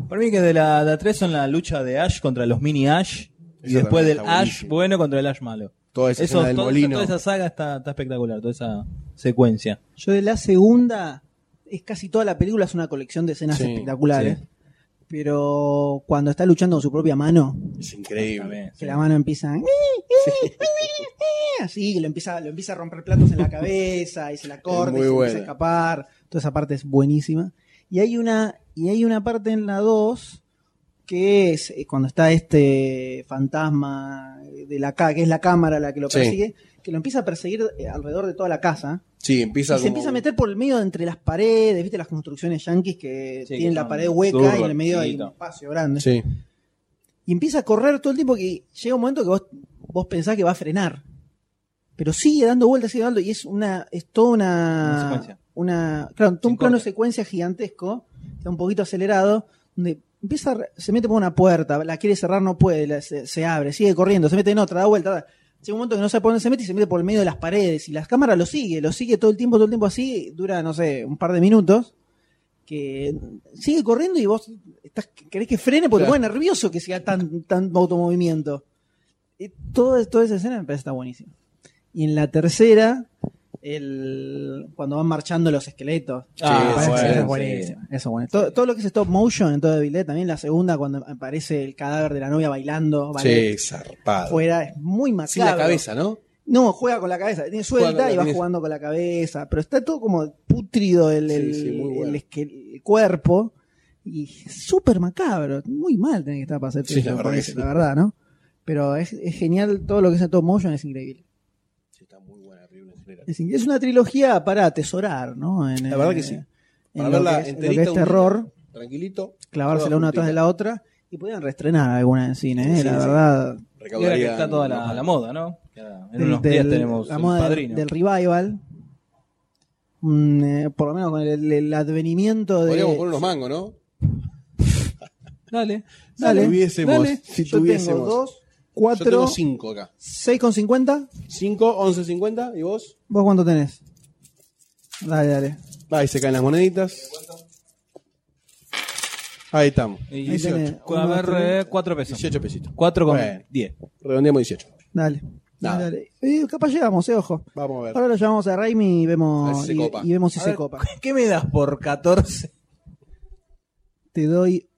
[SPEAKER 9] Para mí que de la, de la 3 son la lucha de Ash contra los mini Ash y
[SPEAKER 3] Esa
[SPEAKER 9] después
[SPEAKER 3] también
[SPEAKER 9] del
[SPEAKER 3] está
[SPEAKER 9] Ash bueno contra el Ash malo.
[SPEAKER 3] Toda esa
[SPEAKER 9] Eso,
[SPEAKER 3] escena del
[SPEAKER 9] todo-
[SPEAKER 3] molino.
[SPEAKER 9] Toda esa saga está, está espectacular, toda esa secuencia.
[SPEAKER 1] Yo de la segunda, es casi toda la película, es una colección de escenas
[SPEAKER 9] Sí,
[SPEAKER 1] espectaculares. Pero cuando está luchando con su propia mano,
[SPEAKER 3] Es increíble.
[SPEAKER 1] que la mano empieza "Eh, así, que lo empieza, lo empieza a romper platos en la cabeza y se la corta y
[SPEAKER 3] muy
[SPEAKER 1] se empieza
[SPEAKER 3] buena.
[SPEAKER 1] a escapar. Toda esa parte es buenísima. Y hay una, y hay una parte en la 2 que es eh, cuando está este fantasma de la ca- que es la cámara la que lo
[SPEAKER 3] Sí.
[SPEAKER 1] persigue, que lo empieza a perseguir eh, alrededor de toda la casa.
[SPEAKER 3] Sí,
[SPEAKER 1] Y
[SPEAKER 3] empieza
[SPEAKER 1] se
[SPEAKER 3] como-
[SPEAKER 1] empieza a meter por el medio de entre las paredes, viste las construcciones yanquis que
[SPEAKER 9] Sí,
[SPEAKER 1] tienen
[SPEAKER 9] que
[SPEAKER 1] la
[SPEAKER 9] son
[SPEAKER 1] pared hueca y en el
[SPEAKER 9] suburban,
[SPEAKER 1] medio hay un
[SPEAKER 9] chiquito.
[SPEAKER 1] espacio grande.
[SPEAKER 3] Sí.
[SPEAKER 1] Y empieza a correr todo el tiempo que llega un momento que vos, vos pensás que va a frenar. Pero sigue dando vueltas, sigue dando, y es una, es toda una,
[SPEAKER 9] Una secuencia.
[SPEAKER 1] una- claro, todo un
[SPEAKER 9] Sin
[SPEAKER 1] plano de
[SPEAKER 9] corte.
[SPEAKER 1] secuencia gigantesco, está un poquito acelerado, donde empieza, a re- se mete por una puerta, la quiere cerrar, no puede, la- se, se abre, sigue corriendo, se mete en otra, da vuelta, da- llega un momento que no sabe por dónde se mete y se mete por el medio de las paredes, y las cámaras lo sigue, lo sigue todo el tiempo, todo el tiempo así, dura, no sé, un par de minutos, que sigue corriendo y vos estás, querés que frene porque
[SPEAKER 3] Claro.
[SPEAKER 1] te pone nervioso que sea tan, tan automovimiento. Y toda, toda esa escena me parece que está buenísima. Y en la tercera, el, cuando van marchando los esqueletos.
[SPEAKER 9] Sí, Ah,
[SPEAKER 1] Me parece
[SPEAKER 9] bueno,
[SPEAKER 1] que eso
[SPEAKER 9] sí.
[SPEAKER 1] es buenísimo. Eso es bueno. Todo, todo lo que es stop motion en todo Evil Dead, también la segunda, cuando aparece el cadáver de la novia bailando,
[SPEAKER 3] Sí,
[SPEAKER 1] ¿vale?
[SPEAKER 3] zarpado.
[SPEAKER 1] fuera, es muy macabro.
[SPEAKER 3] Sin la cabeza, ¿no?
[SPEAKER 1] No, juega con la cabeza, tiene
[SPEAKER 3] Juega
[SPEAKER 1] suelta
[SPEAKER 3] con-
[SPEAKER 1] y va
[SPEAKER 3] tiene-
[SPEAKER 1] jugando con la cabeza, pero está todo como putrido el, el-
[SPEAKER 3] sí, muy bueno.
[SPEAKER 1] el esque- el cuerpo y súper macabro, muy mal tiene que estar para hacer
[SPEAKER 3] Sí, la
[SPEAKER 1] eso,
[SPEAKER 3] verdad
[SPEAKER 1] por
[SPEAKER 3] que
[SPEAKER 1] eso,
[SPEAKER 3] sí.
[SPEAKER 1] la verdad, ¿no? Pero es, es genial todo lo que es en todo motion, es increíble. Es, increíble. Es una trilogía para atesorar, ¿no? En,
[SPEAKER 3] La verdad
[SPEAKER 1] eh,
[SPEAKER 3] que sí.
[SPEAKER 1] en
[SPEAKER 3] Para
[SPEAKER 1] lo que
[SPEAKER 3] verla
[SPEAKER 1] es- en lo que
[SPEAKER 3] enterita,
[SPEAKER 1] es
[SPEAKER 3] un-
[SPEAKER 1] terror,
[SPEAKER 3] Tranquilito.
[SPEAKER 1] clavársela
[SPEAKER 3] toda
[SPEAKER 1] una atrás
[SPEAKER 3] juntita.
[SPEAKER 1] de la otra y podían reestrenar alguna en cine, ¿eh?
[SPEAKER 9] Sí,
[SPEAKER 1] la
[SPEAKER 9] sí.
[SPEAKER 1] verdad.
[SPEAKER 9] Y ahora que está toda la, la moda, ¿no? Ya, en
[SPEAKER 1] del-
[SPEAKER 9] unos días
[SPEAKER 1] del-
[SPEAKER 9] tenemos
[SPEAKER 1] la
[SPEAKER 9] el
[SPEAKER 1] moda del-
[SPEAKER 9] padrino.
[SPEAKER 1] del revival. Mm, eh, por lo menos con el, el advenimiento de.
[SPEAKER 3] Podríamos poner unos mangos, ¿no?
[SPEAKER 9] Dale,
[SPEAKER 1] Dale,
[SPEAKER 3] si tuviésemos.
[SPEAKER 1] dale.
[SPEAKER 3] Si
[SPEAKER 1] Yo
[SPEAKER 3] tuviésemos.
[SPEAKER 1] tengo dos,
[SPEAKER 3] Yo tengo
[SPEAKER 1] cuatro,
[SPEAKER 3] cinco acá.
[SPEAKER 1] seis con cincuenta.
[SPEAKER 3] Cinco, once, cincuenta. ¿Y vos?
[SPEAKER 1] ¿Vos cuánto tenés? Dale, dale.
[SPEAKER 3] Ahí se caen las moneditas. Ahí estamos.
[SPEAKER 9] Y
[SPEAKER 1] Ahí tenés.
[SPEAKER 3] 18.
[SPEAKER 9] A ver, eh, cuatro pesos.
[SPEAKER 3] 18 pesitos.
[SPEAKER 9] 4 con
[SPEAKER 3] Bueno.
[SPEAKER 9] 10.
[SPEAKER 3] Redondeamos 18.
[SPEAKER 1] Dale.
[SPEAKER 3] Nada.
[SPEAKER 1] Dale, dale. Eh, capaz llegamos, eh, ojo.
[SPEAKER 3] Vamos a ver.
[SPEAKER 1] Ahora lo llamamos a Raimi y
[SPEAKER 3] A ver si
[SPEAKER 1] vemos,
[SPEAKER 3] se
[SPEAKER 1] y,
[SPEAKER 3] copa.
[SPEAKER 1] y vemos si
[SPEAKER 9] A
[SPEAKER 1] se
[SPEAKER 9] ver,
[SPEAKER 1] copa.
[SPEAKER 9] ¿Qué me das por 14?
[SPEAKER 1] Te doy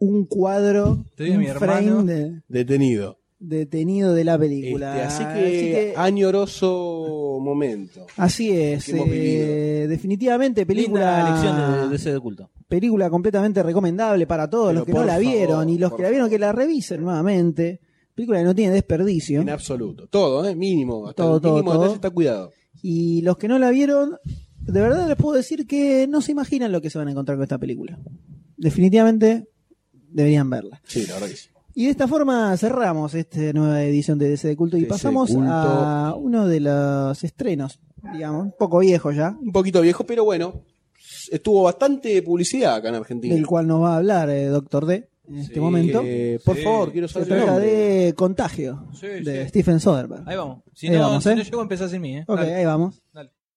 [SPEAKER 1] un cuadro,
[SPEAKER 9] Te doy a
[SPEAKER 1] un
[SPEAKER 9] mi hermano.
[SPEAKER 1] frame de-
[SPEAKER 3] Detenido.
[SPEAKER 1] detenido de la película.
[SPEAKER 3] Este, así que, añoroso momento.
[SPEAKER 1] Así es.
[SPEAKER 3] que hemos
[SPEAKER 1] eh,
[SPEAKER 3] vivido.
[SPEAKER 1] definitivamente, película.
[SPEAKER 9] Linda elección de, de ese de culto.
[SPEAKER 1] Película completamente recomendable para todos
[SPEAKER 3] Pero
[SPEAKER 1] los que
[SPEAKER 3] por
[SPEAKER 1] no la
[SPEAKER 3] favor,
[SPEAKER 1] vieron y los
[SPEAKER 3] por
[SPEAKER 1] que la vieron que la revisen nuevamente. Película que no tiene desperdicio.
[SPEAKER 3] En absoluto. Todo, ¿eh? Mínimo. Hasta
[SPEAKER 1] Todo,
[SPEAKER 3] el
[SPEAKER 1] todo,
[SPEAKER 3] mínimo
[SPEAKER 1] todo.
[SPEAKER 3] detalle está cuidado.
[SPEAKER 1] Y los que no la vieron, de verdad les puedo decir que no se imaginan lo que se van a encontrar con esta película. Definitivamente deberían verla.
[SPEAKER 3] Sí, la verdad que sí.
[SPEAKER 1] Y de esta forma cerramos esta nueva edición de DC de Culto y
[SPEAKER 3] DC de
[SPEAKER 1] pasamos
[SPEAKER 3] Culto.
[SPEAKER 1] a uno de los estrenos, digamos, un poco viejo ya,
[SPEAKER 3] Un poquito viejo, pero bueno. Estuvo bastante publicidad acá en Argentina.
[SPEAKER 1] del cual nos va a hablar eh, Doctor D en este momento.
[SPEAKER 3] Eh, por
[SPEAKER 9] Sí.
[SPEAKER 3] favor, quiero
[SPEAKER 1] Se
[SPEAKER 3] saber el
[SPEAKER 1] trata
[SPEAKER 3] nombre.
[SPEAKER 1] de Contagio
[SPEAKER 9] Sí,
[SPEAKER 1] de
[SPEAKER 9] sí.
[SPEAKER 1] Stephen Soderbergh.
[SPEAKER 9] Ahí vamos. Si
[SPEAKER 1] Ahí
[SPEAKER 9] no,
[SPEAKER 1] vamos,
[SPEAKER 9] si
[SPEAKER 1] ¿eh?
[SPEAKER 9] no llego, empezás sin mí, ¿eh?
[SPEAKER 1] Ok,
[SPEAKER 9] Dale.
[SPEAKER 1] ahí vamos.
[SPEAKER 9] Dale.